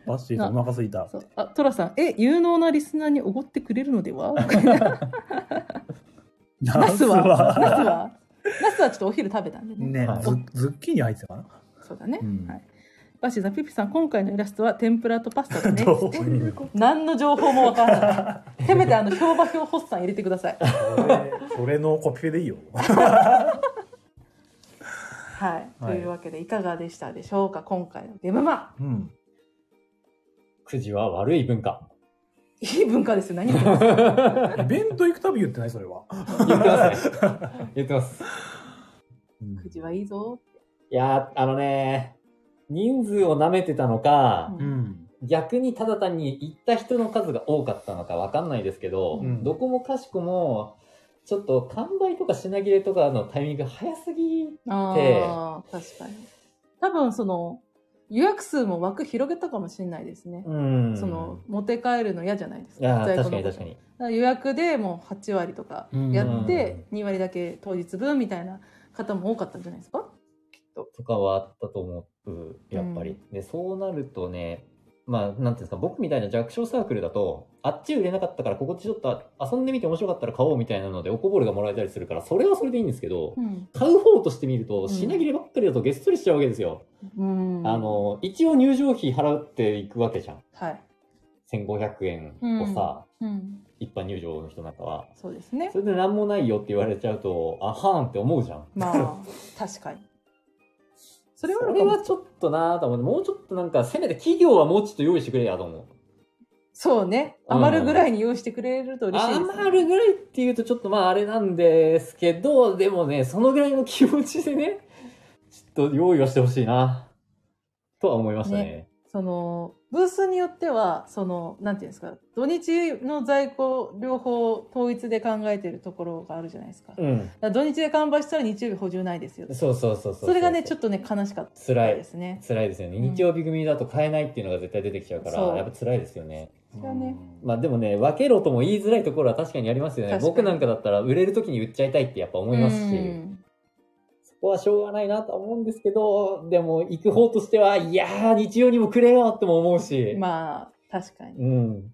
バッシーとお腹すいた。
そうあ、トラさん、え、有能なリスナーにおごってくれるので
*laughs*
はナ
ナ
スはナスはナスはちょっとお昼食べたんでね。
ね
はい、
ズズッキーニ入ってたかな
そうだね。
うん
はい。バシーさん、ピピさん、今回のイラストは天ぷらとパスタで
*laughs*
すね。
どういうこ
何の情報もわからな
*laughs*
い。せめてあの、評判表ホッさん入れてください。
とそれそれのコピペでいいよ。
はい。と
はい
いうわけで、いかがでしたでしょうか今回のゲームマン。
うん。
くじは悪い文化。
いい文化ですよ。何言ってます
*laughs*
言って
イベント行くたび言ってないそれは。
ますね。 *laughs* 言ってます。
くじはいいぞ。
いやー、あのね、人数を舐めてたのか、
う
うんん。
逆にただ単に行った人の数が多かったのかわかんないですけど、
うん
どこもかしこも、ちょっと完売とか品切れとかのタイミングが早すぎ
ああ、確かに。多分、その、予約数も枠広げたかもしれないですね。
うん。
その、持って帰るの嫌じゃないです
いや
か。
ー、
在庫
確か
の
に
こと
確かに。
だから予約でもう8割とかやって、2割だけ当日分みたいな方も多かったんじゃないですか
とかはあったと思う、やっぱり。で、そうなるとね、まあ、なんていうんですか、僕みたいな弱小サークルだと、あっち売れなかったから、ここちょっと遊んでみて面白かったら買おうみたいなので、おこぼれがもらえたりするから、それはそれでいいんですけど、
うん。
買う方として見る
う
と、
ん
品切ればっかりだとげっそりしちゃうわけですよ。
うん。
あ、の、一応入場費払っていくわけじゃん。
はい。
1500円をさ、
うん。
一般入場の人なんかは。
そうですね。
それで何もないよって言われちゃうと、あはーんって思うじゃん。
まあ、 *laughs* 確かに。そ
そ
れ
れ
はあるかも
はちょっとなぁと思って、もうちょっとなんか、せめて企業はもうちょっと用意してくれやと思う。
そうね。
うん
余るぐらいに用意してくれると嬉しいです、ね。
余るぐらいっていうとちょっとまああれなんですけど、でもね、そのぐらいの気持ちでね、 *laughs* ちょっと用意はしてほしいな、とは思いましたね。
そのブースによってはそのなんていうんですか土日の在庫両方統一で考えてるところがあるじゃないですか,、だから土日で完売したら日曜日補充ないですよ
うん。そうそうそうそう
それがねちょ
っ
っとね悲しかっ
と辛
た
い
で。すね
辛いですよね。
うん
日曜日組だと買えないっていうのが絶対出てきちゃうから、
そう
やっぱ辛いですよね。
それはね
まあでもね、分けろとも言いづらいところは確かにありますよね。
確かに
僕なんかだったら売れる時に売っちゃいたいってやっぱ思いますし、
うん
そこはしょうがないなとは思うんですけど、でも行く方としては、いやー、日曜にもくれよっても思うし。
まあ確かに
うん。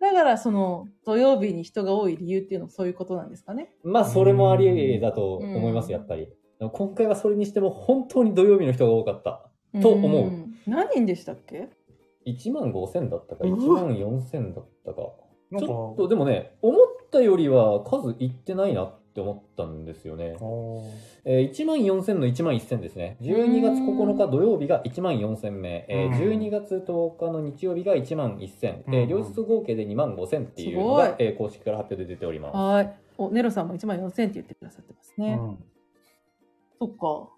だからその土曜日に人が多い理由っていうのはそういうことなんですかね。
まあ、それもありだと思いま
うん
す、やっぱり。でも今回はそれにしても、本当に土曜日の人が多かった。と思うん
何人でしたっけ
1万5000だったか、
う
1
わ
万4000だったか。
なん
ち
か
ょっと、でもね、思ったよりは数いってないなって思ったんですよね
あ。ー
えー、1万4000の1万1000ですね。12月9日土曜日が1万4000名、えー、
うん
12月10日の日曜日が1万1000、え
う
ー
ん
両日合計で2万5000っていうのが
す、
えー公式から発表で出ております。
はーい。お、ネロさんも1万4000って言ってくださってますね。そっか。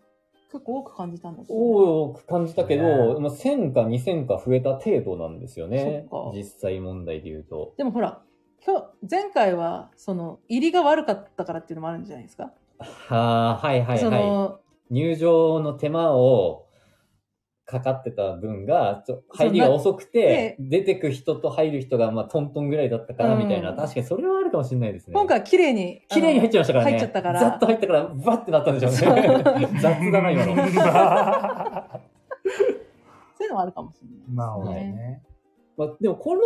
結構多く感じたんだけどね、
多く感じたけど、
ね
まあ1000か2000か増えた程度なんですよね
そっ。か
実際問題で言うと。
でもほら、今日、前回は、その、入りが悪かったからっていうのもあるんじゃないですか。
はあ、はいはい
そ
はい。
の、
入場の手間をかかってた分が、ちょ入りが遅くて、出てく人と入る人が、まあ、トントンぐらいだったからみたいな、
うん
確かにそれはあるかもしれないですね。
今回は綺麗に、
綺麗に入っちゃいましたからね。
入っちゃったから
ざっと入ったから、バッてなったんでしょうね。雑だな、今の。
そういうのもあるかもしれないですね。
なるほどね。
まあ、でも、この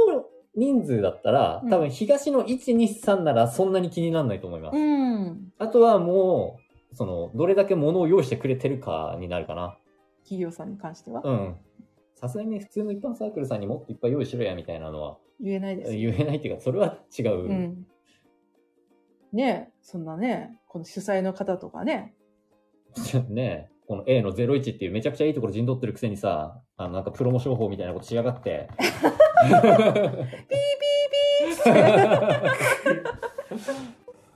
人数だったら
う、ん
多分東の1、2、3ならそんなに気にならないと思います。
うん。
あとはもう、その、どれだけ物を用意してくれてるかになるかな。
企業さんに関しては、
うん。さすがにね、普通の一般サークルさんにもっといっぱい用意しろや、みたいなのは
言えないですよ
*laughs* 言えないっていうか、それは違う。
うん。ねえ、そんなね、この主催の方とかね、
*laughs* ねえこの A の01っていうめちゃくちゃいいところ陣取ってるくせにさ、あの、なんかプロモ商法みたいなことしやがって。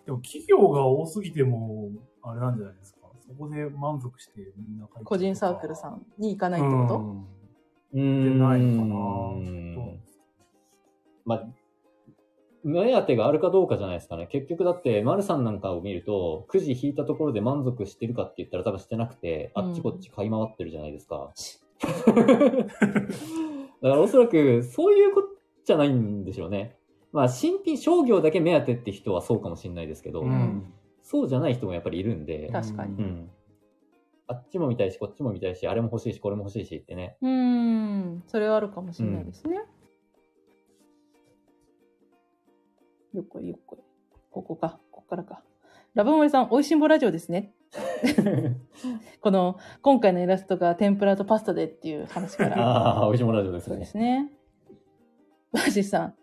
でも企業が多すぎても、あれなんじゃないですか。そこで満足してみんな書いてるとか
個人サークルさんに行かないって
うん
こ
う
出
ーん
ないのかな。
まあ、目当てがあるかどうかじゃないですかね。結局だって、丸さんなんかを見ると、くじ引いたところで満足してるかって言ったら多分してなくて、
うん
あっちこっち買い回ってるじゃないですか。だからおそらく、そういうことじゃないんでしょうね。まあ、新品商業だけ目当てって人はそうかもしれないですけど、
うんん。
そうじゃない人もやっぱりいるんで、
確かに
う
うん
ん。あっちも見たいし、こっちも見たいし、あれも欲しいし、これも欲しいしってね。
*laughs*
とうん、それはあるかもしれないですね。よっこいよっこい。ここか、ここからか。ラブモリさん、おいしんぼラジオですね。この、今回のイラストが天ぷらとパスタでっていう話から。
*laughs* ああ、美味しいものラジオで
そ
す
うで
ね。
すね。バーシーさん、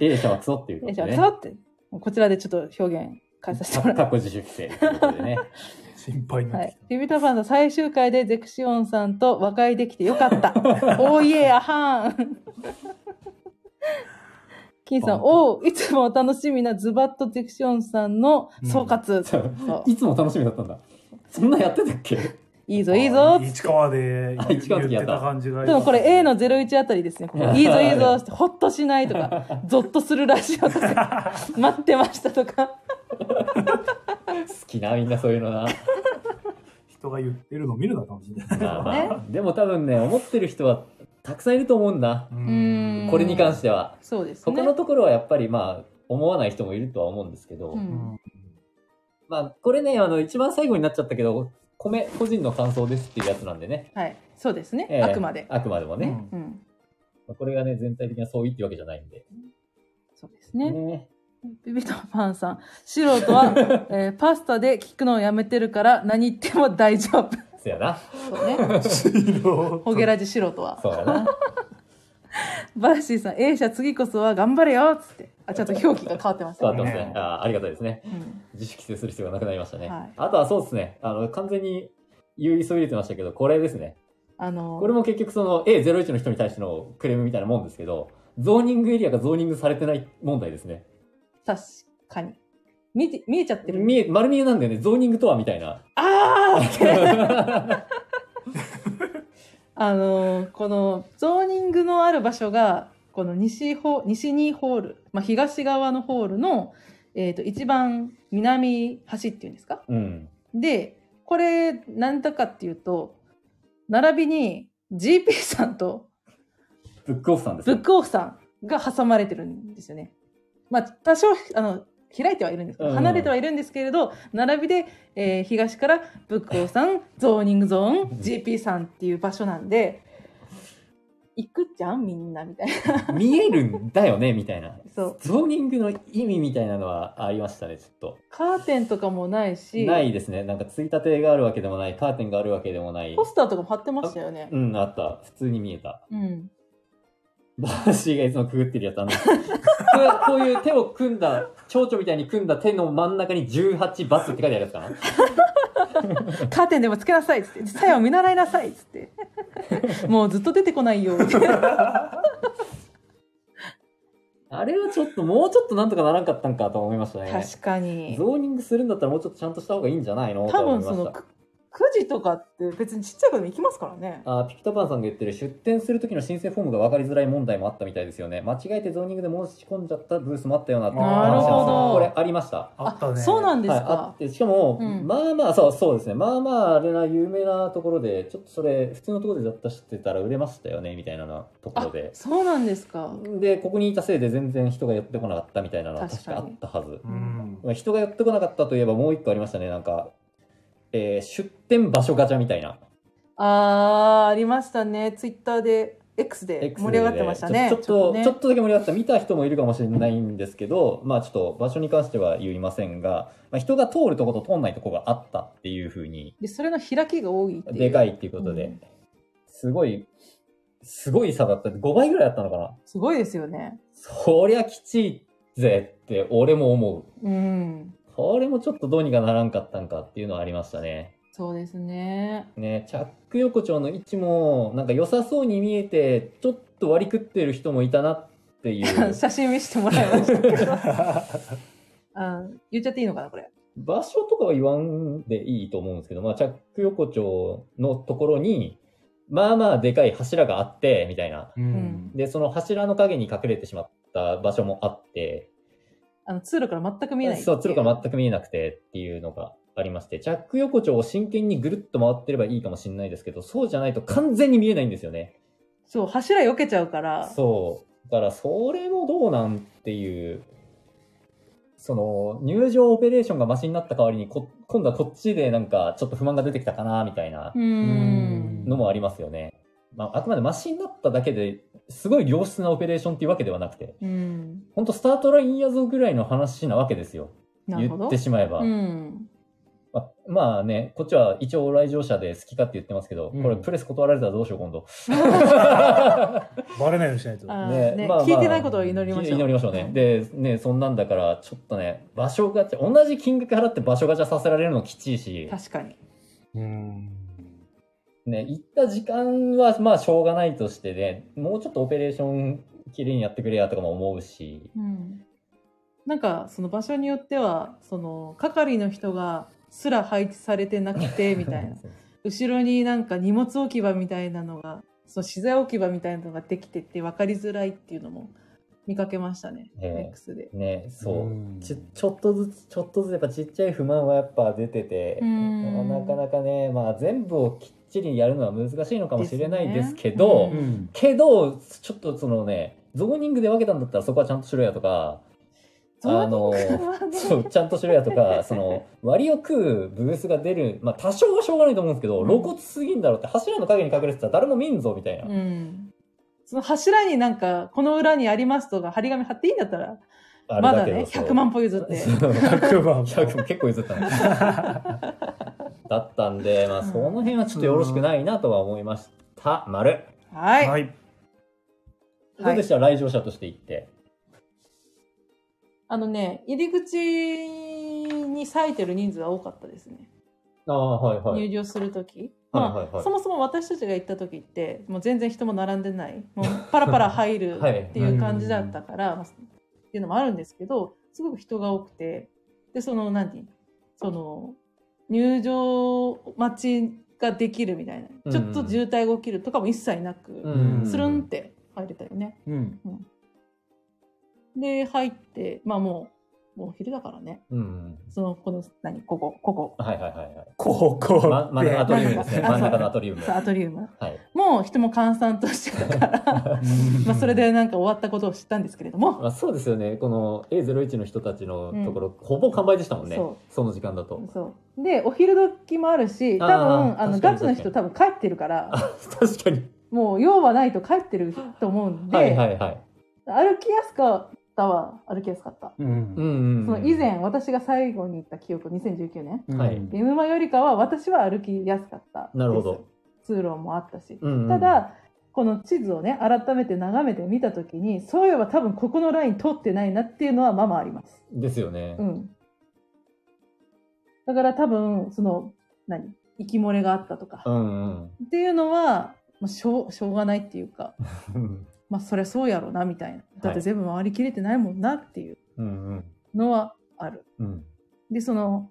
A 社はツオっていうこ
え
と
じゃ
で
あ、
ね。
さわって、こちらでちょっと表現変えさせてもらいます
過去自主規制ということでね。
心配にな
は
ってき
い。ビビタファンの最終回でゼクシオンさんと和解できてよか
*laughs*
った。おーいえ、あはーん。金さん、おういつもお楽しみなズバッとゼクシオンさんの総括。
そう
そう
いつも楽しみだったんだ。そんなやってたっけ
いい
た。
ぞ、いいぞ。
市川で
あ
言
市川
っ
の時
て
やった
た感じが。
でもこれ A の01あたりですね。ここいいぞ、いいぞって、ほっとしないとか、ゾッとするラジオとか、
*laughs*
待ってましたとか。
好きな、みんなそういうのな。
人が言ってるの見るのかもしれない。
まあまあでも多分ね、思ってる人はたくさんいると思うんだ。
う
うーん。。
これに関してては。
そうですね。
他のところはやっぱりまあ、思わない人もいるとは思うんですけど。
う
うんん
まあ、これね、あの、一番最後になっちゃったけど、米個人の感想ですっていうやつなんでね。
はい。そうですね。
ええ
あくまで。
あくまでもね。
うん
うん。
まあこれがね、全体的な相違ってわけじゃないんで。
そうですね。
ね
ビビタパンさん、素人
*laughs*
は、えーパスタで聞くのをやめてるから何言っても大丈夫。
そやな。
そうね。ホゲラジ素人は。
そうやな。
バラシーさん、A 社次こそは頑張れよっつって。あ、ちょっと表記が変わってます
そう
よ
なってます
ね。
ねあーありがたいですね。
うん
自主規制する必要がなくなりましたね。
はい
あとはそうですね。あの、完全に言いそびれてましたけど、これですね。
あの
これも結局その A01 の人に対してのクレームみたいなもんですけど、ゾーニングエリアがゾーニングされてない問題ですね。
確かに。見て、見えちゃってる。
見え、丸見えなんだよね。ゾーニングとはみた
*laughs*
いな。
あーって。あのーこのゾーニングのある場所がこの西ホ西2ホール、まあ、東側のホールの、えー、と一番南端っていうんですか
うん。
でこれなんだかっていうと並びに GP さんと
ブックオフさんです
ブ
よ
ックオフさんが挟まれてるんですよね。まあ多少あの開いてはいるんですけど
うん
離れてはいるんですけれど、並びで、えー東からブックオフさんゾーニングゾーン GP さんっていう場所なんで行くじゃんみんなみたい
*laughs*
な。
見えるんだよね、みたいな。
そう。
ゾーニングの意味みたいなのはありましたね、ちょっと。
カーテンとかもないし、
ないですね。なんか、ついたてがあるわけでもない、カーテンがあるわけでもない
ポ。スターとかも貼ってましたよね。
うん、あった。普通に見えた。
うん。
バーシーがいつもくぐってるや
*laughs*
つ、あの、こうこういう手を組んだ、蝶々みたいに組んだ手の真ん中に18バスって書いてあるやつかな。
カーテンでもつけなさいっつって、実際は見習いなさいっつ
*laughs*
って。もうずっと出てこないよ。みたいな
あれはちょっと、もうちょっとなんとかならんかったんかと思いましたね。
確かに。
ゾーニングするんだったらもうちょっとちゃんとした方がいいんじゃないの
多
と思い
分
ま
そ
し
の
た。
く9時とかって別にちっちゃい子でも行きますからね。
あーピピタパンさんが言ってる出店する時の申請フォームが分かりづらい問題もあったみたいですよね。間違えてゾーニングで申し込んじゃったブースもあったようなっていう
なるほ
ど
これありました。
*laughs* あったね。
そうなんんです
は
か
い、。あって、しかも、
うん
まあまあ、そう、そうですね。まあまあ、あれな、有名なところで、ちょっとそれ、普通のところで雑多してたら売れましたよね、みたいなところで。
そうなんですか。
で、ここにいたせいで全然人が寄ってこなかったみたいなのは確
確か
か
に
あったはず。
うん。
まあ人が寄ってこなかったといえばもう一個ありましたね。なんか、えー出店場所ガチャみたいな。
あー、ありましたね。ツイッターで、X で
X
盛り上がってましたね。
でちょちょっと、
ね
ちょっとだけ盛り上がった。見た人もいるかもしれないんですけど、まあちょっと場所に関しては言いませんが、まあ、人が通るとこと通んないとこがあったっていうふうに、
で、それの開きが多いっていう。
でかいっていうことで、
うん
すごい、すごい差だった。5倍ぐらいだったのかな。
すごいですよね。
そりゃきちいぜって俺も思う。
うん。
これもちょっとどうにかならんかったんかっていうのはありましたね。
そうですね。 *laughs*
ね、チャック横丁の位置もなんか良さそうに見えてちょっと割り食ってる人もいたなってい
*laughs*
う
写真見せてもらいましたけ
*laughs*
ど。あ言っちゃっていいのかな、これ。
場所とかは言わんでいいと思うんですけど、まあ、チャック横丁のところにまあまあでかい柱があってみたいな
うん。
でその柱の影に隠れてしまった場所もあって
あの、通路から全く見えない。
そう鶴から全く見えなくてっていうのがありましてチャック横丁を真剣にぐるっと回ってればいいかもしれないですけどそうじゃないと完全に見えないんですよね。
そう、柱避けちゃうから。
そう。だから、それもどうなんっていう、その、入場オペレーションがマシになった代わりにこ、今度はこっちでなんか、ちょっと不満が出てきたかな、みたいな
うーん。
のもありますよね。まあ、あくまでマシになっただけで、すごい良質なオペレーションっていうわけではなくて、
うん。
ほんとスタートラインやぞぐらいの話なわけですよ。
なる
言
ほど
って。しまえば。
うん。
まあまあね、こっちは一応来場者で好きかって言ってますけど、
うん
これプレス断られたらどうしよう、今度。
バレないようにしないと。
あ
ね
ーね
まあまあ
聞いてないことを祈りましょう。
祈りましょうね。で、ね、そんなんだから、ちょっとね、場所ガチャ、同じ金額払って場所ガチャさせられるのきちいし、
確かに。
ね、行った時間は、まあ、しょうがないとしてね、もうちょっとオペレーション、きれいにやってくれやとかも思うし、
うん。なんか、その場所によっては、その、係の人が、すら配置されてなく
*laughs*
て、みたいな。後ろになんか荷物置き場みたいなのが、そう、資材置き場みたいなのができてて分かりづらいっていうのも見かけましたね。
ええ
X で。
ね、そう。
ん
ちちょっとずつ、ちょっとずつやっぱちっちゃい不満はやっぱ出てて、
うん
なかなかね、まあ全部をきっちりやるのは難しいのかもしれないですけ
です
ど、
ねうん
うん。
けど、ちょっとそのね、ゾーニングで分けたんだったらそこはちゃんとしろや
*laughs*
とか、あの、そう、ちゃんとしろやとか、その、割を食うブースが出る、まあ多少はしょうがないと思うんですけど、
うん
露骨すぎんだろうって、柱の陰に隠れてたら誰も見んぞ、みたい
*laughs*
な。
うん。その柱になんか、この裏にありますとか、張り紙貼っていいんだったら、
あ
ま
れ
だ
けど
ね、
そう
100万歩譲って。
*laughs* そう
100番。
100も結構譲った
*laughs*
の。だったんで、まあ
うん
その辺はちょっとよろしくないなとは思いました。丸。
はい。
はい。
は
ど
いう
でした来場者として行って。
あのね、入り口に割いてる人数は多かったですね。
ああ、はいはい。
入場するとき。
はい
まあ
はいはい
そもそも私たちが行った時ってもう全然人も並んでないもうパラパラ入る
*laughs* はい
っていう感じだったから、まあっていうのもあるんですけどすごく人が多くてでその何その入場待ちができるみたいなちょっと渋滞が起きるとかも一切なく、
うん
スルンって入れたよね。
うん。
で入ってまあもうもう昼だからね
うん。
そのこの何ここここ
はいはいはいはい。
高校って。
ま、真ん中アトリウムです
*laughs*
ね。
あそう
真ん中のアトリウム。
そう
は
アトリウム
い。
もう人も閑散としてたから
*laughs*
まあそれでなんか終わったことを知ったんですけれども
まあ、そうですよね。この A01 の人たちのところ、ほぼ完売でしたもんね。
そ
その時間だと。
そうでお昼時もあるし多分
あー
あの
確かに
ガチの人多分帰ってるから
確かに。
もう用はないと帰ってると思うんで、
はいはいはい。
歩きやすかったは歩きやすかった。
うん
うんうんうん
その以前、私が最後に行った記憶、2019年。
うん
はい
ゲムマよりかは私は歩きやすかったです。
なるほど。
通路もあったし。
うんうん
た、だ、この地図をね、改めて眺めてみたときに、そういえば多分ここのライン通ってないなっていうのはまあまああります。
ですよね。
うん。だから多分、その、何息漏れがあったとか、
うんうん
っていうのは、まあ、しょう、しょうがないっていうか、
うん
まあ、そりゃそうやろうな、みたいな。だって全部回りきれてないもんなっていう
うん
のはある。
うん
で、その、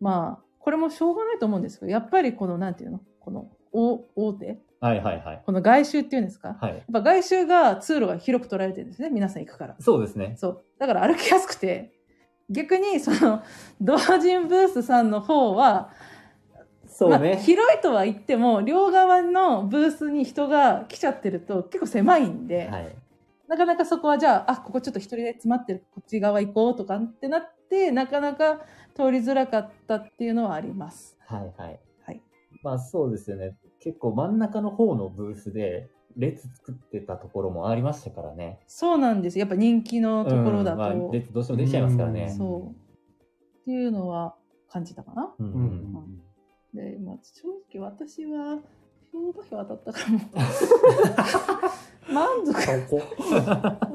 まあ、これもしょうがないと思うんですけど、やっぱりこの、なんていうのこの、大、大手
はいはいはい。
この外周っていうんですかやっ
はい。
ぱ外周が通路が広く捉えられてるんですね。皆さん行くから。
そうですね。
そう。だから歩きやすくて、逆にその、 *laughs* 同人ブースさんの方は、
そう
まあ
ね。
広いとは言っても、両側のブースに人が来ちゃってると結構狭いんで、
はい。
なかなかそこはじゃあ、あ、ここちょっと一人で詰まってる、こっち側行こうとかってなって、なかなか通りづらかったっていうのはあります。
はいはい。
はい。
まあそうですよね。結構真ん中の方のブースで列作ってたところもありましたからね。
そうなんです。やっぱ人気のところだ
うんまあ
と、
列どうしてもできちゃいますからね。
そう。っていうのは感じたかな。
うん
う
うんん
で、まあ、正直私は、評判票当たったからもう満足。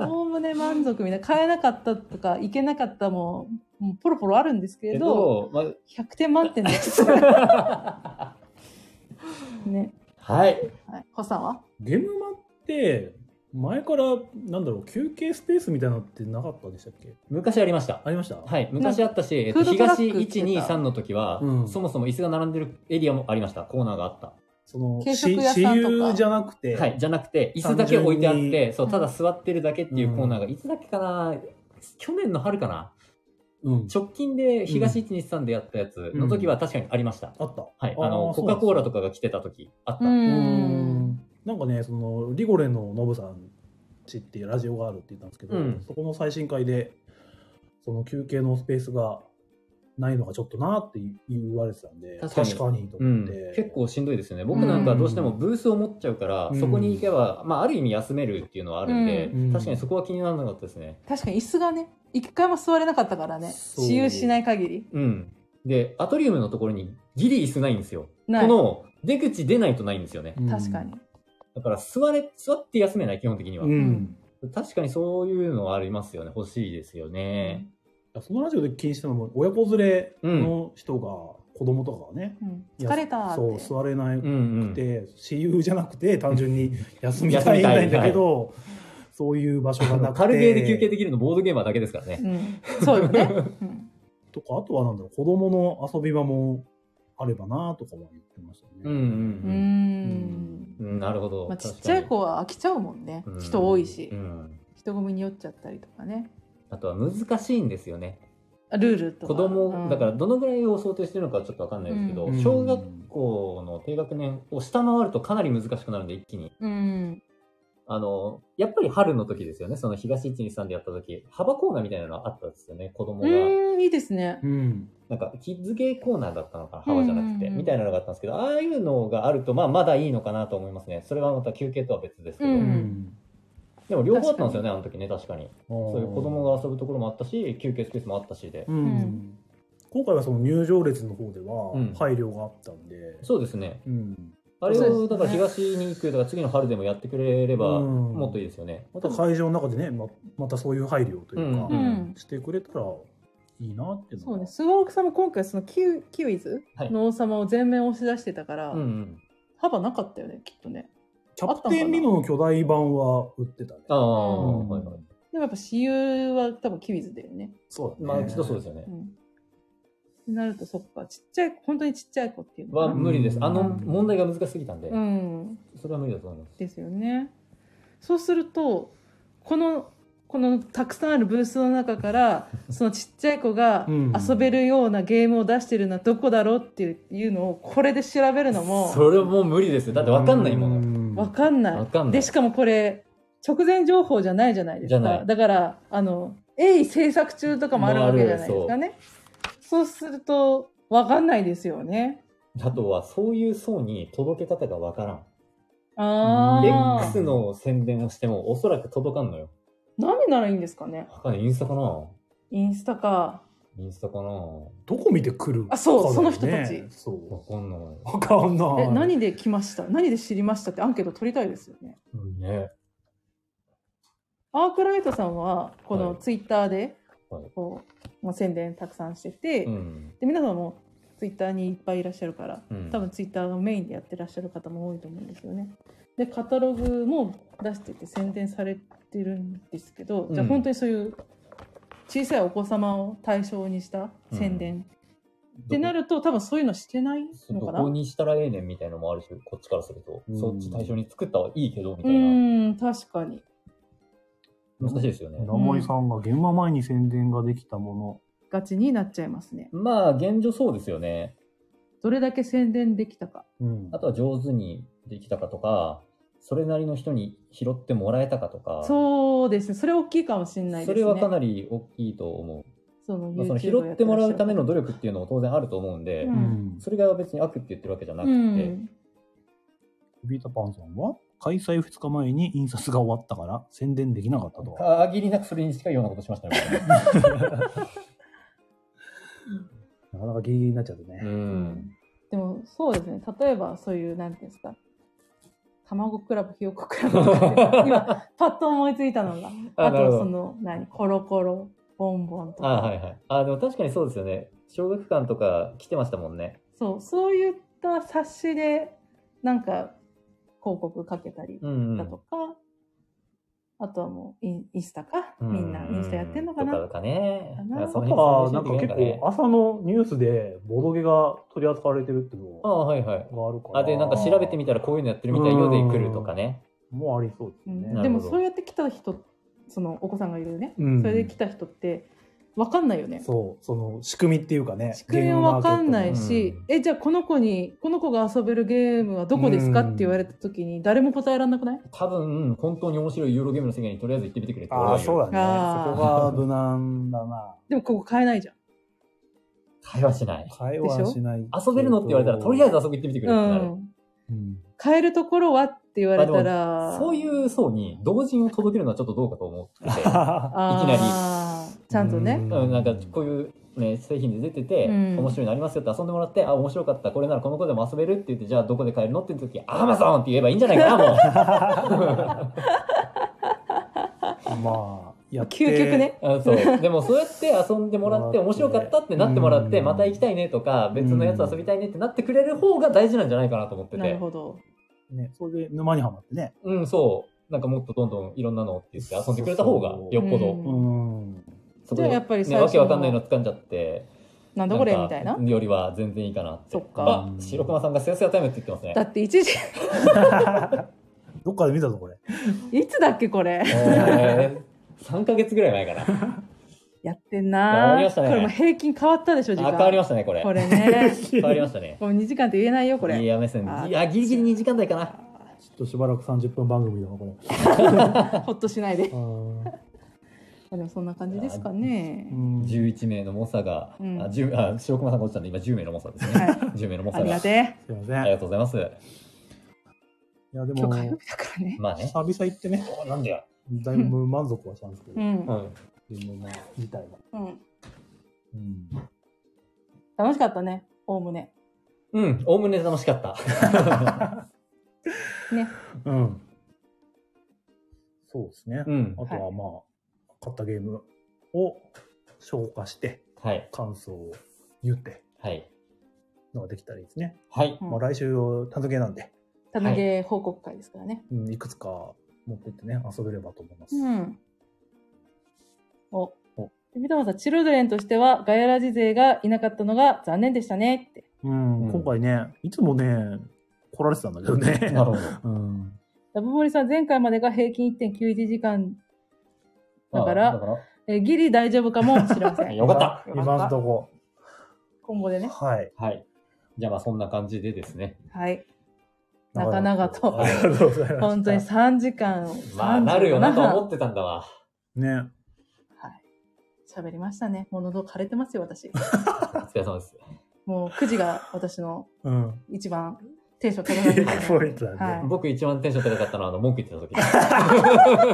おおむね満足みたいな。買えなかったとか、いけなかったも、もうポロポロあるんですけれ
け
ど、
ど、ま
100点満点
*laughs*
です。
あ、 *laughs*
ね。
はい。
はい。ホさんは
ゲムマって、前から、なんだろう、休憩スペースみたいなのってなかったでしたっけ
昔ありました。
ありました
はい。昔あったし、えっ
フー
と、
ドトラック
東1、2、3の時は、
うん
そもそも椅子が並んでるエリアもありました。コーナーがあった。
その、
軽
し
食屋
私
さんとか
有じゃなくて、
はい。じゃなくて、椅子だけ置いてあっ
単純
て、そう、ただ座ってるだけっていうコーナーが、いつだけかな、去年の春かな
うん。
直近で東123でやったやつの時は確かにありました。
あった。
はい。
あー
あの、
そう
コ
なんですね
カ・コーラとかが来てた時あった。
う
うー
ん。
んなんかね、その、リゴレのノブさんちっていうラジオがあるって言ったんですけど、
うん
そこの最新回で、その休憩のスペースがないのがちょっとなって言われてたんで、
確かに
確かにと
う
思っ
ん
て。、
結構しんどいですよね。僕なんかどうしてもブースを持っちゃうから、
うん
そこに行けば、まあ、ある意味休めるっていうのはあるんで、
うん
確かにそこは気にならなかったですね。
確かに椅子がね、一回も座れなかったからね。
そう
私有しない限り。
うん。で、アトリウムのところにギリ椅子ないんですよ。
な
こ
い。
の、出口出ないとないんですよね。
確かに。
だから、座れ、座って休めない、基本的には
う。ん。
確かにそういうのはありますよね。欲しいですよね。
そのラジオで気にしたのも、親子連れの人が、子供とかがね、
うん
いや
疲れたって。
そう、座れな
うん
く
うん。
て、私有じゃなくて、単純に休みたいんだけど、そういう場所がなくて。
カルゲーで休憩できるのボードゲーマーだけですからね。
うん。そうよね。うん
とか、あとはなんだろう、子供の遊び場もあればなとかは言ってましたね。
うんう
うんん。
うん。うんなるほど。
まあ、ち
確か
っ
に
ちゃい子は飽きちゃうもんね
うん。
人多いし
う。ん
人混みに酔っちゃったりとかね。
あとは難しいんですよね。
あルールとか。
子供、だから
うん
どのぐらいを想定してるのかちょっとわかんないですけど、
うん
小学校の低学年を下回るとかなり難しくなるんで、一気に。
うん。
あの、やっぱり春の時ですよね。その東123でやった時、幅コーナーみたいなのがあったんですよね。子供
う
が。
ーん、いいですね。
うん。
なんか、キッズゲーコーナーだったのかな、幅じゃなくて。
うんうんうん
みたいなのがあったんですけど、ああいうのがあると、まあ、まだいいのかなと思いますね。それはまた休憩とは別ですけど。
う
うんん。
でも両方あったんですよね、あの時ね、確かに。
そ
そういう子供が遊ぶところもあったし、休憩スペースもあったしで。
うん。
今回はその入場列の方では
うん
配慮があったんで、
そうですね。
うん
あれ
そうで
を、
すね
だから東に行くとか、次の春でもやってくれれば、
うん
もっといいですよね。
また会場の中でねままたそういう配慮というか、
うん
うん
してくれたらいいなっていうの
そう
は
ね。スワロクさんも今回そのキウキウイズの王様を全面押し出してたから
うん、うん。
幅なかったよね、きっとね。
キャプテンリノの巨大版は売ってたね
ああ、
うん
はいはい。
でもやっぱ私有は多分キウイズだよね。
そう
まあ、きっとそうですすよね
う。ん。ってなるとそっか、ちっちゃい、本当にちっちゃい子っていうの
は、
かな。
無理です。あの、
うん
問題が難しすぎたんで、
うん。
それは無理だと思います。
ですよね。そうすると、この、このたくさんあるブースの中
*laughs*
から、そのちっちゃい子が
うん
遊べるようなゲームを出してるのはどこだろうっていうのを、これで調べるのも、
それもう無理ですよ。だってわかんないもの。
の
わかんない。
わかんない
で、しかもこれ、直前情報じゃないじゃないです
じゃ
か。
ない
だから、あの、鋭意制作中とかもあるわけじゃないですかね。そうすると、わかんないですよね。
あとは、そういう層に届け方がわからん。
ああ。
X の宣伝をしてもおそらく届かんのよ。
何ならいいんですかね
わかんないインスタかな
インスタか。
インスタかな
どこ見てくる
あそう
かだよ
その人たち
そう。
わかんない。
わかんない。
え、何で来ました何で知りましたってアンケート取りたいですよね。
ね。
アークライトさんは、この
はい
ツイッターで
はい、
こう、まあ、宣伝たくさんしてて、
うん。
で、皆さんもツイッターにいっぱいいらっしゃるから、
うん
多分ツイッターのメインでやってらっしゃる方も多いと思うんですよね。で、カタログも出してて宣伝されてるんですけど、じゃあ
うん
本当にそういう小さいお子様を対象にした宣伝、ってな
る
ると多分そういうのしてない
ど
のか
こ
な
にしたらええねんみたいのもあるし、こっちからすると、
うん
そっち対象に作ったはいいけど、み
う
たいな。
ん確かに
難しいですよね。
生井さんが現場前に宣伝ができたもの。
ガチになっちゃいますね
まあ、現状そうですよね。
どれだけ宣伝できたか
うん
あとは上手にできたかとか、それなりの人に拾ってもらえたかとか、
そうですねそれ大きいかもしれないです
そ
ね
れはかなり大きいと思
その
う。まあ、その
YouTube を
拾
や
ってもら
らっしゃ
う
る
ための努力っていうのも当然あると思うんで、
う
うんん。
それが別に悪って言ってるわけじゃなく
う
て、
ん
ビータパンさんは開催2日前に印刷が終わったから宣伝できなかったと。
限りなくそれに近いようなことしましたね。
なかなかギリギリになっちゃう
う
ね。
ん。
でもそうですね例えばそういうなんていうんですか卵クラブひよこ
*laughs*
クラブとか今パッと思いついたのが
あ
あ
なるほ
と
ど
その何コロコロボンボンと
あ
か、
はいはい。あでも確かにそうですよね。小学館とか来てましたもんね。
そうそういった冊子でなんか広告かけたり
うん、う
だ
ん
と。か、あとはもうインインスタか、
う
みんなインスタやってんのかな、
とかね
か。な
だから
あ
その
とは、
辺
なんか結構朝のニュースでボドゲが取り扱われてるっていうの
あ
が
あ、はいはい。
あるから。
あ、で、なんか調べてみたらこういうのやってるみたいよで来るとかね。
もうありそうです
う
ね。
ん、
な
で
るほ
も
ど
そうやって来た人そのお子さんがいるね、
うん
それで来た人って分かんないよね
そう、その仕組みっていうかね。
仕組みも分かんない
ゲーム
し
マーケット、
えじゃあこの子にこの子が遊べるゲームはどこですか
う
っ
ん
て言われた時に誰も答えられなくない
多分、本当に面白いユーロゲームの世界にとりあえず行ってみてくれって俺
あ
は
あ、
言
そうだね。
あー
そこが無難だな。
でもここ買えないじゃん
会話しない。
会話しない。
遊べるのって言われたら、とりあえず遊び行ってみてくれ
う
ってなる。
ん
うん。
*laughs* 買えるところはって言われた
まあ
ら
でもそういう層に同人を届けるのはちょっとどうかと思ってて。
あーちゃんとね、
うん、なんかこういう、ね、製品で出てて、
うん
面白いのありますよって遊んでもらって、あ、面白かった、これならこの子でも遊べるって言って、じゃあどこで買えるのって言った時、アマゾンって言えばいいんじゃないかな、もう。
まあ、やって
究極。ね
あそう。
*laughs*
でもそうやって遊んでもらって、面白かったってなってもらって、
うん
また行きたいねとか、別のやつ遊びたいねってなってくれる方が大事なんじゃないかなと思って
なる
て。
ほど
ね、それで沼にはまってね。
うん、そう。なんかもっとどんどんいろんなのって言って遊んでくれた方がよっぽ
う
*laughs*
ど。
うん。
そこ
じ
で
ゃあやっぱり最
ね、
初の
わけわかんないの掴んじゃって。
なんだこれ
んか
みたいな
よりは全然いいかなって。
そっか
あ、白熊さんがすやすやタイムって言ってますね
だ。って一時 *laughs*
どっかで見たぞ、これ。
いつだっけこれ
*laughs* えー、3ヶ月ぐらい前かな。
やってんな
やりましたね
これも平均変わったでしょ
あ、
時
変
間
わりましたね、これ。
これね
変わりましたね。
もう2時間って言えないよこれ
いや、目線
あ。ー
いや、ギリギリ2時間台かな。
ちょっとしばらく30分番組だな、これ。
ほっとしないで
うん
でもそんな感じですかね
うん
11名の猛者が、
うん
あ、10あ、白熊さんが落ちたんで、今10名の猛者
*laughs*
です
は
ね。
い
10名の猛
あ
者
り
が。
が
あ
てえ
すいません。
りがとうございます。
いや、で
今
も、
日火
久
曜日だからね
まあね。
々行ってね、
おなんでや。
だいぶ満足はしたんですけど
う、ん、
うん。
自分の自体は。
うん、
うん。
楽しかったねおおむね
うん、おおむね楽しかった。
ね
うん。そうですね。
うん。
あとはまあ、買ったゲームを消化して、
はい。
感想を言って、
はい。
のができたらいいですね。
はい。
うん
まあ来週、単独ゲーなんで、
たぬげ報告会ですからね、
うんいくつか持ってってね、遊べればと思います。
うんお
お
で三笘さんチルドレンとしてはガヤラジ勢がいなかったのが残念でしたねって
うん。
うん
今
今回ね、いつもね、来られてたんだけどね。
なるほど。
*laughs* うん。
ラブモリさん、前回までが平均1.91時間、 *laughs* だから
あだか
えーギリ大丈夫かもしれませ
ら
ん。
よかっ
今のとこ。
今後でね。
はい。
た。はい。じゃあまあそんな感じでですね。
はい。長々と
ありがとうございました。*laughs*
*laughs* 本当に3時間を
まあなるよなとは思
っ
ってたんだわ。
ね。
喋りましたね。もう喉枯れてますよ、私。
お疲れ様です。
もう9時が私の
うん。
一番テンション高
*laughs*
かったですね
ポイントなんで。
はい
僕一番テンション高かったのは、あの、文句言ってた時。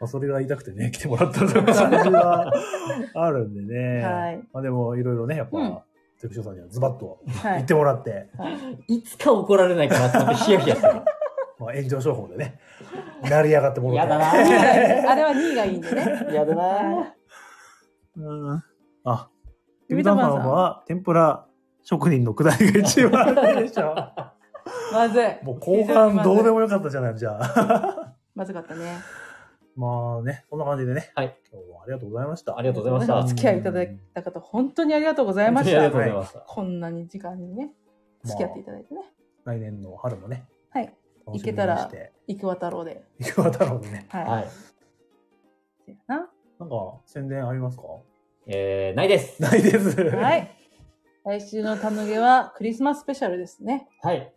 まあ、それが言いたくてね、来てもらったと
*laughs*
いう感じはあるんでね。
はい
まあでも、いろいろね、やっぱ、
うん
ゼクションさんにはズバッと
は
言っ
い。
てもらって、
*laughs* いつか怒られないかなって思ってヒヤヒヤする。
まあ、炎上商法でね、成り上がってもら
や
っ
だ
て。
な
あれは2位がいいんでね。
やだ
は
な
うん。あ、ゆ
ゆび
び
た
たま
まん
ん
さん
は天ぷら職人のくだりが一番で
*laughs*
した。
まずい。
もう後半どうでもよかったじゃない、じゃあ。
まずかったね。
まあね、そんな感じでね、
はい
今日はありがとうございました。
ありがとうございました。
お付き合いいただいた方、本当にありがとうございま
本当
し
にあ
た
りがと。うございました。
こんなに時間にね、付き合っていただいてね。
来年の春もね、
はい。
楽しみ
け
に
たら
して、
生き渡ろうで。
いかがだろうね。
はい。
はい。
せやな
なんか、宣伝あり
*laughs*
ますか
えー、ないです。
ないです。。
はいい。来週のたぬげはクリスマススペシャルですね。
はい。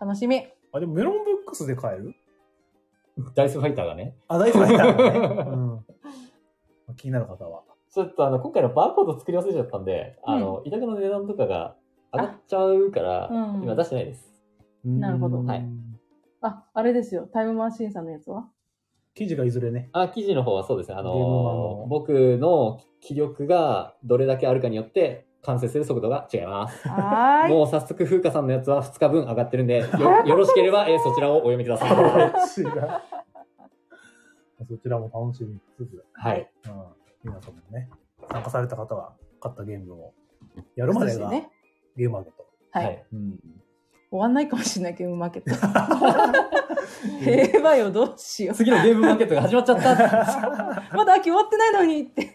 楽しみ。
あ、でもメロンブックスで買える
ダイスファイターがね。
あ、大丈夫だ
*laughs*
った、ね。うん。まあ気になる方は。
ちょっとあの、今回のバーコード作り忘れちゃったんで、あの、委託の値段とかが上がっちゃうから、
うん
今出してないです。
なるほど
はい。
あ、あれですよ。タイムマシーンさんのやつは
記事がいずれね。
あ、記事の方はそうですね。あ
ゲームマンの
の、僕の気力がどれだけあるかによって、完成する速度が違います。
はーい。
もう早速、風花さんのやつは2日分上がってるんで、よよろしければ、えーそちらをお読みください。 *laughs* は
違うそちらも楽しみつつ、
い。
うん、皆さんもね、参加された方は、勝ったゲームをやるまで
そし
が
てね。
ゲームマーケット。
はい。
はい
うん。
終わんないかもしれないけど、マーケ *laughs* ット。平和よ、どうしよう。
次のゲームマーケットが始まっちゃった。
まだ秋終わってないのにって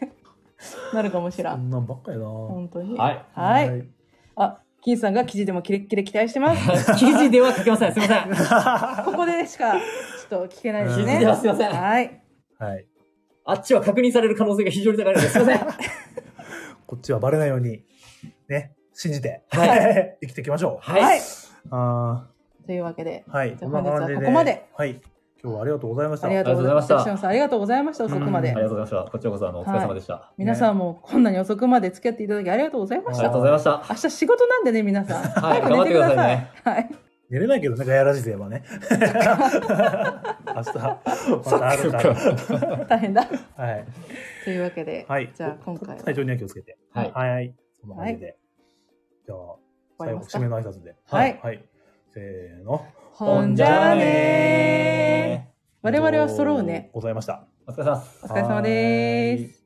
なるかもしら
こ
ん。
んなんばっかやな
本当に。
はい。
はい。
*laughs*
あ、金さんが記事でもキレッキレ期待して *laughs* ます。
記事では書けません。すいません。
ここでしかちょっと聞けないです
*laughs* 記事では
ね。
すいません。
はい。
はい。
あっちは確認される可能性が非常に高いので、すいません。
こっちはバレないように、ね、信じて、
は
*laughs* 生きていきましょ
はい。
はい。
う。あ
というわけで
ー、はい。
じゃ
こ
あ
んな感じで。
本日はここまで。
はい。今日はありがとうございました。
ありがとうございまし
あ
た。
りが
吉
とうございました
野さん、ありがとうございました。遅くま
あ
で
り。がとうございました。こちらこそ、あの、お疲れ様でした。
皆さんもこんなに遅くまで付き合っていただきありがとうございま
あ
し
りが
た
と。うございました。
明日仕事なんでね、皆さん。
はい、頑張ってくださいね。
はい。
寝れないけどね、ガヤラジで言え
*laughs*
ばね。明日、またある
*laughs*
から。
大変だ。
はい。
というわけで、
はい。
じゃあ今回は
体調には気をつけて。
はい。
はい。そんな感じで。じゃあ、
終わ
最
り
後、
ますか
締めの挨拶で。
はい
はい。せーの。
ほんじゃあねー。我々は揃うね。
ございました。
お疲れ様です。
お疲れ様でーす。